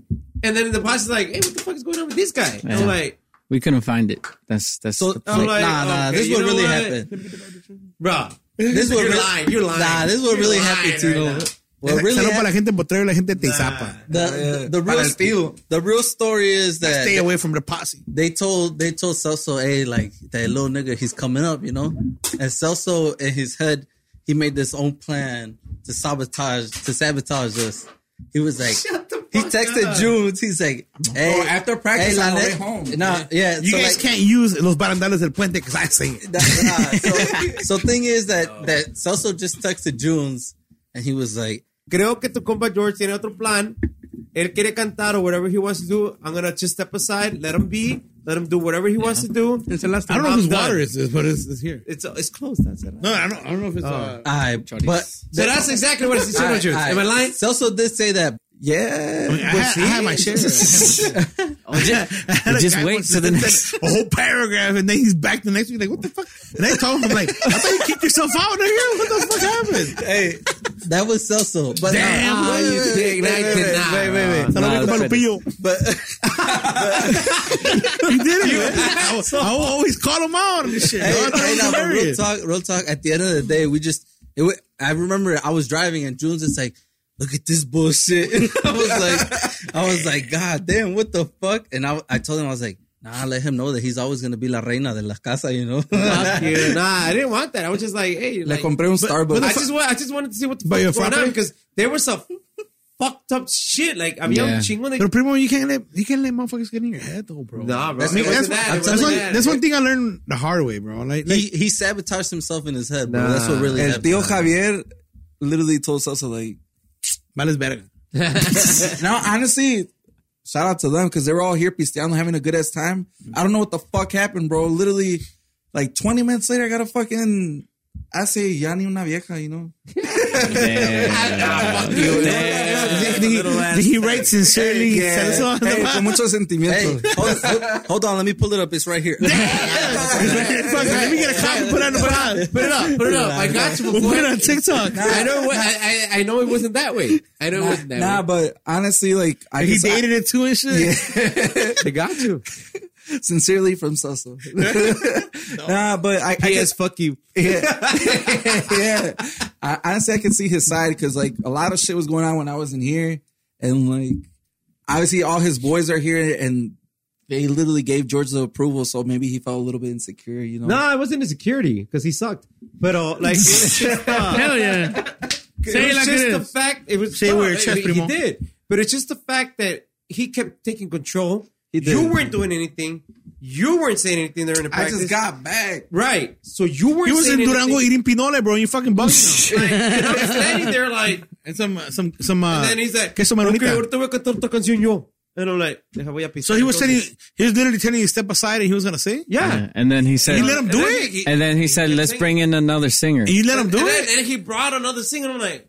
[SPEAKER 1] and then the posse's like, hey, what the fuck is going on with this guy? And I'm
[SPEAKER 6] Yeah.
[SPEAKER 1] like.
[SPEAKER 6] We couldn't find it. That's that's.
[SPEAKER 3] So, uh,
[SPEAKER 6] the
[SPEAKER 3] I'm
[SPEAKER 6] point.
[SPEAKER 1] like,
[SPEAKER 3] nah, nah,
[SPEAKER 1] okay,
[SPEAKER 3] this
[SPEAKER 1] you
[SPEAKER 3] what
[SPEAKER 1] know
[SPEAKER 3] really
[SPEAKER 1] what?
[SPEAKER 3] happened.
[SPEAKER 1] Bruh.
[SPEAKER 3] This what
[SPEAKER 1] you're
[SPEAKER 3] really-
[SPEAKER 1] lying. You're lying.
[SPEAKER 3] Nah, this what
[SPEAKER 1] You're
[SPEAKER 3] really
[SPEAKER 1] lying
[SPEAKER 3] happened to
[SPEAKER 1] right now.
[SPEAKER 3] What really
[SPEAKER 4] Salud para la
[SPEAKER 3] happened,
[SPEAKER 4] gente en Potrero y la gente de Teizapa.
[SPEAKER 3] the, the real the real story is that
[SPEAKER 4] Stay away from the posse.
[SPEAKER 3] they told they told Celso, hey, like that little nigga, he's coming up, you know. And Celso in his head, he made this own plan to sabotage to sabotage us. He was like, he texted Junes. He's like, hey,
[SPEAKER 5] Bro, after practice
[SPEAKER 3] la
[SPEAKER 5] on the way
[SPEAKER 3] net-
[SPEAKER 5] home.
[SPEAKER 3] Nah, yeah.
[SPEAKER 4] You
[SPEAKER 3] so
[SPEAKER 4] guys
[SPEAKER 3] like,
[SPEAKER 4] can't use Los Barandales del Puente because I sing it.
[SPEAKER 3] Nah, nah. so, so thing is that that Celso just texted Junes, and he was like,
[SPEAKER 1] creo que tu compa George tiene otro plan. Él quiere cantar or whatever he wants to do. I'm gonna just step aside, let him be, let him do whatever he wants to do.
[SPEAKER 2] It's the last
[SPEAKER 4] I
[SPEAKER 2] time.
[SPEAKER 4] don't know
[SPEAKER 1] I'm
[SPEAKER 4] whose
[SPEAKER 1] done.
[SPEAKER 4] water is this, but it's, it's here.
[SPEAKER 1] It's it's closed. That's it.
[SPEAKER 4] No, I don't, I don't know if it's. Uh,
[SPEAKER 3] "I." But
[SPEAKER 1] So that's exactly what it's
[SPEAKER 3] All
[SPEAKER 1] doing,
[SPEAKER 3] right,
[SPEAKER 1] George.
[SPEAKER 3] all right.
[SPEAKER 1] Am I lying?
[SPEAKER 3] Celso did say that. Yeah,
[SPEAKER 4] I, mean, I, had, I had
[SPEAKER 1] [laughs]
[SPEAKER 4] my share.
[SPEAKER 6] You just
[SPEAKER 4] Guy
[SPEAKER 6] wait
[SPEAKER 4] wants
[SPEAKER 6] till the
[SPEAKER 4] send
[SPEAKER 6] next.
[SPEAKER 4] a whole paragraph, and then he's back the next week. Like, what the fuck? And I told him, like, I thought you kicked yourself out of here. What the fuck happened?
[SPEAKER 3] hey, that was Celso. But
[SPEAKER 4] Damn,
[SPEAKER 3] Ah,
[SPEAKER 4] wait,
[SPEAKER 3] you
[SPEAKER 4] wait,
[SPEAKER 3] dig,
[SPEAKER 1] wait,
[SPEAKER 3] like,
[SPEAKER 1] wait,
[SPEAKER 3] did
[SPEAKER 1] wait,
[SPEAKER 3] not.
[SPEAKER 1] wait, wait,
[SPEAKER 6] No,
[SPEAKER 4] Salud,
[SPEAKER 6] that's it.
[SPEAKER 4] Lupillo.
[SPEAKER 3] But
[SPEAKER 4] [laughs] He did it. man. I, will- I will always call him out on this shit.
[SPEAKER 3] hey,
[SPEAKER 4] I thought it
[SPEAKER 3] hey,
[SPEAKER 4] was
[SPEAKER 3] now, but real
[SPEAKER 4] hilarious.
[SPEAKER 3] talk, real talk. At the end of the day, we just. It, wa- I remember I was driving and June's just like, "Look at this bullshit." [laughs] And I was like, I was like, "God damn, what the fuck?" And I, I told him I was like, "Nah, let him know that he's always gonna be la reina de la casa," you know. [laughs]
[SPEAKER 1] Fuck you. Nah, I didn't want that. I was just like, hey,
[SPEAKER 5] Le
[SPEAKER 1] like,
[SPEAKER 5] compré un Starbucks.
[SPEAKER 1] I just wa- I just wanted to see what the
[SPEAKER 4] But
[SPEAKER 1] fuck
[SPEAKER 4] your
[SPEAKER 1] was going on
[SPEAKER 4] frappe?
[SPEAKER 1] because there was a [laughs] fucked up shit. Like, había
[SPEAKER 4] Yeah.
[SPEAKER 1] un chingón de.
[SPEAKER 4] But primo, you can't let you can't let motherfuckers get in your head though, bro.
[SPEAKER 1] Nah, bro.
[SPEAKER 4] I mean,
[SPEAKER 1] It
[SPEAKER 4] that's,
[SPEAKER 1] wasn't that. It
[SPEAKER 4] that's
[SPEAKER 1] wasn't
[SPEAKER 4] one,
[SPEAKER 1] that.
[SPEAKER 4] that's one thing I learned the hard way, bro. Like, like
[SPEAKER 3] He, he sabotaged himself in his head, bro.
[SPEAKER 1] Nah.
[SPEAKER 3] That's what really
[SPEAKER 5] El
[SPEAKER 3] happened.
[SPEAKER 5] tío Javier literally told Salsa, like,
[SPEAKER 4] vales verga.
[SPEAKER 5] now, honestly, shout out to them because they were all here pisteando, having a good ass time. I don't know what the fuck happened, bro. Literally, like 20 minutes later, I got a fucking. I say, ya ni una vieja, you know?
[SPEAKER 4] Did he, did he write sincerely?
[SPEAKER 5] Yeah.
[SPEAKER 4] Celso?
[SPEAKER 5] Hey,
[SPEAKER 3] [laughs]
[SPEAKER 5] con mucho
[SPEAKER 3] Hey,
[SPEAKER 5] sentimiento.
[SPEAKER 3] hold, hold, hold on, let me pull it up. It's
[SPEAKER 5] [laughs]
[SPEAKER 3] right here.
[SPEAKER 4] Fuck, let me get a copy. Put it on the pod. Put it up.
[SPEAKER 8] Put it up. I got you
[SPEAKER 4] We'll
[SPEAKER 8] before.
[SPEAKER 4] put it on TikTok.
[SPEAKER 8] I know. What, I, I I know it wasn't that way. I know it wasn't that
[SPEAKER 5] Nah,
[SPEAKER 8] way.
[SPEAKER 5] but honestly, like, I
[SPEAKER 4] He
[SPEAKER 5] just- I-
[SPEAKER 4] dated it too and shit.
[SPEAKER 8] They got you.
[SPEAKER 5] Sincerely from [laughs]
[SPEAKER 3] [laughs]
[SPEAKER 5] Sosa. Nah, but I, I guess fuck you. Yeah, yeah. I, honestly, I can see his side because like a lot of shit was going on when I wasn't here, and like obviously all his boys are here, and they literally gave George the approval, so maybe he felt a little bit insecure, you know.
[SPEAKER 1] No, it wasn't insecurity because he sucked. But uh, like, it's just, uh,
[SPEAKER 2] Hell yeah. Say
[SPEAKER 1] it
[SPEAKER 2] it
[SPEAKER 1] was
[SPEAKER 2] like
[SPEAKER 1] just
[SPEAKER 2] it
[SPEAKER 1] the
[SPEAKER 2] is.
[SPEAKER 1] fact. It was
[SPEAKER 2] Say
[SPEAKER 1] no,
[SPEAKER 2] where your
[SPEAKER 1] I
[SPEAKER 2] chest,
[SPEAKER 1] mean, He
[SPEAKER 2] primo.
[SPEAKER 1] did, but it's just the fact that he kept taking control.
[SPEAKER 5] He did.
[SPEAKER 1] You weren't doing anything. You weren't saying anything during the
[SPEAKER 5] I
[SPEAKER 1] practice.
[SPEAKER 5] just got back.
[SPEAKER 1] right. So you weren't.
[SPEAKER 4] He was in
[SPEAKER 1] saying
[SPEAKER 4] Durango
[SPEAKER 1] anything.
[SPEAKER 4] eating pinole, bro. You fucking
[SPEAKER 1] [laughs]
[SPEAKER 4] bugging him.
[SPEAKER 1] And I'm standing there [laughs] like,
[SPEAKER 4] And some, some, some, uh,
[SPEAKER 1] and then he's like,
[SPEAKER 4] queso
[SPEAKER 1] okay,
[SPEAKER 4] maronita.
[SPEAKER 1] ahorita voy a cantar otra canción yo. And I'm like, deja voy a pisar.
[SPEAKER 4] So he was telling,
[SPEAKER 1] entonces.
[SPEAKER 4] he was literally telling you to step aside and he was gonna sing.
[SPEAKER 1] yeah.
[SPEAKER 6] And then he said,
[SPEAKER 4] He let him do
[SPEAKER 1] And
[SPEAKER 4] it.
[SPEAKER 1] he-
[SPEAKER 6] and then he said,
[SPEAKER 1] kept
[SPEAKER 6] let's
[SPEAKER 1] singing.
[SPEAKER 6] bring in another singer.
[SPEAKER 4] You let him do
[SPEAKER 1] and
[SPEAKER 4] it.
[SPEAKER 1] Then, and he brought another singer. I'm like,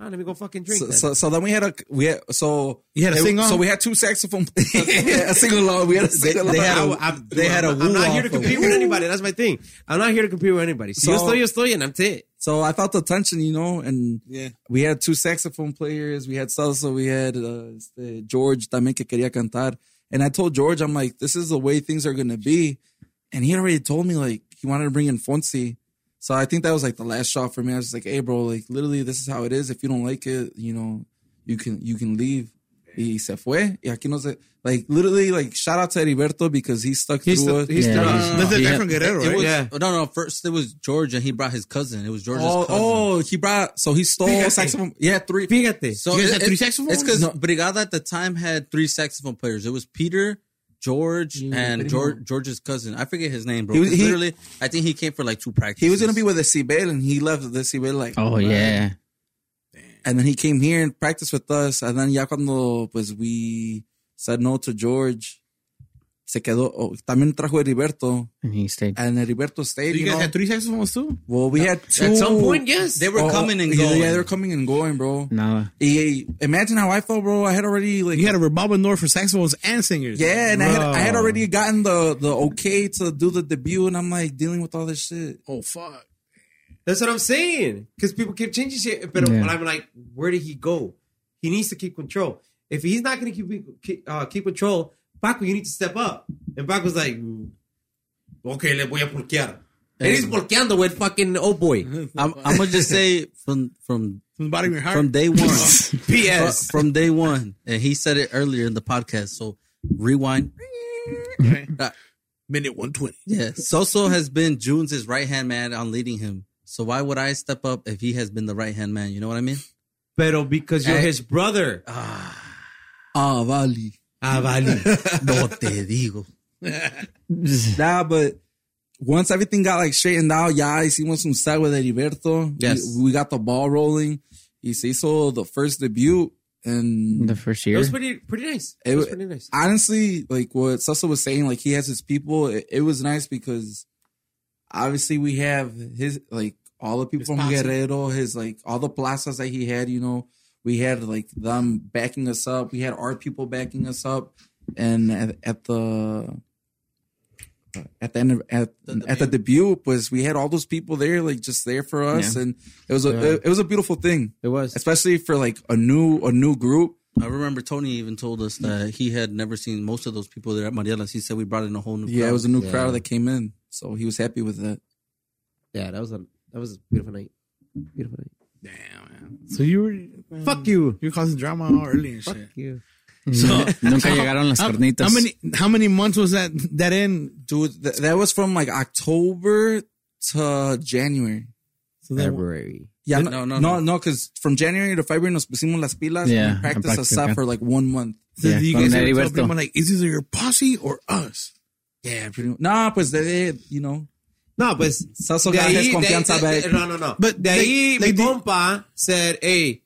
[SPEAKER 1] ah, let me go fucking drink.
[SPEAKER 5] So,
[SPEAKER 1] then.
[SPEAKER 5] so, so then we had a we had so
[SPEAKER 4] You had a
[SPEAKER 5] it-
[SPEAKER 4] sing-along?
[SPEAKER 5] So we had two saxophone, [laughs] a sing along. We had a sing along.
[SPEAKER 3] they had a-
[SPEAKER 5] they had a
[SPEAKER 1] I'm, I'm not here to
[SPEAKER 5] woo-off of-
[SPEAKER 1] compete with anybody. That's my thing. I'm not here to compete with anybody. Si yo
[SPEAKER 5] So-
[SPEAKER 1] estoy, yo estoy, and I'm it.
[SPEAKER 5] So I felt the tension, you know, and
[SPEAKER 4] Yeah.
[SPEAKER 5] we had two saxophone players, we had salsa, we had uh, este, George también que quería cantar, and I told George, I'm like, this is the way things are gonna be, and he already told me like he wanted to bring in Fonsi, so I think that was like the last shot for me. I was just like, hey, bro, like literally this is how it is. If you don't like it, you know, you can you can leave. He se fue. Y aquí no se, like literally like shout out to Heriberto because he stuck
[SPEAKER 1] He's
[SPEAKER 5] through
[SPEAKER 1] the,
[SPEAKER 5] us.
[SPEAKER 1] he's
[SPEAKER 6] Yeah.
[SPEAKER 1] the,
[SPEAKER 4] That's the guy
[SPEAKER 6] Yeah.
[SPEAKER 4] from Guerrero,
[SPEAKER 3] It was,
[SPEAKER 4] right?
[SPEAKER 1] Yeah.
[SPEAKER 3] oh, No, no. First, it was George, and he brought his cousin. It was George's
[SPEAKER 5] Oh,
[SPEAKER 3] cousin.
[SPEAKER 5] oh, he brought so he stole
[SPEAKER 1] Fíjate.
[SPEAKER 5] saxophone. Yeah, three.
[SPEAKER 1] Fíjate.
[SPEAKER 3] So
[SPEAKER 4] You guys
[SPEAKER 3] it-
[SPEAKER 4] had
[SPEAKER 3] it-
[SPEAKER 4] three saxophones?
[SPEAKER 3] It's because Brigada at the time had three saxophone players. It was Peter, George, and George, George's cousin. I forget his name, bro.
[SPEAKER 5] He was-
[SPEAKER 3] 'cause
[SPEAKER 5] he-
[SPEAKER 3] literally, I think he came for like two practices.
[SPEAKER 5] He was gonna be with the Cibel and he left the Cibel like
[SPEAKER 6] oh, yeah.
[SPEAKER 5] and then he came here and practiced with us and then ya cuando pues we said no to George se quedó oh, también trajo Heriberto
[SPEAKER 6] And he stayed.
[SPEAKER 5] and Heriberto stayed
[SPEAKER 4] You,
[SPEAKER 5] you,
[SPEAKER 4] guys
[SPEAKER 5] know
[SPEAKER 4] had three saxophones too.
[SPEAKER 5] well we had two
[SPEAKER 1] At some point, yes.
[SPEAKER 3] They were
[SPEAKER 5] Oh,
[SPEAKER 3] coming and
[SPEAKER 5] yeah,
[SPEAKER 3] going.
[SPEAKER 5] yeah they were coming and going bro
[SPEAKER 6] Nada.
[SPEAKER 5] He- imagine how I felt bro I had already like [laughs]
[SPEAKER 4] You had a revolving door for saxophones and singers.
[SPEAKER 5] yeah and I had, I had already gotten the the okay to do the debut and I'm like dealing with all this shit
[SPEAKER 4] Oh fuck.
[SPEAKER 1] That's what I'm saying. Because people keep changing shit. But
[SPEAKER 6] Yeah.
[SPEAKER 1] I'm like, where did he go? He needs to keep control. If he's not going to keep, keep, uh, keep control, Paco, you need to step up. And Paco's like, "Mm, okay, le voy a porquear. And he's porqueando with fucking old boy.
[SPEAKER 3] I'm, I'm gonna just say from from
[SPEAKER 4] From the bottom of your heart.
[SPEAKER 3] from
[SPEAKER 5] [laughs]
[SPEAKER 3] day one. fr-
[SPEAKER 1] P.S.
[SPEAKER 3] from day one, and he said it earlier in the podcast. So rewind. Uh,
[SPEAKER 4] minute one twenty.
[SPEAKER 3] Yeah, Soso has been June's right hand man on leading him. So why would I step up if he has been the right hand man? You know what I
[SPEAKER 5] [laughs]
[SPEAKER 3] mean?
[SPEAKER 1] Pero because you're his brother.
[SPEAKER 5] ah vale
[SPEAKER 1] Ah, vale.
[SPEAKER 3] No te digo.
[SPEAKER 5] Nah, but once everything got like straightened out, yeah, hicimos un set with Heriberto.
[SPEAKER 3] Yes.
[SPEAKER 5] We, we got the ball rolling. He se hizo the first debut. And
[SPEAKER 6] The first
[SPEAKER 1] It
[SPEAKER 6] year.
[SPEAKER 1] was pretty, pretty nice. It was pretty nice.
[SPEAKER 5] honestly, like what Sussa was saying, like he has his people. It, it was nice because obviously we have his, like all the people from Guerrero, his, like all the plazas that he had, you know, we had like them backing us up. We had our people backing us up. And at, at the, at the end of, at, at the debut was we had all those people there like just there for us and it was a it, it was a beautiful thing
[SPEAKER 1] It was.
[SPEAKER 5] especially for like a new a new group
[SPEAKER 3] I remember Tony even told us that he had never seen most of those people there at Marielas. He said we brought in a whole new.
[SPEAKER 5] yeah
[SPEAKER 3] crowd.
[SPEAKER 5] it was a new crowd that came in so he was happy with that
[SPEAKER 1] Yeah, that was a that was a beautiful night. Beautiful night.
[SPEAKER 4] Damn man. So you were
[SPEAKER 1] Fuck you.
[SPEAKER 4] You're causing drama all early and shit.
[SPEAKER 1] you.
[SPEAKER 6] Nunca llegaron las
[SPEAKER 5] Ah,
[SPEAKER 4] How,
[SPEAKER 6] carnitas.
[SPEAKER 4] how many how many months was that that in?
[SPEAKER 5] dude th- that was from like October to January
[SPEAKER 4] So that,
[SPEAKER 1] February.
[SPEAKER 5] Yeah, no, no, no, no, because from January to February nos pusimos las pilas
[SPEAKER 6] Yeah,
[SPEAKER 5] and we practiced
[SPEAKER 6] and
[SPEAKER 5] a set
[SPEAKER 6] practiced,
[SPEAKER 5] for like one month.
[SPEAKER 4] So
[SPEAKER 6] Yeah,
[SPEAKER 4] you
[SPEAKER 6] con
[SPEAKER 4] guys ever tell
[SPEAKER 6] Heriberto.
[SPEAKER 4] people like, is either your posse or us?
[SPEAKER 5] Yeah, pretty much. Nah, pues they did, you know.
[SPEAKER 1] No, pues.
[SPEAKER 5] Sasso
[SPEAKER 1] de
[SPEAKER 5] got his
[SPEAKER 1] ahí, de-
[SPEAKER 5] confianza
[SPEAKER 1] de- de-
[SPEAKER 5] back.
[SPEAKER 1] no, no, no.
[SPEAKER 4] But
[SPEAKER 1] de
[SPEAKER 4] they-
[SPEAKER 1] ahí, mi
[SPEAKER 4] they did-
[SPEAKER 1] compa said, hey,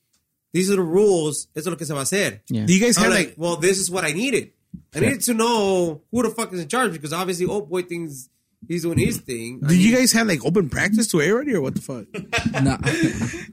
[SPEAKER 1] these are the rules. Eso es lo que se va a hacer.
[SPEAKER 6] Yeah.
[SPEAKER 4] Do you guys
[SPEAKER 1] I'm
[SPEAKER 4] have
[SPEAKER 1] like,
[SPEAKER 4] like,
[SPEAKER 1] well, this is what I needed. I needed to know who the fuck is in charge because obviously, old boy thinks he's doing his thing. I
[SPEAKER 4] do you
[SPEAKER 1] mean,
[SPEAKER 4] guys have like open practice to everybody or what the fuck?
[SPEAKER 5] Nah.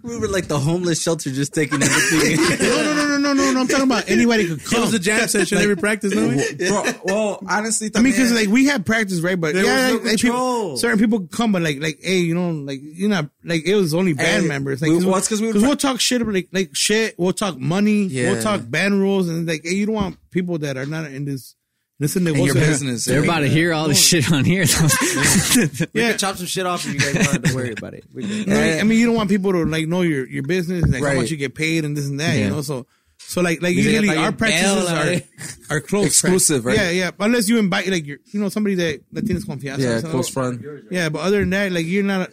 [SPEAKER 3] We were like the homeless shelter,
[SPEAKER 5] [laughs]
[SPEAKER 3] just taking everything.
[SPEAKER 4] no, no, no, no, no, no, no. I'm talking about anybody could come.
[SPEAKER 2] It was a jam session every practice, no? way?
[SPEAKER 5] Bro, well, honestly,
[SPEAKER 4] I mean, because
[SPEAKER 5] también-
[SPEAKER 4] like we had practice, right? But
[SPEAKER 1] There
[SPEAKER 4] yeah,
[SPEAKER 1] was no
[SPEAKER 4] like, like, people-
[SPEAKER 1] control.
[SPEAKER 4] certain people could come, but like, like, hey, you know, like you know, like it was only band
[SPEAKER 5] Hey,
[SPEAKER 4] members. Like,
[SPEAKER 5] we- well, it's 'cause we were-
[SPEAKER 4] will talk shit, like, like shit. We'll talk money. We'll
[SPEAKER 5] Yeah.
[SPEAKER 4] talk band rules, and like, hey, you don't want people that are not in this. This in the
[SPEAKER 5] in your business.
[SPEAKER 6] They're about to hear all this shit on here. [laughs]
[SPEAKER 1] we could chop some shit off if you guys wanted to worry about it. We could.
[SPEAKER 4] You know, like, I mean, you don't want people to like know your your business, like how
[SPEAKER 5] Right.
[SPEAKER 4] much you get paid and this and that. You
[SPEAKER 6] Yeah.
[SPEAKER 4] know, so so like like
[SPEAKER 5] Dice que
[SPEAKER 4] usually
[SPEAKER 5] está
[SPEAKER 4] our
[SPEAKER 5] bien
[SPEAKER 4] practices
[SPEAKER 5] pela,
[SPEAKER 4] are
[SPEAKER 5] eh.
[SPEAKER 4] are close,
[SPEAKER 5] Exclusive, right?
[SPEAKER 4] Yeah, yeah. Unless you invite like your, you know somebody that that tienes confianza. or
[SPEAKER 5] Yeah,
[SPEAKER 4] something.
[SPEAKER 5] close friend.
[SPEAKER 4] Yeah, but other than that, like you're not.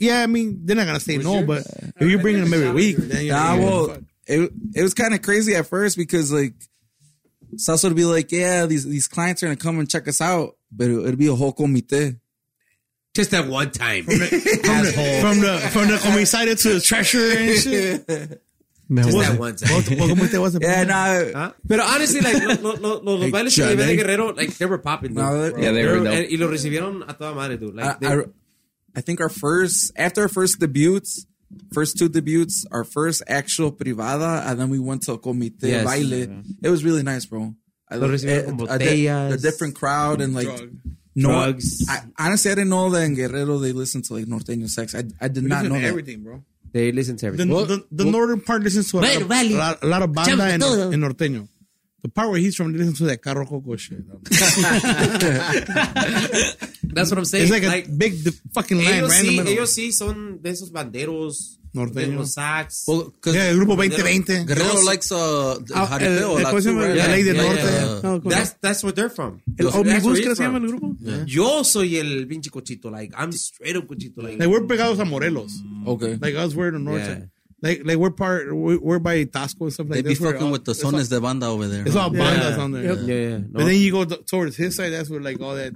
[SPEAKER 4] Yeah, I mean they're not gonna say no, but if you're bringing them every week, then you're
[SPEAKER 5] Nah,
[SPEAKER 4] yeah,
[SPEAKER 5] well,
[SPEAKER 4] fuck.
[SPEAKER 5] it, it was kind of crazy at first because like Sasso would be like, yeah, these these clients are gonna come and check us out, but it, would be a whole comité.
[SPEAKER 8] Just that one time.
[SPEAKER 4] from the from the comisario to the treasurer and [laughs] shit.
[SPEAKER 8] Just that one time.
[SPEAKER 4] [laughs] Welcome with that wasn't.
[SPEAKER 5] Yeah, nah,
[SPEAKER 1] Huh? [laughs] Pero honestly, like, lo- lo- lo- lo- los bailes que llevé de Guerrero, like, they were popping, dude.
[SPEAKER 5] No, they-
[SPEAKER 6] Yeah, they were
[SPEAKER 1] They-
[SPEAKER 6] dope.
[SPEAKER 1] Y lo recibieron a toda madre, dude. Like, they-
[SPEAKER 5] I, I, I think our first after our first debuts, first two debuts, our first actual privada, and then we went to a comité
[SPEAKER 1] Yes.
[SPEAKER 5] baile. It was really nice, bro. I
[SPEAKER 1] Lo
[SPEAKER 5] loved
[SPEAKER 1] recibieron
[SPEAKER 5] it.
[SPEAKER 1] con
[SPEAKER 5] A di-
[SPEAKER 1] botellas.
[SPEAKER 5] a different crowd and like no,
[SPEAKER 1] Drugs.
[SPEAKER 5] I, honestly, I didn't know that in Guerrero they listen to like norteño sex. I, I did not know that.
[SPEAKER 4] everything, bro.
[SPEAKER 1] they listen to
[SPEAKER 4] The,
[SPEAKER 1] everything.
[SPEAKER 4] the, the northern part listens to a, lot, of, a, lot, a lot of banda and, and norteño. The part where he's from listens to that carro coco shit.
[SPEAKER 1] That's what I'm saying.
[SPEAKER 4] It's like a
[SPEAKER 1] like,
[SPEAKER 4] big the fucking line
[SPEAKER 1] ellos,
[SPEAKER 4] right in
[SPEAKER 1] sí,
[SPEAKER 4] the middle.
[SPEAKER 1] ellos sí son de esos banderos,
[SPEAKER 4] Norteños.
[SPEAKER 1] de los sax.
[SPEAKER 3] well, because
[SPEAKER 4] yeah, el grupo 2020.
[SPEAKER 3] Guerrero likes uh, the
[SPEAKER 2] Ah, el-
[SPEAKER 3] jaripeo,
[SPEAKER 2] el-
[SPEAKER 3] la
[SPEAKER 2] ¿cómo se
[SPEAKER 3] tuba,
[SPEAKER 2] llama?
[SPEAKER 3] right?
[SPEAKER 2] La ley del
[SPEAKER 3] Yeah,
[SPEAKER 2] norte.
[SPEAKER 3] yeah.
[SPEAKER 5] Ah,
[SPEAKER 2] No, ¿cómo?
[SPEAKER 1] That's, that's where they're from.
[SPEAKER 2] El
[SPEAKER 1] That's where
[SPEAKER 2] omnibus,
[SPEAKER 1] he's
[SPEAKER 2] ¿qué se llama el
[SPEAKER 1] from.
[SPEAKER 2] grupo?
[SPEAKER 1] Yo soy el pinche cochito. Like, I'm straight up cochito. Like,
[SPEAKER 4] Like we're pegados a Morelos.
[SPEAKER 5] Okay.
[SPEAKER 4] Like us, we're the north side. Like like we're part we're, we're by Tasco and stuff
[SPEAKER 3] They
[SPEAKER 4] like that.
[SPEAKER 3] be fucking with the sones de banda over there.
[SPEAKER 4] It's all
[SPEAKER 2] Yeah.
[SPEAKER 4] bandas on there.
[SPEAKER 2] Yep.
[SPEAKER 1] yeah, yeah. no.
[SPEAKER 4] But then you go th- towards his side. That's where like all that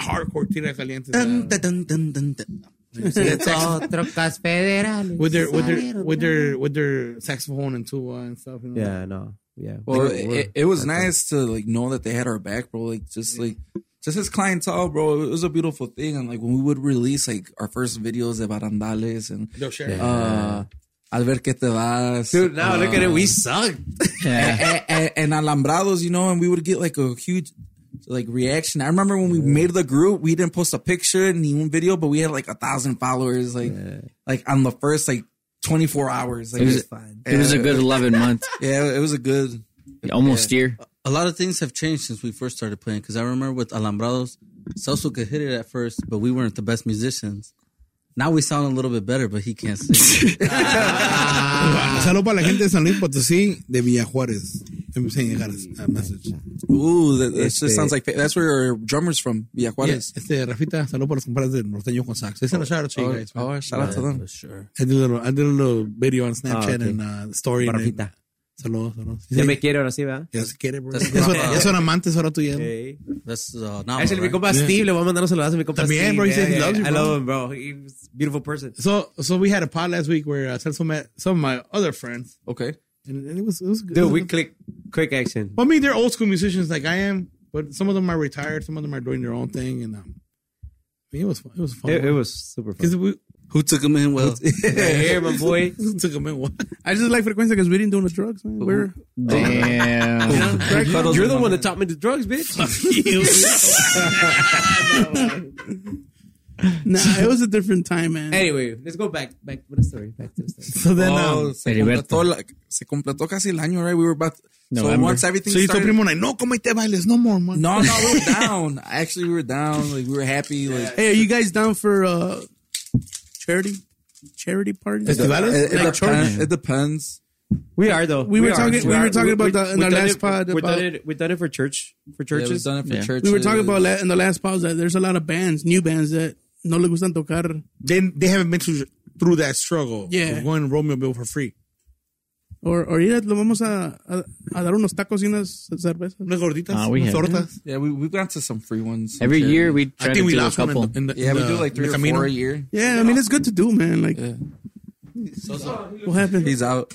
[SPEAKER 4] hardcore tira caliente. is
[SPEAKER 3] Dun,
[SPEAKER 4] at.
[SPEAKER 3] dun, dun, dun, dun.
[SPEAKER 9] Trocas federales.
[SPEAKER 4] With their with their with their with their saxophone and tuba and stuff. You know?
[SPEAKER 1] Yeah, no. Yeah.
[SPEAKER 5] Well,
[SPEAKER 1] They-
[SPEAKER 5] it, it was nice to like know that they had our back, bro. Like just like just his clientele, bro. It was a beautiful thing, and like when we would release like our first videos de barandales and
[SPEAKER 4] They'll share.
[SPEAKER 5] uh, al ver que te vas, Eh,
[SPEAKER 1] Dude, now look at it. We suck.
[SPEAKER 6] yeah.
[SPEAKER 5] and, and, and alambrados, you know, and we would get like a huge like reaction. I remember when we made the group, we didn't post a picture ni un video, but we had like a thousand followers, like like on the first like twenty four hours. Like,
[SPEAKER 6] It
[SPEAKER 5] it
[SPEAKER 6] was-
[SPEAKER 5] was, fine.
[SPEAKER 6] It was a good 11 months,
[SPEAKER 5] yeah, it was a good.
[SPEAKER 6] almost year.
[SPEAKER 3] A lot of things have changed since we first started playing. Because I remember with Alambrados, Sosu could hit it at first, but we weren't the best musicians. Now we sound a little bit better, but he
[SPEAKER 5] [laughs]
[SPEAKER 3] can't sing.
[SPEAKER 4] Salud para la gente de San Luis Potosí, de Villa Juárez. I'm saying I got a, a message.
[SPEAKER 5] Ooh, that, that just sounds like that's where our drummer's from, Villa Juarez.
[SPEAKER 4] Este, Rafita, salud para los compadres del norteño con sax. It's in a shout out to you guys. man.
[SPEAKER 5] Oh, shout out to them.
[SPEAKER 3] sure.
[SPEAKER 4] I did a little, I did a little video on Snapchat
[SPEAKER 1] Ah, okay.
[SPEAKER 4] and uh, story. and then-
[SPEAKER 1] Rafita.
[SPEAKER 4] Saludos, saludos.
[SPEAKER 1] Ya me
[SPEAKER 4] Sí,
[SPEAKER 1] quiere ahora sí, ¿verdad?
[SPEAKER 4] ya se quiere, bro.
[SPEAKER 3] That's
[SPEAKER 4] Ya son-
[SPEAKER 3] Rafa.
[SPEAKER 4] ya son amantes ahora tú ya.
[SPEAKER 1] Okay.
[SPEAKER 3] That's uh, now.
[SPEAKER 1] Actually, mi compa Steve, le voy a mandar un saludazo a mi compa
[SPEAKER 4] También,
[SPEAKER 1] Steve.
[SPEAKER 4] bro, he said he loves you,
[SPEAKER 1] I
[SPEAKER 4] bro.
[SPEAKER 1] love him, bro. He's a beautiful person.
[SPEAKER 4] So, so we had a pod last week where uh, Celso met some of my other friends,
[SPEAKER 5] Okay.
[SPEAKER 4] and, and it was it was good.
[SPEAKER 1] Dude, we click quick action.
[SPEAKER 4] Well, I mean, they're old school musicians like I am, but some of them are retired, some of them are doing their own thing, and um, I mean, it was fun. It was fun.
[SPEAKER 1] It, it was super fun. [laughs]
[SPEAKER 4] because we
[SPEAKER 3] Who took him in? Well,
[SPEAKER 1] Right here, my boy.
[SPEAKER 4] took a [laughs] minute.
[SPEAKER 2] I just like frecuencia because we didn't do no drugs, man. We're
[SPEAKER 6] Damn.
[SPEAKER 4] [laughs]
[SPEAKER 1] You're the one that taught me the drugs, bitch.
[SPEAKER 2] nah, it was a different time, man.
[SPEAKER 1] anyway, let's go back back to the story. Back to the story.
[SPEAKER 4] So then,
[SPEAKER 5] Oh,
[SPEAKER 4] um,
[SPEAKER 5] se,
[SPEAKER 6] Heriberto.
[SPEAKER 5] completó la- se completó casi el año, right? We were about. So
[SPEAKER 6] November.
[SPEAKER 5] once everything
[SPEAKER 4] so you told
[SPEAKER 5] started,
[SPEAKER 4] Primo like, no, come te bailes, no more, man.
[SPEAKER 5] No, no, we were down. [laughs] Actually, we were down. Like we were happy. Like
[SPEAKER 2] Hey, are you guys down for uh charity charity party?
[SPEAKER 4] Festivales?
[SPEAKER 5] it, it
[SPEAKER 2] Like
[SPEAKER 5] depends.
[SPEAKER 2] church?
[SPEAKER 5] It depends.
[SPEAKER 1] We are though.
[SPEAKER 2] We were talking- we were talking about that in
[SPEAKER 1] we
[SPEAKER 2] our
[SPEAKER 1] done
[SPEAKER 2] last
[SPEAKER 1] it-
[SPEAKER 2] pod
[SPEAKER 1] We done
[SPEAKER 2] about-
[SPEAKER 1] it. We done it for church for
[SPEAKER 5] Yeah, it was
[SPEAKER 1] churches.
[SPEAKER 5] done it for
[SPEAKER 6] Yeah.
[SPEAKER 5] churches.
[SPEAKER 2] We were talking about la- in the last pause that there's a lot of bands, new bands that no le gustan tocar.
[SPEAKER 4] They they haven't been to through that struggle.
[SPEAKER 2] Yeah.
[SPEAKER 4] Of going to Romeoville for free.
[SPEAKER 2] Or, or ir a- lo vamos a, a, a dar unos tacos y unas cervezas.
[SPEAKER 4] Unas gorditas,
[SPEAKER 6] Ah, we
[SPEAKER 4] unas
[SPEAKER 6] have-
[SPEAKER 4] tortas.
[SPEAKER 3] Yeah, we we've gone to some free ones.
[SPEAKER 6] Every
[SPEAKER 3] Yeah.
[SPEAKER 6] year we
[SPEAKER 4] I
[SPEAKER 6] try to
[SPEAKER 4] think we
[SPEAKER 6] do a
[SPEAKER 4] lost one
[SPEAKER 6] couple.
[SPEAKER 4] in the, in the
[SPEAKER 3] Yeah,
[SPEAKER 4] in
[SPEAKER 3] we
[SPEAKER 4] the-
[SPEAKER 3] do like
[SPEAKER 4] in
[SPEAKER 3] three
[SPEAKER 4] the
[SPEAKER 3] or
[SPEAKER 4] Camino.
[SPEAKER 3] four a year.
[SPEAKER 2] Yeah, I mean, it's good to do, man. Like,
[SPEAKER 3] Yeah.
[SPEAKER 2] what happened?
[SPEAKER 3] He's out.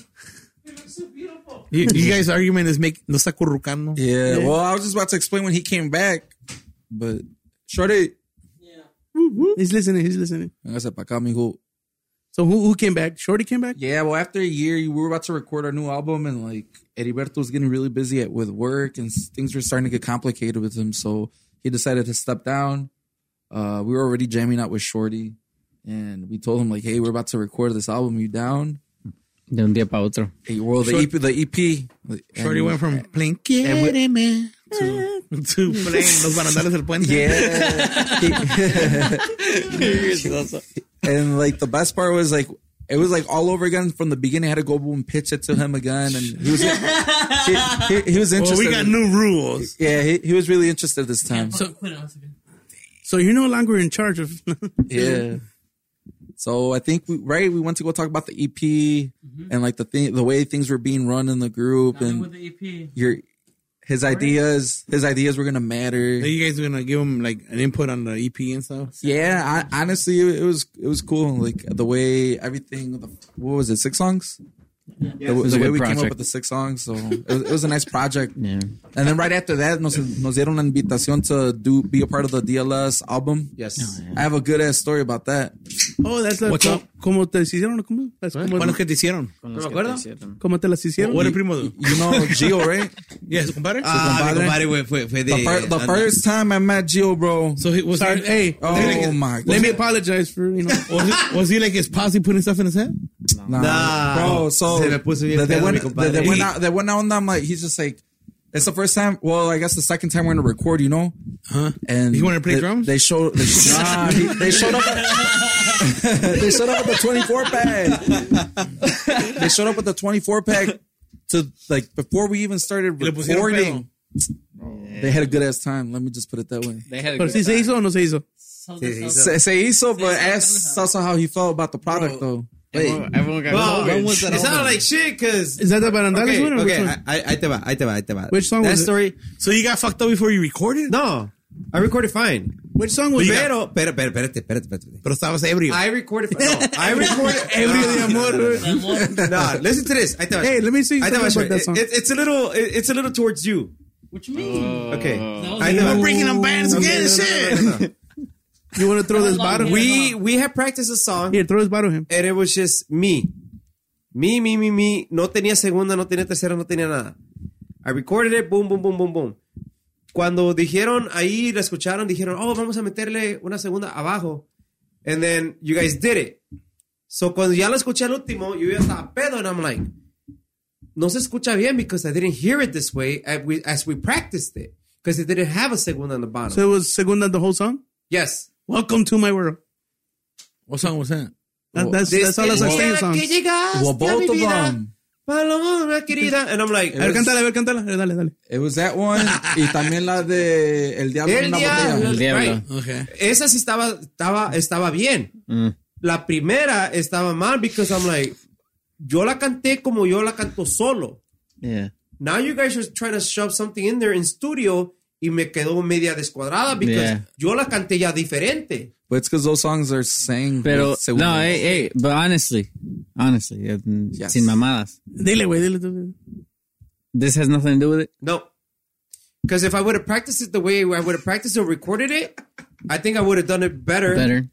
[SPEAKER 4] You, you guys' argument is make no está currucando.
[SPEAKER 3] Yeah, Well, I was just about to explain when he came back, but Shorty,
[SPEAKER 2] He's listening. He's listening.
[SPEAKER 3] I said, "Pa' acá, mijo."
[SPEAKER 2] So who who came back? Shorty came back.
[SPEAKER 3] Yeah. Well, after a year, we were about to record our new album, and like Heriberto was getting really busy at, with work, and s- things were starting to get complicated with him. So he decided to step down. Uh, we were already jamming out with Shorty, and we told him like, "Hey, we're about to record this album. You down?"
[SPEAKER 6] De un día para otro.
[SPEAKER 3] Hey, well,
[SPEAKER 5] E
[SPEAKER 3] the E EP, the EP. like,
[SPEAKER 4] Shorty
[SPEAKER 3] and-
[SPEAKER 4] went from playing Quiereme to, to playing Los Barandales del Puente.
[SPEAKER 3] Yeah. and like the best part was like it was like all over again from the beginning. I had to go and pitch it to him again, and he was he, he- he was
[SPEAKER 4] Well,
[SPEAKER 3] interested.
[SPEAKER 4] we got new rules.
[SPEAKER 3] yeah, he, he was really interested this time.
[SPEAKER 7] So, put it on second.
[SPEAKER 2] So you're no longer in
[SPEAKER 4] [laughs]
[SPEAKER 2] charge of.
[SPEAKER 3] Yeah. [clears throat] So I think we right we went to go talk about the EP and like the thing the way things were being run in the group
[SPEAKER 7] Now with
[SPEAKER 3] and
[SPEAKER 7] the E EP.
[SPEAKER 3] your his ideas his ideas were gonna matter.
[SPEAKER 4] Are you guys gonna give him like an input on the EP and stuff?
[SPEAKER 3] Yeah, I, honestly, it was it was cool. Like the way everything. The, what was it? Six songs. Yeah. The,
[SPEAKER 6] was
[SPEAKER 3] the
[SPEAKER 6] a
[SPEAKER 3] way
[SPEAKER 6] good
[SPEAKER 3] we came up
[SPEAKER 6] project.
[SPEAKER 3] with the six songs, so it, was- it was a nice project.
[SPEAKER 6] Yeah.
[SPEAKER 3] And then right after that, nos, nos dieron una invitación to do be a part of the DLS album.
[SPEAKER 1] Yes.
[SPEAKER 3] I have a good ass story about that.
[SPEAKER 2] Oh, that's like
[SPEAKER 4] What's
[SPEAKER 2] co-
[SPEAKER 4] up?
[SPEAKER 2] como te hicieron, como, that's como,
[SPEAKER 4] What que te hicieron?
[SPEAKER 6] ¿No
[SPEAKER 1] acuerdo?
[SPEAKER 2] como te las hicieron.
[SPEAKER 4] What did primo do?
[SPEAKER 3] You know Gio, right?
[SPEAKER 4] Yeah, su compadre.
[SPEAKER 1] Ah, mi
[SPEAKER 3] compadre.
[SPEAKER 1] compadre, güey, fue, fue de.
[SPEAKER 3] The, fir- the
[SPEAKER 1] and-
[SPEAKER 3] first time I met Gio, bro.
[SPEAKER 4] so he was
[SPEAKER 2] Sorry,
[SPEAKER 4] he-
[SPEAKER 2] hey,
[SPEAKER 3] Oh
[SPEAKER 2] let me,
[SPEAKER 3] my
[SPEAKER 2] let me
[SPEAKER 3] God.
[SPEAKER 2] apologize for you know. [laughs]
[SPEAKER 4] was, he, was he like his posse putting stuff in his head?
[SPEAKER 3] Nah,
[SPEAKER 1] Nah.
[SPEAKER 3] bro. So
[SPEAKER 1] Se me puso bien
[SPEAKER 3] they- they
[SPEAKER 1] pedo,
[SPEAKER 3] went,
[SPEAKER 1] mi compadre.
[SPEAKER 3] they- they went out. They went out, and I'm like, he's just like, it's the first time. Well, I guess the second time we're gonna record, you know. Huh? And
[SPEAKER 4] He wanted to play
[SPEAKER 3] they,
[SPEAKER 4] drums?
[SPEAKER 3] They showed. They,
[SPEAKER 1] [laughs]
[SPEAKER 3] nah, he- they showed up. At, they showed up with [laughs] the 24 pack. they showed up with the 24 pack to like before we even started
[SPEAKER 4] le pusieron
[SPEAKER 3] recording. They had a good ass time. Let me just put it that way.
[SPEAKER 6] They had a
[SPEAKER 2] Pero
[SPEAKER 6] good
[SPEAKER 2] si se hizo o no se hizo.
[SPEAKER 7] So
[SPEAKER 1] Sí, sí,
[SPEAKER 7] that's-
[SPEAKER 1] so-
[SPEAKER 3] Say, say Iso, but ask Sasa how he felt about the product, though.
[SPEAKER 6] Everyone, everyone got
[SPEAKER 1] Well,
[SPEAKER 6] COVID.
[SPEAKER 1] it sounded like shit, cause.
[SPEAKER 2] Is that the barandales
[SPEAKER 1] Okay,
[SPEAKER 2] one or which
[SPEAKER 1] okay,
[SPEAKER 2] one?
[SPEAKER 1] I, I, ahí te va, ahí te va, ahí te va.
[SPEAKER 2] Which song
[SPEAKER 1] That
[SPEAKER 2] was it?
[SPEAKER 1] story,
[SPEAKER 4] So you got fucked up before you recorded?
[SPEAKER 1] no, I recorded fine.
[SPEAKER 2] Which song was that?
[SPEAKER 1] Pero, pero, pero, espérate, espérate, espérate.
[SPEAKER 4] Pero estabas ebrio.
[SPEAKER 1] I recorded, no,
[SPEAKER 4] [laughs]
[SPEAKER 1] I recorded
[SPEAKER 4] ebrio
[SPEAKER 1] [laughs]
[SPEAKER 4] de
[SPEAKER 5] [laughs]
[SPEAKER 4] amor. güey.
[SPEAKER 1] No, listen to this. I thought,
[SPEAKER 2] Hey, let me see
[SPEAKER 1] I thought
[SPEAKER 2] something about
[SPEAKER 1] sure.
[SPEAKER 2] that song.
[SPEAKER 1] It, it, it's a little, it, it's a little towards you.
[SPEAKER 7] What you mean?
[SPEAKER 1] Okay,
[SPEAKER 4] Oh.
[SPEAKER 7] was
[SPEAKER 1] Uh, I
[SPEAKER 7] a-
[SPEAKER 1] know.
[SPEAKER 4] We're bringing them bands again. Shit.
[SPEAKER 1] No, no, no, no.
[SPEAKER 2] You want to throw this bottle?
[SPEAKER 1] We we had practiced a song,
[SPEAKER 2] Here, throw this bottle at him.
[SPEAKER 1] and it was just me, me, me, me, me. No tenía segunda, no tenía tercera, no tenía nada. I recorded it, boom, boom, boom, boom, boom. Cuando dijeron ahí, la escucharon, dijeron, oh, vamos a meterle una segunda abajo. And then you guys did it. So cuando ya lo escuché al último, yo ya estaba pedo, and I'm like, no se escucha bien because I didn't hear it this way as we, as we practiced it. Because it didn't have a segunda on the bottom.
[SPEAKER 2] So it was segunda the whole song.
[SPEAKER 1] yes.
[SPEAKER 2] Welcome to my world.
[SPEAKER 4] What song was that?
[SPEAKER 2] That, that's that's all las
[SPEAKER 1] Desde
[SPEAKER 2] Arsenio
[SPEAKER 1] la
[SPEAKER 2] songs.
[SPEAKER 1] este que llegaste
[SPEAKER 3] Well,
[SPEAKER 1] a
[SPEAKER 3] both
[SPEAKER 1] mi
[SPEAKER 3] of
[SPEAKER 1] vida,
[SPEAKER 3] them.
[SPEAKER 1] Paloma querida. And I'm like,
[SPEAKER 2] A ver, cántala, a ver, cántala. Eh, Dale, dale.
[SPEAKER 3] It was that one, y también la de El Diablo en
[SPEAKER 1] El
[SPEAKER 3] una botella.
[SPEAKER 1] diablo.
[SPEAKER 6] El diablo.
[SPEAKER 1] Right.
[SPEAKER 4] Okay.
[SPEAKER 1] Esa sí estaba, estaba, estaba bien.
[SPEAKER 6] Mm.
[SPEAKER 1] La primera estaba mal because I'm like, yo la canté como yo la canto solo.
[SPEAKER 6] Yeah.
[SPEAKER 1] Now you guys are trying to shove something in there in studio y me quedó media descuadrada because
[SPEAKER 6] Yeah.
[SPEAKER 1] yo la canté ya diferente.
[SPEAKER 3] But it's because those songs are sang.
[SPEAKER 6] Pero,
[SPEAKER 3] with segundos.
[SPEAKER 6] no, hey, hey, but honestly, honestly, eh,
[SPEAKER 3] Yes.
[SPEAKER 6] sin mamadas.
[SPEAKER 2] Dile, güey, dile. tú.
[SPEAKER 6] This has nothing to do with it.
[SPEAKER 1] No. Because if I would have practiced it the way I would have practiced it, recorded it, I think I would have done it better.
[SPEAKER 6] Better.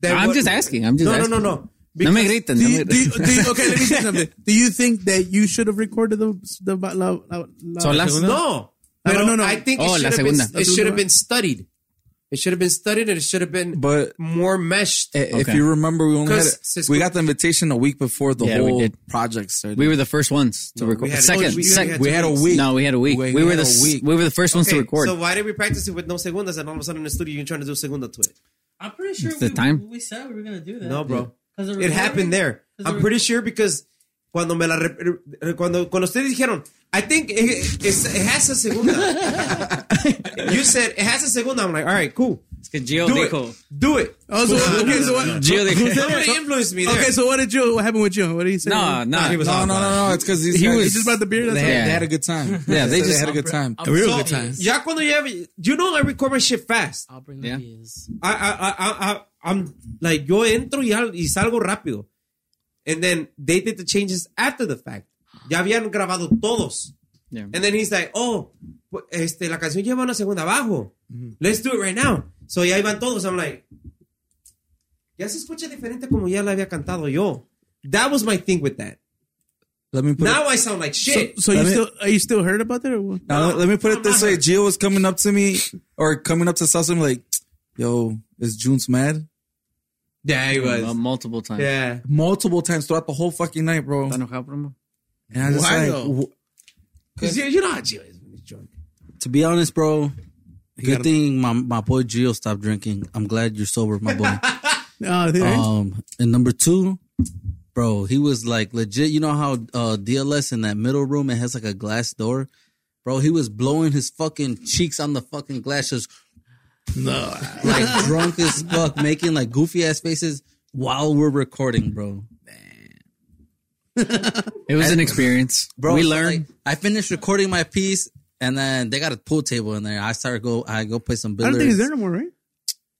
[SPEAKER 1] than
[SPEAKER 6] I'm
[SPEAKER 1] what-
[SPEAKER 6] just asking. I'm just
[SPEAKER 1] No, no,
[SPEAKER 6] asking.
[SPEAKER 1] no, no.
[SPEAKER 6] no me griten.
[SPEAKER 2] Do
[SPEAKER 6] no
[SPEAKER 2] you,
[SPEAKER 6] me
[SPEAKER 2] do you,
[SPEAKER 6] griten. [laughs]
[SPEAKER 2] do you, okay, let me say something. Do you think that you should have recorded the the la, la, la
[SPEAKER 6] Solas?
[SPEAKER 1] No. Pero
[SPEAKER 2] no, no.
[SPEAKER 1] I think
[SPEAKER 6] Oh,
[SPEAKER 1] it
[SPEAKER 6] la
[SPEAKER 1] should have been,
[SPEAKER 6] segunda.
[SPEAKER 1] it should have been studied. It should have been studied and it should have been
[SPEAKER 3] But
[SPEAKER 1] more meshed.
[SPEAKER 3] i- if
[SPEAKER 6] Okay.
[SPEAKER 3] you remember, we only had,
[SPEAKER 1] 'Cause Cisco-
[SPEAKER 3] we got the invitation a week before the
[SPEAKER 6] Yeah, we
[SPEAKER 3] whole
[SPEAKER 6] did.
[SPEAKER 3] project started.
[SPEAKER 6] We were the first ones to record.
[SPEAKER 1] we had-
[SPEAKER 6] second,
[SPEAKER 1] oh, we-
[SPEAKER 6] sec-
[SPEAKER 1] we had
[SPEAKER 3] We had a week.
[SPEAKER 6] No, we had a week. We,
[SPEAKER 3] We- we
[SPEAKER 6] were
[SPEAKER 3] had
[SPEAKER 6] the
[SPEAKER 3] a
[SPEAKER 6] s-
[SPEAKER 3] week.
[SPEAKER 6] we were the first ones to record.
[SPEAKER 1] So why did we practice it with no segundas and all of a sudden in the studio you're trying to do segunda to it?
[SPEAKER 7] I'm pretty sure
[SPEAKER 6] the
[SPEAKER 7] we,
[SPEAKER 6] time.
[SPEAKER 7] we said we were gonna do that.
[SPEAKER 1] No, bro.
[SPEAKER 7] 'Cause the
[SPEAKER 1] It
[SPEAKER 7] recording-
[SPEAKER 1] happened there.
[SPEAKER 7] 'cause the
[SPEAKER 1] I'm pretty sure because cuando me la re- re- cuando cuando ustedes dijeron I think
[SPEAKER 6] [laughs]
[SPEAKER 1] it, it's- it has a segunda. you said it has a segunda. I'm like, all right, cool.
[SPEAKER 6] Es que Gio
[SPEAKER 1] Do
[SPEAKER 6] dijo.
[SPEAKER 1] it. Do it.
[SPEAKER 2] Oh, so what- okay, so what?
[SPEAKER 6] Gio dijo.
[SPEAKER 1] Somebody influenced me there.
[SPEAKER 2] Okay, so what did you? What happened with you? What did he say?
[SPEAKER 6] No, no.
[SPEAKER 1] was
[SPEAKER 3] No,
[SPEAKER 1] on
[SPEAKER 3] no, no, no. It's because
[SPEAKER 6] He was-
[SPEAKER 2] He just brought the beer. That's
[SPEAKER 3] They,
[SPEAKER 2] all.
[SPEAKER 6] Yeah.
[SPEAKER 3] had, they had a good time.
[SPEAKER 6] Yeah, they just-
[SPEAKER 3] had a good
[SPEAKER 6] [laughs]
[SPEAKER 3] time.
[SPEAKER 7] I'll, bring-
[SPEAKER 2] good time.
[SPEAKER 1] Ya cuando ya, you know I record my shit fast.
[SPEAKER 7] I'll bring
[SPEAKER 6] Yeah.
[SPEAKER 7] the beers.
[SPEAKER 1] I, I, I, I, I'm like yo entro y, al- y salgo rápido. And then they did the changes after the fact. Ya habían grabado todos.
[SPEAKER 6] Yeah.
[SPEAKER 1] And then he's like, oh, pu- este, la canción lleva una segunda abajo. Let's do it right now. So ya iban todos. I'm like, ya se escucha diferente como ya la había cantado yo. That was my thing with that.
[SPEAKER 3] Let me put it,
[SPEAKER 1] Now I sound like shit.
[SPEAKER 2] So you
[SPEAKER 3] Let me-
[SPEAKER 2] still are you still hurt about that or what?
[SPEAKER 3] now, let me put it this way. Gio was coming up to me or coming up to Sasun like, yo, is June's mad?
[SPEAKER 1] yeah, he
[SPEAKER 6] uh, multiple times.
[SPEAKER 1] Yeah.
[SPEAKER 3] Multiple times throughout the whole fucking night, bro.
[SPEAKER 6] ¿Está enojado, primo?
[SPEAKER 3] And I just
[SPEAKER 2] Why
[SPEAKER 3] like,
[SPEAKER 2] though?
[SPEAKER 3] w-
[SPEAKER 1] Because you, you know how Gio is when he's drunk.
[SPEAKER 12] To be honest, bro, good thing my, my boy Gio stopped drinking. I'm glad you're sober, my boy.
[SPEAKER 2] Oh, there is.
[SPEAKER 12] Um, and number two, bro, he was like legit. You know how uh, DLS in that middle room it has like a glass door, bro. He was blowing his fucking cheeks on the fucking glass, just no, like drunk as fuck, making like goofy ass faces while we're recording, bro.
[SPEAKER 6] It was an experience.
[SPEAKER 12] Bro,
[SPEAKER 6] we
[SPEAKER 12] so,
[SPEAKER 6] learned.
[SPEAKER 12] like, I finished recording my piece. And then they got a pool table in there. I started go. I go play some
[SPEAKER 2] I
[SPEAKER 12] billiards.
[SPEAKER 2] don't think he's there no more, right?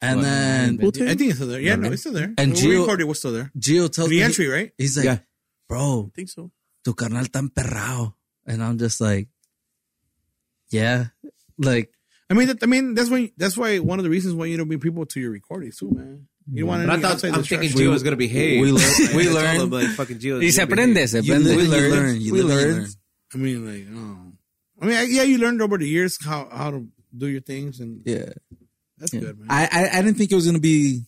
[SPEAKER 12] And then
[SPEAKER 2] Pool table?
[SPEAKER 4] I think it's still there. Yeah, no, it's still there.
[SPEAKER 12] And
[SPEAKER 4] When we
[SPEAKER 12] Gio-
[SPEAKER 4] recorded, it was still there.
[SPEAKER 12] Gio tells me,
[SPEAKER 4] Reentry, right?
[SPEAKER 12] he's like, "Bro,
[SPEAKER 2] I think so.
[SPEAKER 12] tu carnal tan perrao. And I'm just like, yeah. Like,
[SPEAKER 4] I mean, that, I mean, that's why. That's why one of the reasons why you don't bring people to your recordings too, man. You don't want
[SPEAKER 1] But I
[SPEAKER 4] any
[SPEAKER 1] thought,
[SPEAKER 4] outside
[SPEAKER 1] I'm thinking
[SPEAKER 4] distractions.
[SPEAKER 1] Gio was going to behave.
[SPEAKER 3] we, learn, we
[SPEAKER 1] I told him,
[SPEAKER 3] learned.
[SPEAKER 1] like, fucking Gio,
[SPEAKER 6] Y
[SPEAKER 1] you're
[SPEAKER 6] se
[SPEAKER 1] gonna
[SPEAKER 6] aprende, se
[SPEAKER 3] You
[SPEAKER 6] aprende.
[SPEAKER 3] live,
[SPEAKER 12] you
[SPEAKER 3] you
[SPEAKER 12] learn,
[SPEAKER 3] learn.
[SPEAKER 12] you
[SPEAKER 3] We
[SPEAKER 12] live, you
[SPEAKER 3] learn.
[SPEAKER 12] learn.
[SPEAKER 4] I mean, like, oh. I mean, I, yeah, you learned over the years how how to do your things, and
[SPEAKER 3] Yeah.
[SPEAKER 4] that's good, man.
[SPEAKER 3] I, I, I didn't think it was going to be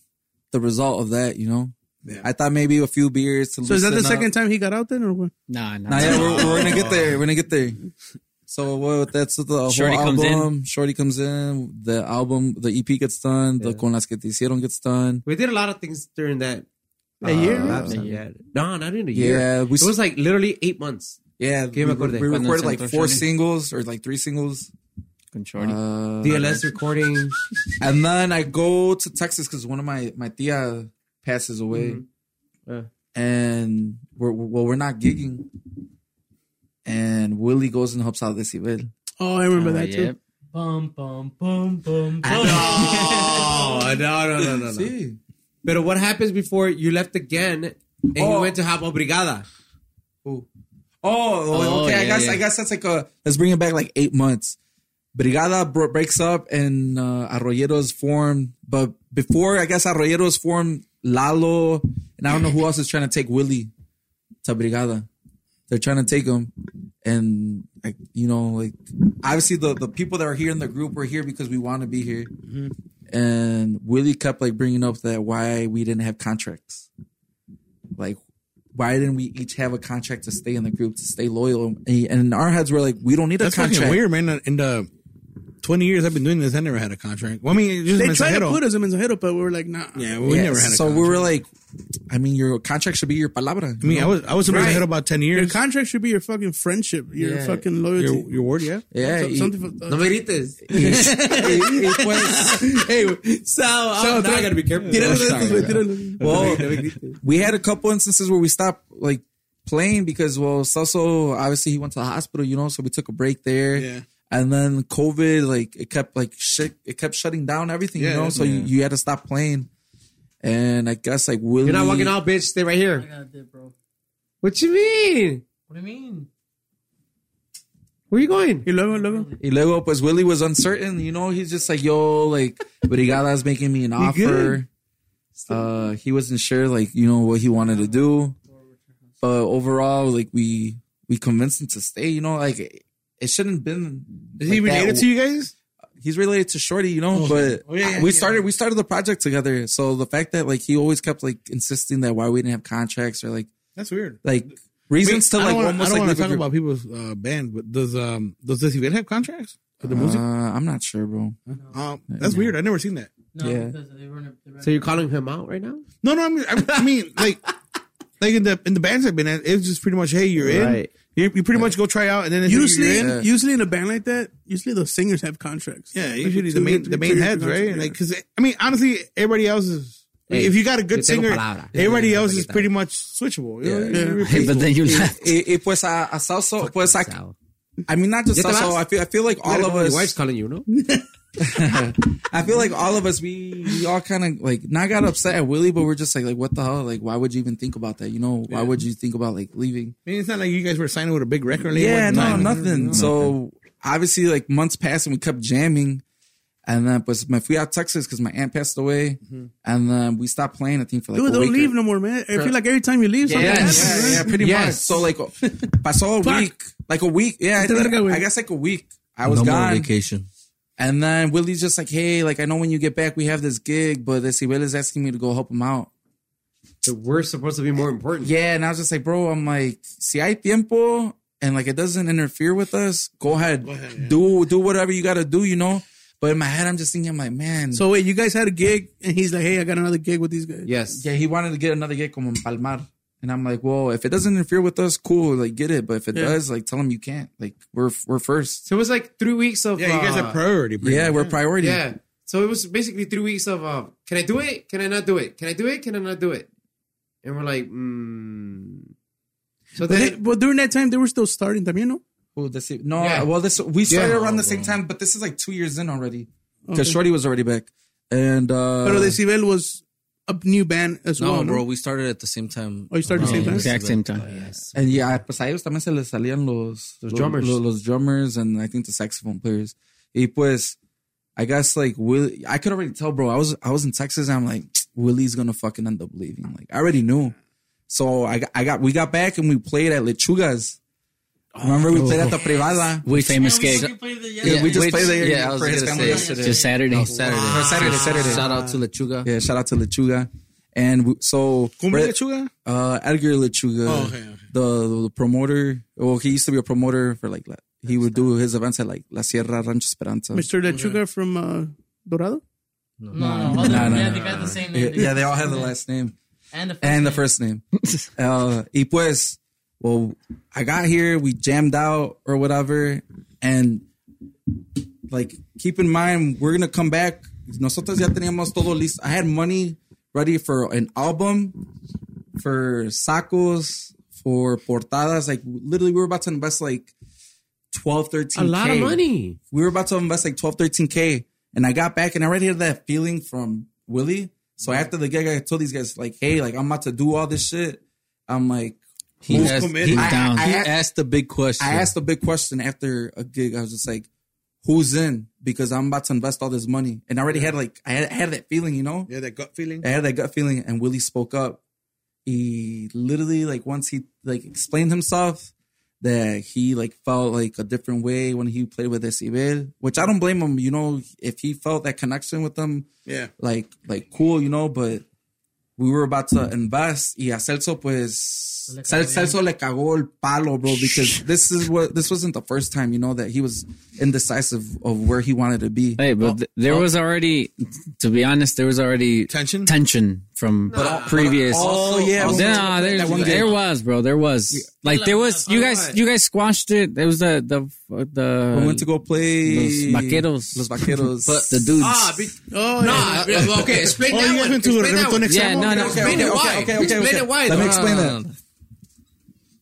[SPEAKER 3] the result of that, you know?
[SPEAKER 4] Yeah.
[SPEAKER 3] I uh, thought maybe a few beers. To
[SPEAKER 2] So is that the
[SPEAKER 3] loosen up.
[SPEAKER 2] second time he got out then or what?
[SPEAKER 6] Nah, nah.
[SPEAKER 3] Nah, yeah, we're, we're gonna get there. We're gonna get there. So well, that's the whole
[SPEAKER 6] Shorty
[SPEAKER 3] album.
[SPEAKER 6] comes in.
[SPEAKER 3] Shorty comes in. The album, the EP gets done. The con las que te hicieron gets done.
[SPEAKER 1] We did a lot of things during that.
[SPEAKER 2] A year?
[SPEAKER 1] lapse of- yeah. No, not in a year.
[SPEAKER 3] Yeah, we
[SPEAKER 1] It was like literally eight months.
[SPEAKER 5] Oh,
[SPEAKER 3] yeah. We,
[SPEAKER 1] me acordé.
[SPEAKER 3] we
[SPEAKER 6] Cuando
[SPEAKER 3] recorded
[SPEAKER 6] se
[SPEAKER 3] like
[SPEAKER 6] entró
[SPEAKER 3] four
[SPEAKER 6] Shorty.
[SPEAKER 3] singles or like three singles.
[SPEAKER 6] Con Shorty.
[SPEAKER 3] Uh,
[SPEAKER 1] DLS recording. [laughs]
[SPEAKER 3] and then I go to Texas because one of my my tia passes away,
[SPEAKER 9] Mm-hmm.
[SPEAKER 1] Yeah.
[SPEAKER 3] and we're well we're not gigging. And Willie goes and helps out this event.
[SPEAKER 2] Oh, I remember that too.
[SPEAKER 6] Yep.
[SPEAKER 7] Bum, bum, bum, bum, bum.
[SPEAKER 1] Oh, no, no, no, no, no.
[SPEAKER 3] See,
[SPEAKER 1] But what happens before you left again and you
[SPEAKER 3] Oh.
[SPEAKER 1] went to have Obrigada?
[SPEAKER 3] Oh,
[SPEAKER 6] Oh,
[SPEAKER 3] okay. I
[SPEAKER 6] yeah,
[SPEAKER 3] guess
[SPEAKER 6] yeah.
[SPEAKER 3] I guess that's like a let's bring it back like eight months. Brigada bro- breaks up and uh, Arroyeros formed, but before I guess Arroyeros formed Lalo and I don't know who else is trying to take Willie to Brigada. They're trying to take him, and like you know, like obviously the the people that are here in the group were here because we want to be here.
[SPEAKER 4] Mm-hmm.
[SPEAKER 3] And Willie kept like bringing up that why we didn't have contracts, like why didn't we each have a contract to stay in the group to stay loyal? And in our heads, we're like, we don't need a
[SPEAKER 4] That's fucking
[SPEAKER 3] contract.
[SPEAKER 4] weird, man. In the twenty years I've been doing this, I never had a contract. Well, I mean, just
[SPEAKER 2] They
[SPEAKER 4] Mensajero.
[SPEAKER 2] tried to put us in Mensajero, but we were like, nah.
[SPEAKER 4] oh, Yeah, we
[SPEAKER 3] Yeah,
[SPEAKER 4] never had a
[SPEAKER 3] so
[SPEAKER 4] contract.
[SPEAKER 3] we were like, I mean, your contract should be your palabra.
[SPEAKER 4] I mean, I was I was in
[SPEAKER 1] Right.
[SPEAKER 4] Mensajero about ten
[SPEAKER 2] Your
[SPEAKER 4] years.
[SPEAKER 2] contract should be your fucking friendship, your
[SPEAKER 3] Yeah.
[SPEAKER 2] fucking loyalty.
[SPEAKER 4] Your, your word, yeah.
[SPEAKER 3] yeah.
[SPEAKER 2] So-
[SPEAKER 3] y-
[SPEAKER 2] something for-
[SPEAKER 1] No me grites.
[SPEAKER 3] y- y- y pues,
[SPEAKER 1] Hey, so, oh, now I gotta be careful.
[SPEAKER 2] Tíralo de
[SPEAKER 3] sorry,
[SPEAKER 2] estos, güey,
[SPEAKER 3] bro.
[SPEAKER 2] tíralo.
[SPEAKER 3] well, we had a couple instances where we stopped like playing because well, Sasso obviously he went to the hospital, you know, so we took a break there.
[SPEAKER 4] Yeah.
[SPEAKER 3] And then COVID, like it kept like shit, it kept shutting down everything,
[SPEAKER 4] Yeah,
[SPEAKER 3] you know. So you, you had to stop playing. And I guess like Willie,
[SPEAKER 1] You're not walking out, bitch. Stay right
[SPEAKER 7] I
[SPEAKER 1] here.
[SPEAKER 7] got a dip, bro.
[SPEAKER 1] What you mean?
[SPEAKER 7] What do you mean?
[SPEAKER 1] Where you going?
[SPEAKER 2] Y luego, luego.
[SPEAKER 3] Y luego, pues Willie was uncertain. You know, he's just like, yo, like, Brigada's making me an offer. Uh, he wasn't sure, like, you know, what he wanted to do. But overall, like, we we convinced him to stay. You know, like, it, it shouldn't have been.
[SPEAKER 4] Is he related to you guys?
[SPEAKER 3] He's related to Shorty, you know. But
[SPEAKER 4] Oh, yeah, yeah,
[SPEAKER 3] we
[SPEAKER 4] yeah.
[SPEAKER 3] started we started the project together. So the fact that like he always kept like insisting that why we didn't have contracts or like
[SPEAKER 4] That's weird.
[SPEAKER 3] like reasons to
[SPEAKER 4] I
[SPEAKER 3] like
[SPEAKER 4] don't wanna, I don't
[SPEAKER 3] almost like
[SPEAKER 4] wanna
[SPEAKER 3] leave a
[SPEAKER 4] talk
[SPEAKER 3] group.
[SPEAKER 4] about people's uh, band, but does um does this event have contracts with the music?
[SPEAKER 3] Uh, I'm not sure, bro.
[SPEAKER 4] Um, that's weird. I've never seen that.
[SPEAKER 7] No,
[SPEAKER 3] Yeah.
[SPEAKER 7] because they were in a, they were in a-
[SPEAKER 1] So you're calling him out right now?
[SPEAKER 4] No, no. I mean, I, I mean, like like in the in the bands I've been at, it's just pretty much hey, you're in.
[SPEAKER 1] Right.
[SPEAKER 4] You, you pretty much go try out, and then it's
[SPEAKER 2] Usually,
[SPEAKER 4] you're in.
[SPEAKER 2] usually in a band like that, usually the singers have contracts.
[SPEAKER 4] Yeah,
[SPEAKER 2] Like
[SPEAKER 4] usually
[SPEAKER 2] two,
[SPEAKER 4] the main
[SPEAKER 2] three,
[SPEAKER 4] the main
[SPEAKER 2] three
[SPEAKER 4] heads,
[SPEAKER 2] contracts,
[SPEAKER 4] right?
[SPEAKER 2] yeah.
[SPEAKER 4] Like, cause I mean, honestly, everybody else is.
[SPEAKER 9] Hey,
[SPEAKER 4] if you got a
[SPEAKER 9] yo
[SPEAKER 4] good
[SPEAKER 9] tengo
[SPEAKER 4] singer,
[SPEAKER 9] palabra.
[SPEAKER 4] everybody
[SPEAKER 3] Yeah,
[SPEAKER 4] else
[SPEAKER 3] yeah,
[SPEAKER 4] is
[SPEAKER 3] yeah.
[SPEAKER 4] pretty much switchable. You know?
[SPEAKER 5] Yeah.
[SPEAKER 4] You're
[SPEAKER 6] Hey, but
[SPEAKER 4] replaceable.
[SPEAKER 6] then you left.
[SPEAKER 5] Y- y- pues a, a Salso, pues a, I mean, not just
[SPEAKER 9] Ya te
[SPEAKER 5] Salso.
[SPEAKER 9] vas.
[SPEAKER 5] I feel, I feel like all of
[SPEAKER 9] Your wife's
[SPEAKER 5] us,
[SPEAKER 9] calling you, no?
[SPEAKER 5] I feel like all of us, we, we all kind of like not got upset at Willie, but we're just like, like, what the hell? Like, why would you even think about that? You know, why would you think about like leaving?
[SPEAKER 4] I mean, it's not like you guys were signing with a big record label.
[SPEAKER 5] Yeah,
[SPEAKER 4] and
[SPEAKER 5] no,
[SPEAKER 4] like-
[SPEAKER 5] nothing. So obviously, like months passed and we kept jamming. And then, pues, me fui out Texas because my aunt passed away. And then we stopped playing, I think, for like
[SPEAKER 2] Dude,
[SPEAKER 5] a
[SPEAKER 2] don't
[SPEAKER 5] week.
[SPEAKER 2] leave
[SPEAKER 5] or-
[SPEAKER 2] no more, man. I feel like every time you leave, something happens.
[SPEAKER 5] Yeah,
[SPEAKER 2] right?
[SPEAKER 5] yeah, pretty much. So, like, pasó a week. Like a week. Yeah, I,
[SPEAKER 2] Vete
[SPEAKER 5] think-
[SPEAKER 2] verga, güey.
[SPEAKER 5] I guess like a week. I was
[SPEAKER 3] no more
[SPEAKER 5] gone.
[SPEAKER 3] vacation.
[SPEAKER 5] And then Willie's just like, hey, like I know when you get back, we have this gig, but this Will is asking me to go help him out.
[SPEAKER 8] So we're supposed to be more important.
[SPEAKER 5] Yeah, and I was just like, bro, I'm like, si hay tiempo and like it doesn't interfere with us, go ahead, do do whatever you gotta do, you know. But in my head, I'm just thinking, I'm like, man,
[SPEAKER 2] So wait, you guys had a gig, and he's like, "Hey, I got another gig with these guys."
[SPEAKER 8] Yes.
[SPEAKER 5] yeah, he wanted to get another gig como en Palmar. And I'm like, well, if it doesn't interfere with us, cool, like get it. But if it does, like tell him you can't. Like we're we're first.
[SPEAKER 8] So it was like three weeks of.
[SPEAKER 4] yeah, you guys
[SPEAKER 8] uh,
[SPEAKER 4] have priority. pretty
[SPEAKER 5] Yeah,
[SPEAKER 4] much.
[SPEAKER 5] we're priority.
[SPEAKER 8] Yeah. So it was basically three weeks of, uh, can I do it? Can I not do it? Can I do it? Can I not do it? And we're like, mm. So
[SPEAKER 2] But,
[SPEAKER 8] then,
[SPEAKER 2] they- but during that time, they were still starting, también, no?
[SPEAKER 5] Who this? e, No,
[SPEAKER 8] Yeah.
[SPEAKER 5] well, this we started
[SPEAKER 8] Yeah.
[SPEAKER 5] around the same time, but this is like two years in already because Shorty was already back, and uh,
[SPEAKER 2] Pero Decibel was a new band as
[SPEAKER 3] No,
[SPEAKER 2] well.
[SPEAKER 3] bro, we started at the same time.
[SPEAKER 2] Oh, you started at the same time?
[SPEAKER 6] Exact same time.
[SPEAKER 5] and yeah, pues a ellos también se les salían los los
[SPEAKER 8] drummers.
[SPEAKER 5] los, los drummers, and I think the saxophone players. Y pues, I guess like Will, I could already tell, bro. I was I was in Texas, and I'm like Willie's gonna fucking end up leaving. Like I already knew. So I got, I got we got back and we played at Lechugas.
[SPEAKER 4] Oh,
[SPEAKER 5] Remember we played at the
[SPEAKER 4] [laughs]
[SPEAKER 5] Privada.
[SPEAKER 6] We famous gig.
[SPEAKER 5] we just
[SPEAKER 3] which-
[SPEAKER 5] played there
[SPEAKER 3] yeah, I was
[SPEAKER 5] for his
[SPEAKER 3] gonna
[SPEAKER 5] family
[SPEAKER 3] say,
[SPEAKER 5] yesterday.
[SPEAKER 6] Just Saturday.
[SPEAKER 3] Saturday.
[SPEAKER 5] Wow. Saturday, Saturday.
[SPEAKER 3] Shout out to Lechuga.
[SPEAKER 5] Yeah, shout out to Lechuga. And we, so
[SPEAKER 4] Cumbia
[SPEAKER 5] we're-
[SPEAKER 4] Lechuga?
[SPEAKER 5] Uh, Edgar Lechuga,
[SPEAKER 4] Oh, okay, okay.
[SPEAKER 5] The, the promoter. Well, he used to be a promoter for like La- he would do his events at like La Sierra Rancho Esperanza.
[SPEAKER 2] Mr. Lechuga from uh, Dorado?
[SPEAKER 7] No, no, no.
[SPEAKER 5] no,
[SPEAKER 7] Yeah,
[SPEAKER 5] no,
[SPEAKER 7] they got the same
[SPEAKER 5] Yeah,
[SPEAKER 7] name.
[SPEAKER 5] yeah, they all [laughs] had the last name
[SPEAKER 7] And the first.
[SPEAKER 5] and the
[SPEAKER 7] name.
[SPEAKER 9] [laughs]
[SPEAKER 5] first name. uh, y pues, well, I got here, we jammed out or whatever, and like keep in mind we're gonna come back. Nosotros ya teníamos todo listo. I had money ready for an album, for sacos, for portadas. Like literally, we were about to invest like 12, 13
[SPEAKER 9] A lot of money.
[SPEAKER 5] we were about to invest like 12, 13K. And I got back and I already had that feeling from Willie. So after the gig, I told these guys, like, hey, like, I'm about to do all this shit. I'm like,
[SPEAKER 3] He,
[SPEAKER 5] Who's
[SPEAKER 3] asked,
[SPEAKER 4] committed?
[SPEAKER 3] he,
[SPEAKER 5] I,
[SPEAKER 6] down.
[SPEAKER 5] I,
[SPEAKER 3] he
[SPEAKER 5] I-
[SPEAKER 3] asked the big question.
[SPEAKER 5] I asked a big question after a gig. I was just like, who's in? Because I'm about to invest all this money. And I already had like, I had, I had that feeling, you know?
[SPEAKER 4] Yeah, that gut feeling.
[SPEAKER 5] I had that gut feeling, and Willie spoke up. He literally, like, once he like explained himself, that he like felt like a different way when he played with Decibel, which I don't blame him. You know, if he felt that connection with them,
[SPEAKER 4] Yeah.
[SPEAKER 5] like, like cool, you know. But we were about to invest, y a Celso pues
[SPEAKER 7] Le
[SPEAKER 5] Cel-
[SPEAKER 7] cagó bien.
[SPEAKER 5] Celso le cagó el palo, bro, because this is what this wasn't the first time, you know, that he was indecisive of where he wanted to be.
[SPEAKER 6] Hey, but th- there was already, to be honest, there was already
[SPEAKER 4] Tension?
[SPEAKER 6] tension from previous.
[SPEAKER 5] Oh yeah,
[SPEAKER 6] No,
[SPEAKER 5] we went to play
[SPEAKER 6] there's-
[SPEAKER 5] that one
[SPEAKER 6] there
[SPEAKER 5] gig.
[SPEAKER 6] was, bro. There was like there was. You guys, you guys squashed it. There was the the the.
[SPEAKER 5] We went to go play
[SPEAKER 6] Los vaqueros.
[SPEAKER 5] Los vaqueros.
[SPEAKER 6] but the dudes.
[SPEAKER 8] ah, be- no, okay, explain
[SPEAKER 4] Oh,
[SPEAKER 8] that
[SPEAKER 4] you guys
[SPEAKER 8] one.
[SPEAKER 4] went to
[SPEAKER 8] Explain that one.
[SPEAKER 4] Reggaeton
[SPEAKER 6] yeah,
[SPEAKER 4] Extremo?
[SPEAKER 6] no, no.
[SPEAKER 5] Okay,
[SPEAKER 8] Explain
[SPEAKER 5] okay,
[SPEAKER 8] it why.
[SPEAKER 5] okay, okay, okay,
[SPEAKER 8] Explain
[SPEAKER 5] okay.
[SPEAKER 8] it why.
[SPEAKER 5] Let me
[SPEAKER 8] though.
[SPEAKER 5] explain
[SPEAKER 3] No,
[SPEAKER 5] that.
[SPEAKER 3] no, no. Uh,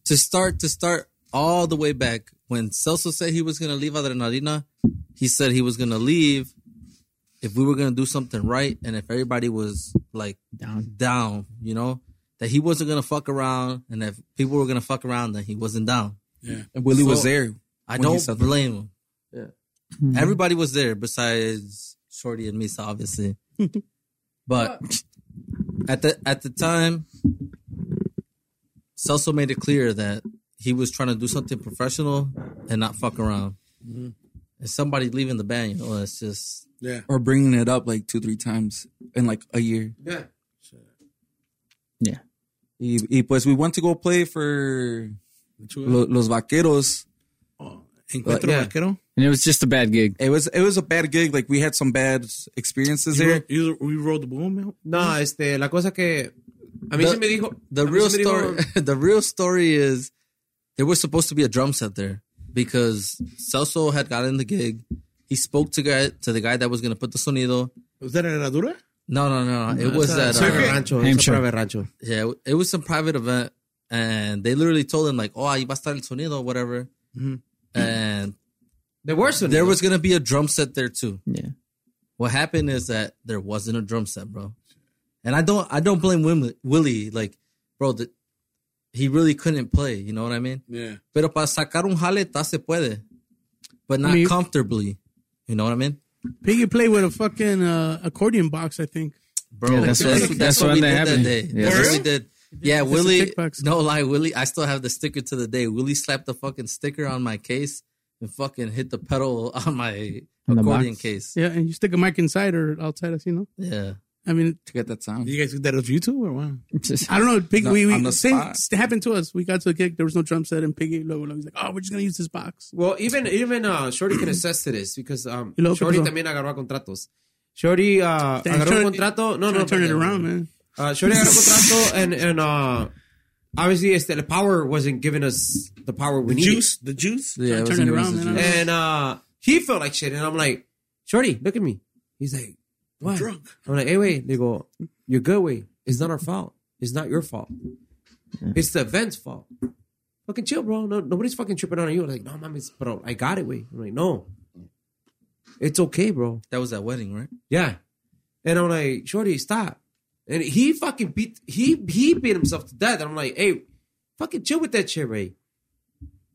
[SPEAKER 3] To start, to start all the way back when Celso said he was gonna leave Adrenalina, he said he was gonna leave if we were gonna do something right and if everybody was like
[SPEAKER 6] Down.
[SPEAKER 3] down, you know, that he wasn't gonna fuck around and if people were gonna fuck around, then he wasn't down.
[SPEAKER 5] And Willie was
[SPEAKER 3] So-
[SPEAKER 5] there.
[SPEAKER 3] I
[SPEAKER 5] When he
[SPEAKER 3] don't
[SPEAKER 5] said that.
[SPEAKER 3] blame him. Everybody was there besides Shorty and Misa, obviously. but at the at the time, Celso made it clear that he was trying to do something professional and not fuck around. And somebody leaving the band, you know, it's just
[SPEAKER 4] Yeah.
[SPEAKER 5] Or bringing it up like two, three times in like a year.
[SPEAKER 8] Yeah.
[SPEAKER 6] Yeah.
[SPEAKER 5] Y, y pues we went to go play for
[SPEAKER 4] Lechuga.
[SPEAKER 5] Lo- Los Vaqueros.
[SPEAKER 4] Encuentro
[SPEAKER 5] Yeah.
[SPEAKER 4] Vaquero.
[SPEAKER 6] and it was just a bad gig.
[SPEAKER 5] It was it was a bad gig. Like we had some bad experiences
[SPEAKER 4] You,
[SPEAKER 5] there.
[SPEAKER 4] you, you rolled the ball, man.
[SPEAKER 8] No, este, la cosa que
[SPEAKER 1] A mí
[SPEAKER 3] The-
[SPEAKER 1] se me dijo.
[SPEAKER 3] the
[SPEAKER 1] a mí
[SPEAKER 3] real
[SPEAKER 1] se me dijo-
[SPEAKER 3] story [laughs] the real story is there was supposed to be a drum set there because Celso had gotten the gig. He spoke to guy to the guy that was gonna put the sonido.
[SPEAKER 4] ¿Usted era herradura?
[SPEAKER 3] No, no, no. no. It was at
[SPEAKER 1] Soy
[SPEAKER 3] uh,
[SPEAKER 1] de rancho,
[SPEAKER 6] Ham
[SPEAKER 1] soy
[SPEAKER 6] show.
[SPEAKER 1] de rancho.
[SPEAKER 3] yeah, it was some private event, and they literally told him like, "Oh, ahí va a estar el sonido, whatever." And
[SPEAKER 1] The worst one.
[SPEAKER 3] there was gonna be a drum set there too.
[SPEAKER 6] Yeah.
[SPEAKER 3] What happened is that there wasn't a drum set, bro. And I don't, I don't blame Willie. Willie like, bro, the, he really couldn't play. You know what I mean?
[SPEAKER 4] Yeah.
[SPEAKER 3] Pero para sacar un jaleta se puede, but not
[SPEAKER 2] mean-
[SPEAKER 3] comfortably. You know what I mean?
[SPEAKER 2] Piggy played with a fucking uh, accordion box, I think.
[SPEAKER 3] Bro,
[SPEAKER 6] Yeah, that's what- that's what that happened.
[SPEAKER 3] day.
[SPEAKER 6] Yeah.
[SPEAKER 3] That's
[SPEAKER 6] For
[SPEAKER 3] what we
[SPEAKER 2] real?
[SPEAKER 3] did. Yeah,
[SPEAKER 2] That's a
[SPEAKER 3] Willie.
[SPEAKER 2] kick box.
[SPEAKER 3] No lie, Willie. I still have the sticker to the day. Willie slapped the fucking sticker on my case and fucking hit the pedal on my
[SPEAKER 6] On the
[SPEAKER 3] accordion
[SPEAKER 6] box.
[SPEAKER 3] case.
[SPEAKER 2] Yeah, and you stick a mic inside or outside us, you know?
[SPEAKER 3] Yeah.
[SPEAKER 2] I mean,
[SPEAKER 5] to get that sound.
[SPEAKER 6] [laughs]
[SPEAKER 4] Did you guys get that off YouTube or what?
[SPEAKER 2] I don't know. Piggy,
[SPEAKER 5] No,
[SPEAKER 2] we,
[SPEAKER 5] on
[SPEAKER 2] we
[SPEAKER 5] the
[SPEAKER 2] same
[SPEAKER 5] spot.
[SPEAKER 2] it happened to us. We got to the gig, there was no drum set, and Piggy luego, luego, he's like, "Oh, we're just gonna use this box."
[SPEAKER 1] Well, even even uh, Shorty can attest to this because um,
[SPEAKER 2] Y luego, ¿qué
[SPEAKER 1] Shorty
[SPEAKER 2] pasó?
[SPEAKER 1] también agarró a contratos. Shorty uh, agarró un
[SPEAKER 2] turn-
[SPEAKER 1] contrato. No, no,
[SPEAKER 2] Trying to turn it
[SPEAKER 1] espérate.
[SPEAKER 2] around, man.
[SPEAKER 1] Uh, Shorty agarró contrato and and uh, obviously este, the power wasn't giving us the power we needed.
[SPEAKER 4] Juice, the juice.
[SPEAKER 5] Yeah,
[SPEAKER 2] Turn it around, man.
[SPEAKER 1] And uh, he felt like shit, and I'm like, Shorty, look at me. He's like, what?
[SPEAKER 4] Drunk.
[SPEAKER 1] I'm like, hey, wait. They go, you're good, wait. It's not our fault. It's not your fault. It's the event's fault. Fucking chill, bro. No, nobody's fucking tripping on you. I'm like, no, mom, it's, bro, I got it, wait. I'm like, no. It's okay, bro.
[SPEAKER 3] That was that wedding, right?
[SPEAKER 1] Yeah. And I'm like, Shorty, stop. And he fucking beat he he beat himself to death. And I'm like, hey, fucking chill with that shit, Ray.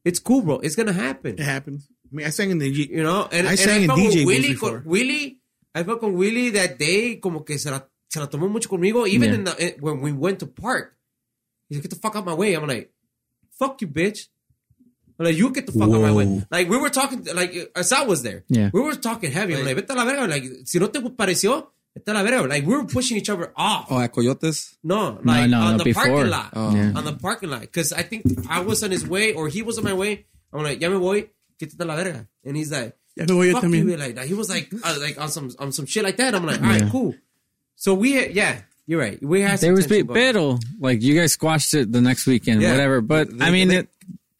[SPEAKER 1] It's cool, bro. It's gonna happen.
[SPEAKER 4] It happens. I mean, I sang in the.
[SPEAKER 1] You know, and,
[SPEAKER 4] I
[SPEAKER 1] and
[SPEAKER 4] sang in
[SPEAKER 1] felt with
[SPEAKER 4] DJ booths
[SPEAKER 1] Willy,
[SPEAKER 4] before.
[SPEAKER 1] con, Willy, I felt con Willy that day como que se la, se la tomó mucho conmigo. Even
[SPEAKER 6] Yeah.
[SPEAKER 1] in the, eh, when we went to park, he's like, get the fuck out my way. I'm like, fuck you, bitch. I'm like, you get the fuck out my way. Like, we were talking, like, Asad was there.
[SPEAKER 6] Yeah.
[SPEAKER 1] We were talking heavy. I'm like, vete a la verga. Like, si no te pareció, vete a la verga. Like, we were pushing each other off.
[SPEAKER 5] Oh, at Coyotes?
[SPEAKER 1] No, like
[SPEAKER 6] no,
[SPEAKER 1] on
[SPEAKER 6] no,
[SPEAKER 1] the
[SPEAKER 6] before.
[SPEAKER 1] parking lot.
[SPEAKER 5] Oh. Yeah.
[SPEAKER 1] On the parking lot. Because I think I was on his way or he was on my way. I'm like, ya me voy, quítate la verga. And he's like,
[SPEAKER 2] Ya me voy yo
[SPEAKER 1] fuck
[SPEAKER 2] también.
[SPEAKER 1] you. Like, that. he was like, uh, like on some on some shit like that. I'm like, all right, cool. So we, had- yeah, you're right. We had
[SPEAKER 6] There
[SPEAKER 1] some
[SPEAKER 6] was
[SPEAKER 1] tension,
[SPEAKER 6] big
[SPEAKER 1] but-
[SPEAKER 6] battle. Like you guys squashed it the next weekend,
[SPEAKER 1] Yeah.
[SPEAKER 6] whatever. But I mean, it,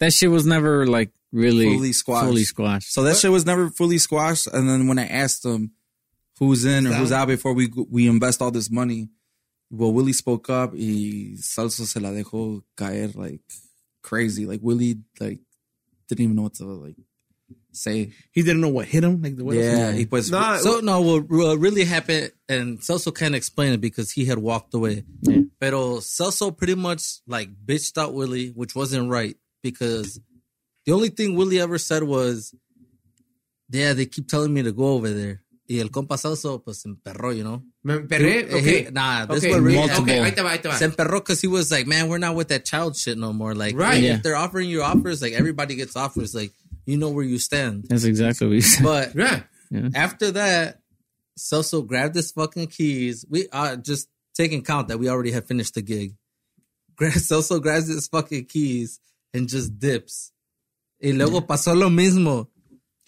[SPEAKER 6] that shit was never like really
[SPEAKER 5] Fully squashed.
[SPEAKER 6] fully squashed.
[SPEAKER 5] So that shit was never fully squashed. And then when I asked them who's in or who's out before we we invest all this money, well, Willie spoke up. Y Salso se la dejó caer like crazy. Like Willie like didn't even know what to like say.
[SPEAKER 4] He didn't know what hit him. Like the way.
[SPEAKER 5] Yeah, he was.
[SPEAKER 1] Nah,
[SPEAKER 3] So no, what, what really happened, and Celso can't explain it because he had walked away. Pero Celso pretty much like bitched out Willie, which wasn't right because the only thing Willie ever said was, "Yeah, they keep telling me to go over there." Y el compa Celso pues se emperró, you know.
[SPEAKER 1] Me emperré,
[SPEAKER 3] He-
[SPEAKER 1] Eh, okay.
[SPEAKER 3] he- nah, this
[SPEAKER 1] okay.
[SPEAKER 3] one really-
[SPEAKER 1] okay, ahí te va, ahí te va.
[SPEAKER 3] Se emperró because he was like, "Man, we're not with that child shit no more." Like,
[SPEAKER 1] Right.
[SPEAKER 6] Yeah.
[SPEAKER 3] If they're offering you offers, like everybody gets offers, like you know where you stand.
[SPEAKER 6] That's exactly what you said. [laughs]
[SPEAKER 3] But
[SPEAKER 1] Yeah.
[SPEAKER 3] after that, Soso grabbed his fucking keys. We are just taking count that we already had finished the gig. [laughs] Gra- Soso grabs his fucking keys and just dips. Y luego pasó lo mismo.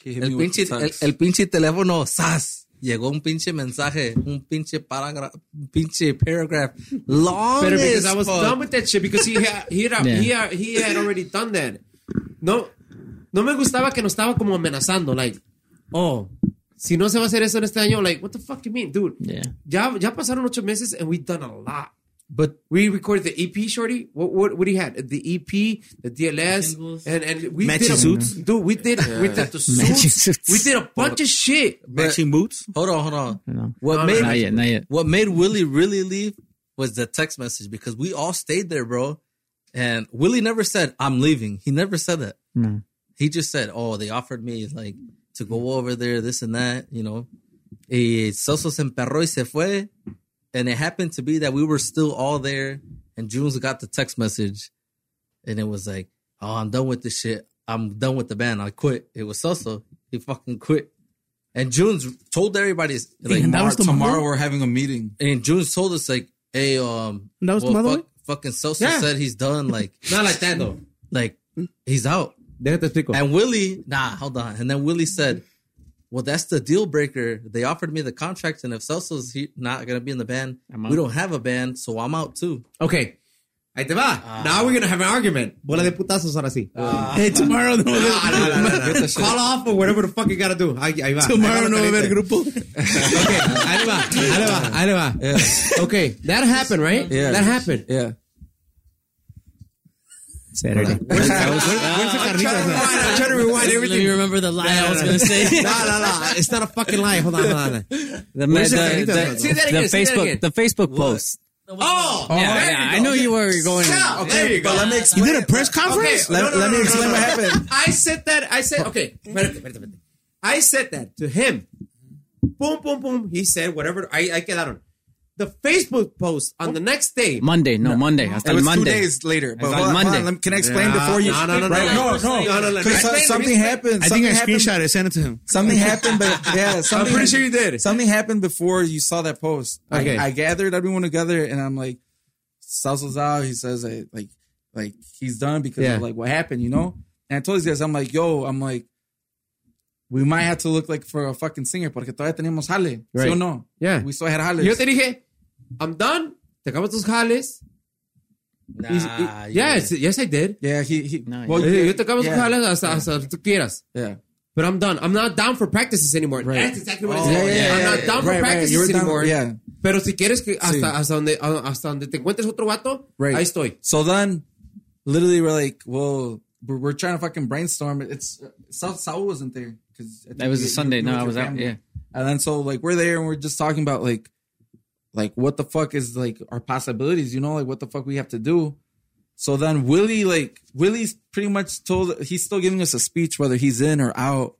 [SPEAKER 5] He hit me
[SPEAKER 3] El
[SPEAKER 5] with
[SPEAKER 3] pinche,
[SPEAKER 5] the
[SPEAKER 3] el,
[SPEAKER 5] text.
[SPEAKER 3] el pinche teléfono, ¡zas! Llegó un pinche mensaje, un pinche paragraph, pinche paragraph. Long
[SPEAKER 1] But because
[SPEAKER 3] as
[SPEAKER 1] I was
[SPEAKER 3] fuck.
[SPEAKER 1] done with that shit because he had, he had, he had, he had already done that. No, no me gustaba que nos estaba como amenazando, like, oh, si no se va a hacer eso en este año, like, what the fuck you mean, dude?
[SPEAKER 6] Yeah.
[SPEAKER 1] Ya, ya pasaron ocho meses and we've done a lot.
[SPEAKER 3] But
[SPEAKER 1] We recorded the EP, Shorty. What what what do you had? The EP, the DLS,
[SPEAKER 7] Singles.
[SPEAKER 1] and and we
[SPEAKER 4] Matching
[SPEAKER 1] did a,
[SPEAKER 4] suits.
[SPEAKER 1] dude. We did we did the
[SPEAKER 6] Matching
[SPEAKER 1] suits.
[SPEAKER 6] suits.
[SPEAKER 1] We did a bunch of shit.
[SPEAKER 4] Matching boots.
[SPEAKER 3] hold on, hold on.
[SPEAKER 6] No.
[SPEAKER 3] What
[SPEAKER 1] no,
[SPEAKER 3] made
[SPEAKER 6] Mm-hmm. Not yet. Not yet.
[SPEAKER 3] What made Willie really leave was the text message because we all stayed there, bro. And Willie never said, I'm leaving. He never said that.
[SPEAKER 2] Hmm.
[SPEAKER 6] No.
[SPEAKER 3] He just said, Oh, they offered me like to go over there, this and that, you know. Y Soso se emperró y se fue. And it happened to be that we were still all there. And Junes got the text message. And it was like, Oh, I'm done with this shit. I'm done with the band. I quit. It was Soso. He fucking quit. And Junes told everybody, like,
[SPEAKER 2] And that
[SPEAKER 5] Tomorrow,
[SPEAKER 2] was tomorrow?
[SPEAKER 5] tomorrow we're having a meeting.
[SPEAKER 3] and June's told us like, "Hey, um,
[SPEAKER 2] And that was the mother
[SPEAKER 3] fuck, fucking Sosa
[SPEAKER 1] Yeah.
[SPEAKER 3] said
[SPEAKER 1] [laughs]
[SPEAKER 3] he's done. Like,
[SPEAKER 1] Not like that though.
[SPEAKER 3] like he's out."
[SPEAKER 1] Déjate explico.
[SPEAKER 3] And Willie, nah, hold on. And then Willie said, well, that's the deal breaker. They offered me the contract, and if Celso's he- not gonna be in the band, we don't have a band, so I'm out too.
[SPEAKER 1] Okay. Ahí te va. Now we're gonna have an argument. Bola de putazos ahora sí.
[SPEAKER 13] Hey,
[SPEAKER 5] [laughs]
[SPEAKER 13] tomorrow no va a
[SPEAKER 1] Ah,
[SPEAKER 13] haber-
[SPEAKER 1] no, no, no, no. Call off or whatever the fuck you gotta do. Ahí, ahí va.
[SPEAKER 13] tomorrow no va a
[SPEAKER 1] Ahí va la
[SPEAKER 13] haber
[SPEAKER 1] tarjeta.
[SPEAKER 13] grupo.
[SPEAKER 5] [laughs]
[SPEAKER 1] Okay. Ahí le va. Ahí le va. Ahí le va. Okay. That happened, right?
[SPEAKER 5] Yeah.
[SPEAKER 1] That happened.
[SPEAKER 5] Yeah.
[SPEAKER 6] Saturday.
[SPEAKER 1] I'm trying to rewind
[SPEAKER 7] Let me
[SPEAKER 1] everything.
[SPEAKER 7] remember the lie I was
[SPEAKER 1] [laughs]
[SPEAKER 7] gonna say.
[SPEAKER 1] No, no, no. It's not a fucking lie. Hold on, hold on.
[SPEAKER 6] The,
[SPEAKER 4] Where's
[SPEAKER 6] the-
[SPEAKER 4] the carnitas,
[SPEAKER 6] the-
[SPEAKER 4] brother?
[SPEAKER 1] Say that
[SPEAKER 6] the
[SPEAKER 1] again, say that again.
[SPEAKER 6] Facebook, the Facebook post.
[SPEAKER 1] Oh,
[SPEAKER 6] yeah, yeah, I know you were going.
[SPEAKER 1] Yeah, there you go.
[SPEAKER 5] But let me
[SPEAKER 4] You
[SPEAKER 5] explain.
[SPEAKER 4] did a press conference?
[SPEAKER 1] Okay, no, no, no, no, no, no, no.
[SPEAKER 5] happened.
[SPEAKER 1] I said that. I said, okay. espérate, espérate, espérate. I said that to him. Boom, boom, boom. He said whatever. I, I quedaron. The Facebook post on the next day.
[SPEAKER 6] Monday, no, Monday. Hasta
[SPEAKER 5] It
[SPEAKER 6] el
[SPEAKER 5] was two
[SPEAKER 6] Monday.
[SPEAKER 5] days later. But
[SPEAKER 6] On
[SPEAKER 5] hold on,
[SPEAKER 6] Monday.
[SPEAKER 5] hold on, let- Can I explain before you?
[SPEAKER 1] No, no, no, no.
[SPEAKER 5] Right?
[SPEAKER 1] no,
[SPEAKER 5] No, no.
[SPEAKER 1] no, no, no.
[SPEAKER 5] 'Cause so-
[SPEAKER 1] Explain,
[SPEAKER 5] something
[SPEAKER 1] explain.
[SPEAKER 5] happened.
[SPEAKER 4] I think
[SPEAKER 5] something
[SPEAKER 4] I
[SPEAKER 5] happened-
[SPEAKER 4] screenshot it, sent it to him.
[SPEAKER 1] [laughs]
[SPEAKER 5] Something happened, but yeah, something,
[SPEAKER 1] pretty sure you did.
[SPEAKER 5] Something happened before you saw that post. I-
[SPEAKER 1] Okay.
[SPEAKER 5] I, gathered everyone together, and I'm like, Salsa's out. He says like, like, like he's done because
[SPEAKER 1] Yeah.
[SPEAKER 5] of like what happened, you know. And I told these guys, I'm like, yo, I'm like, we might have to look like for a fucking singer porque todavía tenemos jale, ¿sí o
[SPEAKER 1] Right.
[SPEAKER 5] no?
[SPEAKER 1] Yeah.
[SPEAKER 5] We still had jales.
[SPEAKER 1] Yo te dije, I'm done. Te acabas tus jales.
[SPEAKER 3] Nah,
[SPEAKER 1] Y- y- yes, yes, I did.
[SPEAKER 5] yeah, he, he.
[SPEAKER 6] No,
[SPEAKER 5] well,
[SPEAKER 1] Yo
[SPEAKER 5] yeah,
[SPEAKER 1] te acabo tus
[SPEAKER 5] yeah,
[SPEAKER 1] jales hasta, hasta tú quieras.
[SPEAKER 5] yeah.
[SPEAKER 1] But I'm done. I'm not down for practices anymore.
[SPEAKER 5] Right.
[SPEAKER 1] That's exactly what I
[SPEAKER 5] Oh,
[SPEAKER 1] said.
[SPEAKER 5] yeah, yeah,
[SPEAKER 1] I'm
[SPEAKER 5] yeah,
[SPEAKER 1] not
[SPEAKER 5] yeah.
[SPEAKER 1] down for
[SPEAKER 5] Right, right.
[SPEAKER 1] practices
[SPEAKER 5] You're down-
[SPEAKER 1] anymore.
[SPEAKER 5] yeah.
[SPEAKER 1] Pero si quieres que hasta,
[SPEAKER 5] Sí.
[SPEAKER 1] hasta, donde, hasta donde te encuentres otro vato,
[SPEAKER 5] Right.
[SPEAKER 1] ahí estoy.
[SPEAKER 5] So then, literally, we're like, well, we're, we're trying to fucking brainstorm. It's Saul, Saul wasn't there because
[SPEAKER 6] That was a Sunday. No, I was out. Yeah.
[SPEAKER 5] And then so like we're there and we're just talking about like, like what the fuck is like our possibilities? You know, like what the fuck we have to do. So then Willie, like Willie's pretty much told he's still giving us a speech whether he's in or out,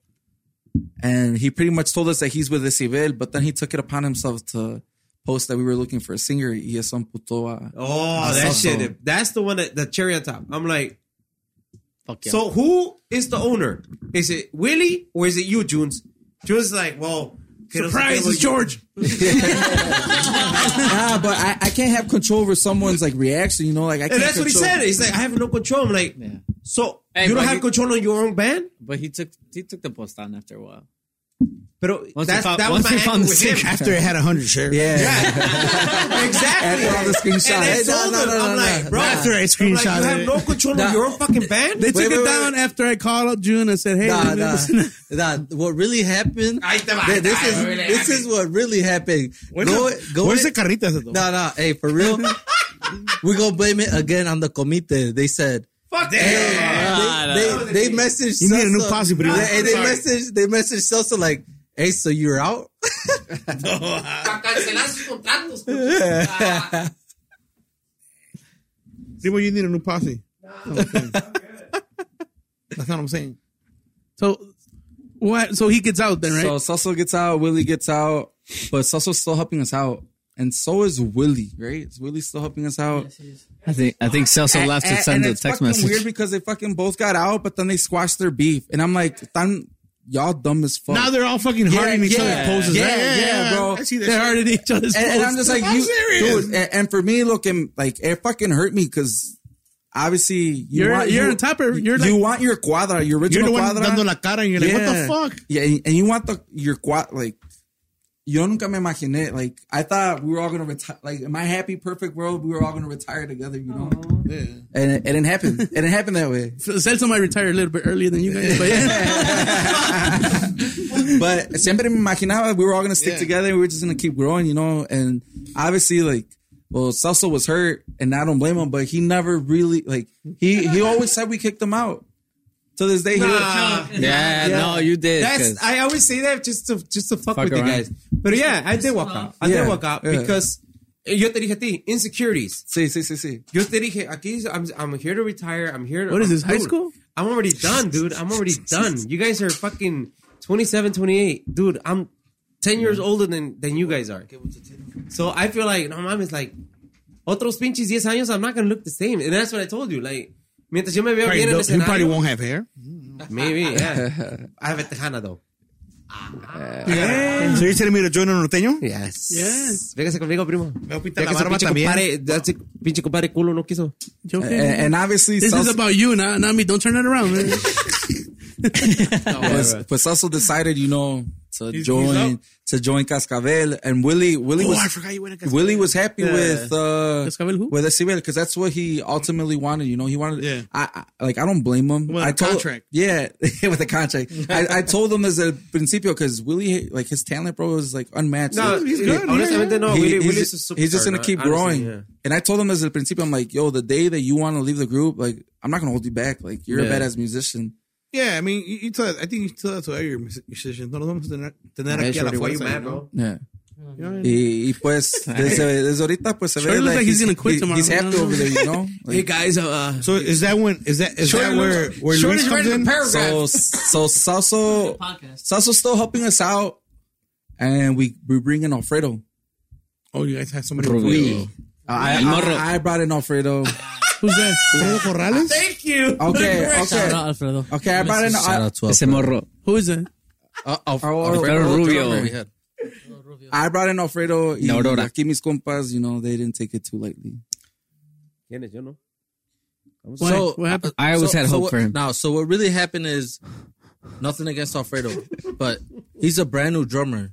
[SPEAKER 5] and he pretty much told us that he's with Isabel, but then he took it upon himself to post that we were looking for a singer. Y eso emputó a-
[SPEAKER 1] Oh,
[SPEAKER 5] That's
[SPEAKER 1] that
[SPEAKER 5] also-
[SPEAKER 1] shit. That's the one that the cherry on top. I'm like,
[SPEAKER 6] Fuck yeah.
[SPEAKER 1] so who is the owner? Is it Willie or is it you, Junes? Junes is like, well, que no sé qué,
[SPEAKER 13] Surprise,
[SPEAKER 1] well,
[SPEAKER 13] it's George.
[SPEAKER 5] Ah, but I, I can't have control over someone's like reaction, you know. Like I can't
[SPEAKER 1] And that's what he
[SPEAKER 5] control-
[SPEAKER 1] said. He's like, I have no control. I'm like, so
[SPEAKER 6] Hey,
[SPEAKER 1] you don't
[SPEAKER 6] but
[SPEAKER 1] have
[SPEAKER 6] you-
[SPEAKER 1] control on your own band?
[SPEAKER 6] But he took he took the post down after a while.
[SPEAKER 1] Pero
[SPEAKER 6] Once
[SPEAKER 1] that's,
[SPEAKER 6] you found-
[SPEAKER 1] that was
[SPEAKER 6] once
[SPEAKER 1] my
[SPEAKER 6] you found
[SPEAKER 1] angle
[SPEAKER 6] the
[SPEAKER 1] with him.
[SPEAKER 6] singer.
[SPEAKER 4] After it had 100 shares.
[SPEAKER 3] [laughs]
[SPEAKER 5] Yeah.
[SPEAKER 1] [laughs] exactly.
[SPEAKER 5] After all the screenshots.
[SPEAKER 1] And I
[SPEAKER 5] Hey, no,
[SPEAKER 1] told
[SPEAKER 5] no,
[SPEAKER 1] him,
[SPEAKER 5] no, no,
[SPEAKER 1] I'm
[SPEAKER 5] no.
[SPEAKER 1] like, bro,
[SPEAKER 4] After I
[SPEAKER 1] I'm like, you
[SPEAKER 4] screenshot
[SPEAKER 1] have
[SPEAKER 4] it.
[SPEAKER 1] no control of
[SPEAKER 3] Nah.
[SPEAKER 1] your own fucking band?
[SPEAKER 13] They took
[SPEAKER 3] wait,
[SPEAKER 13] it
[SPEAKER 3] wait,
[SPEAKER 13] down after I called up June and said, "Hey,
[SPEAKER 3] Nah,
[SPEAKER 13] man,
[SPEAKER 4] [laughs]
[SPEAKER 3] nah.
[SPEAKER 13] listen,
[SPEAKER 1] [laughs]
[SPEAKER 3] Nah, what really happened?
[SPEAKER 1] Ahí te va,
[SPEAKER 3] Th- This
[SPEAKER 1] ahí
[SPEAKER 3] is
[SPEAKER 1] te va.
[SPEAKER 3] this is what really happened. Go go.
[SPEAKER 4] Where's the
[SPEAKER 3] in-
[SPEAKER 4] carritas? at though?
[SPEAKER 3] No, no, hey, for
[SPEAKER 4] [laughs]
[SPEAKER 3] real. we gonna blame it again on the comite. They said
[SPEAKER 1] Fuck that.
[SPEAKER 3] they, they, they messaged.
[SPEAKER 4] You need a new
[SPEAKER 3] Celso-
[SPEAKER 4] posse, bro.
[SPEAKER 3] They, hey, they
[SPEAKER 4] Sorry.
[SPEAKER 3] messaged. They messaged Celso like, "Hey, so you're out."
[SPEAKER 1] Para cancelar sus contratos.
[SPEAKER 4] See what you need a new posse. Okay. [laughs] That's not what I'm saying.
[SPEAKER 13] so what? So he gets out then, right?
[SPEAKER 5] So Sussel gets out, Willie gets out, but Sussel's still helping us out, and so is Willie, right? Is Willie still helping us out?
[SPEAKER 6] I think I think Celso
[SPEAKER 5] And-
[SPEAKER 6] left to
[SPEAKER 5] and-
[SPEAKER 6] send
[SPEAKER 5] eh, and
[SPEAKER 6] a
[SPEAKER 5] it's
[SPEAKER 6] text
[SPEAKER 5] fucking
[SPEAKER 6] message.
[SPEAKER 5] Weird because they fucking both got out, but then they squashed their beef, and I'm like, "Tan- y'all dumb as fuck.
[SPEAKER 4] Now they're all fucking harding each
[SPEAKER 5] yeah,
[SPEAKER 4] other's poses.
[SPEAKER 5] yeah,
[SPEAKER 4] right?
[SPEAKER 5] yeah, bro.
[SPEAKER 4] I see that
[SPEAKER 13] They're
[SPEAKER 4] shit.
[SPEAKER 13] hard at each other's
[SPEAKER 5] and, and I'm
[SPEAKER 13] throats.
[SPEAKER 5] just like,
[SPEAKER 4] I'm
[SPEAKER 5] you,
[SPEAKER 4] serious.
[SPEAKER 5] dude. And, and for me, looking like it fucking hurt me because obviously you
[SPEAKER 13] You're-
[SPEAKER 5] want
[SPEAKER 13] you're
[SPEAKER 5] you,
[SPEAKER 13] on top of- you're
[SPEAKER 5] you
[SPEAKER 13] like-
[SPEAKER 5] want your cuadra, your
[SPEAKER 4] You're
[SPEAKER 5] original
[SPEAKER 4] the one
[SPEAKER 5] cuadra.
[SPEAKER 4] dando la cara and you're like, what the fuck?
[SPEAKER 5] Yeah, and, and you want the your quad like. Yo nunca me imaginé. Like I thought we were all gonna retire. Like in my happy, perfect world, we were all gonna retire together. You know, and it, it didn't happen. it didn't happen that way.
[SPEAKER 13] Celso might retire a little bit earlier than you guys, but
[SPEAKER 5] [laughs]
[SPEAKER 13] yeah.
[SPEAKER 5] but siempre me imaginaba we were all gonna stick together. We were just gonna keep growing, you know. And obviously, like, well, Celso was hurt, and I don't blame him. But he never really like he he always said we kicked him out. To this day,
[SPEAKER 1] Nah.
[SPEAKER 5] he,
[SPEAKER 6] yeah, no, you did. 'cause-
[SPEAKER 1] That's I always say that just to just to fuck,
[SPEAKER 6] Fuck
[SPEAKER 1] with
[SPEAKER 6] around.
[SPEAKER 1] you guys. But yeah, I did walk out. I
[SPEAKER 5] Yeah,
[SPEAKER 1] did walk out
[SPEAKER 5] yeah.
[SPEAKER 1] because eh, yo te dije a ti insecurities.
[SPEAKER 5] sí, sí, sí, sí.
[SPEAKER 1] Yo te dije aquí I'm I'm here to retire. I'm here. To,
[SPEAKER 13] What is this,
[SPEAKER 1] Dude,
[SPEAKER 13] high school?
[SPEAKER 1] I'm already done, dude. I'm already done. You guys are fucking 27, 28, dude. I'm 10 years older than than you guys are. So I feel like no mames like otros pinches 10 años I'm not gonna look the same, and that's what I told you. Like mientras yo me veo
[SPEAKER 4] Right,
[SPEAKER 1] bien en
[SPEAKER 4] though,
[SPEAKER 1] el
[SPEAKER 4] he probably
[SPEAKER 1] escenario,
[SPEAKER 4] won't have hair.
[SPEAKER 1] maybe yeah. I have a tejana though.
[SPEAKER 4] So you're telling me to join a norteño?
[SPEAKER 1] Yes. yes. Véngase conmigo, primo.
[SPEAKER 4] Me pinta
[SPEAKER 1] Ya
[SPEAKER 4] la
[SPEAKER 1] que su
[SPEAKER 4] barba
[SPEAKER 1] pinche
[SPEAKER 4] también.
[SPEAKER 1] compadre- ya ese pinche compadre culo no quiso.
[SPEAKER 13] You okay?
[SPEAKER 5] And, and obviously,
[SPEAKER 13] this
[SPEAKER 5] Celso, [laughs]
[SPEAKER 13] is about you, not, not me. Don't turn it around, man.
[SPEAKER 5] pues, pues also decided, you know, to join to join Cascavel, and Willie Willie
[SPEAKER 4] Oh,
[SPEAKER 5] was
[SPEAKER 4] I forgot you went to Cascavel.
[SPEAKER 5] Willie was happy with uh,
[SPEAKER 14] Cascavel who?
[SPEAKER 5] with Esquivel because that's what he ultimately wanted. You know, he wanted.
[SPEAKER 14] Yeah.
[SPEAKER 5] I, I like I don't blame him.
[SPEAKER 14] With
[SPEAKER 5] I
[SPEAKER 14] a contract.
[SPEAKER 5] Yeah, [laughs] with a contract. I, I told him desde el principio because Willie like his talent, bro, is like unmatched.
[SPEAKER 1] No,
[SPEAKER 5] Like,
[SPEAKER 1] he's good. Honestamente, no.
[SPEAKER 5] he-
[SPEAKER 1] Willy,
[SPEAKER 5] he's,
[SPEAKER 1] Willy's
[SPEAKER 5] just,
[SPEAKER 1] a
[SPEAKER 5] he's just
[SPEAKER 1] superstar,
[SPEAKER 5] gonna keep
[SPEAKER 1] honestly,
[SPEAKER 5] growing.
[SPEAKER 1] yeah.
[SPEAKER 5] And I told him as a principio, I'm like, yo, the day that you want to leave the group, like, I'm not gonna hold you back. Like, you're
[SPEAKER 1] Yeah.
[SPEAKER 5] a badass musician.
[SPEAKER 4] Yeah, I mean, you, you tell, I think you tell that to every mus- musician. No nos vamos a tener, tener
[SPEAKER 1] Hey,
[SPEAKER 4] aquí a la
[SPEAKER 1] Shorty, why you
[SPEAKER 4] fuerza,
[SPEAKER 1] mad,
[SPEAKER 4] you know?
[SPEAKER 1] bro?
[SPEAKER 5] Yeah. Y, y pues, desde, desde ahorita, pues se
[SPEAKER 14] Shorty
[SPEAKER 5] ve
[SPEAKER 14] looks
[SPEAKER 5] like,
[SPEAKER 14] like he's gonna quit
[SPEAKER 5] he-
[SPEAKER 14] tomorrow.
[SPEAKER 5] he's happy over there, you know?
[SPEAKER 14] Hey
[SPEAKER 5] Like,
[SPEAKER 14] guys, uh,
[SPEAKER 4] So is that when is that is that where where Luis comes in?
[SPEAKER 5] so, so Sasso,
[SPEAKER 7] Podcast.
[SPEAKER 5] Sasso's still helping us out. And we, we bring in Alfredo.
[SPEAKER 4] Oh, you guys have somebody.
[SPEAKER 6] Rubí.
[SPEAKER 5] I, I, I brought in Alfredo.
[SPEAKER 14] who's that?
[SPEAKER 4] Alfredo Corrales.
[SPEAKER 5] Okay,
[SPEAKER 7] Shout
[SPEAKER 5] okay.
[SPEAKER 7] out, Alfredo.
[SPEAKER 5] Okay, I brought in
[SPEAKER 3] Shout out to
[SPEAKER 6] Ese
[SPEAKER 3] Alfredo.
[SPEAKER 6] morro.
[SPEAKER 14] Who is that?
[SPEAKER 3] Uh, Alf-
[SPEAKER 5] Alfredo
[SPEAKER 6] Rubio.
[SPEAKER 3] we had.
[SPEAKER 5] I brought in Alfredo y
[SPEAKER 6] La Aurora.
[SPEAKER 5] aquí mis compas, you know, they didn't take it too lightly.
[SPEAKER 1] ¿Quién es? Yo no.
[SPEAKER 14] Why?
[SPEAKER 3] So-
[SPEAKER 14] what happened?
[SPEAKER 6] I always had hope
[SPEAKER 3] what, Oh.
[SPEAKER 6] for him.
[SPEAKER 3] Now, so what really happened is nothing against Alfredo, but he's a brand new drummer.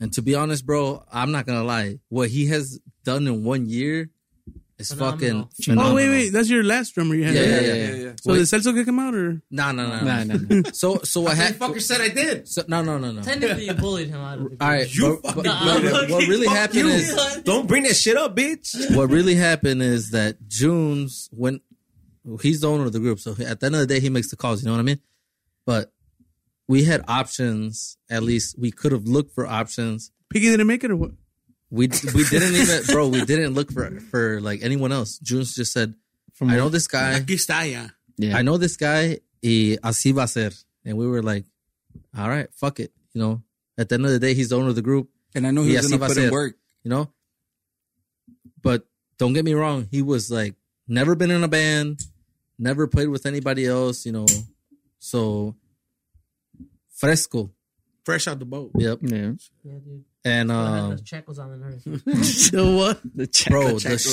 [SPEAKER 3] And to be honest, bro, I'm not gonna lie. What he has done in one year is
[SPEAKER 7] Phenomenal.
[SPEAKER 3] fucking.
[SPEAKER 14] Oh
[SPEAKER 3] phenomenal.
[SPEAKER 14] wait, wait, that's your last drummer you had.
[SPEAKER 3] Yeah, yeah,
[SPEAKER 14] right?
[SPEAKER 3] yeah. yeah, yeah.
[SPEAKER 14] So the Celso could come out or
[SPEAKER 3] No, no, no,
[SPEAKER 6] Nah,
[SPEAKER 3] no.
[SPEAKER 6] nah, nah.
[SPEAKER 3] [laughs] So,
[SPEAKER 6] [laughs]
[SPEAKER 3] so what happened?
[SPEAKER 1] said I did.
[SPEAKER 3] So, no, no, no, no.
[SPEAKER 7] Technically, you bullied him out of the
[SPEAKER 3] All right. but- but- but what really happened is
[SPEAKER 1] Don't bring that shit up, bitch.
[SPEAKER 3] what really happened is that Junes when he's the owner of the group, so at the end of the day, he makes the calls. You know what I mean? But we had options. At least we could have looked for options.
[SPEAKER 14] Piggy didn't make it or what?
[SPEAKER 3] We
[SPEAKER 14] [laughs]
[SPEAKER 3] we didn't even, bro. We didn't look for for like anyone else. Junes just said, "I know this guy.
[SPEAKER 14] Aquí está ya.
[SPEAKER 6] Yeah.
[SPEAKER 3] I know this guy. Y así va a ser." And we were like, "All right, fuck it." You know. At the end of the day, he's the owner of the group.
[SPEAKER 5] And I know he
[SPEAKER 3] Y
[SPEAKER 5] was
[SPEAKER 3] así
[SPEAKER 5] gonna
[SPEAKER 3] va a
[SPEAKER 5] put in
[SPEAKER 3] ser.
[SPEAKER 5] work.
[SPEAKER 3] you know. But don't get me wrong, he was like never been in a band, never played with anybody else, you know. So fresco,
[SPEAKER 4] Fresh out the boat.
[SPEAKER 3] yep.
[SPEAKER 6] Yeah.
[SPEAKER 7] Yeah, dude.
[SPEAKER 3] And
[SPEAKER 7] Uh,
[SPEAKER 3] um,
[SPEAKER 7] Checkos on the nerve.
[SPEAKER 14] The what?
[SPEAKER 6] The check.
[SPEAKER 3] bro, the sh-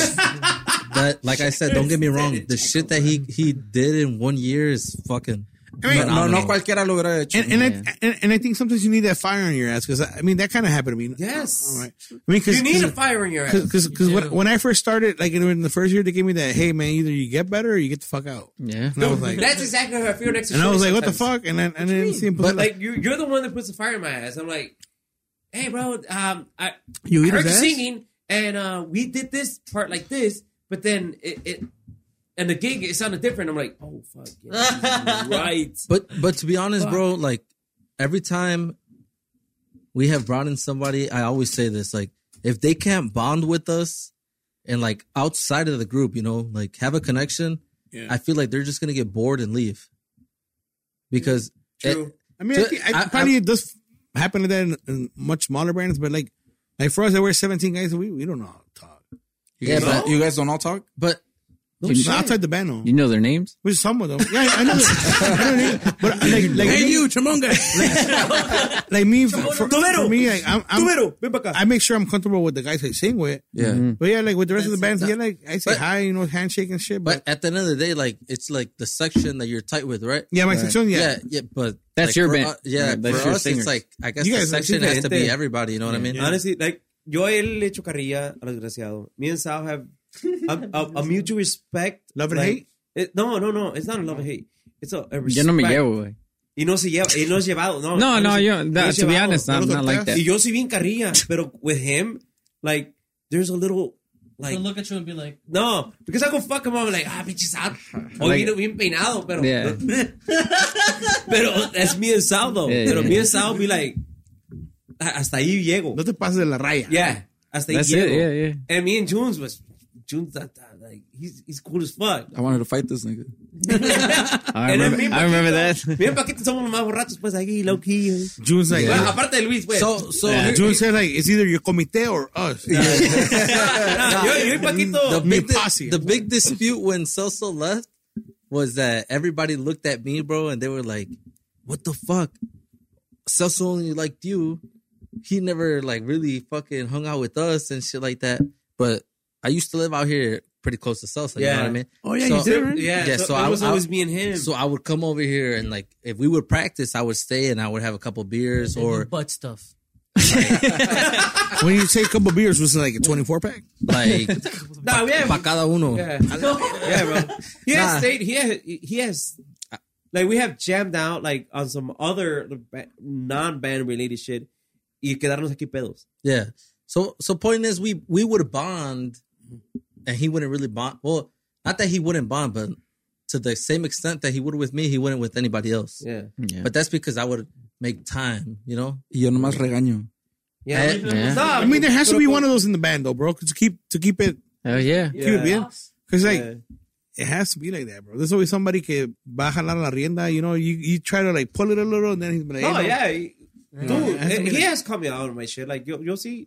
[SPEAKER 3] that like I said, don't get me wrong, the shit that he he did in one year is fucking.
[SPEAKER 5] No, no
[SPEAKER 3] phenomenal.
[SPEAKER 5] cualquiera lo hubiera hecho.
[SPEAKER 4] And and, I, and and I think sometimes you need that fire on your ass because I, I mean that kind of happened to me.
[SPEAKER 1] Yes.
[SPEAKER 4] All right. I mean, cause,
[SPEAKER 1] You need a
[SPEAKER 4] cause,
[SPEAKER 1] fire in your ass.
[SPEAKER 4] Because cause, 'cause when, when I first started, like in the first year, they gave me that, hey man, either you get better or you get the fuck out.
[SPEAKER 6] Yeah.
[SPEAKER 4] And I was like,
[SPEAKER 1] That's exactly how I feel next to
[SPEAKER 4] and I was like,
[SPEAKER 1] Shorty
[SPEAKER 4] what the
[SPEAKER 1] sometimes.
[SPEAKER 4] fuck? And then and then see him put
[SPEAKER 1] But
[SPEAKER 4] it
[SPEAKER 1] like you, you're the one that puts the fire in my ass. I'm like, hey, bro, um, I,
[SPEAKER 14] You
[SPEAKER 1] I
[SPEAKER 14] eat
[SPEAKER 1] heard
[SPEAKER 14] his
[SPEAKER 1] you
[SPEAKER 14] ass?
[SPEAKER 1] singing, and uh, we did this part like this, but then it, it and the gig it sounded different. I'm like, oh fuck, [laughs] yeah, right?
[SPEAKER 3] But but to be honest, bro, like every time we have brought in somebody, I always say this: like if they can't bond with us and like outside of the group, you know, like have a connection,
[SPEAKER 4] Yeah.
[SPEAKER 3] I feel like they're just gonna get bored and leave. Because
[SPEAKER 1] True.
[SPEAKER 4] I mean, I,
[SPEAKER 3] So,
[SPEAKER 4] think, I,
[SPEAKER 3] I-
[SPEAKER 4] probably it does happen to that in, in much smaller brands, but like, like for us, there were 17 guys, we, we don't know how to talk.
[SPEAKER 3] yeah, but,
[SPEAKER 5] you guys don't all talk?
[SPEAKER 3] but
[SPEAKER 4] Not outside the band, no.
[SPEAKER 6] You know their names?
[SPEAKER 4] Which some of them. Yeah, I know. [laughs] I know but uh, like, like,
[SPEAKER 14] Hey
[SPEAKER 4] me-
[SPEAKER 14] you, Chamonga.
[SPEAKER 4] like me, for, for, for me, like, I'm, I'm,
[SPEAKER 1] ven para acá.
[SPEAKER 4] I make sure I'm comfortable with the guys I sing with.
[SPEAKER 5] Yeah.
[SPEAKER 6] Mm-hmm.
[SPEAKER 4] But yeah, like with the rest of the bands,
[SPEAKER 3] That's-
[SPEAKER 4] yeah, like I say
[SPEAKER 3] but-
[SPEAKER 4] hi, you know, handshake and shit. But,
[SPEAKER 3] but at the end of the day, like it's like the section that you're tight with, right?
[SPEAKER 4] yeah, my section, yeah.
[SPEAKER 3] yeah, yeah, but
[SPEAKER 6] That's
[SPEAKER 3] like,
[SPEAKER 6] your
[SPEAKER 3] for
[SPEAKER 6] band.
[SPEAKER 3] us- yeah,
[SPEAKER 6] Yeah, that's
[SPEAKER 3] for
[SPEAKER 6] your
[SPEAKER 3] us,
[SPEAKER 6] singers.
[SPEAKER 3] it's like I guess
[SPEAKER 4] You
[SPEAKER 3] the
[SPEAKER 4] guys are
[SPEAKER 3] section has to be
[SPEAKER 1] diferente.
[SPEAKER 3] everybody. You know what I mean?
[SPEAKER 1] Honestly, like yo a él le echo carrilla al desgraciado. Me and Sal have [laughs] a, a, a mutual respect,
[SPEAKER 4] Love and
[SPEAKER 1] like-
[SPEAKER 4] hate?
[SPEAKER 1] It- no, no, no. It's not a love and hate. It's a, a respect.
[SPEAKER 6] Yo no me llevo, güey.
[SPEAKER 1] Y no se lleva. Y no es llevado. No,
[SPEAKER 6] No, no,
[SPEAKER 1] se-
[SPEAKER 6] yo,
[SPEAKER 1] no
[SPEAKER 6] that,
[SPEAKER 1] es
[SPEAKER 6] to be
[SPEAKER 1] llevado.
[SPEAKER 6] honest, I'm not like that.
[SPEAKER 1] Y yo soy bien carrilla, pero with him, like, there's a little, like,
[SPEAKER 7] He'll look at you and be like,
[SPEAKER 1] no, because I go fuck him up, like, ah, pinche
[SPEAKER 6] [laughs]
[SPEAKER 1] Sal, hoy
[SPEAKER 6] Like-
[SPEAKER 1] vino bien peinado, pero,
[SPEAKER 6] Yeah.
[SPEAKER 1] [laughs] pero that's me and Sal, though.
[SPEAKER 6] Yeah,
[SPEAKER 1] pero
[SPEAKER 6] yeah.
[SPEAKER 1] me and Sal be like, "Ah, hasta ahí llego.
[SPEAKER 4] No te pases de la raya.
[SPEAKER 1] Yeah, hasta ahí
[SPEAKER 6] That's
[SPEAKER 1] llego.
[SPEAKER 6] it, yeah, yeah.
[SPEAKER 1] And me and Junes was, Junes, that, that, like, he's, he's cool as fuck.
[SPEAKER 5] I wanted to fight this nigga.
[SPEAKER 6] I
[SPEAKER 1] And then
[SPEAKER 6] remember,
[SPEAKER 1] me and
[SPEAKER 6] I remember
[SPEAKER 1] Paquito-
[SPEAKER 6] that.
[SPEAKER 1] Me and Paquito somos los más borrachos, pues, ahí, low key.
[SPEAKER 4] June's like,
[SPEAKER 1] Bueno, aparte de Luis, pues. [laughs]
[SPEAKER 3] So so
[SPEAKER 4] yeah. June said like, it's either your comité or us.
[SPEAKER 1] Ah, yo, yo y Paquito.
[SPEAKER 3] the
[SPEAKER 4] Me
[SPEAKER 3] [laughs] big, di-
[SPEAKER 4] posse.
[SPEAKER 3] the big dispute when Celso left was that everybody looked at me, bro, and they were like, "What the fuck? Celso only liked you. He never like really fucking hung out with us and shit like that." But I used to live out here pretty close to salsa. You
[SPEAKER 7] Yeah.
[SPEAKER 3] know what I mean?
[SPEAKER 5] Oh, yeah,
[SPEAKER 3] so,
[SPEAKER 5] you did, right?
[SPEAKER 3] Yeah, so,
[SPEAKER 1] it
[SPEAKER 3] I
[SPEAKER 1] was
[SPEAKER 3] I-
[SPEAKER 1] always me and him.
[SPEAKER 3] So I would come over here and like if we would practice, I would stay and I would have a
[SPEAKER 7] [laughs]
[SPEAKER 3] couple beers
[SPEAKER 7] or
[SPEAKER 3] or
[SPEAKER 7] butt stuff.
[SPEAKER 4] When you say a couple beers, was it like a 24 pack?
[SPEAKER 3] like
[SPEAKER 1] no, yeah,
[SPEAKER 3] pa cada uno.
[SPEAKER 1] yeah, yeah, bro. He has stayed. He has, he has. Like we have jammed out like on some other non band related shit. Y quedarnos aquí pedos.
[SPEAKER 3] Yeah. So so point is we we would bond and he wouldn't really bond. Well, not that he wouldn't bond, but to the same extent that he would with me, he wouldn't with anybody else.
[SPEAKER 1] Yeah,
[SPEAKER 6] Yeah.
[SPEAKER 3] But that's because I would make time, you know?
[SPEAKER 15] Y yo nomás regaño.
[SPEAKER 1] yeah.
[SPEAKER 3] Eh,
[SPEAKER 6] yeah.
[SPEAKER 1] No,
[SPEAKER 4] I mean, there has to be one of those in the band, though, bro, 'cause to keep to keep it
[SPEAKER 6] Hell Oh, yeah.
[SPEAKER 4] keep
[SPEAKER 7] eh,
[SPEAKER 4] it bien. Because like
[SPEAKER 1] Yeah.
[SPEAKER 4] it has to be like that, bro. There's always somebody que va a jalar la rienda. You know, you you try to like pull it a little, and then he's like,
[SPEAKER 1] No,
[SPEAKER 4] "Hey,
[SPEAKER 1] yeah. he- Dude, eh,
[SPEAKER 4] Yeah.
[SPEAKER 1] he- he has come out of my shit. Like, yo, yo sí.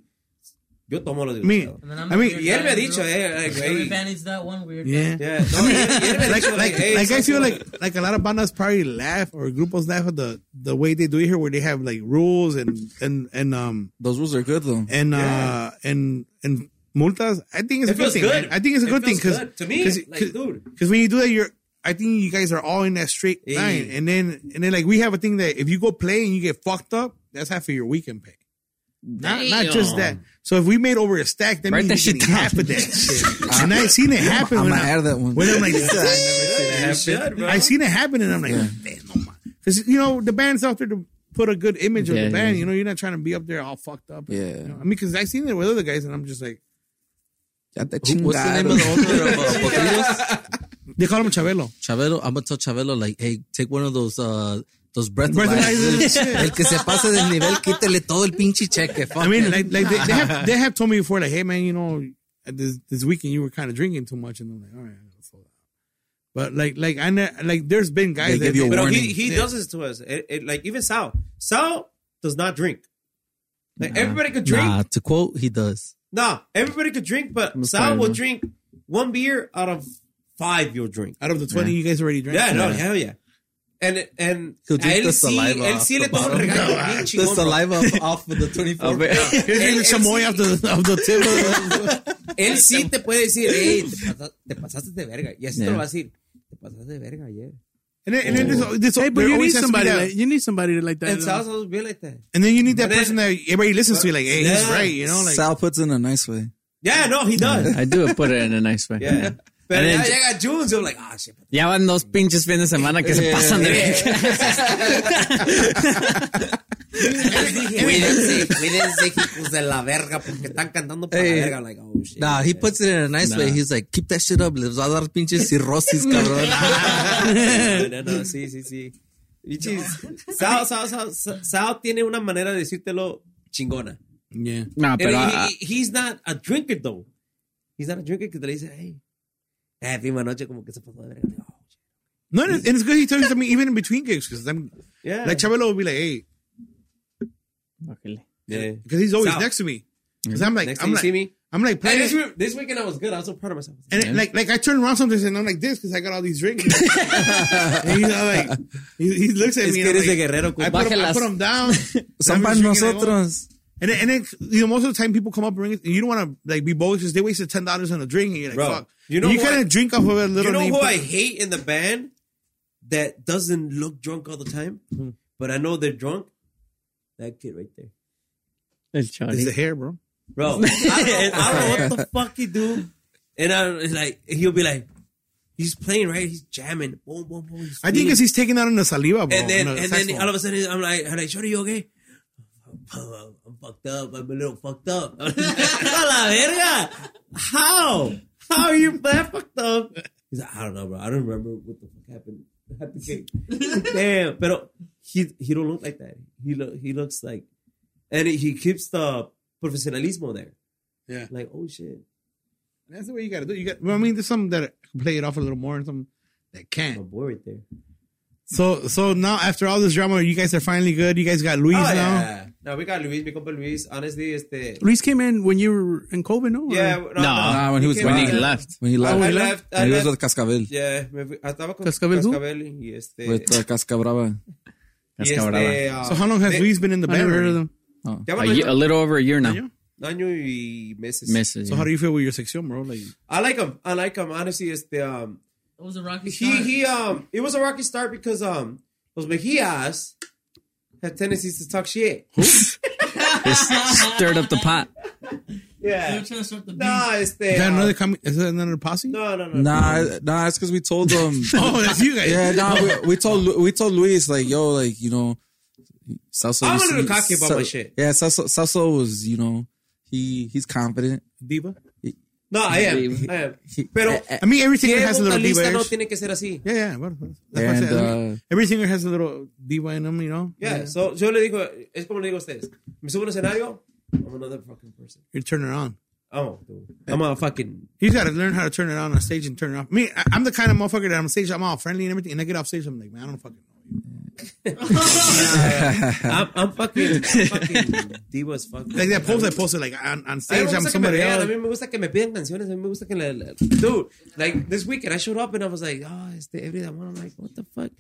[SPEAKER 1] Yo tomo lo de
[SPEAKER 4] Me.
[SPEAKER 1] usted.
[SPEAKER 7] And then I'm
[SPEAKER 4] I mean,
[SPEAKER 7] the weird
[SPEAKER 1] Y él me
[SPEAKER 7] guy
[SPEAKER 1] ha
[SPEAKER 7] in the
[SPEAKER 1] dicho,
[SPEAKER 7] group.
[SPEAKER 1] eh, like,
[SPEAKER 7] Every
[SPEAKER 1] hey.
[SPEAKER 7] band needs that one weird. guy.
[SPEAKER 4] Yeah.
[SPEAKER 1] Yeah. No, y él, y él me ha
[SPEAKER 4] Like,
[SPEAKER 1] dicho,
[SPEAKER 4] like,
[SPEAKER 1] hey,
[SPEAKER 4] like I
[SPEAKER 1] something
[SPEAKER 4] feel like, like a lot of bandas probably laugh or grupos laugh at the the way they do it here, where they have like rules and and and um
[SPEAKER 15] Those rules are good though.
[SPEAKER 4] and uh and and multas. I think it's
[SPEAKER 1] It
[SPEAKER 4] a good
[SPEAKER 1] feels
[SPEAKER 4] thing.
[SPEAKER 1] good.
[SPEAKER 4] man. I think it's a
[SPEAKER 1] It
[SPEAKER 4] good thing
[SPEAKER 1] feels
[SPEAKER 4] because
[SPEAKER 1] good. To me, like,
[SPEAKER 4] [laughs]
[SPEAKER 1] dude.
[SPEAKER 4] because when you do that, you're. I think you guys are all in that straight
[SPEAKER 1] Yeah.
[SPEAKER 4] line, and then and then like we have a thing that if you go play and you get fucked up, that's half of your weekend pay. Not, not just that. So if we made over a stack, that
[SPEAKER 6] Write
[SPEAKER 4] means
[SPEAKER 6] that
[SPEAKER 4] you're
[SPEAKER 6] shit
[SPEAKER 4] getting
[SPEAKER 6] down.
[SPEAKER 4] half of that shit. and I seen it happen.
[SPEAKER 15] I'm
[SPEAKER 4] when
[SPEAKER 15] gonna
[SPEAKER 4] I-
[SPEAKER 15] add that one.
[SPEAKER 4] When I'm like,
[SPEAKER 1] You should, bro.
[SPEAKER 4] I seen it happen, and I'm like, man, no man, because you know the band's out there to put a good image of
[SPEAKER 6] Yeah,
[SPEAKER 4] the band.
[SPEAKER 6] yeah.
[SPEAKER 4] You know, you're not trying to be up there all fucked up.
[SPEAKER 15] Yeah.
[SPEAKER 4] You know, I mean, because I seen it with other guys, and I'm just like,
[SPEAKER 15] Ya te
[SPEAKER 3] What's the name
[SPEAKER 15] chingaron.
[SPEAKER 3] of the author of [laughs] uh, Potrillos?
[SPEAKER 4] they call him Chabelo.
[SPEAKER 3] Chabelo, I'm gonna tell Chabelo like, hey, take one of those uh those breathalyzers.
[SPEAKER 4] Breathalyzers.
[SPEAKER 3] [laughs] el que se pase del nivel, quítele todo el pinche cheque. Fuck
[SPEAKER 4] I mean,
[SPEAKER 3] it.
[SPEAKER 4] like, like they, they have they have told me before, like, hey man, you know, at this this weekend you were kind of drinking too much, and I'm like, all right, I'll slow down. But like, like I ne- like, there's been guys
[SPEAKER 15] They
[SPEAKER 4] that
[SPEAKER 15] give you a
[SPEAKER 1] But
[SPEAKER 15] warning.
[SPEAKER 1] he, he does this to us. It, it, like, even Sal. Sal does not drink. Like, everybody could drink.
[SPEAKER 3] nah, to quote, he does.
[SPEAKER 1] Nah, everybody could drink, but Sal
[SPEAKER 6] sorry,
[SPEAKER 1] will
[SPEAKER 6] bro.
[SPEAKER 1] drink one beer out of five you'll drink.
[SPEAKER 4] out of the twenty you guys already drank.
[SPEAKER 1] Yeah, no, hell yeah. And, and
[SPEAKER 3] He'll drink
[SPEAKER 1] a él
[SPEAKER 3] the
[SPEAKER 1] sí-
[SPEAKER 3] saliva
[SPEAKER 1] él
[SPEAKER 3] off
[SPEAKER 1] sí
[SPEAKER 3] the
[SPEAKER 1] le toma un
[SPEAKER 3] bottom.
[SPEAKER 1] regalo bien
[SPEAKER 3] [laughs] The
[SPEAKER 1] chingón, bro.
[SPEAKER 3] saliva off of the 24.
[SPEAKER 4] Here's
[SPEAKER 1] Él-
[SPEAKER 4] el
[SPEAKER 1] él
[SPEAKER 4] chamoy
[SPEAKER 1] sí-
[SPEAKER 4] of the of the tip.
[SPEAKER 1] [laughs] Él sí te puede decir, hey, te, pasa- te pasaste de verga. Y así te lo va a decir, te pasaste de verga ayer.
[SPEAKER 4] And then, and then there's, there's,
[SPEAKER 5] Hey, but
[SPEAKER 4] there
[SPEAKER 5] you need
[SPEAKER 4] always has to be
[SPEAKER 5] somebody
[SPEAKER 4] that-
[SPEAKER 5] like you need somebody like that.
[SPEAKER 1] And
[SPEAKER 5] you know?
[SPEAKER 1] Sal's always be like that.
[SPEAKER 4] and then you need that
[SPEAKER 1] But then-
[SPEAKER 4] person that everybody listens to. Like, hey, he's
[SPEAKER 1] Yeah.
[SPEAKER 4] right. You know, like
[SPEAKER 15] Sal puts in a nice way.
[SPEAKER 1] Yeah, no, he
[SPEAKER 3] [laughs]
[SPEAKER 1] does.
[SPEAKER 6] I do put it in a nice way.
[SPEAKER 1] Yeah. Pero
[SPEAKER 6] And
[SPEAKER 1] ya
[SPEAKER 6] then-
[SPEAKER 1] llega Junes, yo like, ah, shit.
[SPEAKER 6] Ya van dos pinches fines de semana que
[SPEAKER 1] Eh,
[SPEAKER 6] se pasan de
[SPEAKER 16] [laughs] Cuídense, cuídense, hijos de la verga, porque están cantando
[SPEAKER 1] Eh,
[SPEAKER 16] para la verga. Like, oh, shit. [laughs]
[SPEAKER 3] Nah, he puts it in a nice way. He's like, keep that shit up. Les va a dar pinches cirrosis, cabrón.
[SPEAKER 1] No, no, no, sí, sí, sí. Bichis, Sal, Sal, Sal, Sal, Sal tiene una manera de decírtelo chingona.
[SPEAKER 4] yeah.
[SPEAKER 6] No,
[SPEAKER 1] And
[SPEAKER 6] pero
[SPEAKER 1] he-
[SPEAKER 6] ah,
[SPEAKER 1] he- he's not a drinker, though. He's not a drinker que te le dice, hey, eh, prima noche como que se pasó de verga. Oh, shit.
[SPEAKER 4] No, and it's and it's good he tells me even in between gigs because I'm
[SPEAKER 1] Yeah.
[SPEAKER 4] like Chabelo will be like, hey,
[SPEAKER 6] bájale.
[SPEAKER 1] yeah.
[SPEAKER 4] because he's always
[SPEAKER 1] Sal.
[SPEAKER 4] next to me. Because I'm like,
[SPEAKER 1] Next
[SPEAKER 4] I'm
[SPEAKER 1] time you
[SPEAKER 4] like,
[SPEAKER 1] see me.
[SPEAKER 4] I'm like
[SPEAKER 1] Hey,
[SPEAKER 4] playing.
[SPEAKER 1] this, week- this weekend I was good. I was so proud of myself.
[SPEAKER 4] And it, like, like I turn around sometimes and I'm like this because I got all these drinks. [laughs] and he's all like, he, he looks at
[SPEAKER 1] Es
[SPEAKER 4] me.
[SPEAKER 1] que
[SPEAKER 4] And I'm
[SPEAKER 1] eres de
[SPEAKER 4] like,
[SPEAKER 1] guerrero.
[SPEAKER 4] I
[SPEAKER 1] compa.
[SPEAKER 4] put, him, I
[SPEAKER 6] Bájelas.
[SPEAKER 4] put
[SPEAKER 1] [laughs]
[SPEAKER 4] him down.
[SPEAKER 15] Son para nosotros.
[SPEAKER 4] And then, and then you know, most of the time people come up and bring it, and you don't want to like be bogus because they wasted ten dollars on a drink, and you're like,
[SPEAKER 1] Bro,
[SPEAKER 4] fuck.
[SPEAKER 1] you know
[SPEAKER 4] you
[SPEAKER 1] who I-
[SPEAKER 4] kind of drink off of a little.
[SPEAKER 1] You know
[SPEAKER 4] name
[SPEAKER 1] who
[SPEAKER 4] put-
[SPEAKER 1] I hate in the band that doesn't look drunk all the time, but I know they're drunk? That kid right there.
[SPEAKER 6] El
[SPEAKER 4] It's
[SPEAKER 6] Charlie.
[SPEAKER 4] the hair, bro.
[SPEAKER 1] Bro, I don't, I don't know what the fuck he do. And I, it's like, he'll be like, he's playing, right? He's jamming. Boom, boom, boom. He's
[SPEAKER 4] I think
[SPEAKER 1] beating.
[SPEAKER 4] because he's taking out on the saliva, bro.
[SPEAKER 1] And then,
[SPEAKER 4] on the
[SPEAKER 1] and then
[SPEAKER 4] saxophone.
[SPEAKER 1] all of a sudden, I'm like, I'm like, Shorty, you okay? I'm, I'm fucked up. I'm a little fucked up. [laughs] A la verga. How? How are you that fucked up? He's like, I don't know, bro. I don't remember what the fuck happened. [laughs] happened. Damn. But he he don't look like that. He look he looks like, and he keeps the profesionalismo there.
[SPEAKER 4] Yeah.
[SPEAKER 1] Like, oh shit.
[SPEAKER 4] that's the way you gotta do. it. You got. Well, I mean, there's some that can play it off a little more, and some that
[SPEAKER 1] My
[SPEAKER 4] can't.
[SPEAKER 1] boy right there.
[SPEAKER 4] So, so now after all this drama, you guys are finally good. You guys got
[SPEAKER 1] Oh,
[SPEAKER 4] Luis now.
[SPEAKER 1] No, we got Luis, mi compa Luis. Honestly, este.
[SPEAKER 5] Luis came in when you were in COVID, no? Or- Oh,
[SPEAKER 1] Yeah, no,
[SPEAKER 6] No,
[SPEAKER 15] Ah, when he was
[SPEAKER 1] came
[SPEAKER 6] When he
[SPEAKER 1] out there.
[SPEAKER 6] left.
[SPEAKER 15] When he left.
[SPEAKER 1] I left. I
[SPEAKER 15] He was
[SPEAKER 1] left.
[SPEAKER 15] with Cascabel.
[SPEAKER 1] Yeah, me fui- estaba con
[SPEAKER 5] ¿Cascabel who?
[SPEAKER 1] Cascabel y este.
[SPEAKER 15] With uh, Cascabrava.
[SPEAKER 1] y
[SPEAKER 6] Cascabrava.
[SPEAKER 1] este, ah,
[SPEAKER 4] So how long has
[SPEAKER 1] de-
[SPEAKER 4] Luis been in the
[SPEAKER 5] I never
[SPEAKER 4] band?
[SPEAKER 5] heard of
[SPEAKER 4] already?
[SPEAKER 5] them.
[SPEAKER 1] ya
[SPEAKER 6] A,
[SPEAKER 1] van-
[SPEAKER 6] ye- a little over a year now.
[SPEAKER 1] año y meses.
[SPEAKER 6] Misses.
[SPEAKER 4] So how do you feel with your section, bro? Like,
[SPEAKER 1] I like him. I like him. Honestly, este, um,
[SPEAKER 7] It was a rocky
[SPEAKER 1] he
[SPEAKER 7] start.
[SPEAKER 1] he um, it was a rocky start because um, los Mejias had tendencies to talk shit.
[SPEAKER 6] stirred up the
[SPEAKER 5] [laughs]
[SPEAKER 6] pot.
[SPEAKER 7] They
[SPEAKER 1] Yeah.
[SPEAKER 7] were trying to start the
[SPEAKER 1] No, este.
[SPEAKER 4] is that
[SPEAKER 1] um,
[SPEAKER 4] another com- Is that another posse?
[SPEAKER 1] no, no, no.
[SPEAKER 5] Nah, nah, it's because we told them.
[SPEAKER 4] [laughs] Oh, that's you guys.
[SPEAKER 5] yeah, nah, we, we told Lu- we told Luis like, yo, like you know, Sasso.
[SPEAKER 1] I'm a
[SPEAKER 5] used to
[SPEAKER 1] little
[SPEAKER 5] be-
[SPEAKER 1] cocky about
[SPEAKER 5] Sa-
[SPEAKER 1] my shit.
[SPEAKER 5] Yeah, Sasso, Sasso was you know he he's confident.
[SPEAKER 4] Diva.
[SPEAKER 1] No, I am. I am.
[SPEAKER 15] eh,
[SPEAKER 1] Pero
[SPEAKER 4] I mean, every singer
[SPEAKER 1] ¿qué
[SPEAKER 4] has a little diva.
[SPEAKER 1] vocalista no
[SPEAKER 4] edge.
[SPEAKER 1] tiene que ser así?
[SPEAKER 4] Yeah, yeah. Well, well, that's what I'm
[SPEAKER 5] And,
[SPEAKER 4] saying. I mean,
[SPEAKER 5] uh,
[SPEAKER 4] every singer has a little diva in them, you know.
[SPEAKER 1] Yeah, so yo le digo, es como le digo a ustedes. Me subo al escenario, I'm another fucking person.
[SPEAKER 4] You turn it on.
[SPEAKER 1] Oh, dude. I'm a fucking.
[SPEAKER 4] He's got to learn how to turn it on on stage and turn it off. Me, I, I'm the kind of motherfucker that I'm on stage, I'm all friendly and everything, and I get off stage, I'm like, man, I don't fucking know.
[SPEAKER 1] uh, I'm, I'm fucking. I'm fucking diva as fuck.
[SPEAKER 4] Like that post I posted, like on, on
[SPEAKER 1] A mí me
[SPEAKER 4] stage, I'm
[SPEAKER 1] gusta que me
[SPEAKER 4] somebody
[SPEAKER 1] vean, a
[SPEAKER 4] else.
[SPEAKER 1] mí me gusta que me pidan canciones, a mí me gusta que la, la- Dude, like this weekend I showed up and I was like, oh, este, every day I'm like, what the fuck?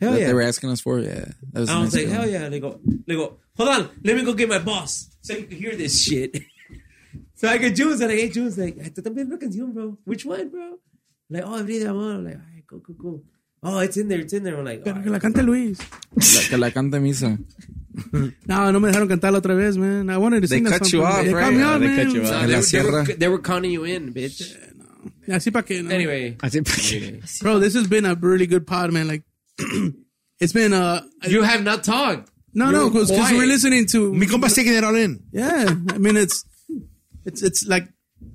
[SPEAKER 1] Hell
[SPEAKER 5] that
[SPEAKER 1] yeah.
[SPEAKER 5] They were asking us for yeah. That was
[SPEAKER 1] I was
[SPEAKER 5] nice
[SPEAKER 1] like, hell
[SPEAKER 5] feeling.
[SPEAKER 1] yeah. Le digo, le digo, hold on, let me go get my boss so you can hear this shit. [laughs] so I get June's and I get June's like, I también una canción, bro. Which one, bro? Like, oh, abrí de amor. I'm like, all right, cool, cool, cool. Oh, it's in there, it's in there. I'm like, all
[SPEAKER 2] Que
[SPEAKER 1] right.
[SPEAKER 2] la cante Luis.
[SPEAKER 5] La- que la cante misa.
[SPEAKER 2] [laughs] No, no me dejaron cantarla otra vez, man. I wanted to
[SPEAKER 5] They
[SPEAKER 2] sing that
[SPEAKER 5] cut
[SPEAKER 2] song,
[SPEAKER 5] you
[SPEAKER 2] but
[SPEAKER 5] off,
[SPEAKER 2] they
[SPEAKER 5] right?
[SPEAKER 2] cut me
[SPEAKER 5] Yeah,
[SPEAKER 2] off,
[SPEAKER 6] they
[SPEAKER 2] man.
[SPEAKER 6] cut you off.
[SPEAKER 1] Nah,
[SPEAKER 5] en la
[SPEAKER 1] they, were, they, were,
[SPEAKER 5] sierra.
[SPEAKER 1] they were counting you in, bitch.
[SPEAKER 2] Así pa' que, no.
[SPEAKER 1] Anyway,
[SPEAKER 2] Bro, this has been a really good pod, man. Like, [clears throat] it's been, uh,
[SPEAKER 1] you have not talked.
[SPEAKER 2] no, no, because
[SPEAKER 1] quiet.
[SPEAKER 2] we're listening to
[SPEAKER 4] Mi compa's taking it all in.
[SPEAKER 2] Yeah, I mean it's it's it's like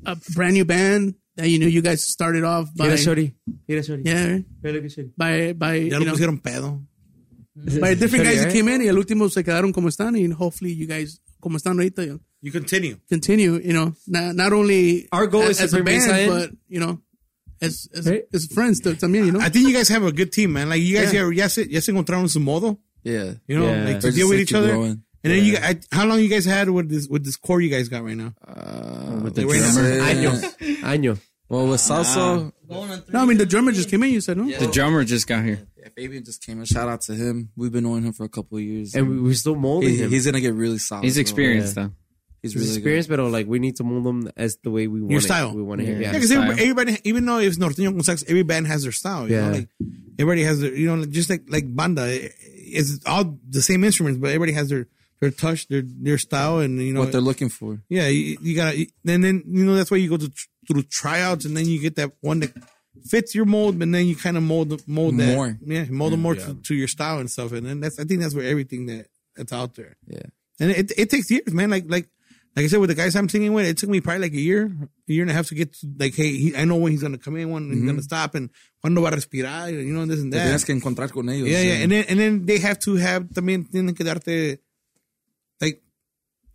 [SPEAKER 2] a brand new band that you know you guys started off by
[SPEAKER 1] Mira, Shorty. Mira, Shorty.
[SPEAKER 2] yeah right?
[SPEAKER 1] Mira lo que Shorty.
[SPEAKER 2] by by
[SPEAKER 4] Ya
[SPEAKER 2] you
[SPEAKER 4] lo
[SPEAKER 2] know
[SPEAKER 4] pusieron pedo.
[SPEAKER 2] by
[SPEAKER 4] [laughs]
[SPEAKER 2] different guys that
[SPEAKER 1] right?
[SPEAKER 2] came in. Y el último se quedaron como están, and hopefully you guys como están ahorita you know,
[SPEAKER 4] You continue.
[SPEAKER 2] continue. You know, not not only
[SPEAKER 1] Our goal is
[SPEAKER 2] as,
[SPEAKER 1] to
[SPEAKER 2] as a
[SPEAKER 1] bring Mesa
[SPEAKER 2] band,
[SPEAKER 1] in.
[SPEAKER 2] but you know, as as, as friends too, también. You know,
[SPEAKER 4] I think you guys have a good team, man. Like you guys, yeah, ya, se, ya se encontraron su modo,
[SPEAKER 5] Yeah,
[SPEAKER 4] you know,
[SPEAKER 6] Yeah.
[SPEAKER 4] like
[SPEAKER 5] Or
[SPEAKER 4] to
[SPEAKER 5] just
[SPEAKER 4] deal with
[SPEAKER 5] like
[SPEAKER 4] each
[SPEAKER 5] keep
[SPEAKER 4] other.
[SPEAKER 5] growing.
[SPEAKER 4] And then you, I, how long you guys had with this with this core you guys got right now?
[SPEAKER 5] Uh,
[SPEAKER 6] With the
[SPEAKER 4] were in a
[SPEAKER 6] drummer.
[SPEAKER 5] años.
[SPEAKER 1] Año.
[SPEAKER 5] Well, with
[SPEAKER 6] Ah.
[SPEAKER 5] Sasso,
[SPEAKER 2] no, I mean the drummer just came in. You said no.
[SPEAKER 6] The drummer just got here.
[SPEAKER 5] yeah, Fabian just came in. Shout out to him. We've been knowing him for a couple of years.
[SPEAKER 1] And we- we're still molding
[SPEAKER 5] He-
[SPEAKER 1] him.
[SPEAKER 5] he's gonna get really solid.
[SPEAKER 6] He's
[SPEAKER 5] bro.
[SPEAKER 6] experienced though.
[SPEAKER 5] He's
[SPEAKER 1] His
[SPEAKER 5] really
[SPEAKER 1] experience, but like we need to mold them as the way we want it.
[SPEAKER 4] style.
[SPEAKER 1] We want to
[SPEAKER 6] Yeah.
[SPEAKER 1] hear. Yeah.
[SPEAKER 4] Yeah, because
[SPEAKER 6] style.
[SPEAKER 4] everybody, everybody, even though it's Norteño con sax, every band has their style. You
[SPEAKER 1] Yeah.
[SPEAKER 4] know, like everybody has their, you know, like, just like like banda, it- it's all the same instruments, but everybody has their their touch, their their style, and you
[SPEAKER 5] good.
[SPEAKER 4] know,
[SPEAKER 5] What they're looking for.
[SPEAKER 4] yeah, you, you gotta. And then you know that's why you go to tr- through tryouts, and then you get that one that fits your mold, and then you kind of mold mold that
[SPEAKER 5] More. Mm,
[SPEAKER 4] yeah, mold them more to, to your style and stuff. And then that's I think that's where everything that that's out there.
[SPEAKER 5] Yeah.
[SPEAKER 4] and it it takes years, man. Like like like I said with the guys I'm singing with, it took me probably like a year, a year and a half to get to, like, hey, he, I know when he's gonna come in, when
[SPEAKER 5] Mm-hmm.
[SPEAKER 4] he's gonna stop, and cuando va a respirar, you know, this and that.
[SPEAKER 5] Tienes que encontrar con ellos.
[SPEAKER 4] Yeah, yeah, and then and then they have to have también tienen que darte like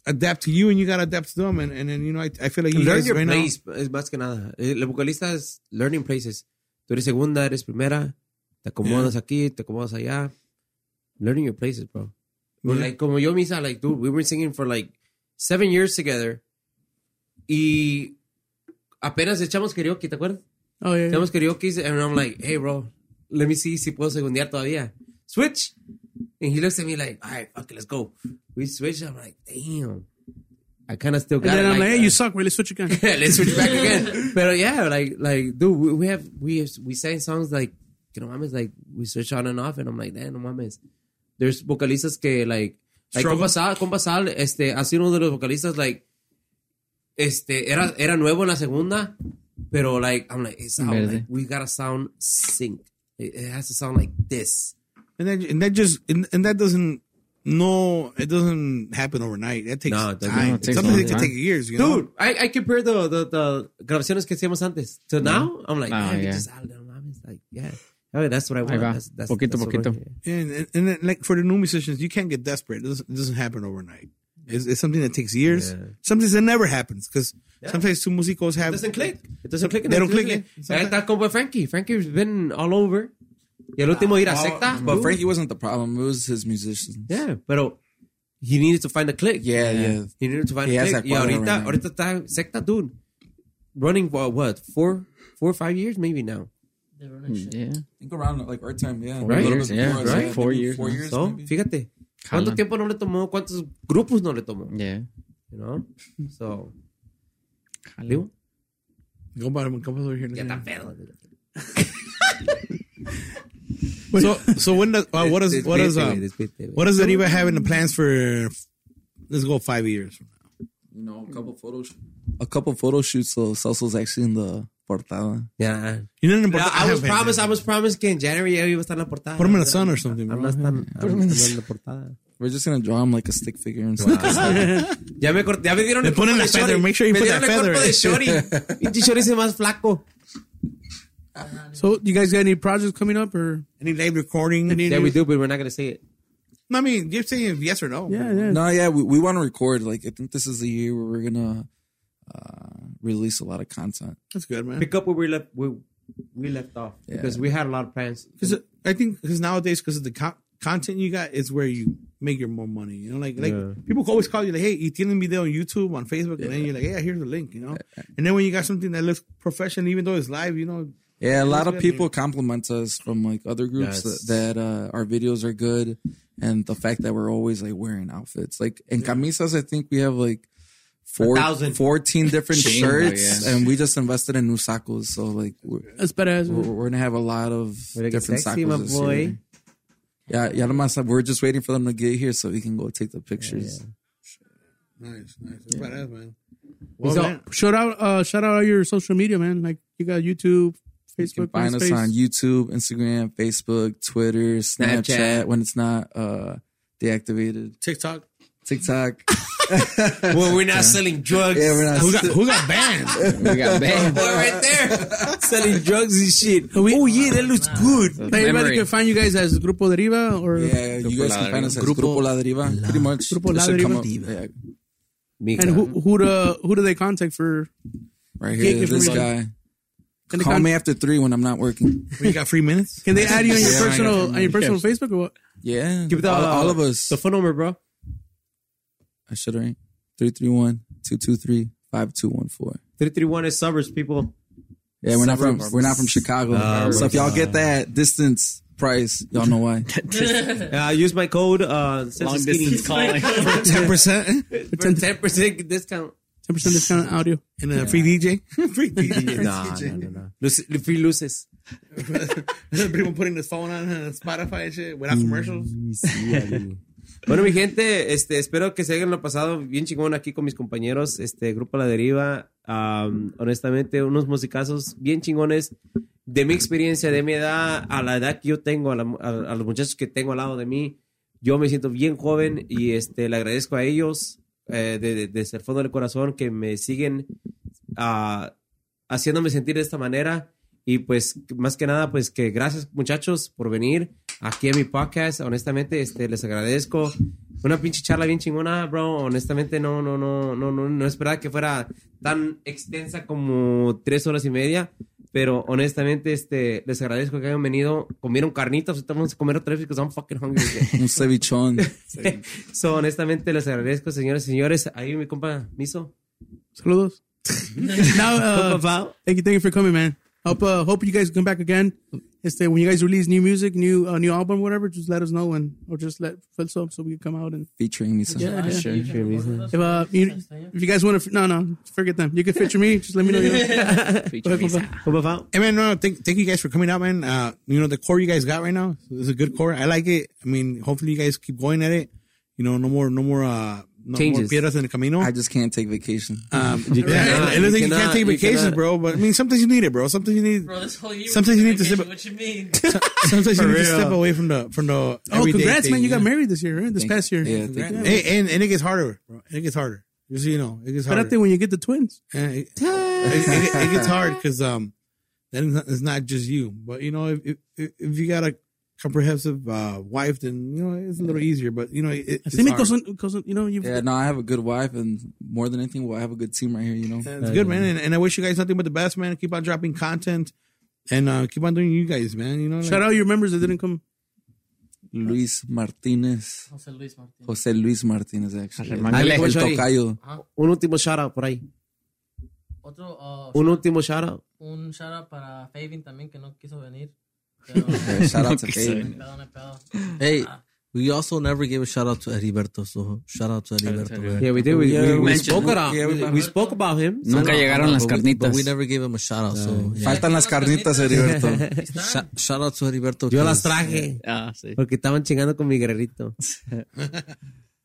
[SPEAKER 4] adapt to you and you gotta adapt to them and, and then you know I, I feel like you
[SPEAKER 1] Learn
[SPEAKER 4] guys
[SPEAKER 1] your
[SPEAKER 4] right
[SPEAKER 1] place, es más que nada. Eh, El vocalista es learning places. Tú eres segunda, eres primera, te acomodas aquí, te acomodas allá. Learning your places, bro. Well,
[SPEAKER 4] Yeah.
[SPEAKER 1] Like, como yo misa, like, dude, we were singing for like seven years together y apenas echamos karaoke, ¿te acuerdas?
[SPEAKER 2] Oh yeah, yeah.
[SPEAKER 1] Echamos karaoke and I'm like, hey, bro, let me see si puedo segundear todavía. Switch. And he looks at me like, all right, fuck it, let's go. We switch. I'm like, damn. I kind of still
[SPEAKER 2] And
[SPEAKER 1] got
[SPEAKER 2] then
[SPEAKER 1] it.
[SPEAKER 2] I'm like, hey, you
[SPEAKER 1] uh,
[SPEAKER 2] suck. Really, switch again.
[SPEAKER 1] yeah, [laughs] let's switch back again. But uh, yeah, like like dude, we, we have we have, we sang songs like you know mames like we switch on and off, and I'm like, damn, no mames. There's vocalistas que like like compa Sal, compa Sal, este ha sido uno de los vocalistas like este era era nuevo en la segunda, pero like I'm like it's out,
[SPEAKER 6] Verde.
[SPEAKER 1] like, we gotta sound sync. It, it has to sound like this.
[SPEAKER 4] now and that and that just and, and that doesn't no it doesn't happen overnight that takes
[SPEAKER 1] No, it doesn't.
[SPEAKER 4] time
[SPEAKER 6] No, it takes a
[SPEAKER 4] sometimes
[SPEAKER 6] long
[SPEAKER 4] it can
[SPEAKER 6] time.
[SPEAKER 4] take years you know
[SPEAKER 1] Dude, I, I compare the, the, the grabaciones que hacíamos antes to now. I'm like,
[SPEAKER 6] Oh,
[SPEAKER 1] man,
[SPEAKER 6] yeah.
[SPEAKER 1] it just, no mames, like, yeah. Oh, that's what I want.
[SPEAKER 6] va.
[SPEAKER 1] That's, that's,
[SPEAKER 6] Poquito,
[SPEAKER 1] that's what I-
[SPEAKER 6] poquito.
[SPEAKER 4] and, and and then, like for the new musicians you can't get desperate it doesn't, it doesn't happen overnight it's, it's something that takes years
[SPEAKER 1] Yeah.
[SPEAKER 4] sometimes it never happens because sometimes two musicos have
[SPEAKER 1] It doesn't click. It doesn't click.
[SPEAKER 4] They don't click it.
[SPEAKER 1] Ahí está compa Frankie. Frankie's been all over. Y el último ir a secta.
[SPEAKER 5] But
[SPEAKER 1] dude.
[SPEAKER 5] Frankie wasn't the problem. It was his musicians.
[SPEAKER 1] Yeah, pero he needed to find a click.
[SPEAKER 5] Yeah, yeah.
[SPEAKER 1] He needed to find
[SPEAKER 5] He
[SPEAKER 1] a
[SPEAKER 5] has
[SPEAKER 1] click.
[SPEAKER 5] that
[SPEAKER 1] Y
[SPEAKER 5] quality
[SPEAKER 1] ahorita,
[SPEAKER 5] right now.
[SPEAKER 1] ahorita está secta, dude. Running for what? Four, four or five years maybe now.
[SPEAKER 7] They were like,
[SPEAKER 6] Mm, Yeah.
[SPEAKER 5] think around like our time, yeah.
[SPEAKER 6] Four years, yeah, right? Four
[SPEAKER 5] Maybe
[SPEAKER 6] years,
[SPEAKER 5] Four
[SPEAKER 6] huh?
[SPEAKER 5] years,
[SPEAKER 1] So,
[SPEAKER 5] maybe.
[SPEAKER 1] fíjate. ¿Cuánto
[SPEAKER 6] Jala.
[SPEAKER 1] tiempo no le tomó? ¿Cuántos grupos no le tomó?
[SPEAKER 6] Yeah.
[SPEAKER 1] You You know? So. ¿Digo?
[SPEAKER 4] Go by him. Come over here.
[SPEAKER 1] Mm.
[SPEAKER 17] Ya está pedo.
[SPEAKER 4] So, [laughs] so when does uh, what is what is uh,
[SPEAKER 1] Despídete, despídete, güey.
[SPEAKER 4] what does Arriba have in the plans for? Let's go five years. from now?
[SPEAKER 5] You know, a
[SPEAKER 1] Mm.
[SPEAKER 5] couple photo, sh- a couple photo shoots. So Salso's actually in the portada.
[SPEAKER 1] Yeah.
[SPEAKER 4] You know,
[SPEAKER 1] Yeah, I was promised, I
[SPEAKER 4] Put
[SPEAKER 1] was promised que en January ya iba a estar en la portada.
[SPEAKER 4] him in the sun or something.
[SPEAKER 1] I'm
[SPEAKER 4] Bro.
[SPEAKER 1] not tan- I'm not tan en la portada.
[SPEAKER 5] We're just gonna draw him like a stick figure
[SPEAKER 6] [laughs]
[SPEAKER 5] and stuff.
[SPEAKER 1] Ya me corté, ya me dieron
[SPEAKER 4] Le
[SPEAKER 1] el cuerpo
[SPEAKER 4] ponen la
[SPEAKER 1] de
[SPEAKER 4] feather,
[SPEAKER 1] Shorty.
[SPEAKER 4] make sure you
[SPEAKER 1] Me
[SPEAKER 4] put
[SPEAKER 1] dieron
[SPEAKER 4] that
[SPEAKER 1] el cuerpo
[SPEAKER 4] feather.
[SPEAKER 1] de Shorty.
[SPEAKER 4] [laughs]
[SPEAKER 1] Pinche Shorty se más flaco.
[SPEAKER 2] So, you guys got any projects coming up or
[SPEAKER 4] Any live recording?
[SPEAKER 2] any?
[SPEAKER 1] Yeah, we do, but we're not gonna say it.
[SPEAKER 4] No, I mean, you're saying yes or no.
[SPEAKER 2] Yeah, yeah.
[SPEAKER 5] no, yeah, we, we want to record. Like, I think this is the year where we're gonna uh, release a lot of content.
[SPEAKER 4] That's good, man.
[SPEAKER 1] Pick up where we left, we, we left off because we had a lot of plans.
[SPEAKER 4] Because I think because nowadays, because of the co- content you got, is where you make your more money. You know, like like people always call you like, hey, you tienen video on YouTube, on Facebook, and then you're like, yeah, here's the link. You know, and then when you got something that looks professional, even though it's live, you know,
[SPEAKER 5] Yeah, a lot
[SPEAKER 4] good,
[SPEAKER 5] of people compliment us from like other groups that, that uh, our videos are good, and the fact that we're always like wearing outfits. Like in camisas, I think we have like four, 14 different shirts, and we just invested in new sacos. So like we're,
[SPEAKER 2] That's badass.
[SPEAKER 5] we're,
[SPEAKER 2] man.
[SPEAKER 5] we're gonna have a lot of
[SPEAKER 1] Better get
[SPEAKER 5] different
[SPEAKER 1] sexy, my
[SPEAKER 5] sacos. this
[SPEAKER 1] boy.
[SPEAKER 5] year. Yeah, yeah, nomás, we're just waiting for them to get here so we can go take the pictures.
[SPEAKER 4] nice, nice, That's badass, man. Well,
[SPEAKER 2] So,
[SPEAKER 4] man,
[SPEAKER 2] shout out, uh, shout out all your social media, man. Like you got YouTube,
[SPEAKER 5] You can
[SPEAKER 2] Facebook,
[SPEAKER 5] find us
[SPEAKER 2] MySpace.
[SPEAKER 5] on YouTube, Instagram, Facebook, Twitter, Snapchat, when it's not uh, deactivated.
[SPEAKER 4] TikTok.
[SPEAKER 1] [laughs]
[SPEAKER 5] TikTok.
[SPEAKER 1] Well, we're not selling drugs.
[SPEAKER 5] Yeah, we're not-
[SPEAKER 4] Who got who got banned?
[SPEAKER 6] We got banned.
[SPEAKER 1] Boy, right there, selling drugs and shit. oh yeah, that looks good.
[SPEAKER 2] Like, Everybody
[SPEAKER 6] Memory.
[SPEAKER 2] can find you guys as Grupo Deriva or
[SPEAKER 5] Yeah, you guys can find us as
[SPEAKER 3] Grupo
[SPEAKER 5] Grupo La Deriva. Pretty much.
[SPEAKER 2] Grupo
[SPEAKER 5] It
[SPEAKER 2] La
[SPEAKER 5] should come
[SPEAKER 2] Deriva.
[SPEAKER 5] up, yeah,
[SPEAKER 2] and who who do, who do they contact for?
[SPEAKER 5] right
[SPEAKER 2] Geek
[SPEAKER 5] here,
[SPEAKER 2] if
[SPEAKER 5] this
[SPEAKER 2] we-
[SPEAKER 5] guy.
[SPEAKER 2] Can they,
[SPEAKER 5] Call
[SPEAKER 2] con-
[SPEAKER 5] me after three when I'm not working.
[SPEAKER 4] We got free minutes.
[SPEAKER 2] can they add you on your
[SPEAKER 5] Yeah, I got
[SPEAKER 2] personal
[SPEAKER 5] them.
[SPEAKER 2] on your personal Facebook or what?
[SPEAKER 5] Yeah.
[SPEAKER 1] Give the-
[SPEAKER 5] all, all of us.
[SPEAKER 1] The phone number, bro.
[SPEAKER 5] I should have. 331 223 5214.
[SPEAKER 1] Three three one is suburbs, people.
[SPEAKER 5] Yeah, we're not from
[SPEAKER 1] Suburbs.
[SPEAKER 5] we're not from Chicago.
[SPEAKER 2] Ah,
[SPEAKER 5] so if y'all get that distance price, y'all know
[SPEAKER 2] [laughs]
[SPEAKER 5] why.
[SPEAKER 7] [laughs]
[SPEAKER 1] Uh, use my code. Uh,
[SPEAKER 6] Long
[SPEAKER 1] [laughs]
[SPEAKER 6] distance calling.
[SPEAKER 4] Ten percent
[SPEAKER 1] Ten percent discount.
[SPEAKER 2] Ten percent discount on audio.
[SPEAKER 4] and a free DJ. [laughs] free DJ.
[SPEAKER 1] Nah, nah, nah, nah. Luce- free luces.
[SPEAKER 4] [laughs] People putting his phone on uh, Spotify and shit
[SPEAKER 2] Mm.
[SPEAKER 4] without commercials.
[SPEAKER 1] Bueno, mi gente, este, espero que se hayan lo pasado bien chingón aquí con mis compañeros, este, Grupo La Deriva. Am, honestamente, unos musicazos bien chingones de mi experiencia, de mi edad, a la edad que yo tengo, a, la- a- a los muchachos que tengo al lado de mí. Yo me siento bien joven y este, le agradezco a ellos eh, de- de- desde el fondo del corazón que me siguen ah, haciéndome sentir de esta manera. Y pues, más que nada, pues que gracias muchachos por venir aquí a mi podcast. Honestamente, este, les agradezco. Una pinche charla bien chingona, bro. Honestamente, no, no, no, no, no, no esperaba que fuera tan extensa como tres horas y media. Pero honestamente, este, les agradezco que hayan venido. Comieron carnitas, ahorita vamos a comer otra vez because I'm fucking hungry. again.
[SPEAKER 5] [laughs] Un cevichón.
[SPEAKER 1] [laughs] so, honestamente, les agradezco, señores y señores. Ahí mi compa Miso.
[SPEAKER 2] Saludos. now, uh,
[SPEAKER 1] Compa Pao.
[SPEAKER 2] thank you, thank you for coming, man. Hope uh, hope you guys come back again. Este, when you guys release new music, new uh, new album, whatever, just let us know and or just let Felso up so we can come out and
[SPEAKER 5] Featuring me. so-
[SPEAKER 2] yeah. yeah.
[SPEAKER 7] Miso.
[SPEAKER 2] If, uh, you, if you guys want to, no, no, forget them. You can feature me. Just let me know. You know. Go ahead, Papa.
[SPEAKER 1] Compa Pao.
[SPEAKER 4] Hey man, no, thank, thank you guys for coming out, man. Uh, you know the core you guys got right now is a good core. I like it. I mean, hopefully you guys keep going at it. You know, no more, no more, uh, no
[SPEAKER 1] Changes.
[SPEAKER 4] more piedras en el camino.
[SPEAKER 5] I just can't take vacation.
[SPEAKER 4] um, yeah,
[SPEAKER 1] cannot-
[SPEAKER 4] it looks like
[SPEAKER 1] you
[SPEAKER 4] you can't
[SPEAKER 1] cannot-
[SPEAKER 4] take
[SPEAKER 1] you
[SPEAKER 4] vacations,
[SPEAKER 1] cannot-
[SPEAKER 4] bro. But I mean, sometimes you need it, bro. Sometimes
[SPEAKER 1] [laughs]
[SPEAKER 4] you need,
[SPEAKER 7] Bro, this whole year.
[SPEAKER 4] Sometimes
[SPEAKER 7] was
[SPEAKER 4] you need to
[SPEAKER 7] vacation,
[SPEAKER 4] sip-
[SPEAKER 7] What you mean?
[SPEAKER 4] sometimes you need to step away from the from the.
[SPEAKER 2] Oh,
[SPEAKER 4] everyday
[SPEAKER 2] congrats,
[SPEAKER 4] thing,
[SPEAKER 2] man! You got
[SPEAKER 4] know?
[SPEAKER 2] married this year, right? This past year.
[SPEAKER 5] Yeah, thank you.
[SPEAKER 4] Hey, and and it gets harder, bro. It gets harder. Just so you know, it gets
[SPEAKER 2] But I
[SPEAKER 4] harder.
[SPEAKER 2] think when you get the twins,
[SPEAKER 4] Yeah,
[SPEAKER 2] [laughs]
[SPEAKER 4] it, it, it, it gets hard because um, then it's not, it's not just you, but you know, if if, if you got a comprehensive uh, wife, then you know it's a little easier. But you know, it, it's
[SPEAKER 2] see me,
[SPEAKER 4] hard.
[SPEAKER 2] cousin, cousin, you know, you.
[SPEAKER 5] Yeah, no, I have a good wife, and more than anything, we'll have a good team right here. You know,
[SPEAKER 2] uh,
[SPEAKER 4] It's good, man, and, and I wish you guys nothing but the best, man. Keep on dropping content, and uh, keep on doing you guys, man. You know,
[SPEAKER 2] Shout out your members that didn't come.
[SPEAKER 5] Luis Martínez,
[SPEAKER 7] José Luis Martín.
[SPEAKER 5] José Luis Martínez, actually, el,
[SPEAKER 6] Arremangale.
[SPEAKER 5] el tocayo.
[SPEAKER 1] Un último shout out por ahí.
[SPEAKER 7] Otro, uh,
[SPEAKER 1] Un último shout out.
[SPEAKER 7] un shout out para Fabian también que no quiso venir. Pero,
[SPEAKER 5] Yeah, shout out to
[SPEAKER 3] [laughs]
[SPEAKER 6] Okay, sorry.
[SPEAKER 5] Faye.
[SPEAKER 7] no hay pedo, no hay pedo.
[SPEAKER 3] Hey, We also never gave a shout out to Heriberto, so shout out to Heriberto. man.
[SPEAKER 1] Yeah, we did. We, we, we,
[SPEAKER 6] mentioned
[SPEAKER 1] spoke,
[SPEAKER 6] him.
[SPEAKER 1] about, we, we spoke about him. so-
[SPEAKER 6] Nunca llegaron las
[SPEAKER 3] But we- But
[SPEAKER 6] carnitas.
[SPEAKER 3] we never gave him a shout out, so yeah.
[SPEAKER 5] Faltan las carnitas, Heriberto.
[SPEAKER 3] Sha- shout out to Heriberto.
[SPEAKER 1] Yo
[SPEAKER 3] 'cause-
[SPEAKER 1] las traje
[SPEAKER 6] Ah, sí.
[SPEAKER 1] porque estaban chingando con mi [laughs] guerrerito.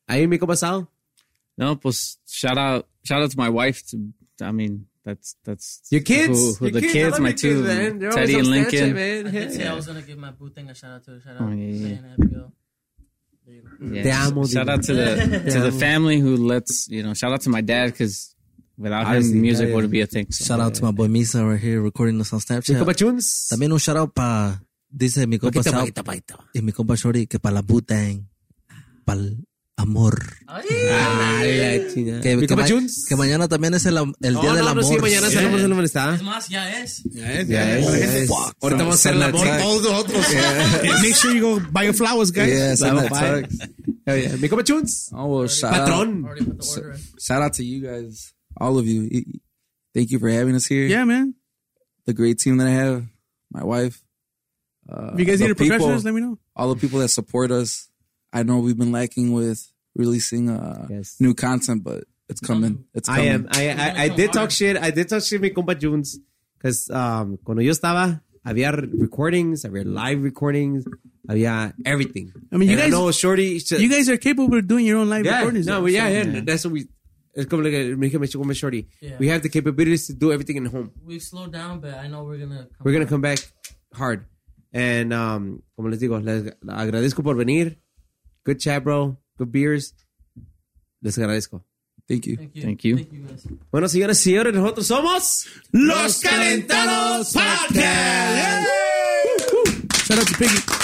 [SPEAKER 1] Ahí mi compa Sal.
[SPEAKER 6] No, pues shout out, shout out to my wife. To, I mean, that's that's
[SPEAKER 1] Your kids?
[SPEAKER 6] who, who
[SPEAKER 1] Your
[SPEAKER 6] the kids,
[SPEAKER 1] I love
[SPEAKER 6] my
[SPEAKER 1] your
[SPEAKER 6] two,
[SPEAKER 1] man. They're
[SPEAKER 6] Teddy
[SPEAKER 1] always
[SPEAKER 6] and
[SPEAKER 1] on
[SPEAKER 6] Lincoln.
[SPEAKER 1] Snapchat,
[SPEAKER 7] I
[SPEAKER 1] man.
[SPEAKER 7] did say I was gonna give my boo thing a shout out to. Shout out,
[SPEAKER 6] Oh, yeah, yeah.
[SPEAKER 7] Zane, Abigail.
[SPEAKER 6] Yeah,
[SPEAKER 1] Te
[SPEAKER 6] just
[SPEAKER 1] amo,
[SPEAKER 6] Shout
[SPEAKER 1] dude.
[SPEAKER 6] out to the to the family who lets you know. Shout out to my dad because without him,
[SPEAKER 1] Obviously,
[SPEAKER 6] music
[SPEAKER 1] yeah, yeah.
[SPEAKER 6] wouldn't be a thing. So.
[SPEAKER 3] Shout out to my boy Misa right here recording us on
[SPEAKER 1] Mi compa
[SPEAKER 3] Snapchat.
[SPEAKER 1] Chuns.
[SPEAKER 3] También un shout out pa dice mi compa Sal y mi compa Shorty que para la Butang, para el amor.
[SPEAKER 1] Ay, la chingada.
[SPEAKER 3] Que,
[SPEAKER 1] Mi
[SPEAKER 3] que,
[SPEAKER 1] compa
[SPEAKER 3] ma-
[SPEAKER 1] Chuns.
[SPEAKER 3] que mañana también es el, am- el día
[SPEAKER 1] No,
[SPEAKER 3] del
[SPEAKER 1] no,
[SPEAKER 3] amor.
[SPEAKER 1] no, sí, mañana salimos de la
[SPEAKER 7] Es
[SPEAKER 1] molestada.
[SPEAKER 7] más, ya es.
[SPEAKER 4] Yeah,
[SPEAKER 9] Ahorita vamos a hacer el
[SPEAKER 5] Send that
[SPEAKER 9] amor
[SPEAKER 5] text.
[SPEAKER 9] todos nosotros.
[SPEAKER 4] Make sure you go buy your flowers, guys.
[SPEAKER 5] Yeah, send that
[SPEAKER 1] Bye-bye.
[SPEAKER 5] text.
[SPEAKER 1] Oh, yeah. Mi compa Chuns.
[SPEAKER 5] Oh, well, shout
[SPEAKER 1] Patrón.
[SPEAKER 7] Already put the
[SPEAKER 5] So-
[SPEAKER 7] order in.
[SPEAKER 5] out. Shout out to you guys, all of you. E- Thank you for having us here.
[SPEAKER 2] Yeah, man.
[SPEAKER 5] The great team that I have, my wife. Uh,
[SPEAKER 2] If you guys
[SPEAKER 5] the
[SPEAKER 2] need a
[SPEAKER 5] people-
[SPEAKER 2] progressionist, let me know.
[SPEAKER 5] all the people that support us. I know we've been lacking with releasing uh,
[SPEAKER 1] Yes.
[SPEAKER 5] new content, but it's coming. It's
[SPEAKER 1] I
[SPEAKER 5] coming.
[SPEAKER 1] am. I, I, I did talk shit. I did talk shit mi compa Jones. Because um, cuando yo estaba, había recordings, había live recordings, había everything.
[SPEAKER 2] I mean, you
[SPEAKER 1] And
[SPEAKER 2] guys-
[SPEAKER 1] know Shorty.
[SPEAKER 2] You guys are capable of doing your own live
[SPEAKER 1] yeah,
[SPEAKER 2] recordings.
[SPEAKER 1] no,
[SPEAKER 2] though,
[SPEAKER 1] well, yeah,
[SPEAKER 2] so-
[SPEAKER 1] yeah, That's what we. It's como like me dijo mi chico, mi Shorty.
[SPEAKER 7] Yeah.
[SPEAKER 1] We have the capabilities to do everything in home.
[SPEAKER 7] We've slowed down, but I know we're gonna. Come
[SPEAKER 1] We're gonna come back hard. And um, como les digo, les agradezco por venir. Good chat, bro. Good beers. Les agradezco.
[SPEAKER 5] Thank you.
[SPEAKER 7] Thank you.
[SPEAKER 6] Thank you.
[SPEAKER 7] Thank you guys.
[SPEAKER 1] Bueno, señores y señores, nosotros somos
[SPEAKER 2] Los Calentados Podcast. Shout out to Piggy.